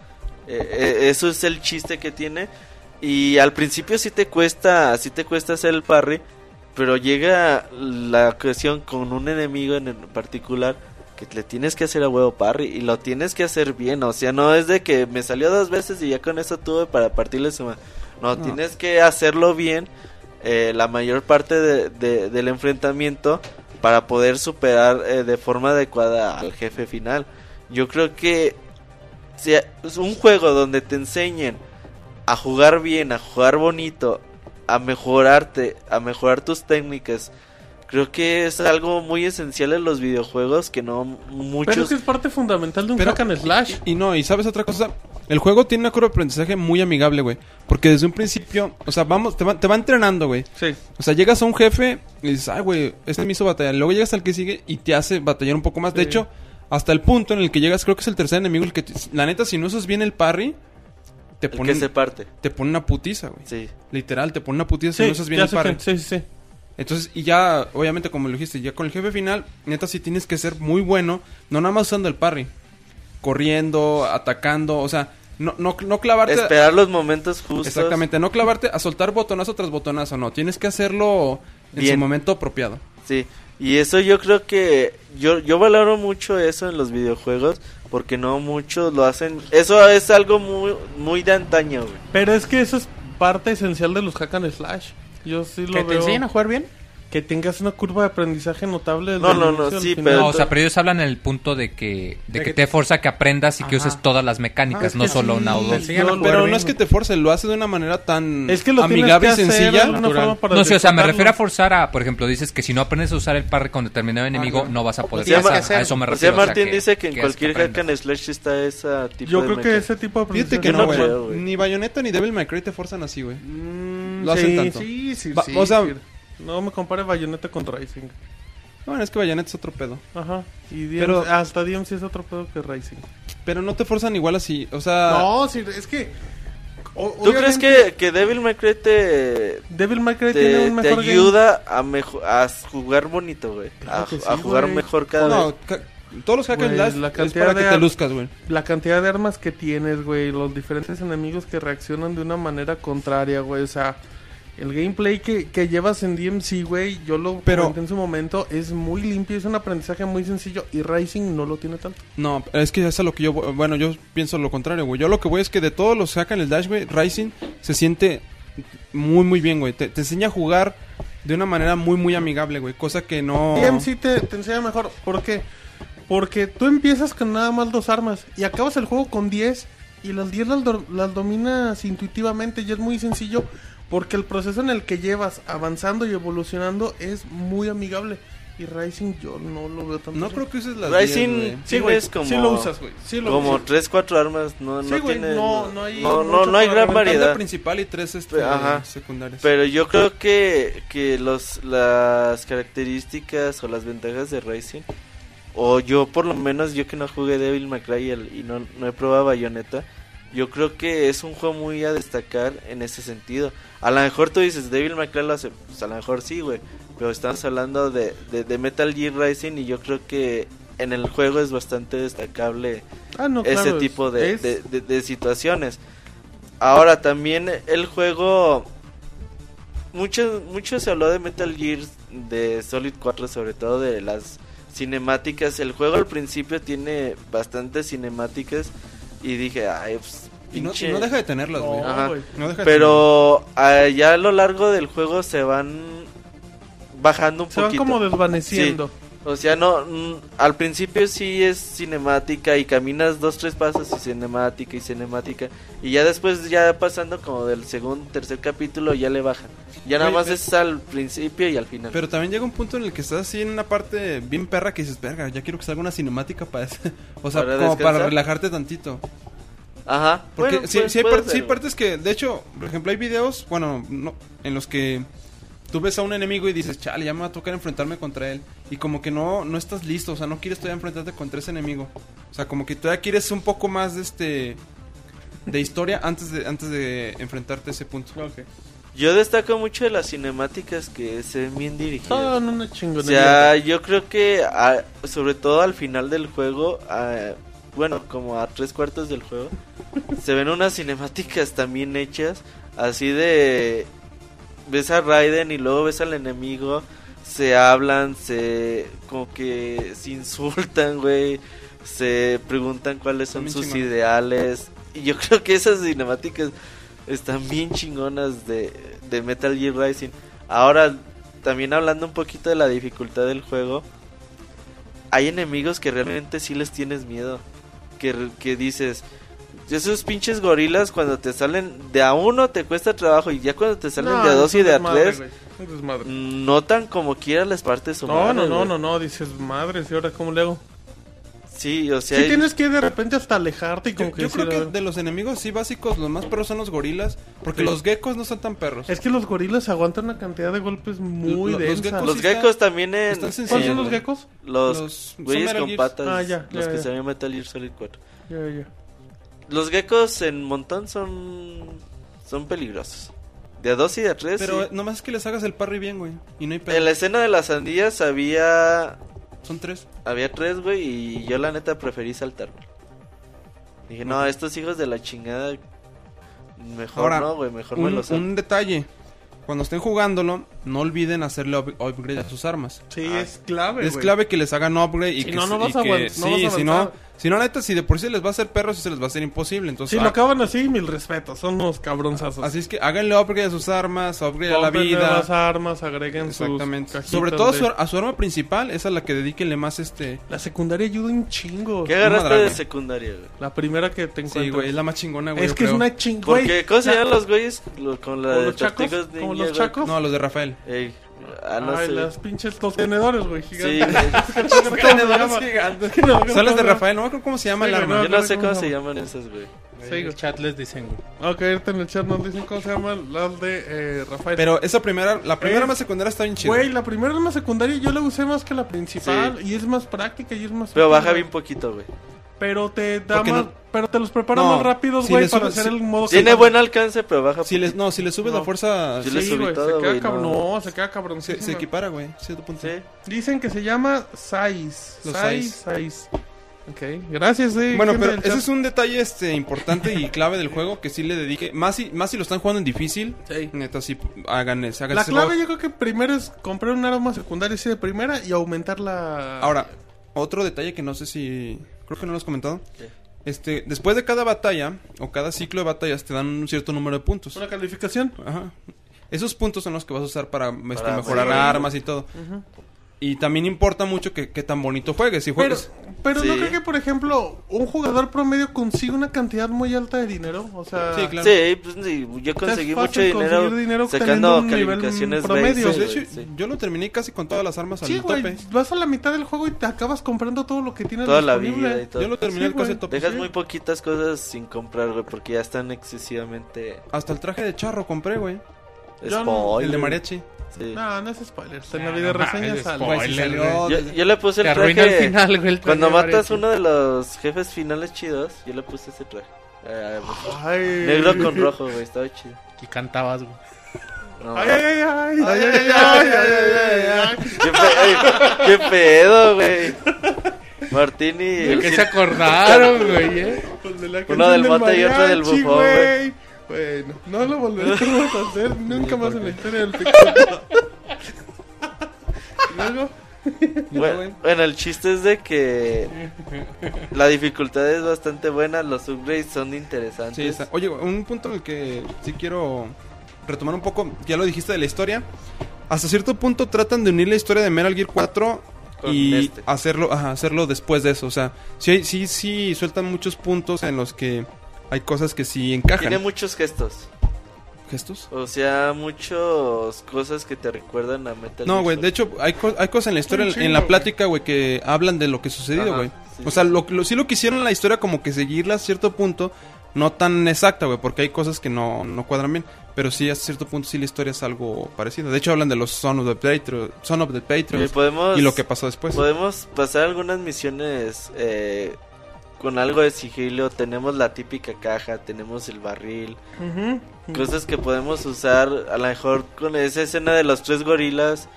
D: Eh, eh, eso es el chiste que tiene. Y al principio sí te cuesta, sí te cuesta hacer el parry, pero llega la ocasión con un enemigo en el particular que le tienes que hacer a huevo parry y lo tienes que hacer bien. O sea, no es de que me salió dos veces y ya con eso tuve para partirle su ma- No,
G: No.
D: tienes que hacerlo bien eh, la mayor parte de- de- del enfrentamiento para poder superar eh, de forma adecuada al jefe final. Yo creo que si es un juego donde te enseñen a jugar bien, a jugar bonito, a mejorarte, a mejorar tus técnicas. Creo que es algo muy esencial en los videojuegos que no
A: Pero es
D: muchos
A: que es parte fundamental de un
G: Pero-
A: hack and slash.
G: Y no, y sabes otra cosa, el juego tiene una curva de aprendizaje muy amigable, güey. Porque desde un principio, o sea, vamos, te va, te va entrenando, güey.
A: Sí.
G: O sea, llegas a un jefe y dices, ay, güey, este me hizo batallar. Luego llegas al que sigue y te hace batallar un poco más. De
A: Sí.
G: hecho, Hasta el punto en el que llegas, creo que es el tercer enemigo, el que te- la neta, si no usas bien el parry, te
D: El que
G: ponen,
D: se parte.
G: te pone una putiza, güey.
D: Sí.
G: Literal, te pone una putiza si
A: Sí,
G: no usas bien
A: ya
G: el
A: sé
G: parry.
A: que- sí, sí, sí.
G: Entonces, y ya, obviamente, como lo dijiste, ya con el jefe final, neta, sí tienes que ser muy bueno, no nada más usando el parry, corriendo, atacando, o sea, no, no, no clavarte.
D: Esperar los momentos justos.
G: Exactamente, no clavarte a soltar botonazo tras botonazo, no, tienes que hacerlo en
D: Bien.
G: su momento apropiado.
D: Sí, y eso yo creo que yo, yo valoro mucho eso en los videojuegos porque no muchos lo hacen. Eso es algo muy, muy de antaño, güey.
A: Pero es que eso es parte esencial de los hack and slash. Yo sí lo
B: ¿Que te
A: veo.
B: enseñen a jugar bien?
A: Que tengas una curva de aprendizaje notable. desde
D: No,
A: el
D: no, no,
A: inicio al
D: sí,
A: final.
D: pero-
E: No, o sea, pero ellos hablan en el punto de que, de que te forza que aprendas y que uses todas las mecánicas,
B: Ah, es
E: no
B: que
E: solo
B: sí.
E: una o
B: Te
E: dos.
B: enseñan a
A: No,
B: jugar
G: Pero
B: bien,
G: no es que
B: güey.
G: te force, lo hace de una manera tan
A: Es que lo tienes
G: amigable
A: que
G: y
A: hacer
G: sencilla.
A: de alguna forma para
E: No, sí, o sea, me refiero a
A: desencarnarlo.
E: forzar a, por ejemplo, dices que si no aprendes a usar el parry con determinado enemigo, no vas a poder
D: tienes que
E: pasar.
B: hacer.
E: A eso me
D: O sea,
E: refiero. o sea,
D: Martín dice que en
E: que
D: cualquier hack and
E: aprendas.
D: slash está esa tipo
A: Yo
D: de
A: creo que
D: mecánica.
A: ese tipo de
G: Fíjate
A: aprendizaje.
G: que
D: Yo
G: no,
D: no
G: güey.
D: creo, güey.
G: Ni Bayonetta ni Devil May Cry te forzan así, güey.
A: Mm,
G: Lo hacen
A: sí,
G: tanto.
A: Sí, sí,
G: Va-
A: sí,
G: o sea-
A: sí. No me compare Bayonetta con Rising.
G: Bueno, es que Bayonetta es otro pedo.
A: Ajá. Y DMC,
G: Pero-
A: hasta DMC es otro pedo que Rising.
G: Pero no te forzan igual así, o sea...
A: no, sí, es que. o-
D: ¿Tú crees
A: obviamente,
D: que, que Devil May Cry te,
A: Devil May Cry
D: te-
A: tiene un
D: te
A: mejor game?
D: ayuda a, mejo- a jugar bonito, güey?
A: Claro
D: a
A: que sí,
D: a jugar
A: güey.
D: mejor cada
G: No,
D: vez.
G: ca- todos los hack and
A: Güey,
G: slash
A: la
G: es
A: cantidad
G: para que
A: de
G: te
A: ar-
G: lucas, güey.
A: La cantidad de armas que tienes, güey. Los diferentes enemigos que reaccionan de una manera contraria, güey. O sea, el gameplay que, que llevas en DMC, güey. Yo lo
G: Pero-
A: comenté en su momento. Es muy limpio, es un aprendizaje muy sencillo. Y Rising no lo tiene tanto.
G: No, es que es a lo que yo... voy- Bueno, yo pienso lo contrario, güey. Yo lo que voy es que de todos los hack and slash, güey, Rising se siente muy, muy bien, güey. Te, te enseña a jugar de una manera muy, muy amigable, güey. Cosa que no...
A: DMC te, te enseña mejor. ¿Por qué? Porque tú empiezas con nada más dos armas. Y acabas el juego con 10. Y las 10 las, do- las dominas intuitivamente. Y es muy sencillo. Porque el proceso en el que llevas avanzando y evolucionando es muy amigable. Y Rising yo no lo veo tan
G: No creo que uses las
D: Rising
G: 10, güey.
A: Sí, güey.
D: tienes como,
A: Sí lo usas, güey. Sí lo
D: como
A: usas.
D: 3, 4 armas. No,
A: Sí,
D: no,
A: güey,
D: tiene-
A: no- no hay
D: no, no-
A: mucho
D: no hay
A: para
D: gran
A: reventar de
G: Una
D: variedad.
G: principal y tres este,
D: Ajá.
G: secundarias.
D: Pero yo creo que, que los, las características o las ventajas de Racing, o yo por lo menos, yo que no jugué Devil May Cry y, el- y no, no he probado Bayonetta, yo creo que es un juego muy a destacar en ese sentido. A lo mejor tú dices, Devil May Cry lo hace, pues a lo mejor sí, güey, pero estamos hablando de, de, de Metal Gear Rising y yo creo que en el juego es bastante destacable
A: Ah, no,
D: ese
A: claro,
D: tipo de,
A: es-
D: de- de- de situaciones. Ahora también el juego... Mucho, mucho se habló de Metal Gear, de Solid 4, sobre todo de las cinemáticas. El juego al principio tiene bastantes cinemáticas y dije, ay, pues,
G: y, no,
D: pinche".
G: y no deja de tenerlas, güey.
A: No,
D: Ajá.
A: güey.
G: No deja de
D: Pero ah, ya a lo largo del juego se van bajando un
A: Se van
D: poquito.
A: como desvaneciendo.
D: O sea, no, mm, al principio sí es cinemática y caminas dos, tres pasos y cinemática y cinemática. Y ya después, ya pasando como del segundo, tercer capítulo, ya le bajan. Ya nada
G: Oye,
D: más
G: pe-
D: es al principio y al final.
G: Pero también llega un punto en el que estás así en una parte bien perra que dices, verga, ya quiero que salga una cinemática para eso. <laughs> O sea,
D: ¿Para
G: como para
D: descansar?
G: relajarte tantito.
D: Ajá.
G: Porque
D: Bueno,
G: sí,
D: pues,
G: sí hay
D: puede
G: par-
D: ser,
G: sí hay
D: güey.
G: partes que, de hecho, por ejemplo, hay videos, bueno, no, en los que tú ves a un enemigo y dices, chale, ya me va a tocar enfrentarme contra él. Y como que no, no estás listo, o sea, no quieres todavía enfrentarte contra ese enemigo. O sea, como que todavía quieres un poco más de este... De historia antes de, antes de enfrentarte a ese punto.
D: Yo destaco mucho de las cinemáticas que se ven bien dirigidas.
A: Son Ah, una
D: O
A: chingonería.
D: sea, yo creo que ah, sobre todo al final del juego, ah, bueno, como a tres cuartos
G: <laughs>
D: del juego, se ven unas cinemáticas también hechas, así de ves a Raiden y luego ves al enemigo, se hablan, se como que se insultan, güey, se preguntan cuáles son
G: También
D: sus
G: chingón.
D: ideales y yo <laughs> creo que esas cinemáticas están bien chingonas de, de Metal Gear Rising. Ahora, también hablando un poquito de la dificultad del juego, hay enemigos que realmente sí les tienes miedo. Que, re- que dices, esos pinches gorilas cuando te salen de a uno te cuesta trabajo y ya cuando te salen
A: No,
D: de a dos
A: es
D: y de a
A: desmadre,
D: tres,
A: güey, es desmadre.
D: notan como quiera las partes
A: No,
D: humanas.
A: no, no,
D: güey.
A: no, no, dices, madres, ¿y ahora cómo le hago?
D: Sí, o sea,
A: Sí
D: y-
A: tienes que de repente hasta alejarte y
G: Yo,
A: como que
G: yo creo
A: decir,
G: que
A: "Ah".
G: de los enemigos sí básicos, los más perros son los gorilas, porque
A: Sí.
G: los geckos no son tan perros.
A: Es que los gorilas aguantan una cantidad de golpes muy
G: Lo- los
A: densa.
G: geckos-
D: los geckos también en...
G: Están sencillos.
A: ¿Cuáles
D: en-
A: son los geckos?
D: Los,
G: Los- son
D: güeyes
G: Metal
D: con
G: Gears.
D: patas,
A: Ah, ya,
D: los
A: ya,
D: que
A: ya.
D: se ven Metal Gear Solid 4.
A: Ya, ya.
D: Los geckos en montón son son peligrosos. De a dos y de a tres.
G: Pero eh,
D: sí.
G: nomás es que les hagas el parry bien, güey. Y no hay
D: En
G: pedo.
D: la escena de las sandías había
G: Son tres.
D: había tres, güey, y yo la neta preferí saltarme. Dije, no, estos hijos de la chingada mejor
G: Ahora,
D: no, güey, mejor me
G: Un,
D: los salto.
G: un detalle. Cuando estén jugándolo, no olviden hacerle up- upgrade a sus armas.
A: Sí,
D: Ah.
A: es clave.
G: Es
A: güey.
G: clave que les hagan upgrade y
A: Si
G: que
A: no, no
G: y
A: vas a
G: que-
A: avan- no
G: sí,
A: vas a
G: si no,
A: avanzar.
G: si no neta si de por sí les va a hacer perros y se les va a hacer imposible, entonces
A: Si lo
G: ah,
A: acaban así, mil respetos. Son unos cabronzazos.
G: así es que háganle upgrade a sus armas, upgrade a la
A: Compren
G: vida.
A: nuevas armas, agreguen sus
G: Exactamente.
A: cajitas
G: Sobre todo a
A: de-
G: su, ar- a su arma principal, esa es la que dedíquenle más este.
A: La secundaria ayuda un chingo.
D: ¿Qué agarraste
G: madre,
D: de
G: güey.
D: secundaria, güey?
A: La primera que te encuentras.
G: Sí, güey, es la más chingona, güey.
A: es
G: yo
A: que es
G: creo.
A: una chingona.
D: Porque, ¿cómo se llaman los güeyes? Lo- con la
A: ¿Como
G: eh,
D: de
A: los chacos?
D: Tortigos
A: ¿Como
D: Ninja,
A: los
D: güey.
A: chacos?
G: No, eh, los de Rafael.
D: Ey, ah, no
A: Ay,
D: sé.
A: las pinches, los tenedores, güey.
D: Sí,
A: Gigantes.
D: güey.
A: ¿Cómo se llama?
G: Son las de Rafael, no me acuerdo cómo se llama
A: Sí,
G: el
A: güey,
G: arma.
D: Yo no sé cómo se llaman esas, güey.
A: Sí,
B: En
A: güey.
B: el chat les dicen, güey.
A: Ok, ahorita en el chat nos dicen cómo se llaman las de eh, Rafael.
G: Pero esa primera, la primera
A: Eh,
G: arma secundaria está bien chida.
A: Güey, la primera arma secundaria yo la usé más que la principal y es más práctica y es más.
D: Pero
A: útil,
D: baja
A: güey.
D: bien poquito, güey.
A: Pero te da
G: Porque
A: más.
G: no-
A: Pero te los prepara
G: No,
A: más rápidos,
G: si
A: güey,
G: le
A: para
G: sube-
A: hacer
G: si-
A: el modo.
D: Tiene
A: secundario.
D: buen alcance, pero baja
G: Si les, no, si le subes
A: No.
G: la fuerza,
D: Sí,
G: se,
D: le
A: Sí,
D: subí
A: güey,
D: todo,
A: se queda
D: güey,
A: cabrón.
D: no.
A: No, se queda cabrón.
G: se- se equipara, güey. Cierto punto.
D: Sí.
A: Dicen que se llama Sais.
G: Los
A: Sais, Sais. Ok, gracias. eh,
G: Bueno,
A: gente
G: pero
A: del
G: ese
A: chat.
G: es un detalle este importante y clave del juego que sí le dedique. Más si, más si lo están jugando en difícil, neta, sí, hagan ese. hagan
A: La
G: ese
A: clave
G: juego.
A: yo creo que primero es comprar un arma secundaria así de primera y aumentar la...
G: Ahora, otro detalle que no sé si. Creo que no lo has comentado.
D: ¿Qué?
G: Este, después de cada batalla o cada ciclo de batallas te dan un cierto número de puntos.
A: Una calificación.
G: Ajá. Esos puntos son los que vas a usar para, este,
D: Para
G: mejorar
D: mejorar.
G: armas y todo. Y también importa mucho que, qué tan bonito juegues. Si
A: Pero,
G: juegas.
A: pero no
D: Sí.
A: creo que, por ejemplo, un jugador promedio consigue una cantidad muy alta de dinero. O sea,
G: Sí, claro.
D: Sí, pues, sí, yo conseguí
A: fácil
D: mucho dinero,
A: conseguir dinero teniendo
D: sacando
A: un nivel
D: calificaciones
A: promedio,
D: promedio,
G: Pues, de hecho, yo lo terminé casi con todas las armas
A: Sí,
G: al
A: güey,
G: tope.
A: vas a la mitad del juego y te acabas comprando todo lo que tienes
D: toda la
A: disponible.
D: vida y todo.
G: Yo lo terminé
A: pues, Sí, güey.
G: casi al tope.
D: Dejas
G: sí.
D: muy poquitas cosas sin comprar, güey, porque ya están excesivamente
G: Hasta el traje de charro compré, güey.
A: Yo no-
D: spoiler.
G: El de mariachi.
D: Sí.
A: No, no es spoiler. En
G: Ah,
A: la vida reseña
B: mames,
A: sale.
G: Güey, sí
B: Spoiler,
G: salió
D: Yo,
G: desde-
D: yo le puse
B: Te
D: el
B: arruina
D: traje.
B: el
D: <laughs>
B: final, güey. el
D: Cuando
B: trailer,
D: matas
B: parece.
D: uno de los jefes finales chidos, yo le puse ese traje. Ah, pues,
A: Ay.
D: negro con rojo, güey, estaba chido.
B: Y cantabas,
D: <laughs>
B: güey.
D: No,
A: Ay, ay, ay, ay, ay, ay, ay, ay, ay, ay.
D: qué, pe- qué
A: <laughs>
D: pedo, güey. Martín
B: ¿De qué
D: y
B: se acordaron, güey?
D: <laughs>
B: eh?
A: Pues de la
D: Uno del
A: canción
D: bote y otro del
A: mariachi,
D: bufón, güey.
A: Bueno, no lo volveremos a
D: <laughs>
A: hacer nunca más en la historia del TikTok. <laughs> Luego,
D: Bueno, bueno, el chiste es de que
G: <laughs>
D: la dificultad es bastante buena, los upgrades son interesantes.
G: Sí, está. Oye, güey, un punto en el que sí quiero retomar un poco, ya lo dijiste de la historia. Hasta cierto punto tratan de unir la historia de Metal Gear 4
D: Con
G: y
D: este.
G: hacerlo, ajá, hacerlo después de eso. O sea, sí, hay- sí, sí sueltan muchos puntos en los que hay cosas que sí encajan.
D: Tiene muchos gestos,
G: ¿Gestos?
D: o sea, muchas cosas que te recuerdan a Metal
G: No,
D: Gear
G: güey,
D: Solid.
G: de hecho hay, co- hay cosas en la historia, en,
A: chingo,
G: en la
A: güey.
G: plática, güey, que hablan de lo que sucedido,
D: Ajá,
G: güey.
D: sí.
G: O sea, lo, lo- sí lo que hicieron en la historia como que seguirla a cierto punto, no tan exacta, güey, porque hay cosas que no, no cuadran bien. Pero sí, a cierto punto sí la historia es algo parecida. De hecho, hablan de los Son of the Patriots, Son of the
D: Eh,
G: Patriots
D: podemos,
G: y lo que pasó después.
D: podemos pasar algunas misiones eh, con algo de sigilo. Tenemos la típica caja, tenemos el barril,
G: Mm.
D: cosas que podemos usar. A lo mejor con esa escena de los tres gorilas,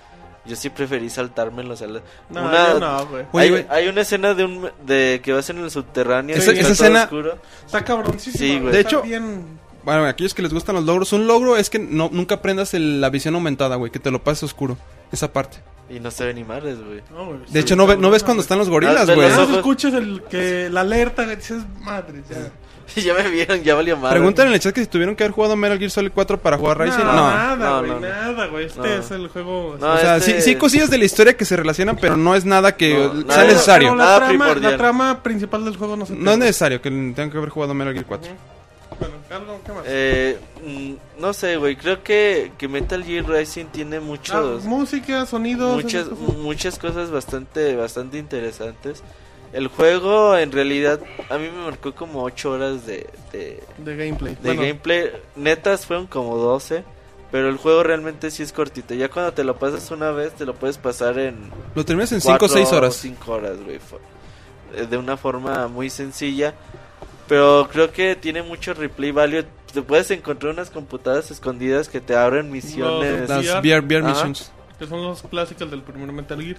D: yo sí preferí saltármelos. a la-
A: no,
D: Una-
A: yo no, güey.
G: Oye,
D: hay,
G: güey.
D: hay una escena de un de que vas en el subterráneo
G: Esa-
D: y está
G: esa
D: todo
G: escena-
D: oscuro.
A: Está cabroncísimo.
D: Sí, güey.
A: está
G: De hecho-
A: bien-
G: Bueno, aquellos que les gustan los logros, un logro es que no, nunca prendas el- la visión aumentada, güey, que te lo pases oscuro. Esa parte.
D: y no se ven ni madres, güey.
A: No, güey,
G: De
D: <laughs>
A: sí,
G: hecho, no, ve- no
A: cabrón,
G: ves cuando están los gorilas,
D: Ah,
G: güey.
D: pero
A: Nada más
D: Los ojos-
A: escuchas el que la alerta, güey, dices, madre, ya.
D: ya me vieron, ya valió madre.
G: Preguntan en el chat que si tuvieron que haber jugado Metal Gear Solid 4 para jugar Rising.
A: No,
G: no.
A: nada,
D: No,
A: güey,
D: no, no.
A: nada, güey. Este
D: No.
A: es el juego.
D: No,
G: O sea,
D: este-
G: sí, sí hay cosillas de la historia que se relacionan, pero no es nada que
D: No,
G: sea
D: nada.
G: necesario.
A: Pero la,
D: Nada
A: trama, la
D: primordial.
A: trama principal del juego no se
G: No es
A: pierde.
G: necesario que tengan que haber jugado Metal Gear 4.
A: Bueno, algo, ¿qué más?
D: Eh, mm, no sé, güey. Creo que, que Metal Gear Rising tiene
A: Ah,
D: muchos.
A: música, sonidos.
D: muchas
A: esas cosas.
D: muchas cosas bastante bastante interesantes El juego en realidad a mí me marcó como 8 horas de, de,
A: De gameplay.
D: de
A: Bueno,
D: gameplay. Netas fueron como 12, pero el juego realmente sí es cortito. Ya cuando te lo pasas una vez, te lo puedes pasar en
G: Lo terminas en 5 o 6 horas.
D: 5 horas, güey. fue- eh, De una forma muy sencilla. Pero creo que tiene mucho replay value. Te puedes encontrar unas computadoras escondidas que te abren misiones.
A: Los-
G: Las
A: VR.
G: VR, VR
D: Ajá.
G: missions.
A: Que son los clásicos del primer Metal Gear.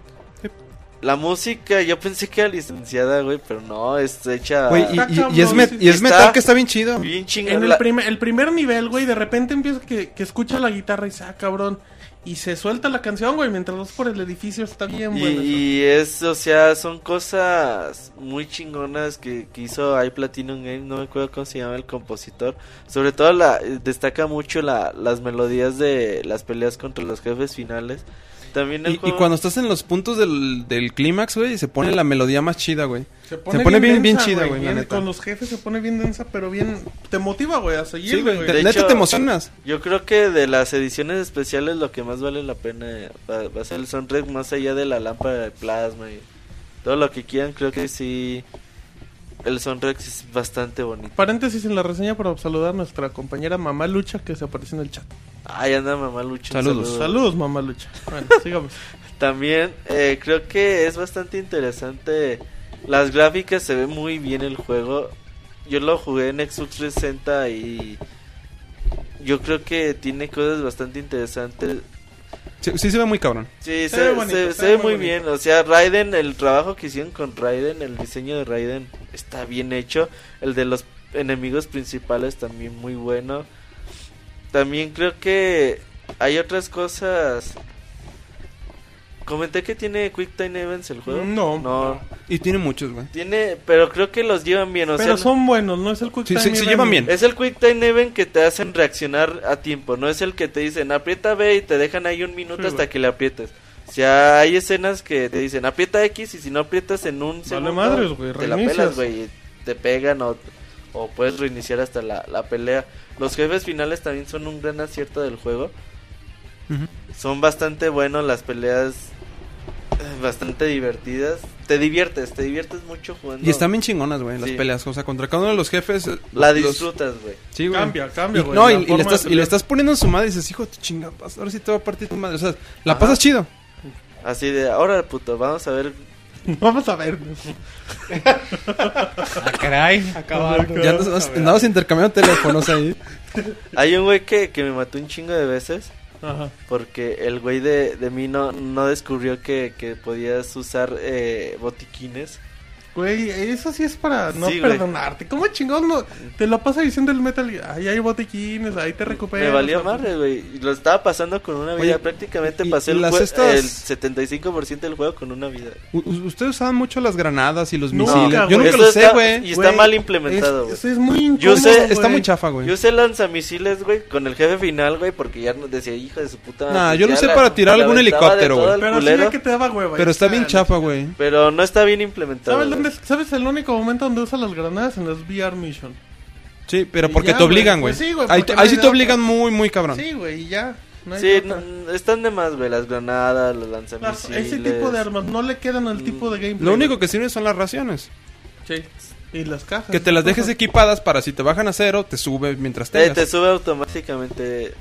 D: La música, yo pensé que era licenciada, güey, pero no, es hecha
G: Güey, y, y- y es, met- y es
D: Está-
G: metal que está bien chido.
D: bien
A: En
D: chingada.
A: el,
D: La-
A: primer, el primer nivel, güey, de repente empieza que, que escucha la guitarra y saca, cabrón. Y se suelta la canción, güey, mientras vas por el edificio. Está bien,
D: Y,
A: bueno. eso.
D: y es, o sea, son cosas muy chingonas que, que hizo ahí Platinum Game, no me acuerdo cómo se llama el compositor. Sobre todo la, eh, destaca mucho la, las melodías de las peleas contra los jefes finales. También el
G: Y, y
D: juego-
G: cuando estás en los puntos del, del clímax, güey, se pone la melodía más chida, güey.
A: Se
G: pone bien- bien chida, güey, la
A: bien-
G: neta.
A: Con los jefes se pone bien densa, pero bien. Te motiva, güey, a seguir,
G: Sí, güey.
A: güey.
G: te-
D: De
G: Neta
D: hecho-
G: te emocionas.
D: Yo creo que de las ediciones especiales lo que más vale la pena va, va a ser el soundtrack más allá de la lámpara de plasma y todo lo que quieran, creo que sí el soundtrack es bastante bonito.
A: Paréntesis en la reseña para saludar a nuestra compañera Mamá Lucha que se apareció en el chat.
D: Ay, anda mamá Lucho. un
G: Saludos.
D: saludo.
A: Saludos, Mamá Lucha.
G: <laughs>
A: Bueno, sigamos.
D: También eh, creo que es bastante interesante. Las gráficas se ve muy bien el juego. Yo lo jugué en Xbox 360 y yo creo que tiene cosas bastante interesantes.
G: Sí, sí se ve muy cabrón.
D: Sí, se,
A: Se ve
D: se-
A: bonito,
D: se
A: se ve
D: ve muy
A: muy
D: bien. O sea, Raiden, el trabajo que hicieron con Raiden, el diseño de Raiden está bien hecho. El de los enemigos principales también muy bueno. También creo que hay otras cosas. Comenté que tiene Quick Time Events el juego.
A: No.
D: No.
G: Y tiene muchos, güey.
D: Tiene, pero creo que los llevan bien. O
A: pero
D: sea,
A: son buenos, no es el quick
G: Sí,
A: time
G: sí, se
A: event.
G: llevan bien.
D: es el Quick Time Event que te hacen reaccionar a tiempo, no es el que te dicen aprieta B y te dejan ahí un minuto
A: Sí,
D: hasta
A: güey.
D: que le aprietes. O sea, hay escenas que te dicen aprieta X y si no aprietas en un segundo
A: madres, güey,
D: te la
A: reinicias.
D: pelas, güey, y te pegan o, o puedes reiniciar hasta la, la pelea. Los jefes finales también son un gran acierto del juego.
G: Ujú.
D: Son bastante buenos las peleas, eh, bastante divertidas. Te diviertes, te diviertes mucho jugando.
G: Y están bien chingonas, güey, las
D: Sí.
G: peleas. O sea, contra cada uno de los jefes. eh,
D: La
G: los-
D: disfrutas, güey.
G: Sí, güey.
A: Cambia, cambia,
G: Y-
A: güey.
G: no,
A: la
G: y, y
A: forma
G: le estás,
A: de
G: y le
A: pelear.
G: estás poniendo en su madre y dices, hijo, de tu chingapas, ahora sí te va a partir tu madre. O sea, la
D: Ajá.
G: pasas chido.
D: Así de, ahora puto, vamos a ver
A: <laughs> Vamos a ver.
E: Ah, caray.
G: Ya andas- andabas intercambiando teléfonos ahí.
D: Hay un güey que, que me mató un chingo de veces
A: Ajá.
D: porque el güey de, de mí no, no descubrió que, que podías usar eh, botiquines.
A: Güey, eso sí es para no
D: Sí, güey.
A: perdonarte. ¿Cómo chingón no? Te lo pasa diciendo el Metal Gear. Ahí hay botiquines, ahí te recuperas.
D: me valió
A: o sea,
D: madre, güey. Y Lo estaba pasando con una vida.
G: Oye,
D: Prácticamente
G: y-
D: pasé
G: y
D: el,
G: las
D: jue-
G: estas-
D: el 75% del juego con una vida.
G: U- u- ustedes usaban mucho las granadas y los
A: Nunca,
G: misiles.
A: güey.
G: Yo nunca
D: Eso
G: lo sé,
D: está-
G: güey.
D: Y está
A: Güey,
D: mal implementado, güey.
A: Es, es muy incómodo.
D: Yo sé-
G: Está
A: güey.
G: muy chafa, güey.
D: Yo usé lanzamisiles, güey, con el jefe final, güey, porque ya nos decía, hijo de su puta madre.
G: Nah,
D: pues
G: yo lo
D: ya
G: usé
D: la-
G: para tirar
D: la
G: algún
D: aventaba de
G: helicóptero,
D: todo
G: güey.
D: el
A: Pero sí
D: culero,
A: ve que te daba hueva.
G: Pero
A: y
G: está bien
A: chale.
G: chafa, güey.
D: pero no está bien implementado.
A: ¿Sabes,
D: güey.
A: dónde, ¿Sabes el único momento donde usas las granadas? En las VR Mission.
G: Sí, pero
A: Y
G: porque
A: ya,
G: te obligan, güey.
A: güey. Pues sí, güey,
G: ahí
A: porque
G: ahí
A: no
G: sí
A: hay
G: te
A: de
G: obligan muy, muy cabrón.
A: Sí, güey, y ya. No hay
D: Sí,
A: otra.
D: no- están de más, güey, las granadas, los
A: Las-
D: lanzamisiles.
A: ese tipo de armas no le quedan al tipo
D: Mm.
A: de gameplay.
G: Lo único que sirven son las raciones.
A: Sí. Y las cajas.
G: Que te las dejes
A: Ajá.
G: equipadas para si te bajan a cero, te sube mientras
D: Eh, te
G: tengas.
D: sube automáticamente.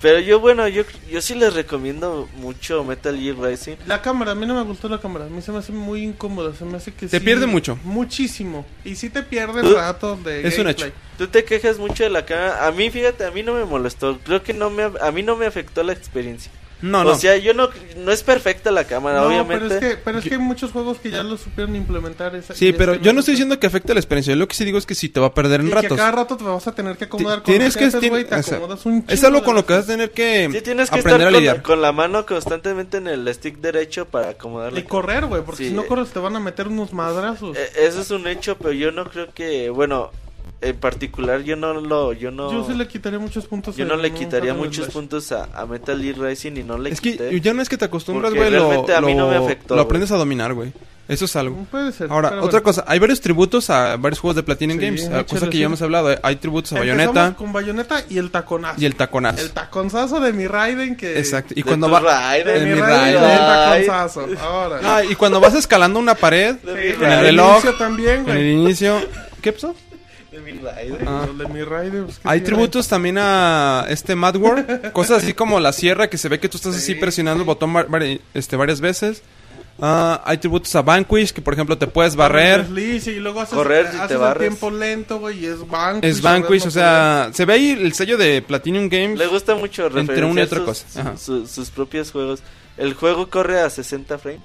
D: Pero yo, bueno, yo, yo sí les recomiendo mucho Metal Gear Rising.
A: La cámara, a mí no me gustó la cámara. A mí se me hace muy incómoda. Se me hace que
G: Te
A: sí-
G: pierde mucho.
A: Muchísimo. Y sí te pierdes
D: Uh,
A: ratos de.
G: es un
A: gameplay.
D: Tú te quejas mucho de la cámara. A mí, fíjate, a mí no me molestó. Creo que no me, a mí no me afectó la experiencia.
G: No,
D: o
G: no.
D: sea, yo no, no es perfecta la cámara,
A: No,
D: obviamente.
A: pero es, que, pero es que hay muchos juegos que ya lo supieron implementar. Esa, y
G: Sí,
A: este
G: pero yo no estoy
A: supieron.
G: diciendo que afecte la experiencia. Yo lo que sí digo es que sí te va a perder
A: Y
G: en
A: que
G: ratos.
A: a cada rato te vas a tener que acomodar
G: Ti-
A: con
G: Tienes
A: los
G: que...
A: jefes,
G: tien-
A: güey, te
G: o sea,
A: acomodas un
G: Es
A: chingo
G: algo
A: de
G: con lo
A: veces.
G: que vas a tener que
D: Sí, tienes que
G: mm, aprender a
D: estar con la,
G: lidiar.
D: con la mano constantemente en el stick derecho para acomodar la
A: Y correr, güey, porque
D: Sí.
A: si no corres te van a meter unos madrazos.
D: Eh, Eso es un hecho, pero yo no creo que, bueno, en particular yo no lo, yo no,
A: Yo sí le quitaría muchos puntos.
D: yo
A: a-
D: no le
A: un
D: quitaría
A: Hathaway
D: muchos
A: Slash.
D: puntos a, a Metal Gear Rising y no le
G: Es
D: quité.
G: que ya no es que te acostumbras,
D: ¿eh? Porque
G: güey. Lo,
D: realmente a mí no me
G: lo-
D: afectó,
G: lo
D: güey.
G: aprendes a dominar, güey. Eso es algo.
A: Puede ser.
G: Ahora,
A: pero
G: otra
A: bueno.
G: cosa, hay varios tributos a varios juegos de Platinum
A: Sí,
G: Games,
A: échale,
G: a cosas que
A: sí.
G: ya hemos hablado. eh, Hay tributos a
A: Empezamos
G: Bayonetta
A: con bayoneta y el taconazo.
G: y el taconazo.
A: El taconzazo de mi Raiden que...
G: Exacto. Y
D: De
G: cuando
D: tu
G: va
D: Raiden,
A: De
G: de
A: mi
G: mi eh,
A: Raiden, y el
D: Raiden.
A: taconzazo. Ahora.
G: Ah, y cuando vas escalando una pared
D: De
A: Sí, güey.
G: en
D: mi
G: el
D: Raiden,
G: reloj.
A: inicio también,
G: en
D: <laughs>
G: el
A: güey.
G: inicio, ¿qué pasó?
D: de mi Raiden.
G: Ah.
A: Los de mi Raiden, pues, ¿qué
G: Hay
A: tiene?
G: tributos también a este Mad World, cosas así como la sierra que se ve que tú estás así presionando el botón var- vari- este, varias veces. Ah, hay tributos a Vanquish que por ejemplo te puedes barrer.
A: Haces desliz y luego haces,
D: Correr si
A: haces
D: te
A: el
D: barres.
A: tiempo lento, güey, y es Vanquish.
G: Es Vanquish, o sea, se ve ahí el sello de Platinum Games.
D: Le gusta mucho
G: Entre
D: referenciar
G: una y otra
D: sus,
G: cosa.
D: su-
G: Ajá.
D: su- sus propios juegos. El juego corre a 60 frames.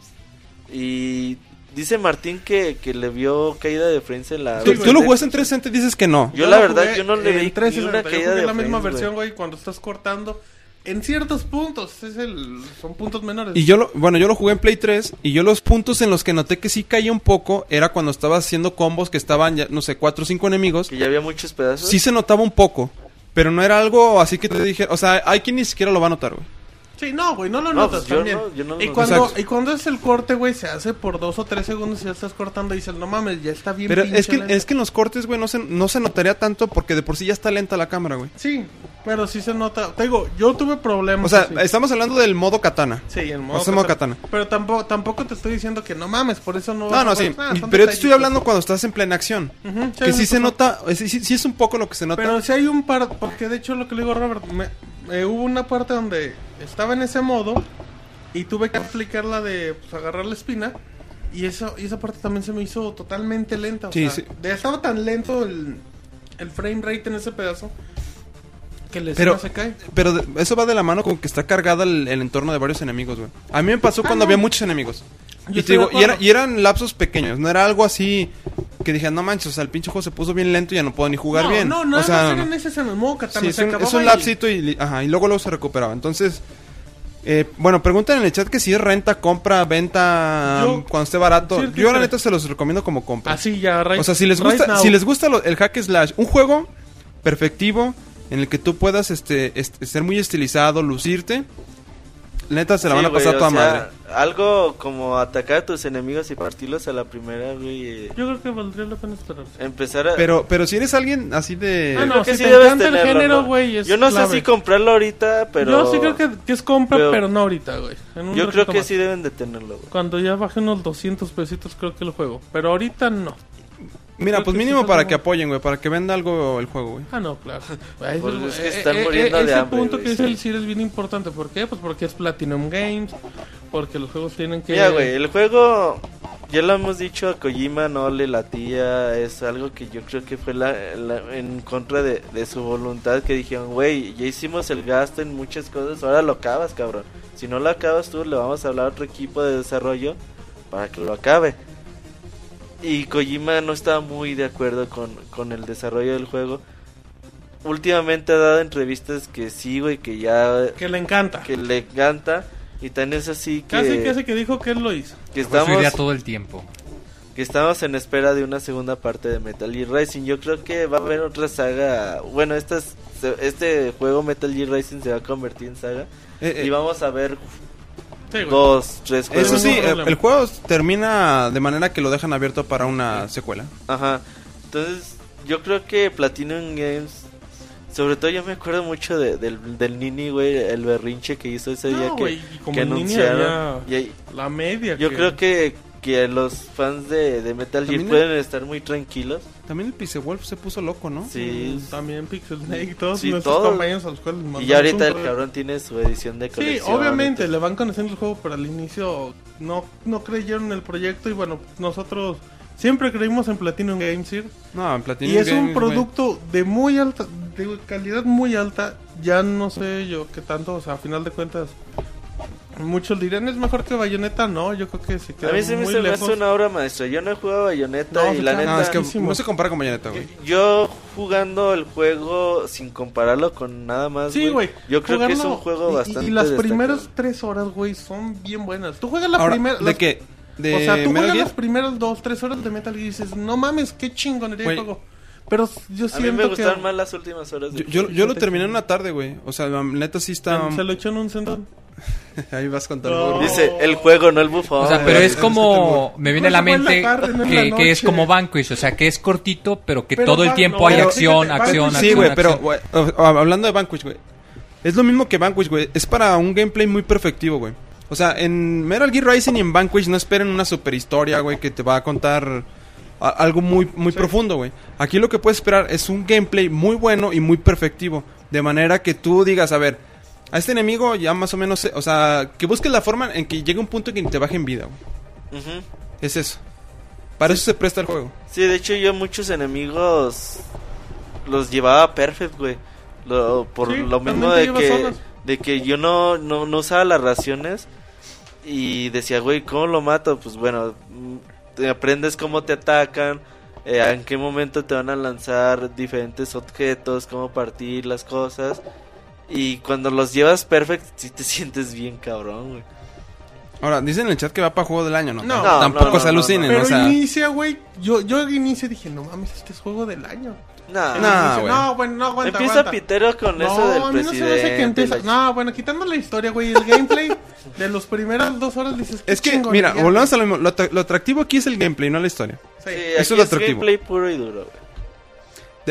D: Y dice Martín que, que le vio caída de frames en la.
G: Tú,
D: versión
G: tú lo
D: de-
G: juegas en 360 y dices que no.
D: Yo la verdad, yo no le vi
A: vi
D: ni una caída
A: Yo jugué
D: de
A: la misma
D: frames,
A: versión, güey, cuando estás cortando. En ciertos puntos, es el, son puntos menores.
G: Y yo lo, bueno, yo lo jugué en Play 3 y yo los puntos en los que noté que sí caía un poco era cuando estaba haciendo combos que estaban, ya, no sé, cuatro o cinco enemigos.
D: Que ya había muchos pedazos.
G: Sí se notaba un poco, pero no era algo así que te dije, o sea, hay quien ni siquiera lo va a notar, güey.
A: Sí, no, güey, no lo
D: No,
A: notas
D: pues yo
A: también.
D: no- yo no lo
A: y,
D: noté.
A: cuando,
G: Exacto.
A: y cuando es el corte, güey, se hace por dos o tres segundos y ya estás cortando y dices, no mames, ya está bien
G: Pero
A: pinche
G: es que,
A: lento".
G: es que en los cortes, güey, no se, no se notaría tanto porque de por sí ya está lenta la cámara, güey.
A: Sí, pero sí se nota. Te digo, yo tuve problemas.
G: O sea,
A: así.
G: estamos hablando del modo katana.
A: Ah, Sí, en
G: o sea, modo katana.
A: Pero tampoco, tampoco te estoy diciendo que no mames, por eso no.
G: No, no,
A: vas a
G: sí.
A: jugar. Ah, son
G: Pero yo te estoy
A: detallitos. Mm,
G: hablando cuando estás en plena acción.
A: Ujú,
G: Que sí
A: entonces,
G: se nota, sí, sí- sí es un poco lo que se nota.
A: Pero si hay un par, porque de hecho lo que le digo a Robert, me- eh, hubo una parte donde estaba en ese modo y tuve que aplicar la de pues, agarrar la espina y eso y esa parte también se me hizo totalmente lenta. O
G: Sí,
A: sea,
G: sí.
A: de- estaba tan lento el, el frame rate en ese pedazo que la
G: Pero-
A: espina se cae.
G: Pero de- eso va de la mano con que está cargada el, el entorno de varios enemigos, güey. A mí me pasó cuando había muchos enemigos.
A: Ah, Yo
G: Y, te
A: estoy de
G: digo, y, era-
A: acuerdo.
G: y eran lapsos pequeños, no era algo así que dije, no manches, o sea, el pinche juego se puso bien lento y ya no puedo ni jugar
A: no,
G: bien.
A: No, no,
G: o sea,
A: no, en ese en el modo katana,
G: sí,
A: se
G: es, un,
A: acababa
G: es un
A: y-
G: lapsito y, li- ajá, y luego luego se recuperaba. Entonces, eh, bueno, preguntan en el chat que si es renta, compra, venta, um,
A: Yo-
G: cuando esté barato.
A: Sí,
G: Yo la
A: sí.
G: neta se los recomiendo como compra.
A: Así ya, right-
G: O sea, si les
A: right
G: gusta,
A: now.
G: si les gusta lo- el hack slash, un juego perfectivo en el que tú puedas este, est- ser muy estilizado, lucirte, neta se la van
D: Sí,
G: a
D: güey,
G: pasar a
D: o
G: toda
D: sea,
G: madre.
D: Algo como atacar a tus enemigos y partirlos a la primera, güey. eh,
A: Yo creo que valdría la pena esperarse.
D: Empezar a.
G: Pero, pero si eres alguien así de...
A: Ah,
D: Yo
A: no,
D: creo que
A: si
D: sí
A: te
D: debes
A: encanta el
D: tenerlo,
A: género,
D: ¿no?
A: güey, es
D: Yo no sé
A: clave.
D: si comprarlo ahorita, pero.
A: Yo sí creo que, que es compra,
D: pero-
A: pero, no ahorita, güey. En un
D: Yo creo
A: ratito
D: que
A: más.
D: sí deben de tenerlo, güey.
A: Cuando ya baje unos 200 pesitos, creo que lo juego. Pero ahorita no.
G: Mira,
A: creo
G: pues
A: que sí
G: mínimo
A: son
G: para
A: como-
G: que apoyen, güey, para que venda algo el juego, güey.
A: Ah, no, claro. Ay,
D: <laughs> Pues
A: güey,
D: es que están
A: eh, eh,
D: muriendo
A: eh,
D: de
A: ese
D: hambre,
A: punto
D: güey,
A: que es
D: sí.
A: el CIR es bien importante. ¿Por qué? Pues porque es Platinum Games. Porque los juegos tienen que.
D: Mira, güey, el juego. Ya lo hemos dicho a Kojima, no le latía. Es algo que yo creo que fue la, la- en contra de, de su voluntad. Que dijeron, güey, ya hicimos el gasto en muchas cosas. Ahora lo acabas, cabrón. Si no lo acabas tú, le vamos a hablar a otro equipo de desarrollo para que lo acabe. Y Kojima no estaba muy de acuerdo con, con el desarrollo del juego. Últimamente ha dado entrevistas que sí, güey, que ya.
A: Que le encanta.
D: que le encanta. Y tan es así que.
A: Casi, casi que dijo que él lo hizo.
D: Que
E: Fue su idea
D: estamos,
E: Pues todo el tiempo.
D: que estamos en espera de una segunda parte de Metal Gear Racing. Yo creo que va a haber otra saga. Bueno, esta es- se- este juego Metal Gear Racing se va a convertir en saga.
G: Eh, eh,
D: y vamos a ver
A: Sí, güey.
D: dos, tres juegos.
G: eso sí,
A: ningún
G: eh,
A: problema.
G: el juego termina de manera que lo dejan abierto para una secuela.
D: Ajá. Entonces, yo creo que Platinum Games. Sobre todo, yo me acuerdo mucho de- del, del Nini, güey. El berrinche que hizo ese día
A: No,
D: que,
A: güey. y Como
D: que
A: en línea
D: anunciaron.
A: había
D: Y ahí-
A: la media.
D: yo creo que, que los fans de, de Metal Gear
G: También-
D: pueden estar muy tranquilos.
G: También el Pixel Wolf se puso loco, ¿no?
D: Sí.
A: Mm, También Pixel Snake, todos
D: Sí,
A: nuestros
D: todo.
A: compañeros a los cuales
D: Y
A: mandamos
D: ya ahorita
A: un
D: el
A: correo.
D: cabrón tiene su edición de
A: Sí,
D: colección.
A: obviamente,
D: entonces-
A: le van conociendo el juego, pero al inicio no, no creyeron en el proyecto y bueno, nosotros siempre creímos en Platinum Games, Sir.
G: No, en Platinum
A: Y es
G: Games,
A: un
G: güey.
A: producto de muy alta, de calidad muy alta, ya no sé yo qué tanto, o sea, a final de cuentas, muchos dirán, es mejor que Bayonetta, no, yo creo que se queda
D: A mí se me
A: muy
D: se me
A: lejos.
D: hace una obra maestra. Yo no he jugado a Bayonetta
A: No,
D: y
A: se
D: la
A: queda-
D: neta.
G: No, es que
A: Tantísimo.
G: no se compara con Bayonetta, güey.
D: Yo jugando el juego sin compararlo con nada más.
A: Sí, güey.
D: Yo creo que es un
A: jugarlo-
D: juego
A: y- y-
D: bastante.
A: Y, las
D: destacado.
A: primeras tres horas, güey, son bien buenas. Tú juegas la
G: Ahora,
A: primera.
G: ¿De
A: las-
G: qué? ¿De
A: o sea, tú
G: Metal
A: juegas
G: Gear?
A: las primeras dos, tres horas de Metal Gear y dices, no mames, qué chingonería de
G: Güey.
A: juego. Pero yo
D: A mí me
A: siento que...
D: gustaron más las últimas horas.
G: Yo,
D: De...
G: yo, yo lo terminé en una tarde, güey. O sea, la neta sí está.
A: Se lo echó en un centón.
G: <laughs> Ahí vas con todo
A: No.
D: Dice, el juego, no eh, el bufón.
E: O sea, pero es
G: es
E: como, me viene a la
A: Pues igual la
E: mente
A: tarde, no en la
E: que, que es
A: noche.
E: como Vanquish, o sea, que es cortito, pero que
A: Pero
E: todo el
A: Van-
E: tiempo
A: no,
E: hay
A: pero
E: acción,
A: fíjate,
E: acción, acción.
A: Vanquish-
G: Sí, güey, pero
E: acción.
G: güey, o- o- hablando de Vanquish, güey. Es lo mismo que Vanquish, güey. Es para un gameplay muy perfectivo, güey. O sea, en Metal Gear Rising y en Vanquish no esperen una super historia, güey, que te va a contar a- algo muy, muy profundo, güey. Aquí lo que puedes esperar es un gameplay muy bueno y muy perfectivo. De manera que tú digas, a ver, a este enemigo ya más o menos, sé- o sea, que busques la forma en que llegue un punto en que te baje en vida, güey.
D: Ujú.
G: Es eso. Para eso se presta el juego.
D: Sí, de hecho yo muchos enemigos los llevaba a perfect, güey. Lo- por
A: Sí,
D: lo
A: también
D: mismo
A: te
D: de
A: llevas
D: que,
A: solas.
D: de que yo no, no, no usaba las raciones y decía, güey, ¿cómo lo mato? Pues bueno, mm, te aprendes cómo te atacan, eh, en qué momento te van a lanzar diferentes objetos, cómo partir las cosas. Y cuando los llevas perfect, sí te <laughs> sientes bien cabrón, güey.
G: Ahora, dicen en el chat que va para juego del año, ¿no?
A: No.
D: No,
G: tampoco
D: no, no,
G: se alucinen,
A: Pero
G: o sea.
A: inicia, güey. Yo, yo inicia dije, no mames, este es juego del año.
D: Nah.
A: Y dice,
G: No, Ah, güey.
A: no, bueno, no aguanta.
D: empieza
A: aguanta.
D: Pitero con eso del
A: No, a mí no se me hace que
D: presidente,
A: empieza.
D: la
A: No, bueno, quitando la historia, güey, el gameplay de los primeras dos horas dices.
G: Es que,
A: chingonería.
G: mira, volvemos a lo mismo. Lo, atrac- lo atractivo aquí es el gameplay, no la historia.
A: Sí.
D: Sí,
G: Eso
D: aquí
G: es lo atractivo.
D: gameplay puro y duro, güey.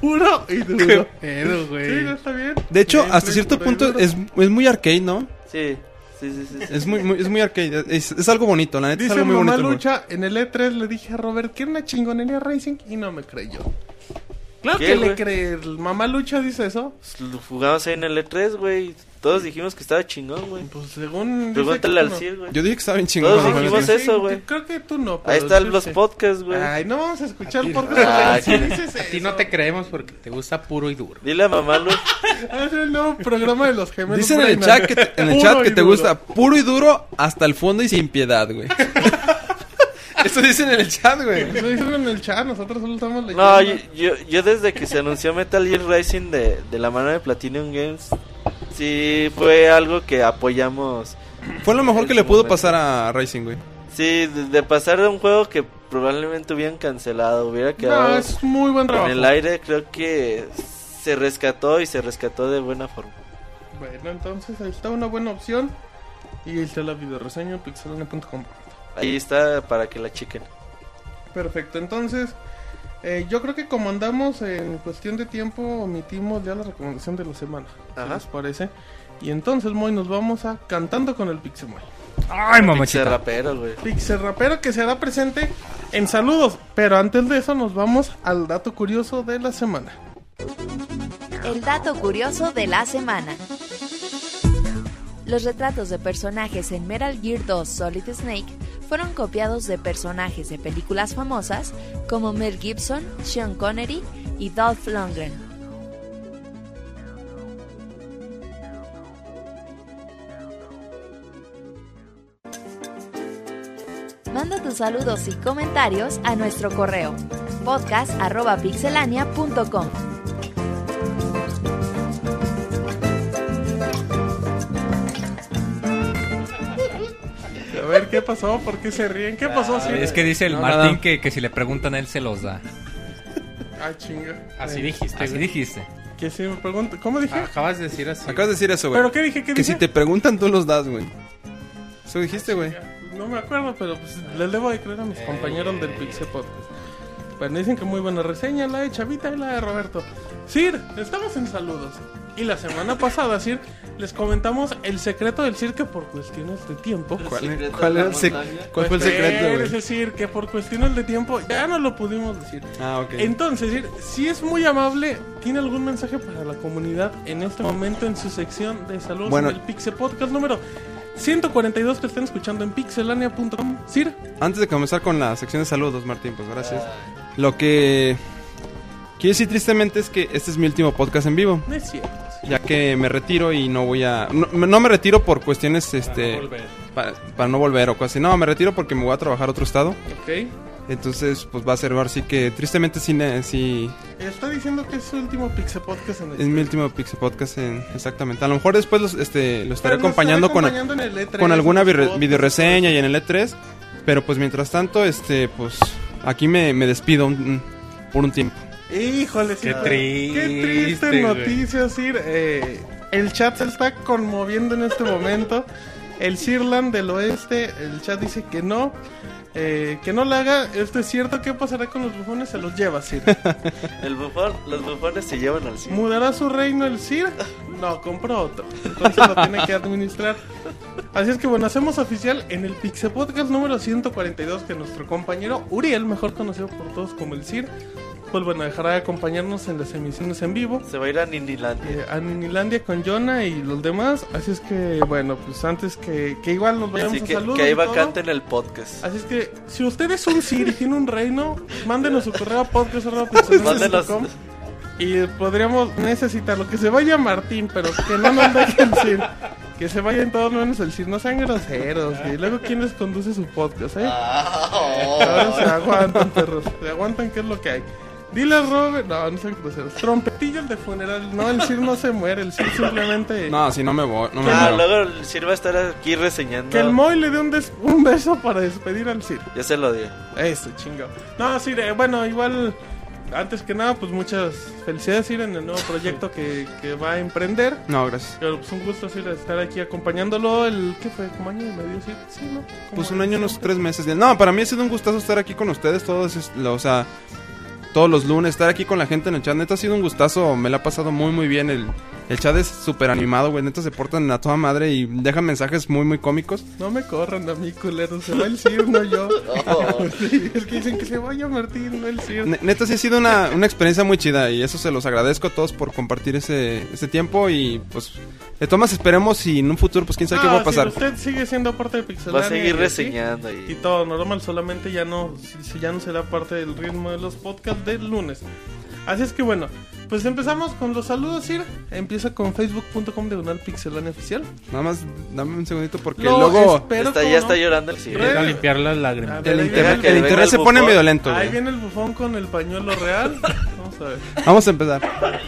A: Puro y duro.
B: Pero,
A: Sí, no está bien.
G: De hecho,
A: Gameplay
G: hasta cierto
A: puro y
G: punto
A: duro.
G: es, es muy arcade, ¿no?
D: Sí, sí, sí, sí. sí.
G: Es muy, muy- es muy arcade. Es, es algo bonito, la neta. es
A: Dice
G: algo muy
A: mamá
G: bonito. el juego.
A: lucha, en el E3 le dije a Robert que era una chingonería Racing y no me creyó. Claro
D: ¿Qué,
A: que le
D: güey?
A: cree, el mamá lucha dice eso.
D: Lo jugamos ahí en el E3, güey. Todos dijimos que estaba chingón, güey.
A: Pues según... dice
D: Pregúntale
A: que
D: al
A: tú no.
D: CIR, güey.
G: Yo dije que estaba bien chingón.
D: Todos
G: cuando fue
D: dijimos
G: el
D: eso,
A: Sí,
D: güey.
A: yo Creo que tú no. pero
D: Ahí están
A: sí,
D: los
A: sí.
D: podcasts, güey.
A: Ay, no vamos a escuchar
B: Aquí-
A: por <laughs>
D: Ah,
A: qué dices
B: A ti
A: eso?
B: no te creemos porque te gusta puro y duro.
D: Dile a
A: <laughs>
D: mamá, Lu.
A: Es el nuevo programa de los gemelos.
G: Dicen en el
A: Brainerd.
G: chat que te, en el
A: Puro
G: chat que
A: y
G: te
A: duro.
G: gusta puro y duro hasta el fondo y sin piedad, güey. <laughs> eso dicen en el chat, güey.
A: Lo dicen en el chat, nosotros solo estamos leyendo.
D: No, yo, yo, yo desde que se anunció Metal Gear Rising de, de la mano de Platinum Games, sí fue algo que apoyamos.
G: Fue lo mejor que
D: En
G: le
D: su
G: pudo
D: momento.
G: pasar a Racing, güey.
D: Sí, de, de pasar de un juego que probablemente hubieran cancelado, hubiera
A: No,
D: quedado
A: es muy buen trabajo.
D: en el aire, creo que se rescató y se rescató de buena forma.
A: Bueno, entonces ahí está una buena opción. Y ahí está la videoreseña en pixelania.com.
D: Ahí está para que la chequen.
A: Perfecto, entonces eh, yo creo que como andamos en cuestión de tiempo, omitimos ya la recomendación de la semana. ¿qué
D: Ajá.
A: les parece? Y entonces, Moy, nos vamos a cantando con el Pixemoy.
E: Ay,
D: Se
E: mamachita.
D: rapero, güey.
A: Pixel rapero que será presente en saludos. Pero antes de eso, nos vamos al dato curioso de la semana.
F: El dato curioso de la semana. Los retratos de personajes en Metal Gear 2 Solid Snake fueron copiados de personajes de películas famosas como Mel Gibson, Sean Connery y Dolph Lundgren. Manda tus saludos y comentarios a nuestro correo podcast@pixelania.com.
A: A ver, ¿qué pasó? ¿Por qué se ríen? ¿Qué pasó? Sí.
E: Ah, Es que dice el
G: No,
E: Martín
G: nada.
E: que, que si le preguntan a él se los da.
A: Ah, chinga.
B: Así
A: Eh,
B: dijiste.
E: Así
B: güey.
E: dijiste.
A: Que si me pregunto, ¿cómo dije?
B: Acabas de decir así.
G: Acabas de decir eso, güey.
A: ¿Pero qué dije? ¿Qué
G: Que
A: dije?
G: si te preguntan, tú los das, güey. Eso dijiste, güey.
A: No me acuerdo, pero pues, les debo de creer a
G: Eh.
A: mis compañeros del Pixel Podcast. Bueno, dicen que muy buena reseña, la de Chavita y la de Roberto. Sir, estamos en saludos. Y la semana pasada, Sir, les comentamos el secreto del Sir que por cuestiones de tiempo.
G: ¿Cuál,
D: secreto
G: cuál
D: de
G: era
D: la
G: el sec-
D: montaña.
G: cuál fue Pues, el secreto,
A: Espérese,
G: güey?
A: Sir, que por cuestiones de tiempo ya no lo pudimos decir.
G: Ah, ok.
A: Entonces, Sir, si es muy amable, ¿tiene algún mensaje para la comunidad en este momento en su sección de saludos
G: Bueno.
A: en el Pixel Podcast número 142 que están escuchando en pixelania.com? Sir,
G: Antes de comenzar con la sección de saludos, Martín, pues gracias. Lo que quiero decir tristemente es que este es mi último podcast en vivo,
A: no es cierto.
G: ya que me retiro y no voy a... No, no me retiro por cuestiones, este... Para no volver. Para, no volver o cosas así. No, me retiro porque me voy a trabajar a otro estado.
A: Ok.
G: Entonces, pues va a ser ahora sí que tristemente sí, ne- sí
A: Está diciendo que es su último Pixel Podcast en el
G: es mi último Pixel Podcast en- exactamente. A lo mejor después los, este, lo
A: Pero
G: estaré
A: nos
G: acompañando, con...
A: acompañando en el E3,
G: con alguna
A: en los
G: video
A: podcasts.
G: videoreseña y en el E3. Pero pues mientras tanto, este, pues aquí me, me despido un- por un tiempo.
A: Híjole, Sir,
B: Qué
A: pero- Qué
B: triste,
A: triste
B: güey.
A: noticia, Sir. Eh, El chat se está conmoviendo en este momento. El Sirlan del Oeste, el chat dice que no. eh, que no la haga, esto es cierto. ¿Qué pasará con los bufones? Se los lleva
B: <laughs>
A: Sir.
D: El bufón, los bufones se llevan al cielo.
A: ¿Mudará su reino el Sir? No, compró otro. Entonces lo tiene que administrar. Así es que bueno, hacemos oficial en el Pixel Podcast número 142 que nuestro compañero Uriel, mejor conocido por todos como el Sir, pues bueno, dejará de acompañarnos en las emisiones en vivo.
D: Se va a ir a Nindilandia.
A: eh, a Ninilandia con Jonah y los demás. Así es que, bueno, pues antes que, que igual nos vayamos
D: Así
A: a
D: que,
A: saludos.
D: que ahí
A: pues, y
D: va
A: todo.
D: Canta en el podcast.
A: Así es que, si usted es un
D: <laughs>
A: Sir y tiene un reino, mándenos su correo a
D: Mándenos.
A: podcast.com y podríamos necesitarlo. Que se vaya Martín, pero que no nos deje el Sir. Que se vayan todos menos el Sir. No sean groseros. Y luego, ¿quién les conduce su podcast, eh?
D: Ah,
A: Ahora
G: <laughs>
A: se
D: oh.
A: aguantan, perros. Se aguantan, ¿qué es lo que hay? Dile a Robert. No, no sean groseros. Trompetillo el de funeral. No, el Sir no se muere. El Sir simplemente.
G: No, si no me voy. No me
D: Ah,
G: muero.
D: luego sirva estar aquí reseñando.
A: Que el Moy le dé un, des- un beso para despedir al Sir.
D: Ya se lo dio.
A: Eso, chingo. No, Sir, eh, bueno, igual. Antes que nada, pues muchas felicidades, Sir, en el nuevo proyecto que, que va a emprender.
G: No, gracias.
A: Pero pues un gusto, Sir, estar aquí acompañándolo. El, ¿Qué fue? ¿Como año y medio, Sir? Sí, ¿no? Como
G: Pues un año, unos tres meses. No, para mí ha sido un gustazo estar aquí con ustedes todos, es- lo- o sea, todos los lunes, estar aquí con la gente en el chat. Neta ha sido un gustazo, me la ha pasado muy, muy bien. El, el chat es súper animado, güey. Neta se portan a toda madre y dejan mensajes muy, muy cómicos.
A: No me corran a mí, culero. Se va el Sir, no yo.
D: Oh.
A: <laughs> Sí, es que dicen que se vaya Martín, no el Sir.
G: Ne- Neta sí ha sido una, una experiencia muy chida y eso se los agradezco a todos por compartir ese, ese tiempo y pues de tomas esperemos y en un futuro pues quién sabe qué
A: Ah,
G: va a pasar.
A: Sir, usted sigue siendo parte de Pixelania.
D: Va a seguir
A: y así.
D: reseñando.
A: y
D: Y...
A: todo normal, solamente ya no, si- si ya no será parte del ritmo de los podcasts del lunes. Así es que bueno, pues empezamos con los saludos, Sir. Empieza con facebook.com diagonal pixelania oficial.
G: Nada más dame un segundito porque
A: Lo
G: luego
A: espero
D: Está,
A: como
D: ya
A: no.
D: está llorando el
A: Re-
D: sirve.
K: Llega a limpiar las lágrimas.
A: A ver,
G: el
A: ahí
G: internet,
A: viene
G: el
D: que venga
G: internet
D: el
G: se pone
D: bufón.
G: medio lento.
A: Ahí
D: eh.
G: güey.
A: viene el bufón con el pañuelo real. Vamos a
D: <laughs>
A: ver.
G: Vamos a empezar.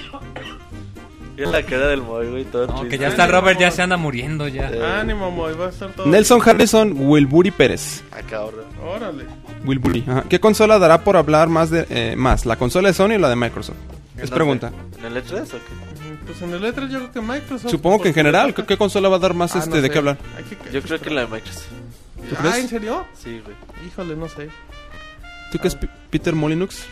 D: Mira la cara del Moy, güey. Todo
E: No, que
D: triste.
E: ya está Robert, ya se anda muriendo ya.
D: <laughs>
A: Ánimo, Moy, va a estar todo.
G: Nelson Harrison Wilbury Pérez.
D: Ah, cabrón.
A: Órale.
G: Wilbury. ajá. ¿Qué consola dará por hablar más de eh, más? ¿La consola de Sony o la de Microsoft?
D: ¿En
G: Es
D: dónde?
G: pregunta.
D: ¿En el E3 o qué?
A: Mm, Pues en el letra yo creo que Microsoft.
G: Supongo que en
A: porque-
G: general, ¿qué, qué consola va a dar más
A: Ah,
G: este
A: no
G: de
A: sé.
G: qué hablar?
A: Hay que-
D: Yo creo que la de Microsoft.
A: Ah,
G: crees?
A: ¿en serio?
D: Sí, güey.
A: Híjole, no sé.
G: ¿Tú qué es Pi- Peter Molinux?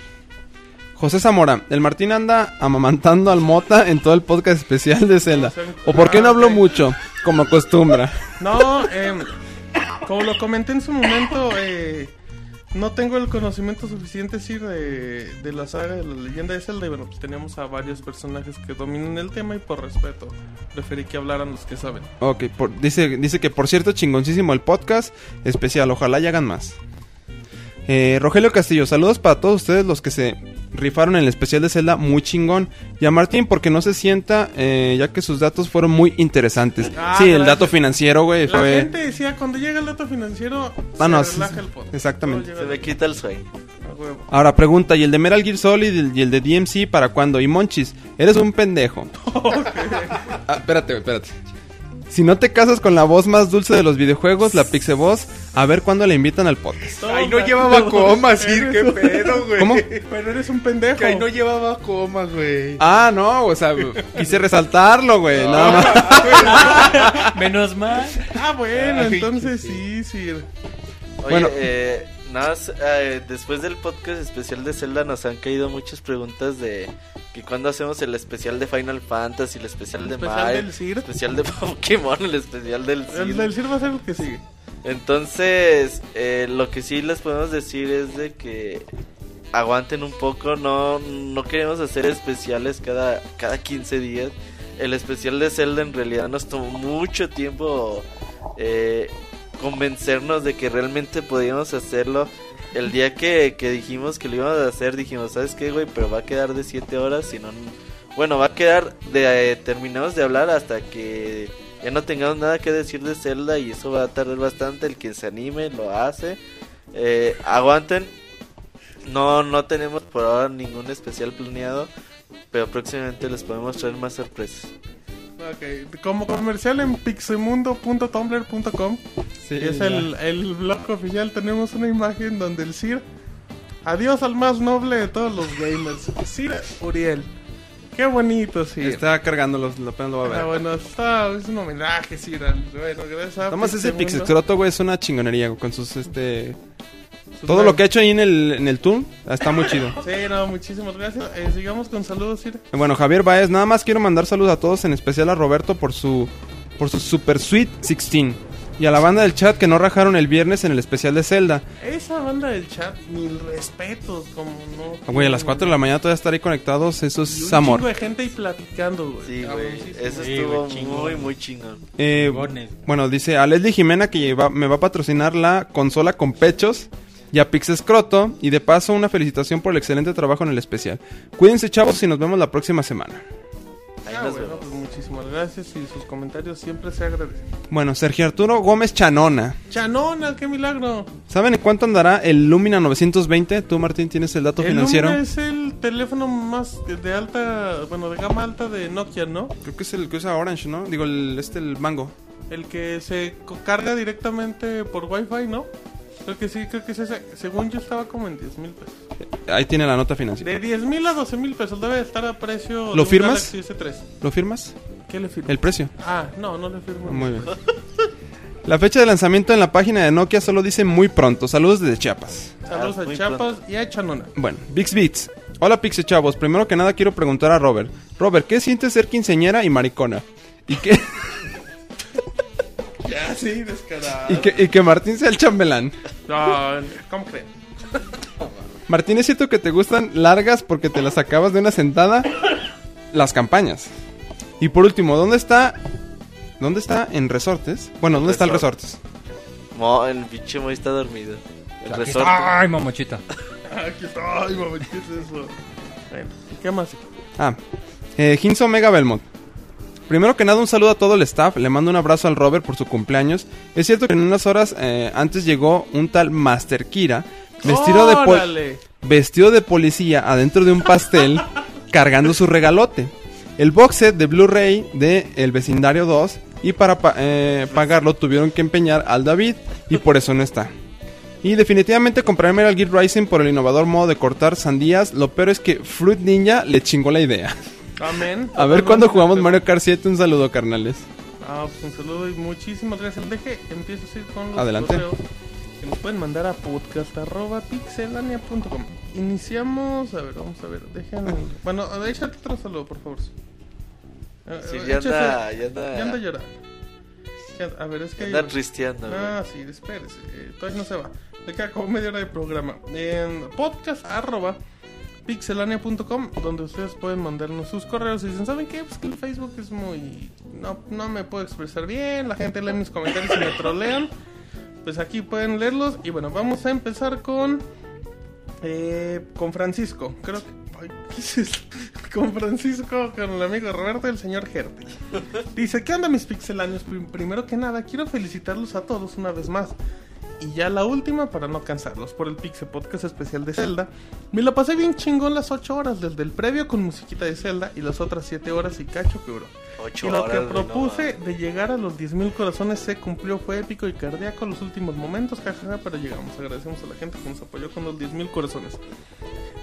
G: José Zamora, el Martín anda amamantando al Mota en todo el podcast especial de Zelda. ¿O por qué no habló
A: Ah, ok.
G: mucho? Como acostumbra.
A: No, em, como lo comenté en su momento, eh, no tengo el conocimiento suficiente, sí, de, de la saga de la leyenda de Zelda. Y bueno, pues tenemos a varios personajes que dominan el tema y por respeto, preferí que hablaran los que saben.
G: Ok, por- dice, dice que por cierto, chingoncísimo el podcast especial. Ojalá y hagan más. Eh, Rogelio Castillo, saludos para todos ustedes los que se rifaron en el especial de Zelda, muy chingón. Y a Martín, porque no se sienta, eh, ya que sus datos fueron muy interesantes.
A: Ah,
G: sí, el
A: gracias.
G: dato financiero, güey,
A: La
G: fue.
A: gente decía, cuando llega el dato financiero,
G: Ah, no,
A: se
G: sí,
A: relaja
G: sí,
A: el podcast.
G: exactamente.
A: Luego
D: Se
A: llega
D: me quita el sueño.
A: el- a huevo.
G: Ahora pregunta, ¿y el de Meral Gear Solid y el- y el de DMC para cuándo? Y Monchis, eres
A: <laughs>
G: un pendejo. Ah, espérate, güey, espérate. Si no te casas con la voz más dulce de los videojuegos, la Pixe Voz, a ver cuándo le invitan al podcast.
A: Todos
B: Ahí no
A: la-
B: llevaba comas,
A: Eres
B: Sir, qué
A: un-
B: pedo,
A: <laughs>
B: güey.
G: ¿Cómo?
A: Pero eres un pendejo.
B: Que ahí no llevaba comas, güey.
G: Ah, no, o sea, quise resaltarlo, güey. Nada más.
E: Menos mal.
A: Ah, bueno,
B: Ay,
A: entonces
B: sí.
A: sí, sí.
D: Oye,
G: Bueno.
D: eh, nada más, eh, después del podcast especial de Zelda nos han caído muchas preguntas de que cuando hacemos el especial de Final Fantasy, el especial de
A: especial
D: Mario,
A: del Sir.
D: el especial de <laughs> Pokémon, el especial del
A: El
D: Cid.
A: del Sir va a ser el que sigue.
D: Entonces, eh, lo que sí les podemos decir es de que aguanten un poco, no, no queremos hacer especiales cada, cada 15 días. El especial de Zelda en realidad nos tomó mucho tiempo eh, convencernos de que realmente podíamos hacerlo. El día que, que dijimos que lo íbamos a hacer, dijimos, ¿sabes qué, güey? Pero va a quedar de 7 horas, si no... Bueno, va a quedar de... eh, terminamos de hablar hasta que ya no tengamos nada que decir de Zelda y eso va a tardar bastante. El que se anime lo hace. Eh, aguanten. No, no tenemos por ahora ningún especial planeado, pero próximamente les podemos traer más sorpresas.
A: Ok, como comercial en pixemundo.tumblr.com que es el, el blog oficial, tenemos una imagen donde el Sir, adiós al más noble de todos los gamers, Sir Uriel, Qué bonito, sí.
G: Está cargándolo, apenas lo va a ver.
A: Ah, bueno, está, es un homenaje, sí. al- Bueno, gracias. a
G: Nada más ese
A: Pixemundo.
G: Pixextroto, güey, es una chingonería, güey, con sus, este...
A: Sus
G: Todo
A: likes.
G: lo que ha hecho ahí en el, en el tour está muy chido.
A: Sí, no, muchísimas gracias. Eh, sigamos con saludos, Sir.
G: Bueno, Javier Baez, nada más quiero mandar saludos a todos, en especial a Roberto por su por su Super Sweet 16 y a la banda del chat que no rajaron el viernes en el especial de Zelda.
A: Esa banda del chat, mil respetos, como no.
G: Ah, Güey, a las 4 de la mañana todavía estar ahí conectados, eso
A: Y un
G: es
A: amor.
G: amor.
A: de gente ahí platicando, güey.
D: Ah, Sí, güey.
A: Cabroncísimo.
D: Eso
B: Sí,
D: estuvo
B: güey, chingón.
D: muy, muy chingón.
G: Eh,
B: Chingones.
G: bueno, dice a Leslie Jimena que va- me va a patrocinar la consola con pechos y a Pix Escroto y de paso una felicitación por el excelente trabajo en el especial. Cuídense chavos y nos vemos la próxima semana.
D: Ahí
A: Ah,
D: nos
A: bueno,
D: vemos.
A: pues muchísimas gracias y sus comentarios siempre se agradecen.
G: Bueno, Sergio Arturo Gómez Chanona.
A: Chanona, qué milagro.
G: ¿Saben en cuánto andará el Lumina 920? Tú, Martín, tienes el dato
A: El
G: financiero.
A: Lumia es el teléfono más de- de alta, bueno, de gama alta de Nokia, ¿no?
G: Creo que es el que usa Orange, ¿no? Digo, el, este, el mango.
A: El que se co- carga directamente por Wi-Fi, ¿no? Creo que sí, creo que es ese. Según yo estaba como en 10 mil pesos.
G: Ahí tiene la nota financiera.
A: De 10 mil a 12 mil pesos debe estar a precio. de
G: ¿Lo
A: un
G: firmas?
A: Galaxy S3.
G: ¿Lo firmas?
A: ¿Qué le firmo?
G: El precio.
A: Ah, no, no le firmo.
G: Muy bien. La fecha de lanzamiento en la página de Nokia solo dice muy pronto. Saludos desde Chiapas.
A: Saludos
D: Ah,
A: a
D: muy
A: Chiapas y a Chanona.
G: Bueno, Bix Beats. Hola Pixe chavos, primero que nada quiero preguntar a Robert. Robert, ¿qué sientes ser quinceñera y maricona? ¿Y que,
A: <laughs> Ya, sí, descarado.
G: y que, y que Martín sea el chambelán?
A: Ah, <laughs> No, ¿cómo creen?
G: Martín, ¿es cierto que te gustan largas porque te las acabas de una sentada? Las campañas. Y por último, ¿dónde está... ¿Dónde está en Resortes? Bueno, ¿dónde está el
D: Resort.
G: Resortes?
D: Mo, el pinche Moy está dormido. El
E: Aquí
D: resorte.
E: está. Ay, mamochita.
A: Aquí está, ay, mami, ¿qué es eso? Bueno, ¿y qué más?
G: Ah, eh, Hinzo Mega Belmont. Primero que nada, un saludo a todo el staff. Le mando un abrazo al Robert por su cumpleaños. Es cierto que en unas horas eh, antes llegó un tal Master Kira, vestido de, pol-
A: Órale.
G: vestido de policía adentro de un pastel, cargando su regalote. El box set de Blu-ray de El Vecindario 2. Y para pa- eh, pagarlo tuvieron que empeñar al David. Y por eso no está. Y definitivamente comprarme el Gear Rising por el innovador modo de cortar sandías. Lo peor es que Fruit Ninja le chingó la idea.
A: Amén.
G: A ver cuándo jugamos Mario Kart 7. Un saludo, carnales.
A: Ah, pues un saludo y muchísimas gracias. Deje, empiezo a ir con los
G: Adelante.
A: correos que nos pueden mandar a podcast.pixelania.com. Iniciamos, a ver, vamos a ver, dejen. Bueno, a ver, échate otro saludo, por favor. Eh,
D: Sí,
A: eh,
D: ya
A: échese-
D: anda, ya anda.
A: Ya anda llorando. Ya- A ver, es que.
D: Anda tristeando, güey.
A: Ah, sí, espérese. eh, todavía no se va. Le queda como media hora de programa. En podcast arroba pixelania.com, donde ustedes pueden mandarnos sus correos y dicen, ¿saben qué? Pues que el Facebook es muy... No, no me puedo expresar bien, la gente lee mis comentarios y me trolean. Pues aquí pueden leerlos. Y bueno, vamos a empezar con... eh, con Francisco. Creo que... ay, ¿qué es esto? <laughs> Con Francisco, con el amigo Roberto y el señor Gerte. Dice, ¿qué onda mis pixelanios? Prim- Primero que nada, quiero felicitarlos a todos una vez más. Y ya la última, para no cansarlos, por el Pixel Podcast especial de Zelda. Me la pasé bien chingón las 8 horas, desde el previo con musiquita de Zelda y las otras 7 horas y cacho que duró.
D: Ocho
A: Y lo que
D: horas, güey, no
A: propuse
D: mames.
A: de llegar a los 10.000 corazones se cumplió, fue épico y cardíaco los últimos momentos, jajaja, pero llegamos. Agradecemos a la gente que nos apoyó con los 10.000 corazones.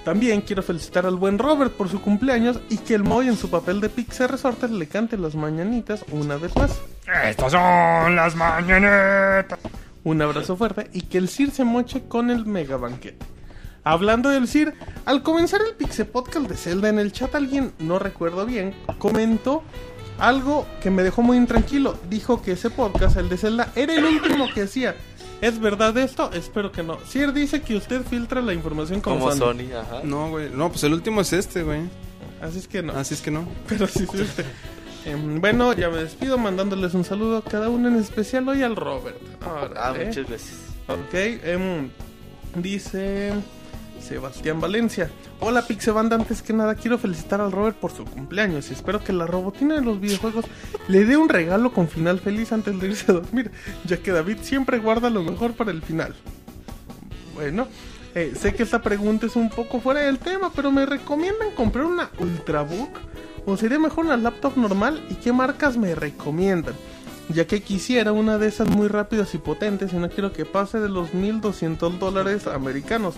A: También quiero felicitar al buen Robert por su cumpleaños y que el Moy en su papel de Pixar Resortes le cante las mañanitas una vez más.
E: Estas son las mañanetas.
A: Un abrazo fuerte y que el CIR se moche con el mega banquete. Hablando del CIR, al comenzar el Pixel Podcast de Zelda en el chat alguien, no recuerdo bien, comentó algo que me dejó muy intranquilo. Dijo que ese podcast, el de Zelda, era el último que hacía. ¿Es verdad esto? Espero que no. CIR dice que usted filtra la información como,
D: Como
A: Sony.
D: Sony, ajá.
G: No, güey. No, pues el último es este, güey.
A: Así es que
D: Ah,
A: no.
G: Así es que no.
A: Pero sí, sí, sí. Em, bueno, ya me despido mandándoles un saludo a cada uno en especial hoy al Robert.
D: Ah,
A: Órale.
D: muchas gracias.
A: Ok, em, dice Sebastián Valencia. Hola Pixebanda, antes que nada quiero felicitar al Robert por su cumpleaños y espero que la robotina de los videojuegos le dé un regalo con final feliz antes de irse a dormir, ya que David siempre guarda lo mejor para el final. Bueno, eh, sé que esta pregunta es un poco fuera del tema, pero me recomiendan comprar una Ultrabook o sería mejor una laptop normal y qué marcas me recomiendan. ya que quisiera una de esas muy rápidas y potentes y no quiero que pase de los 1200 dólares americanos.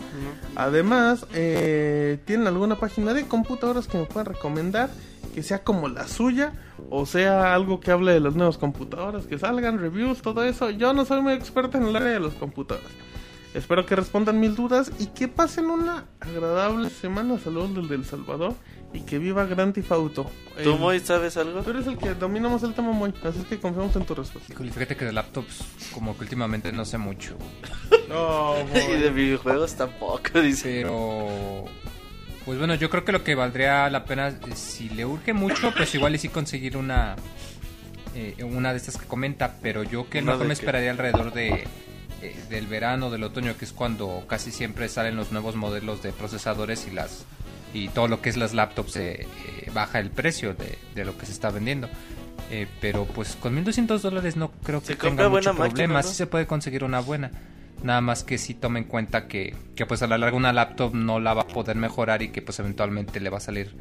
A: Además, eh, ¿tienen alguna página de computadoras que me puedan recomendar? Que sea como la suya, o sea algo que hable de las nuevas computadoras, que salgan reviews, todo eso. Yo no soy muy experta en el área de las computadoras. Espero que respondan mil dudas y que pasen una agradable semana. Saludos desde El Salvador y que viva Grand Theft Auto.
D: ¿Tú,
A: El-
D: Moy, sabes algo?
A: Tú eres el que dominamos el tema muy, así es que confiamos en tu respuesta.
E: <laughs> Híjole, fíjate que de laptops, como que últimamente no sé mucho.
A: No,
D: <laughs> Y de videojuegos tampoco, <laughs> dice.
E: Pero. Pues bueno, yo creo que lo que valdría la pena, eh, si le urge mucho, pues igual y sí conseguir una. eh, una de estas que comenta, pero yo que
D: ¿Una
E: mejor
D: de
E: me
D: qué?
E: esperaría alrededor de. eh, del verano, del otoño, que es cuando casi siempre salen los nuevos modelos de procesadores y las. y todo lo que es las laptops eh, eh, baja el precio de, de lo que se está vendiendo. Eh, pero pues con 1200 dólares no creo que
D: Se
E: tenga
D: compra
E: mucho
D: buena máquina,
E: problema.
D: ¿no?
E: Sí se puede conseguir una buena. Nada más que si tome en cuenta que, que, pues a la larga una laptop no la va a poder mejorar y que pues eventualmente le va a salir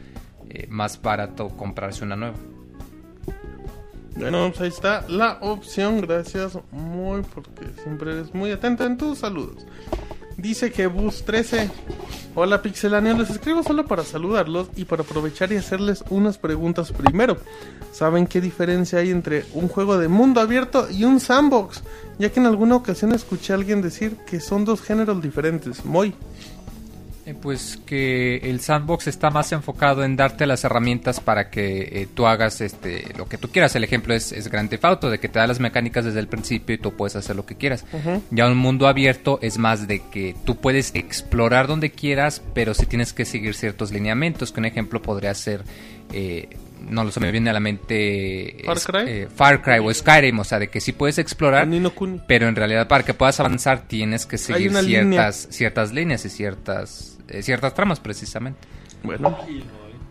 E: eh, más barato comprarse una nueva.
A: Bueno, pues ahí está la opción. Gracias muy porque siempre eres muy atento en tus saludos. Dice que Bus 13. Hola Pixelania, les escribo solo para saludarlos y para aprovechar y hacerles unas preguntas primero. ¿Saben qué diferencia hay entre un juego de mundo abierto y un sandbox? Ya que en alguna ocasión escuché a alguien decir que son dos géneros diferentes. Muy.
E: Eh, Pues que el sandbox está más enfocado en darte las herramientas para que eh, tú hagas este lo que tú quieras. El ejemplo es, es Grand Theft Auto, de que te da las mecánicas desde el principio y tú puedes hacer lo que quieras. Ya un mundo abierto es más de que tú puedes explorar donde quieras, pero si tienes que seguir ciertos lineamientos, que un ejemplo podría ser... eh, no lo sé, me viene a la mente... eh,
A: Far Cry.
E: eh, Far Cry o Skyrim, o sea, de que sí puedes explorar,
A: Nino Kuni.
E: pero en realidad para que puedas avanzar tienes que seguir
A: una línea.
E: ciertas, ciertas líneas y ciertas, eh, ciertas tramas precisamente.
A: Bueno.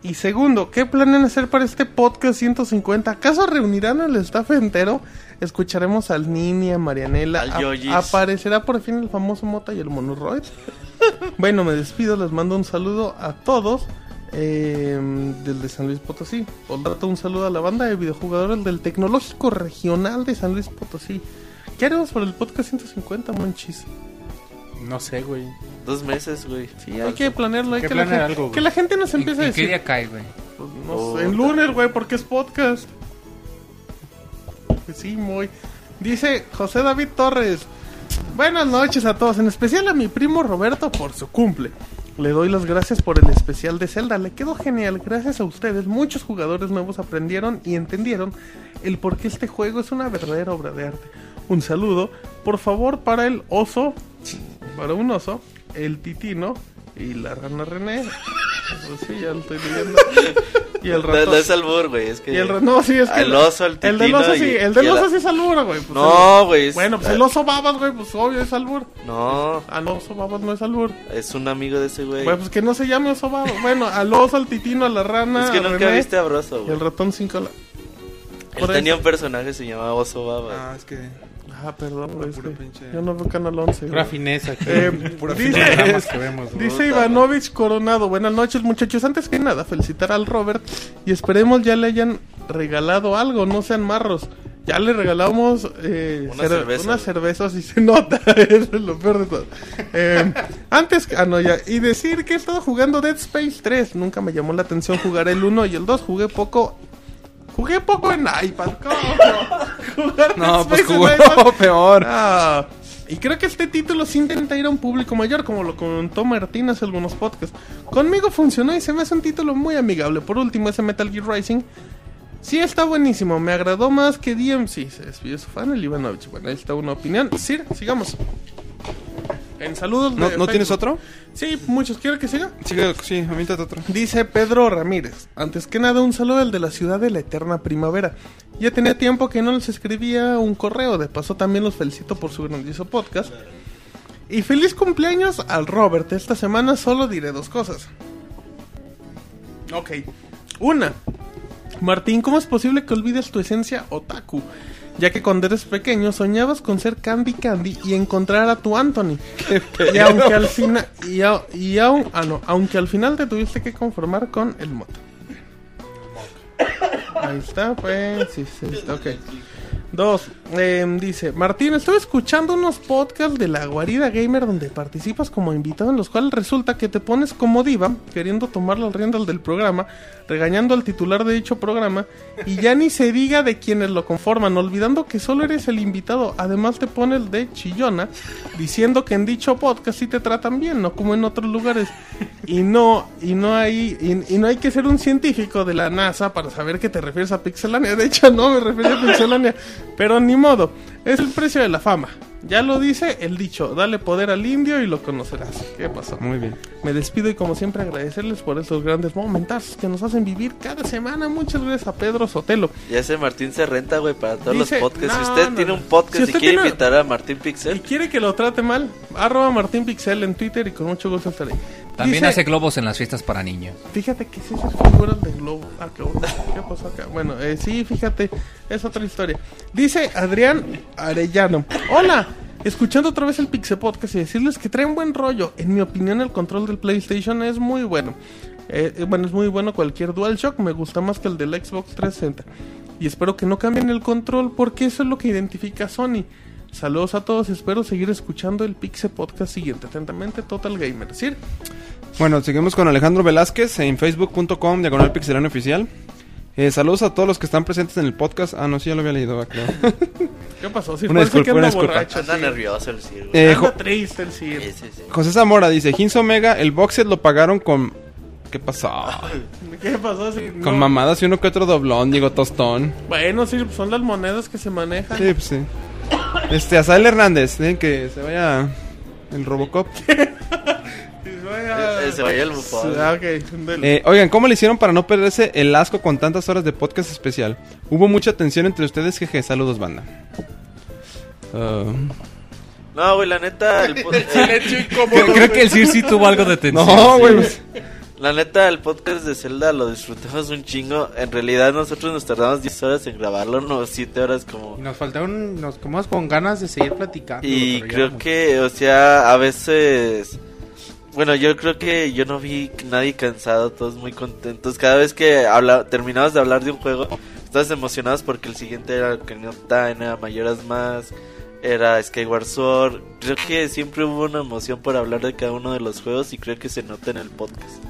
A: Y segundo, ¿qué planean hacer para este podcast 150? ¿Acaso reunirán al staff entero? Escucharemos al Nini, a Marianela.
D: Al
A: a-
D: Yoyis.
A: aparecerá por fin el famoso Mota y el Monoroid. <laughs> bueno, me despido, les mando un saludo a todos. eh, del de San Luis Potosí. Por tanto, un saludo a la banda de videojugadores del Tecnológico Regional de San Luis Potosí. ¿Qué haremos para el podcast 150, monchis?
B: No sé, güey.
D: Dos meses, güey.
A: Sí, hay que planearlo. Hay
B: que
A: que, la
B: planear
A: gente-
B: algo, güey.
A: que la gente nos
E: ¿En,
A: empiece a
E: en qué
A: decir.
E: día cae, güey?
A: Pues no
D: Oh,
A: sé, en
D: tal
A: lunes,
D: vez.
A: güey, porque es podcast. Pues sí, muy. Dice José David Torres. Buenas noches a todos, en especial a mi primo Roberto por su cumple. Le doy las gracias por el especial de Zelda, le quedó genial. Gracias a ustedes, muchos jugadores nuevos aprendieron y entendieron el por qué este juego es una verdadera obra de arte. Un saludo, por favor, para el oso, para un oso, el titino y la rana René. Pues sí, ya lo estoy leyendo. Y el
D: No,
A: ratón.
D: no es albur, güey. Es que.
A: Y el ra- no, sí, es que
D: Al oso, al
A: El del oso
D: titino
A: sí,
D: y-
A: el del
D: y a
A: oso
D: la-
A: sí es albur, güey. pues el-
D: No, güey. es-
A: bueno, pues el oso babas, güey, pues obvio es albur.
D: No,
A: Al oso babas no es albur.
D: es un amigo de ese güey.
A: Güey, pues que no se llame oso babas. Bueno, al oso, al titino, a la rana.
D: es que
A: a
D: nunca
A: René
D: viste a Broso,
A: Y
D: güey.
A: el ratón sin cola.
D: Él
A: por
D: tenía un personaje que se llamaba Oso Baba.
G: Ah, es que.
A: Ah, perdón, güey. es
G: Pura
A: que
G: pinche-
A: Yo no veo Canal 11. güey.
B: Pura fineza. <laughs>
A: Eh, dice,
B: Nada más que vemos. güey.
A: Dice Ivanovich Coronado, buenas noches muchachos, antes que nada felicitar al Robert y esperemos ya le hayan regalado algo, no sean marros. Ya le regalamos eh,
D: Una
A: cer-
D: cerveza.
A: unas cervezas y se nota, <laughs> eso es lo peor de todo. Eh, antes, que- ah no ya, y decir que he estado jugando Dead Space 3, nunca me llamó la atención jugar el 1 y el 2, jugué poco... Jugué poco en iPad, ¿cómo? Jugar Dead
C: No, pues
A: Space en
C: jugó
A: iPad.
C: peor.
A: Ah, y creo que este título sí intenta ir a un público mayor, como lo comentó Martín hace algunos podcasts. Conmigo funcionó y se me hace un título muy amigable. Por último, ese Metal Gear Rising. Sí, está buenísimo. Me agradó más que DMC. Se despidió su fan, el Ivanovich. Bueno, ahí está una opinión. Sí, sigamos. En saludos.
G: ¿No,
A: de
G: ¿no tienes
A: Facebook.
G: otro?
A: Sí, muchos. ¿Quiero que siga?
G: Sí, sí, aviéntate otro.
A: Dice Pedro Ramírez, antes que nada un saludo al de la ciudad de la eterna primavera. Ya tenía tiempo que no les escribía un correo, de paso también los felicito por su grandioso podcast. Y feliz cumpleaños al Robert, esta semana solo diré dos cosas. Ok, una, Martín, ¿cómo es posible que olvides tu esencia otaku? Ya que cuando eres pequeño soñabas con ser Candy Candy y encontrar a tu Anthony. <laughs> Y aunque al final y, au- y au- ah, no, aunque al final te tuviste que conformar con el moto. Ahí está, pues sí, sí, está, ok. Dos, em, dice Martín, estoy escuchando unos podcasts de la guarida gamer donde participas como invitado, en los cuales resulta que te pones como diva, queriendo tomar las riendas del programa, regañando al titular de dicho programa, y ya ni se diga de quienes lo conforman, olvidando que solo eres el invitado, además te pones de chillona, diciendo que en dicho podcast sí te tratan bien, no como en otros lugares. Y no, y no hay, y, y no hay que ser un científico de la NASA para saber que te refieres a Pixelania. De hecho, no me refería a Pixelania. Pero ni modo, es el precio de la fama. Ya lo dice el dicho, dale poder al indio y lo conocerás. ¿Qué pasó?
G: Muy bien.
A: Me despido y como siempre agradecerles por estos grandes momentos que nos hacen vivir cada semana. Muchas gracias a Pedro Sotelo.
D: Ya ese Martín se renta, güey, para todos
A: Dice,
D: los podcasts.
A: no,
D: si usted
A: no,
D: tiene
A: no.
D: un
A: Si
D: podcast
A: usted
D: y quiere
A: tiene-
D: invitar a Martín
A: Y
D: Pixel,
A: quiere que lo trate mal, arroba Martín Pixel en Twitter y con mucho gusto estaré.
E: También
A: Dice-
E: hace globos en las fiestas para niños.
A: Fíjate que sí esas figuras de globo. Ah, qué bueno. ¿Qué pasó acá? Bueno, eh, sí, fíjate, es otra historia. Dice Adrián Arellano. Hola, escuchando otra vez el Pixel Podcast y decirles que traen buen rollo. En mi opinión, el control del PlayStation es muy bueno. Eh, eh, bueno, es muy bueno cualquier DualShock, me gusta más que el del Xbox 360. Y espero que no cambien el control porque eso es lo que identifica a Sony. Saludos a todos, espero seguir escuchando el Pixel Podcast siguiente. Atentamente, Total Gamer. Sir,
G: Bueno, seguimos con Alejandro Velázquez en facebook.com diagonal pixelano oficial. Eh, saludos a todos los que están presentes en el podcast. Ah, no, sí, ya lo había leído. va, claro.
A: ¿qué pasó? Sir,
G: Una
A: parece
G: disculpa,
A: que anda
G: una disculpa.
A: borracho,
D: anda
A: Sir.
D: nervioso el Sir, güey.
G: Eh,
A: Anda
G: Jo-
A: triste el Sir.
D: Sí, sí, sí.
G: José Zamora dice, Hinzo Omega, el boxet lo pagaron con... ¿Qué pasó?
A: ¿Qué pasó? Sir?
G: Con
A: No.
G: mamadas y uno que otro doblón, digo, tostón.
A: Bueno, Sir, son las monedas que se manejan.
G: Sí, pues sí. Este, Azael Hernández, dicen que se vaya el Robocop.
A: Y vaya-
D: Eh, eh, se vaya el bufón.
A: Ah, ok, ándale.
G: Eh, oigan, ¿cómo le hicieron para no perderse el asco con tantas horas de podcast especial? Hubo mucha tensión entre ustedes, jeje. Saludos, banda. Ah,
D: No, güey, la neta,
A: <laughs>
D: el, po- eh,
E: Creo, creo que el Sir sí tuvo
G: <laughs>
E: algo de tensión.
G: no, güey. pues,
D: la neta, el podcast de Zelda lo disfrutamos un chingo. En realidad, nosotros nos tardamos 10 horas en grabarlo, no 7 horas como.
B: Y nos faltaron, nos comimos con ganas de seguir platicando.
D: Y
B: pero ya
D: creo
B: no.
D: que, o sea, a veces. Bueno, yo creo que yo no vi nadie cansado, todos muy contentos. Cada vez que habla... terminabas de hablar de un juego, estabas emocionados porque el siguiente era Ocarina of Time, era Mayoras Más, era Skyward Sword. Creo que siempre hubo una emoción por hablar de cada uno de los juegos y creo que se nota en el podcast.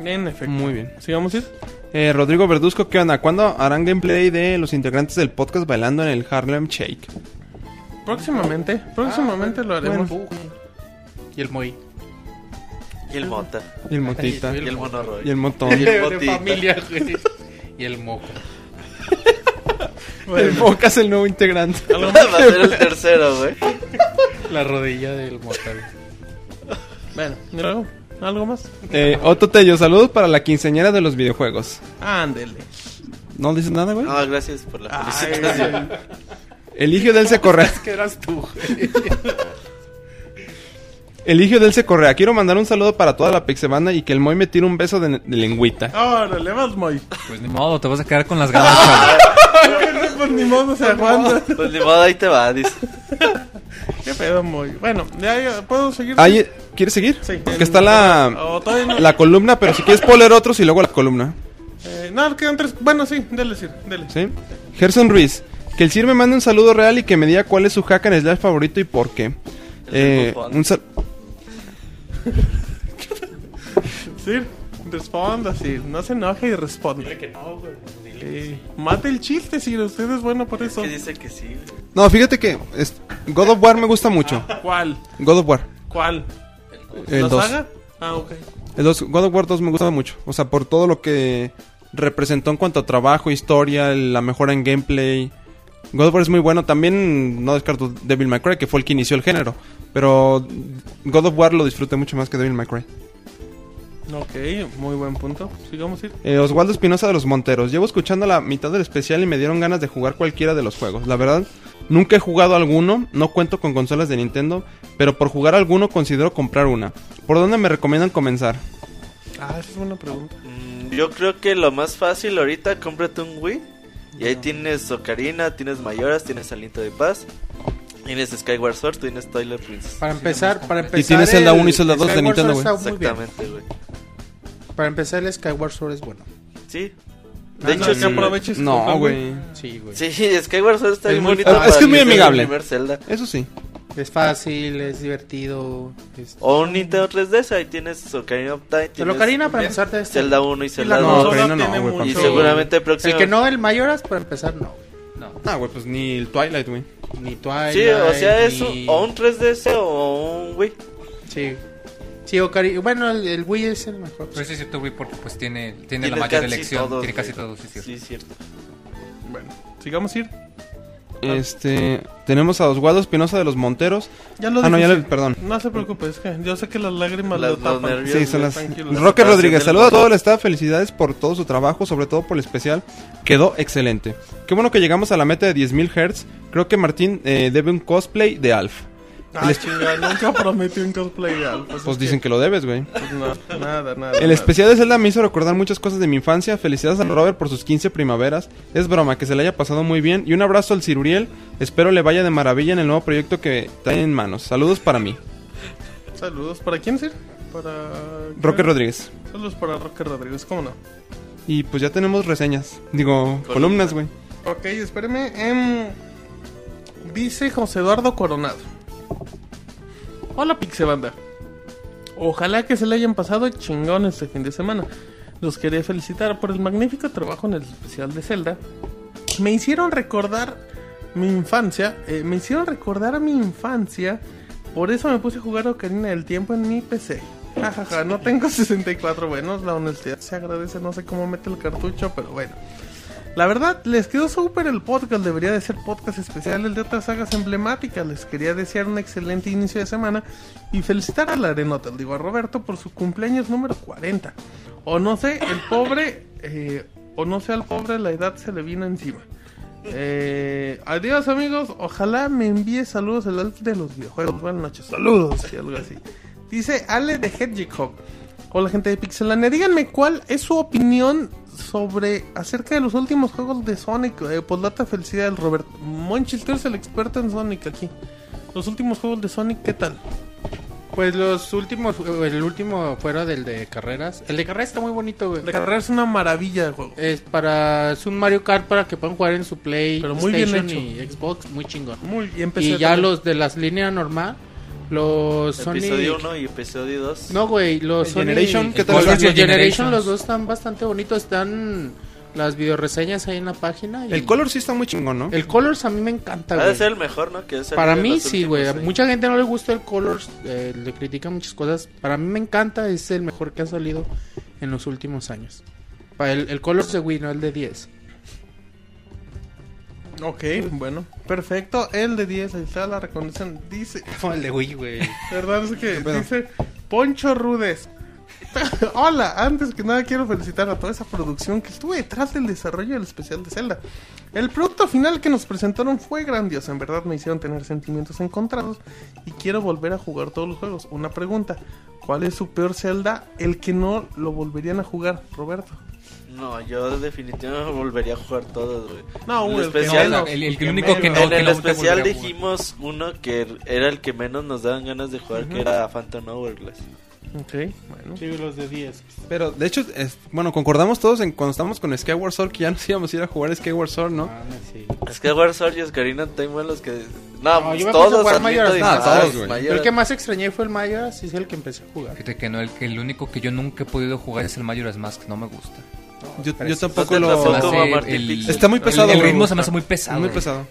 A: En efecto.
G: Muy bien.
A: Sigamos, Sir.
G: Eh, Rodrigo Verduzco, ¿qué onda? ¿Cuándo harán gameplay de los integrantes del podcast bailando en el Harlem Shake?
A: Próximamente,
G: Ah,
A: próximamente lo haremos.
B: Buen empuje. Uh. Y el <laughs> Moy.
D: Y el Mota,
G: Y el Motita.
D: y el Monorroy.
G: Y el Motón. <laughs> Y
D: el
B: De
D: Motita.
B: familia, güey. Y el Moco.
G: el Bocas, el nuevo integrante.
D: Va a ser el tercero, güey.
B: La rodilla del Moca. güey.
A: Bueno, ¿y luego? ¿Algo más?
G: <laughs> Eh, Otto Tello, saludos para la quinceañera de los videojuegos.
A: Ándele.
G: ¿No dices nada, güey?
D: No, gracias por la
A: Ay,
D: felicitación.
G: Eligio del se <laughs> corre.
B: Que eras tú, güey.
G: <laughs> Eligio del se Correa. Quiero mandar un saludo para toda la pixebanda y que el Moy me tire un beso de, de lengüita.
A: Órale, vas,
G: <laughs>
A: Moy.
E: Pues ni modo, te vas a quedar con las ganas. chaval.
A: Pues ni modo se aguanta.
D: Pues ni modo, ahí te va, dice.
A: ¿Qué pedo, Moy? Bueno, ya, ya, puedo seguir.
G: Ay, Ah, ¿Quieres seguir?
A: Sí.
G: Porque está la,
A: O todavía no.
G: la columna, pero si quieres poner otros y luego la columna.
A: Eh, no, quedan tres. Bueno, sí, dele, Sir. Dele.
G: ¿Sí? Gerson Ruiz. Que el Sir me mande un saludo real y que me diga cuál es su hack and slash favorito y por qué.
D: El
G: Eh,
D: bufón.
G: un sal-
A: Sir, responda, Sir. No se enoje y responda. Dile que no, güey. mate el chiste, Sir. Usted es bueno por eso.
D: Que dice que sí. güey.
G: No, fíjate que es- God of War me gusta mucho.
A: ¿Cuál?
G: God of War.
A: ¿Cuál?
G: El
A: ¿La
G: 2.
A: saga? Ah, ok.
G: El dos- God of War 2 me gusta mucho. O sea, por todo lo que representó en cuanto a trabajo, historia, la mejora en gameplay. God of War es muy bueno. También no descarto Devil May Cry, que fue el que inició el género. Pero God of War lo disfruté mucho más que Devil May Cry.
A: Ok, muy buen punto. Sigamos, Sir.
G: Eh, Oswaldo Espinosa de los Monteros. Llevo escuchando la mitad del especial y me dieron ganas de jugar cualquiera de los juegos. La verdad, nunca he jugado alguno, no cuento con consolas de Nintendo, pero por jugar alguno considero comprar una. ¿Por dónde me recomiendan comenzar?
A: Ah, esa es una pregunta.
D: Mm, Yo creo que lo más fácil ahorita, cómprate un Wii. Y ahí tienes Ocarina, tienes Mayoras, tienes Aliento de Paz. Tienes Skyward Sword, tienes Toilet Princess.
B: Para empezar, para empezar.
G: tiene Zelda
B: el-
G: 1 y Zelda
B: el
G: 2 de
B: Skyward
G: Nintendo,
B: Sword
G: güey.
B: está muy bien.
D: Exactamente, güey.
B: Para empezar, el Skyward Sword es bueno.
D: Sí. De hecho,
A: que
D: sí.
A: aproveches. tu
G: Mm, No,
A: fan,
G: güey.
B: Sí, güey.
D: Sí, Skyward Sword está
A: Es
D: bien
A: muy
D: bonito.
G: fácil. Es que es muy
D: para
G: amigable.
D: el primer Zelda.
G: Eso sí.
B: Es fácil, es divertido. Es...
D: O un Nintendo 3DS, ahí tienes Ocarina of Time.
B: Pero
D: Tienes
B: Karina, para empezar, te-
D: Zelda 1 y
A: Y la
D: Zelda 2.
A: consola
G: no, no,
A: tiene
G: güey,
D: y
A: mucho-
D: seguramente próximo.
B: El que no, el Mayoras, para empezar, no.
E: No.
G: Ah, güey, pues ni el Twilight, güey.
B: Ni Twilight.
D: Sí, o sea, es
B: ni-
D: un- o un 3DS o un Wii.
B: Sí. Sí, o Cari- Bueno, el, el Wii es el mejor.
E: Pero sí es cierto, güey, porque pues tiene, tiene la
D: Tiene
E: mayor
D: casi
E: elección.
D: todos,
E: tiene casi
D: güey.
E: todo, sí, es cierto.
D: Sí, cierto.
A: Sigamos ir.
G: Este, tenemos a Oswaldo Espinosa de los Monteros.
A: Ya lo
G: Ah, no, ya
A: dijiste.
G: le, perdón.
A: No se preocupe, es que yo sé que las lágrimas
D: Las-
A: lo
D: los
A: tapan.
D: nervios,
G: Sí, son
D: güey,
G: las...
A: tranquilo.
G: Roque Rodríguez,
D: Gracias,
G: saludos a
D: Delgado.
G: todo el staff, felicidades por todo su trabajo, sobre todo por el especial. Quedó excelente. Qué bueno que llegamos a la meta de 10.000 Hz. Creo que Martín eh, debe un cosplay de Alf.
A: Ah, chinga, nunca prometí un cosplay al.
G: Pues dicen Pues que lo debes, <laughs> güey.
A: pues, no, nada, nada.
G: El
A: nada.
G: especial de Zelda me hizo recordar muchas cosas de mi infancia. Felicidades al Robert por sus 15 primaveras. Es broma, que se le haya pasado muy bien. Y un abrazo al Ciruriel. Espero le vaya de maravilla en el nuevo proyecto que trae en manos. Saludos para mí.
A: Saludos. ¿Para quién, Sir? Para.
G: Roque Rodríguez.
A: Saludos para Roque Rodríguez, ¿cómo no?
G: Y pues ya tenemos reseñas. Digo, columnas, güey.
A: Ok, espéreme. em, dice José Eduardo Coronado. Hola Pixebanda. Ojalá que se le hayan pasado chingón este fin de semana. Los quería felicitar por el magnífico trabajo en el especial de Zelda. Me hicieron recordar mi infancia. eh, me hicieron recordar a mi infancia. Por eso me puse a jugar Ocarina del Tiempo en mi PC. Jajaja, no tengo 64 buenos. La honestidad se agradece. No sé cómo mete el cartucho, pero bueno. La verdad, les quedó súper el podcast. Debería de ser podcast especial el de otras sagas emblemáticas. Les quería desear un excelente inicio de semana y felicitar a la Arenota, digo a Roberto, por su cumpleaños número 40. O no sé, el pobre, eh, o no sé, al pobre la edad se le vino encima. Eh, adiós amigos, ojalá me envíe saludos el alf de los videojuegos. Buenas noches, saludos y algo así. Dice Ale de Hedgehog. Hola gente de Pixelania, díganme cuál es su opinión sobre acerca de los últimos juegos de Sonic. Eh, Postdata felicidad del Robert. Monchis, tú eres el experto en Sonic aquí. Los últimos juegos de Sonic, ¿qué tal?
B: Pues los últimos, el último fuera del de carreras. El de carreras está muy bonito, güey.
A: La carrera es una maravilla de juego.
B: Es para es un Mario Kart para que puedan jugar en su Play,
A: Pero muy bien
B: Station
A: hecho.
B: y Xbox, muy chingón.
A: Muy bien,
B: Y ya los de las líneas normal, los
D: Episodio
B: Sonic
D: 1 y episodio 2.
B: No, güey, los
A: El
B: Sonic-
G: Generation, ¿qué tal?
B: Los,
E: Los
B: los Generation,
E: Generations.
B: los dos están bastante bonitos, están las videoreseñas ahí en la página. y-
G: El color sí está muy chingón, ¿no?
B: el Colors a mí me encanta,
D: Ha de
B: güey.
D: ser el mejor, ¿no? Que es el
B: Para
D: de
B: mí
D: los
B: sí,
D: últimos,
B: güey. A mucha gente no le gusta el Colors, eh, le critican muchas cosas. Para mí me encanta, es el mejor que ha salido en los últimos años. Pa- El, el Colors de Wii, no el de 10.
A: Ok, bueno. Perfecto, el de 10, ahí está la reconocen. Dice,
E: el de Wii, güey.
A: ¿verdad? Es que
G: pedo?
A: dice Poncho Rudes. <laughs> Hola, antes que nada quiero felicitar a toda esa producción que estuvo detrás del desarrollo del especial de Zelda. El producto final que nos presentaron fue grandioso, en verdad me hicieron tener sentimientos encontrados y quiero volver a jugar todos los juegos. Una pregunta, ¿cuál es su peor Zelda? El que no lo volverían a jugar, Roberto.
D: No, yo definitivamente volvería a jugar todos, güey.
A: No,
D: El
A: güey,
D: especial-
A: no,
E: el- el- el único que no-
D: en el
E: te
D: especial
E: volvería a jugar.
D: dijimos uno que era el que menos nos daban ganas de jugar, que era Phantom Hourglass.
A: Ok, bueno.
B: Sí, los de pues, 10.
G: Pero, de hecho, es- bueno, concordamos todos en cuando estábamos con Skyward Sword que ya nos íbamos a ir a jugar Skyward Sword, ¿no?
B: ah,
D: Es que War Sword y Ocarina of Time fueron los que...
B: No,
D: No, pues
B: yo me puse a
D: todos
B: jugar
D: admito
B: Majora's
D: y
G: Mask.
D: más,
G: Ah, todos, güey.
D: Majora's-
B: El que más extrañé fue el Mayor, sí es el que empecé a jugar.
E: Fíjate que no, el, que el único que yo nunca he podido jugar es el Majora's Mask, no me gusta.
G: Yo, yo
D: No
G: tampoco
D: te
G: lo...
D: razón,
E: Se me
D: como
E: hace
D: a Martín
E: el-
D: Pixel.
G: Está muy
E: el-
G: pesado,
E: El,
G: güey.
E: ritmo se me hace muy pesado.
G: Muy
E: güey.
G: pesado.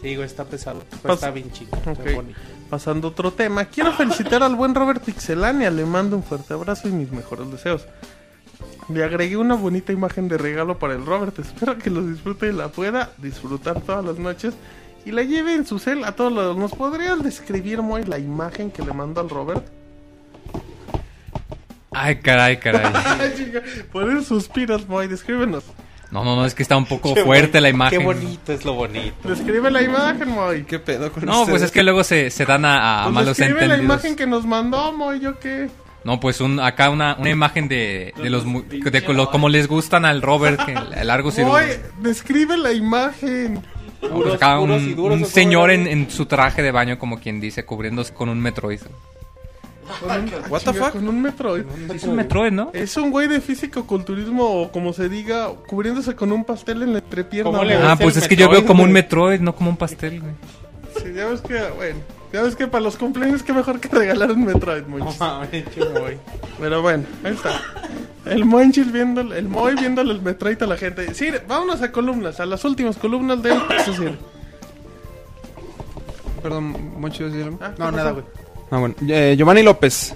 B: Sí, güey, está pesado. pero
A: Pas-
B: está bien chido. está
A: Ok.
B: bonito.
A: Pasando a otro tema, quiero felicitar al buen Robert Pixelania. Le mando un fuerte abrazo y mis mejores deseos. Le agregué una bonita imagen de regalo para el Robert. Espero que lo disfrute y la pueda disfrutar todas las noches. Y la lleve en su cel a todos lados. ¿Nos podrías describir, Moy, la imagen que le mando al Robert?
E: Ay, caray, caray.
A: <laughs> Ay, chinga, Por eso suspiras, Moy. Descríbenos.
E: No, no, no, es que está un poco fuerte la imagen.
B: Qué bonito es lo bonito.
A: Describe la imagen, Moy.
G: ¿Qué pedo con
E: No, pues
G: ustedes?
E: es
G: <laughs>
E: que luego se, se dan a, a
A: Pues
E: Ah, malos
A: describe la
E: entendidos.
A: imagen que nos mandó, Moy. ¿Yo qué?
E: No, pues un, acá una, una imagen de, de los mu- de colo- como les gustan al Robert, que el, el largo cirujano.
A: Moy, describe la imagen.
E: No, pues acá un, un señor en, en su traje de baño, como quien dice, cubriéndose con un metroid.
A: Con un,
G: What the
A: chinga,
G: fuck?
A: Con un Metroid.
E: Es un Metroid, ¿no?
A: Es un güey de físico culturismo o como se diga, cubriéndose con un pastel en la entrepierna.
I: ¿Cómo le
A: güey.
I: va?
E: Ah,
I: Es
E: pues
I: el
E: es que yo
I: Metroid,
E: veo como un
I: güey.
E: Metroid, no como un pastel, güey.
A: Sí, ya ves que, bueno, ya ves que para los cumpleaños que mejor que regalar un Metroid,
I: No
A: Monchis.
I: mames, chumoy.
A: Pero bueno, ahí está. El Monchis viendo, el Moy viéndole el Metroid a la gente. Sí, vámonos a columnas, a las últimas columnas
G: <coughs>
A: del Sir.
G: Perdón, Moncho, ¿ibas a decir algo?
A: Ah, ¿qué
B: No, nada,
A: pasó?
B: güey.
G: Ah, bueno. Eh, Giovanni López.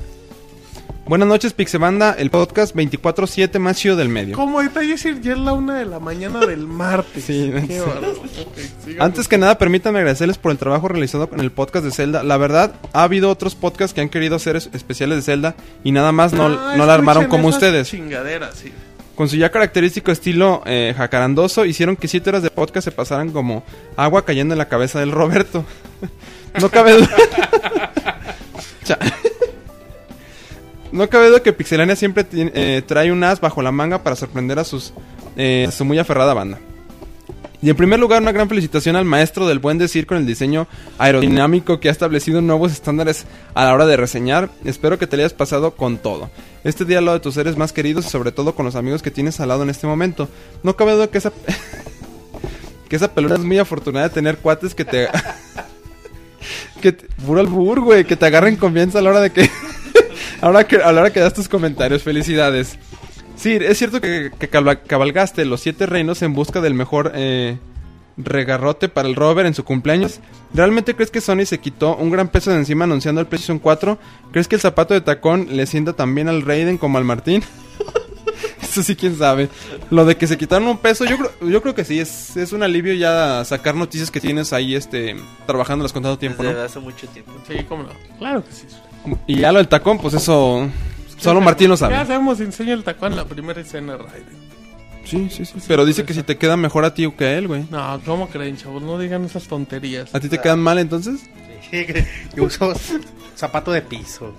G: Buenas noches, Pixebanda, el podcast 24-7 más chido del medio.
A: Como detalle, Sir, ya es la una de la mañana del martes.
G: Sí,
A: Qué
G: sí.
A: bárbaro. Ok, sigamos.
G: Antes que nada, permítanme agradecerles por el trabajo realizado con el podcast de Zelda. La verdad, ha habido otros podcasts que han querido hacer es- especiales de Zelda y nada más no,
A: Ah,
G: no la armaron
A: escuchen
G: como
A: esas
G: ustedes.
A: Chingaderas, sí.
G: Con su ya característico estilo eh, jacarandoso, hicieron que siete horas de podcast se pasaran como agua cayendo en la cabeza del Roberto. <laughs> no cabe duda. <laughs> Cha- no cabe duda que Pixelania siempre ti- eh, trae un as bajo la manga para sorprender a sus eh, a su muy aferrada banda. Y en primer lugar, una gran felicitación al maestro del buen decir con el diseño aerodinámico que ha establecido nuevos estándares a la hora de reseñar. Espero que te lo hayas pasado con todo. Este día al lado de tus seres más queridos y sobre todo con los amigos que tienes al lado en este momento. No cabe duda que esa... <laughs> que esa pelona es muy afortunada de tener cuates que te... que te- Puro albur, güey. Que te agarren confianza a la hora de que... <laughs> ahora que... A la hora que das tus comentarios. Felicidades. Sí, es cierto que, que cabal- cabalgaste los siete reinos en busca del mejor eh, regarrote para el rover en su cumpleaños. ¿Realmente crees que Sony se quitó un gran peso de encima anunciando el PlayStation 4? ¿Crees que el zapato de tacón le sienta tan bien al Raiden como al Martín? <laughs> Eso sí, quién sabe. Lo de que se quitaron un peso, yo creo, yo creo que sí, es, es un alivio ya sacar noticias que tienes ahí este, trabajándolas con tanto tiempo, ¿no?
D: Desde hace mucho tiempo.
A: Sí, cómo no. Claro que sí.
G: Y ya lo del tacón, pues eso... Solo Martín lo sabe.
A: Ya sabemos, enseña el tacón en la primera escena, Raiden.
G: Sí, sí, sí. Pero dice que si te queda mejor a ti que a él, güey.
A: No, ¿cómo creen, chavos? No digan esas tonterías.
G: ¿A ti te quedan mal entonces?
B: Yo uso zapato de piso.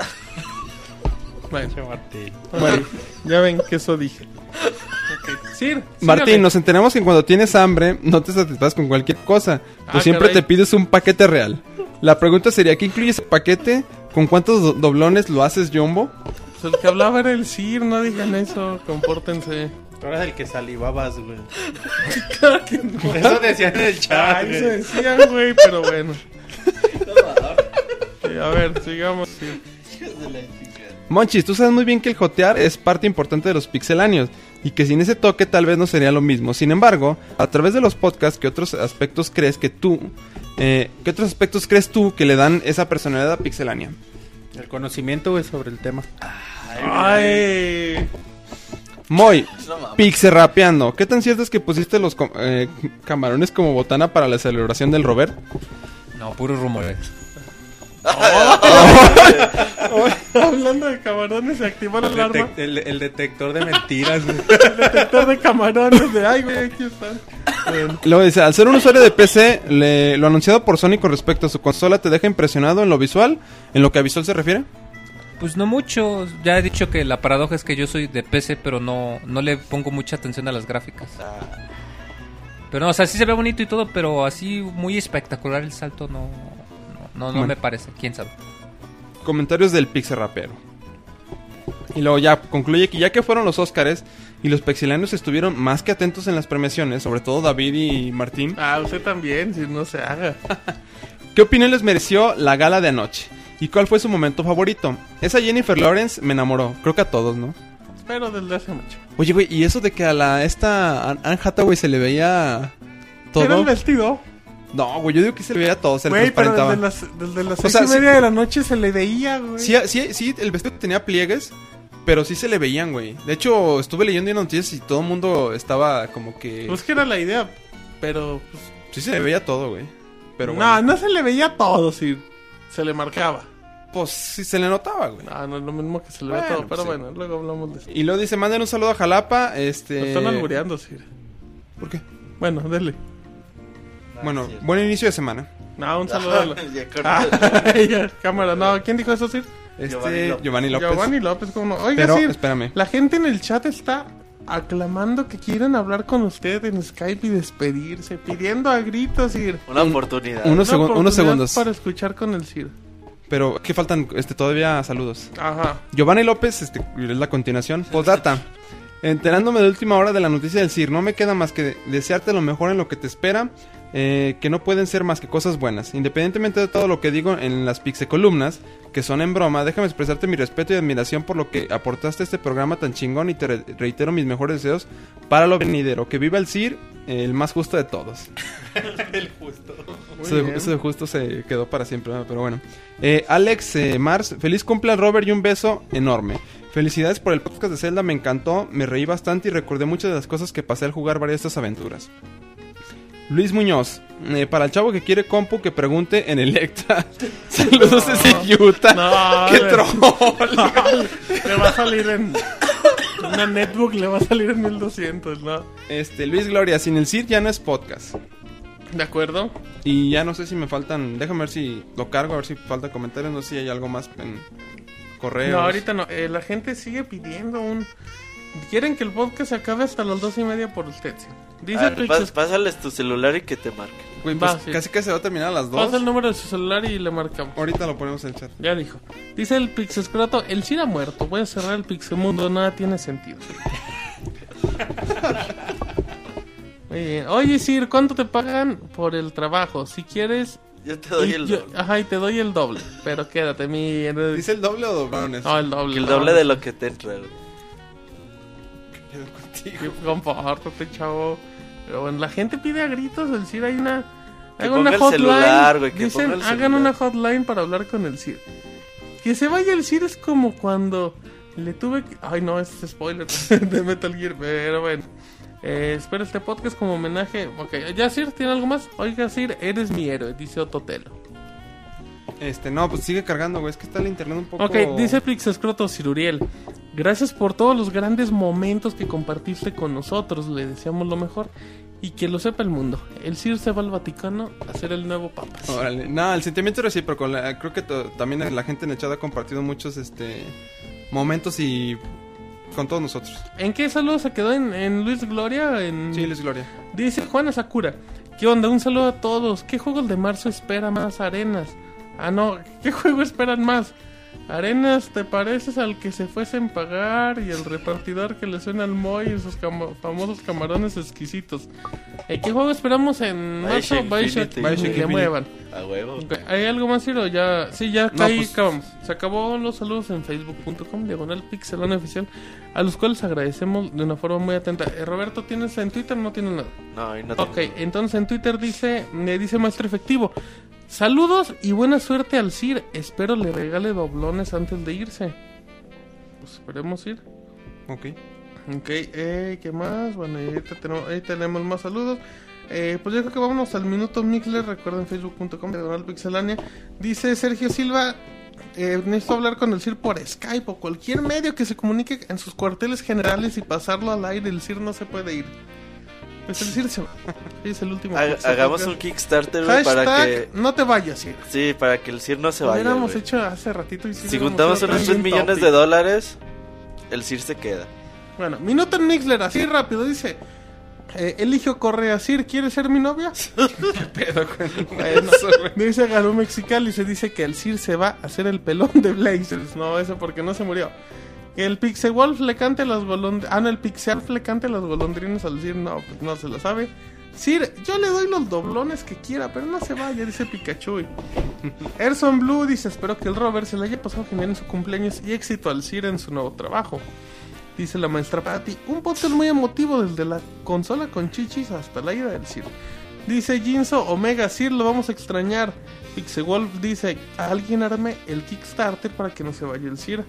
A: Bueno,
B: Martín.
A: bueno, ya ven que eso dije. Ok, Sir, sígale.
G: Martín, nos enteramos que cuando tienes hambre no te satisfaz con cualquier cosa, pues
A: Ah,
G: siempre
A: caray.
G: te pides un paquete real. La pregunta sería, ¿qué incluye ese paquete? ¿Con cuántos do- doblones lo haces, Jumbo?
A: Pues el que hablaba era el Sir, no digan eso, compórtense.
B: Tú eras el que salivabas, güey.
A: Claro que no.
B: <laughs> Eso decían en el chat,
A: Ay,
B: güey.
A: se Ah, decían, güey, pero bueno. Sí, a ver, sigamos. Sir.
G: Monchis, tú sabes muy bien que el jotear es parte importante de los pixeláneos y que sin ese toque tal vez no sería lo mismo. Sin embargo, a través de los podcasts, ¿qué otros aspectos crees que tú, eh, qué otros aspectos crees tú que le dan esa personalidad a pixelánea?
B: El conocimiento, güey, sobre el tema.
A: Ay,
G: Moy,
D: No mames.
G: Pixe rapeando. ¿Qué tan cierto es que pusiste los com- eh, camarones como botana para la celebración del Robert?
E: No, puros rumores.
A: hablando de camarones, se activó la alarma.
I: Detec- el, el detector de mentiras, güey.
A: Detector de camarones, de ay, güey, aquí están. Bueno.
G: Luego dice, al ser un usuario de PC, le- lo anunciado por Sony con respecto a su consola te deja impresionado en lo visual, en lo que a visual se refiere.
E: Pues no mucho. Ya he dicho que la paradoja es que yo soy de PC, pero no, no le pongo mucha atención a las gráficas. Pero no, o sea, sí se ve bonito y todo, pero así muy espectacular el salto no, no, no, no
G: Bueno.
E: me parece. ¿Quién sabe?
G: Comentarios del Pixe rapero. Y luego ya concluye que ya que fueron los Óscares y los pixelanos estuvieron más que atentos en las premiaciones, sobre todo David y Martín,
A: Ah, usted también, si no se haga.
G: ¿Qué opinión les mereció la gala de anoche? ¿Y cuál fue su momento favorito? Esa Jennifer Lawrence me enamoró. Creo que a todos, ¿no?
A: Pero desde hace mucho.
G: Oye, güey, ¿y eso de que a la esta An- Anne Hathaway se le veía
A: Era el
G: todo?
A: vestido.
G: No, güey, yo digo que se le veía todo, se le
A: Güey, pero
G: transparentaba.
A: desde las, desde las
G: O
A: seis
G: sea,
A: y
G: sí-
A: media de la noche se le veía, güey.
G: Sí, sí, sí, el vestido tenía pliegues, pero sí se le veían, güey. De hecho, estuve leyendo en noticias y todo el mundo estaba como que...
A: Pues que era la idea, pero... pues,
G: Sí se le veía todo, güey. Pero
A: no,
G: bueno,
A: no se le veía todo, sí. Se le marcaba.
G: pues sí se le notaba, güey.
A: No, no es lo mismo que se le ve
G: Bueno,
A: todo, pero
G: sí.
A: bueno, pues luego hablamos de eso.
G: Y luego dice, manden un saludo a Jalapa,
A: Lo
G: este...
A: están albureando, sí.
G: ¿Por qué?
A: Bueno, dele.
G: Bueno, buen inicio de semana.
A: No,
G: <laughs>
A: un saludo a la...
D: Ah, <laughs> Ya con-
A: <laughs> Ah, ya, cámara, no, ¿quién dijo eso, Sir?
D: Giovanni
G: Este,
D: López.
G: Giovanni López.
A: Giovanni López, ¿cómo no? Oiga,
G: Pero,
A: Sir,
G: espérame.
A: la gente en el chat está aclamando que quieren hablar con usted en Skype y despedirse, pidiendo a gritos, Sir.
D: Una oportunidad.
G: Unos,
A: Una
G: segun- unos
A: oportunidad
G: segundos.
A: Para escuchar con el Sir.
G: Pero que faltan este, todavía saludos.
A: Ajá.
G: Giovanni López, este, es la continuación. Postdata. Enterándome de última hora de la noticia del CIR, no me queda más que de- desearte lo mejor en lo que te espera, eh, que no pueden ser más que cosas buenas. Independientemente de todo lo que digo en las pixe columnas, que son en broma, déjame expresarte mi respeto y admiración por lo que aportaste a este programa tan chingón y te re- reitero mis mejores deseos para lo venidero. Que viva el CIR, eh, el más justo de todos.
A: Muy
G: Eso de,
A: bien.
G: eso de justo se quedó para siempre, ¿no? pero bueno. Eh, Alex eh, Mars, feliz cumpleaños Robert y un beso enorme. Felicidades por el podcast de Zelda, me encantó, me reí bastante y recordé muchas de las cosas que pasé al jugar varias de estas aventuras. Luis Muñoz, eh, para el chavo que quiere compu que pregunte en Electra. <laughs> Saludos desde Utah.
A: No,
G: <laughs> ¡Qué
A: güey.
G: troll!
A: Le va a salir en. <coughs> Una netbook le va a salir en 1200, ¿no?
G: Este, Luis Gloria, sin el CIR ya no es podcast.
A: ¿De acuerdo?
G: Y ya no sé si me faltan, déjame ver si lo cargo, a ver si falta comentarios, no sé si hay algo más en correos.
A: No, ahorita no. Eh, la gente sigue pidiendo un. Quieren que el podcast se acabe hasta las dos y media por el Tetsu. Dice
D: A ver,
A: Twitch.
D: pas- pásales tu celular y que te marque.
G: Güey,
A: Va,
G: pues
A: sí.
G: casi que se va a terminar a las dos.
A: Pasa el número de su celular y le marcamos.
G: Ahorita lo ponemos en el chat.
A: Ya dijo. Dice el Pixescroto, el Cid ha muerto. Voy a cerrar el Pixemundo, nada tiene sentido. Muy bien. Oye, Sir, ¿cuánto te pagan por el trabajo? Si quieres.
D: Yo te doy
A: y
D: el
A: yo-
D: doble.
A: Ajá, y te doy el doble. Pero quédate, mi.
G: ¿Dice el doble o doblones?
A: No, el doble.
D: El doble de lo que te entra, güey.
G: Quedo contigo.
A: Sí, Compórtate, chavo. Pero bueno, la gente pide a gritos el CIR. Hay una.
D: Que
A: hagan una
D: ponga el
A: hotline.
D: celular, güey, que
A: Dicen,
D: ponga el
A: hagan
D: celular".
A: una hotline para hablar con el CIR. Que se vaya el CIR es como cuando le tuve que. Ay, no, es spoiler <laughs> de Metal Gear. Pero bueno. Eh, espero este podcast como homenaje. Ok, ya Sir, ¿tiene algo más? Oiga, Sir, eres mi héroe, dice Ototelo.
G: Este, no, pues sigue cargando, güey. Es que está el internet un poco.
A: Ok, dice Pixescroto Ciruriel. Gracias por todos los grandes momentos que compartiste con nosotros. Le deseamos lo mejor. Y que lo sepa el mundo. El Sir se va al Vaticano a ser el nuevo Papa.
G: Órale. No, el sentimiento es recíproco. La- creo que to- también la gente en el chat ha compartido muchos este momentos y. con todos nosotros.
A: ¿En qué saludo se quedó? ¿En, en Luis Gloria? En...
G: Sí, Luis Gloria.
A: Dice Juana Sakura. ¿Qué onda? Un saludo a todos. ¿Qué juegos de marzo espera más arenas? Ah, no. ¿Qué <laughs> juego esperan más? Arenas, ¿te pareces al que se fue sin pagar y el repartidor que le suena al Moy y sus cama- famosos camarones exquisitos? Eh, ¿Qué juego esperamos en marzo?
D: Bioshock
A: Bioshock,
D: Infinity.
A: ni
G: Bioshock
A: le
G: Infinity.
A: muevan.
D: A huevo.
A: Ok, ¿Hay algo más, Ciro? Ya, sí, ya
G: No,
A: caí,
G: pues-
A: cabrón. Se acabó los saludos en facebook.com, diagonal pixelano oficial, a los cuales agradecemos de una forma muy atenta. Eh, Roberto, ¿tienes en Twitter? No tienes nada.
D: No, ahí no
A: Ok,
D: tengo.
A: entonces en Twitter dice, me dice maestro efectivo. Saludos y buena suerte al Sir. Espero le regale doblones antes de irse. Pues esperemos ir.
G: Ok.
A: Ok, eh, ¿qué más? Bueno, y ahorita tenemos, ahí tenemos más saludos. Eh, pues yo creo que vámonos al minuto Mixler. Recuerden facebook.com, diagonal pixelania. Dice Sergio Silva. eh, necesito hablar con el CIR por Skype o cualquier medio que se comunique en sus cuarteles generales y pasarlo al aire. El CIR no se puede ir. Pues el CIR se va. Sí, es el último.
D: Ha-
A: podcast.
D: hagamos un Kickstarter, güey,
A: Pues, Hashtag,
D: para que.
A: no te vayas, CIR.
D: Sí, para que el CIR no se
A: Lo
D: vaya.
A: hubiéramos
D: güey.
A: hecho hace ratito y sí
D: Si
A: hubiéramos
D: juntamos
A: hecho
D: unos 3
A: trending
D: millones
A: topic.
D: de dólares, el CIR se queda.
A: Bueno, minuto en Mixler, así rápido, dice. Eh, Eligio Correa, Sir, ¿quieres ser mi novia? <laughs> Bueno, dice Garú Mexical y se dice que el Sir se va a hacer el pelón de Blazers. No, eso porque no se murió. Que el Pixe Wolf le cante las golondrinas. Ah, no, el Pixe Alf le cante las golondrinas al Sir. No, pues no se lo sabe. Sir, yo le doy los doblones que quiera, pero no se vaya, dice Pikachu. Erson Blue dice: Espero que el Robert se le haya pasado genial en su cumpleaños y éxito al Sir en su nuevo trabajo. Dice la maestra Patty, un podcast muy emotivo desde la consola con chichis hasta la ida del Sir. Dice Jinso Omega Sir, lo vamos a extrañar. Pixewolf dice, alguien arme el Kickstarter para que no se vaya el Sir.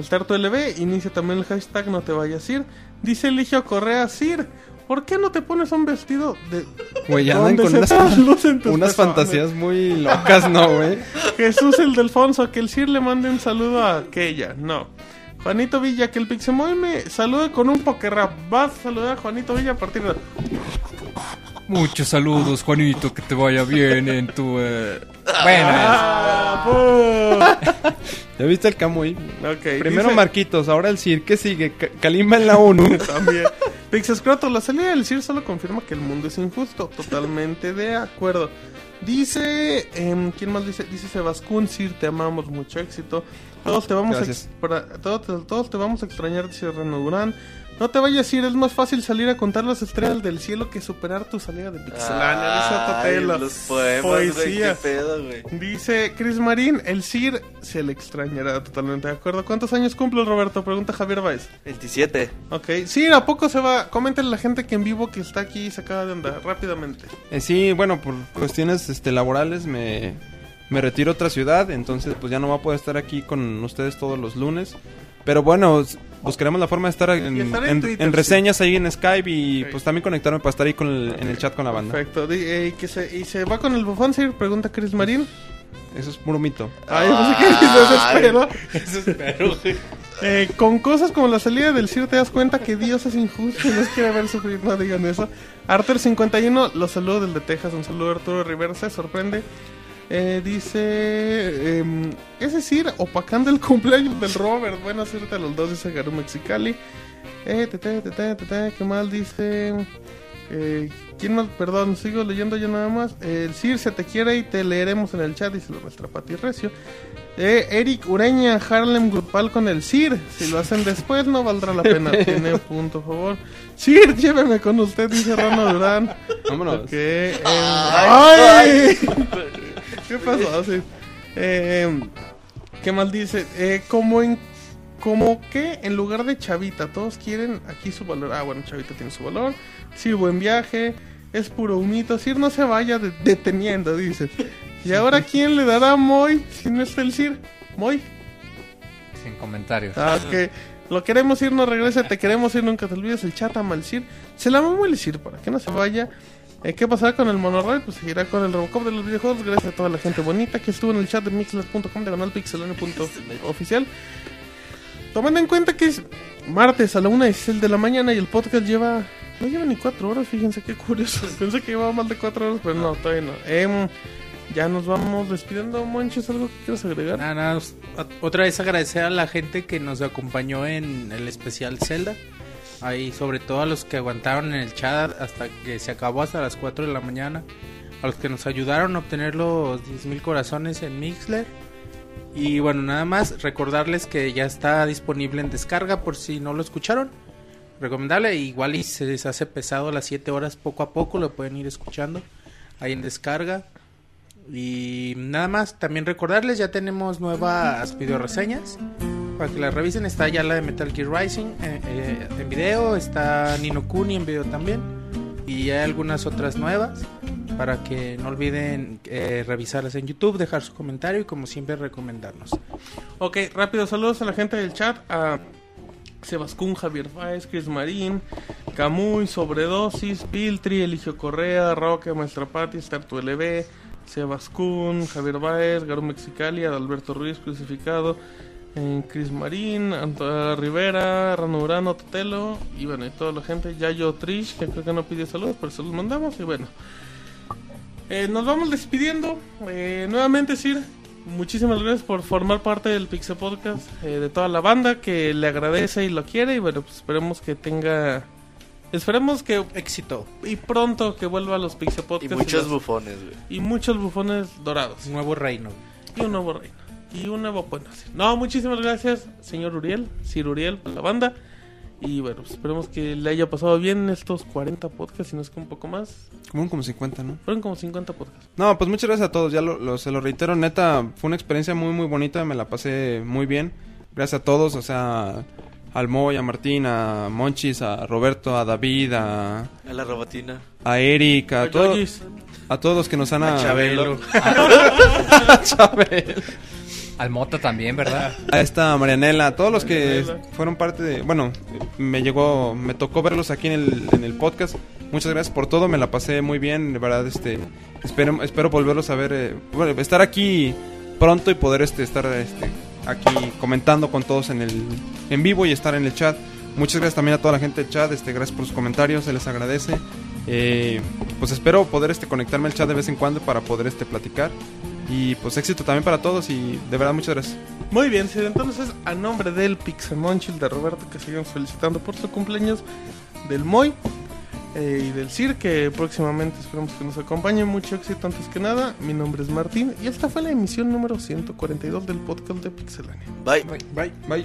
A: Starto LB, inicia también el hashtag no te vayas Sir. Dice Eligio Correa Sir, ¿por qué no te pones un vestido de...
G: Güey, ya andan
A: donde
G: con
A: se
G: unas,
A: traslucen tus
G: unas
A: pezones?
G: fantasías muy locas, ¿no, güey?
A: Jesús el Delfonso, que el Sir le mande un saludo a aquella. No. Juanito Villa, que el Pixemoy me salude con un pokerrap. Vas a saludar a Juanito Villa a partir de.
E: Muchos saludos, Juanito, que te vaya bien en tu... eh, Bueno,
A: ¡Ah,
G: <laughs> ¿Ya viste el Camuy?
A: Ok,
G: Primero
A: dice-
G: Marquitos, ahora el Cid. ¿Qué sigue? Ca- Kalimba en la 1.
A: También. Pixescroto, la salida del CIR solo confirma que el mundo es injusto. Totalmente de acuerdo. Dice. em, ¿Quién más dice? Dice Sebascún, CIR, te amamos, mucho éxito. Todos te vamos, a,
G: Gracias.
A: expra- todos, todos te vamos a extrañar, dice Reno Durán. No te vayas, CIR, es más fácil salir a contar las estrellas del cielo que superar tu salida de Pixelania. dice
D: Ay,
A: Otapelo.
D: los poemas, güey, qué
A: Poesía.
D: pedo, güey.
A: Dice Chris Marín, el CIR se le extrañará totalmente de acuerdo. ¿Cuántos años cumple Roberto? Pregunta Javier Baez.
D: 27.
A: Ok, sí, ¿a poco se va? Coméntenle a la gente que en vivo que está aquí y se acaba de andar rápidamente.
G: Eh, sí, bueno, por cuestiones este, laborales me, me retiro a otra ciudad, entonces pues ya no va a poder estar aquí con ustedes todos los lunes. Pero bueno, s- buscaremos la forma de estar en,
A: Y estar en
G: en-
A: Twitter,
G: en
A: sí.
G: reseñas ahí en Skype y
A: Ok.
G: pues también conectarme para estar ahí con el- en el chat con la banda.
A: Perfecto. Di- eh, que se, ¿Y se va con el bufón, Sir? Pregunta Chris Marín.
G: Eso es puro mito.
A: Ay, no sé qué desespero.
I: Eso espero, güey.
A: Eh, con cosas como la salida del CIR te das cuenta que Dios es injusto y nos quiere ver sufrir. No digan eso. Arthur51, los saludos del de Texas. Un saludo a Arturo Rivera, se sorprende. Eh, dice: em, Es decir, opacando el cumpleaños del Robert. Buena suerte a los dos, dice Garu Mexicali. Eh, te, te, te, te, te, te, ¿Qué mal dice? Eh, ¿Quién más? Perdón, sigo leyendo yo nada más. Eh, el Sir se te quiere y te leeremos en el chat, dice la nuestra Pati Recio. Eh, Eric Ureña, Harlem Grupal con el Sir. Si lo hacen después, no valdrá la pena. Tiene un punto, por favor. Sir, lléveme con usted, dice Rano Durán.
G: Vámonos.
A: Ok, eh, ¡Ay!
D: Ay,
A: ¿Qué pasó? Ah, Sí. Eh, ¿Qué mal dice? Eh, como en. Como que en lugar de Chavita, todos quieren aquí su valor. Ah, bueno, Chavita tiene su valor. Sí, buen viaje. Es puro humito. Sir no se vaya de- deteniendo, dice. ¿Y ahora quién le dará a Moy si no está el Sir? Moy.
E: Sin comentarios.
A: Ah, ok. Lo queremos ir, no regrese, te queremos ir, nunca te olvides. El chat ama al Sir. Se la mamó el Sir para que no se vaya. Eh, ¿Qué pasará con el monorail? Pues seguirá con el Robocop de los videojuegos. Gracias a toda la gente bonita que estuvo en el chat de mixler.com de oficial. Tomando en cuenta que es martes a la 1 es el de la mañana y el podcast lleva. No lleva ni 4 horas, fíjense qué curioso. <laughs> Pensé que llevaba más de 4 horas, pero no, todavía no. Em, ya nos vamos despidiendo, Monches. ¿Algo que quieras agregar?
B: Nada, nada, os- a- otra vez agradecer a la gente que nos acompañó en el especial Zelda. Ahí, sobre todo a los que aguantaron en el chat hasta que se acabó hasta las 4 de la mañana. A los que nos ayudaron a obtener los 10.000 corazones en Mixler. Y bueno, nada más recordarles que ya está disponible en descarga por si no lo escucharon. Recomendable, igual y se les hace pesado las 7 horas poco a poco, lo pueden ir escuchando ahí en descarga. Y nada más, también recordarles, ya tenemos nuevas videoreseñas. Para que las revisen, está ya la de Metal Gear Rising eh, eh, en video, está Nino Kuni en video también. Y hay algunas otras nuevas. Para que no olviden eh, revisarlas en YouTube, dejar su comentario y como siempre recomendarnos.
A: Ok, rápido, saludos a la gente del chat, a Sebascún, Javier Fáez, Chris Marín, Camuy, Sobredosis, Piltri, Eligio Correa, Roque, Maestra Pati, Startu LB, Sebascún, Javier Baez, Garo Mexicali, Adalberto Ruiz, Crucificado, eh, Chris Marín, Antonio Rivera, Rano Urano, Totelo, y bueno, y toda la gente, Yayo Trish, que creo que no pide saludos, pero se los mandamos, y bueno. Eh, nos vamos despidiendo. Eh, nuevamente, Sir, muchísimas gracias por formar parte del Pixel Podcast, eh, de toda la banda que le agradece y lo quiere. Y bueno, pues esperemos que tenga. Esperemos que.
B: Éxito.
A: Y pronto que vuelva a los Pixel
D: Y
A: Podcasts.
D: muchos
A: los-
D: bufones, güey.
A: y muchos bufones dorados.
B: Nuevo reino.
A: Y un nuevo reino. Y un nuevo puente. No, muchísimas gracias, señor Uriel, Sir Uriel, por la banda. Y bueno, pues esperemos que le haya pasado bien estos 40 podcasts, si no es que un poco más.
G: Como, como 50, ¿no?
A: Fueron como 50 podcasts.
G: No, pues muchas gracias a todos, ya lo, lo- se lo reitero, neta, fue una experiencia muy, muy bonita, me la pasé muy bien. Gracias a todos, o sea, al Moy, a Martín, a Monchis, a Roberto, a David, a,
D: A la robotina.
G: a Eric, a,
A: Oye,
G: todo-
A: oye,
G: a todos los que nos han... A
D: Chabelo.
E: Al Mota también, ¿verdad?
G: A esta Marianela, a todos los que
A: Marianela.
G: fueron parte de... Bueno, me llegó, me tocó verlos aquí en el, en el podcast. Muchas gracias por todo, me la pasé muy bien, de verdad, este... Espero, espero volverlos a ver, eh, bueno, estar aquí pronto y poder este, estar este, aquí comentando con todos en, el, en vivo y estar en el chat. Muchas gracias también a toda la gente del chat, este, gracias por sus comentarios, se les agradece. Eh, pues espero poder este, conectarme al chat de vez en cuando para poder este, platicar. Y pues éxito también para todos y de verdad muchas gracias.
A: Muy bien, sí, entonces a nombre del Pixemonchil de Roberto que seguimos felicitando por su cumpleaños, del Moy eh, y del Cir que próximamente esperamos que nos acompañe. Mucho éxito antes que nada. Mi nombre es Martín y esta fue la emisión número 142 del podcast de Pixelania.
D: Bye.
G: Bye. Bye.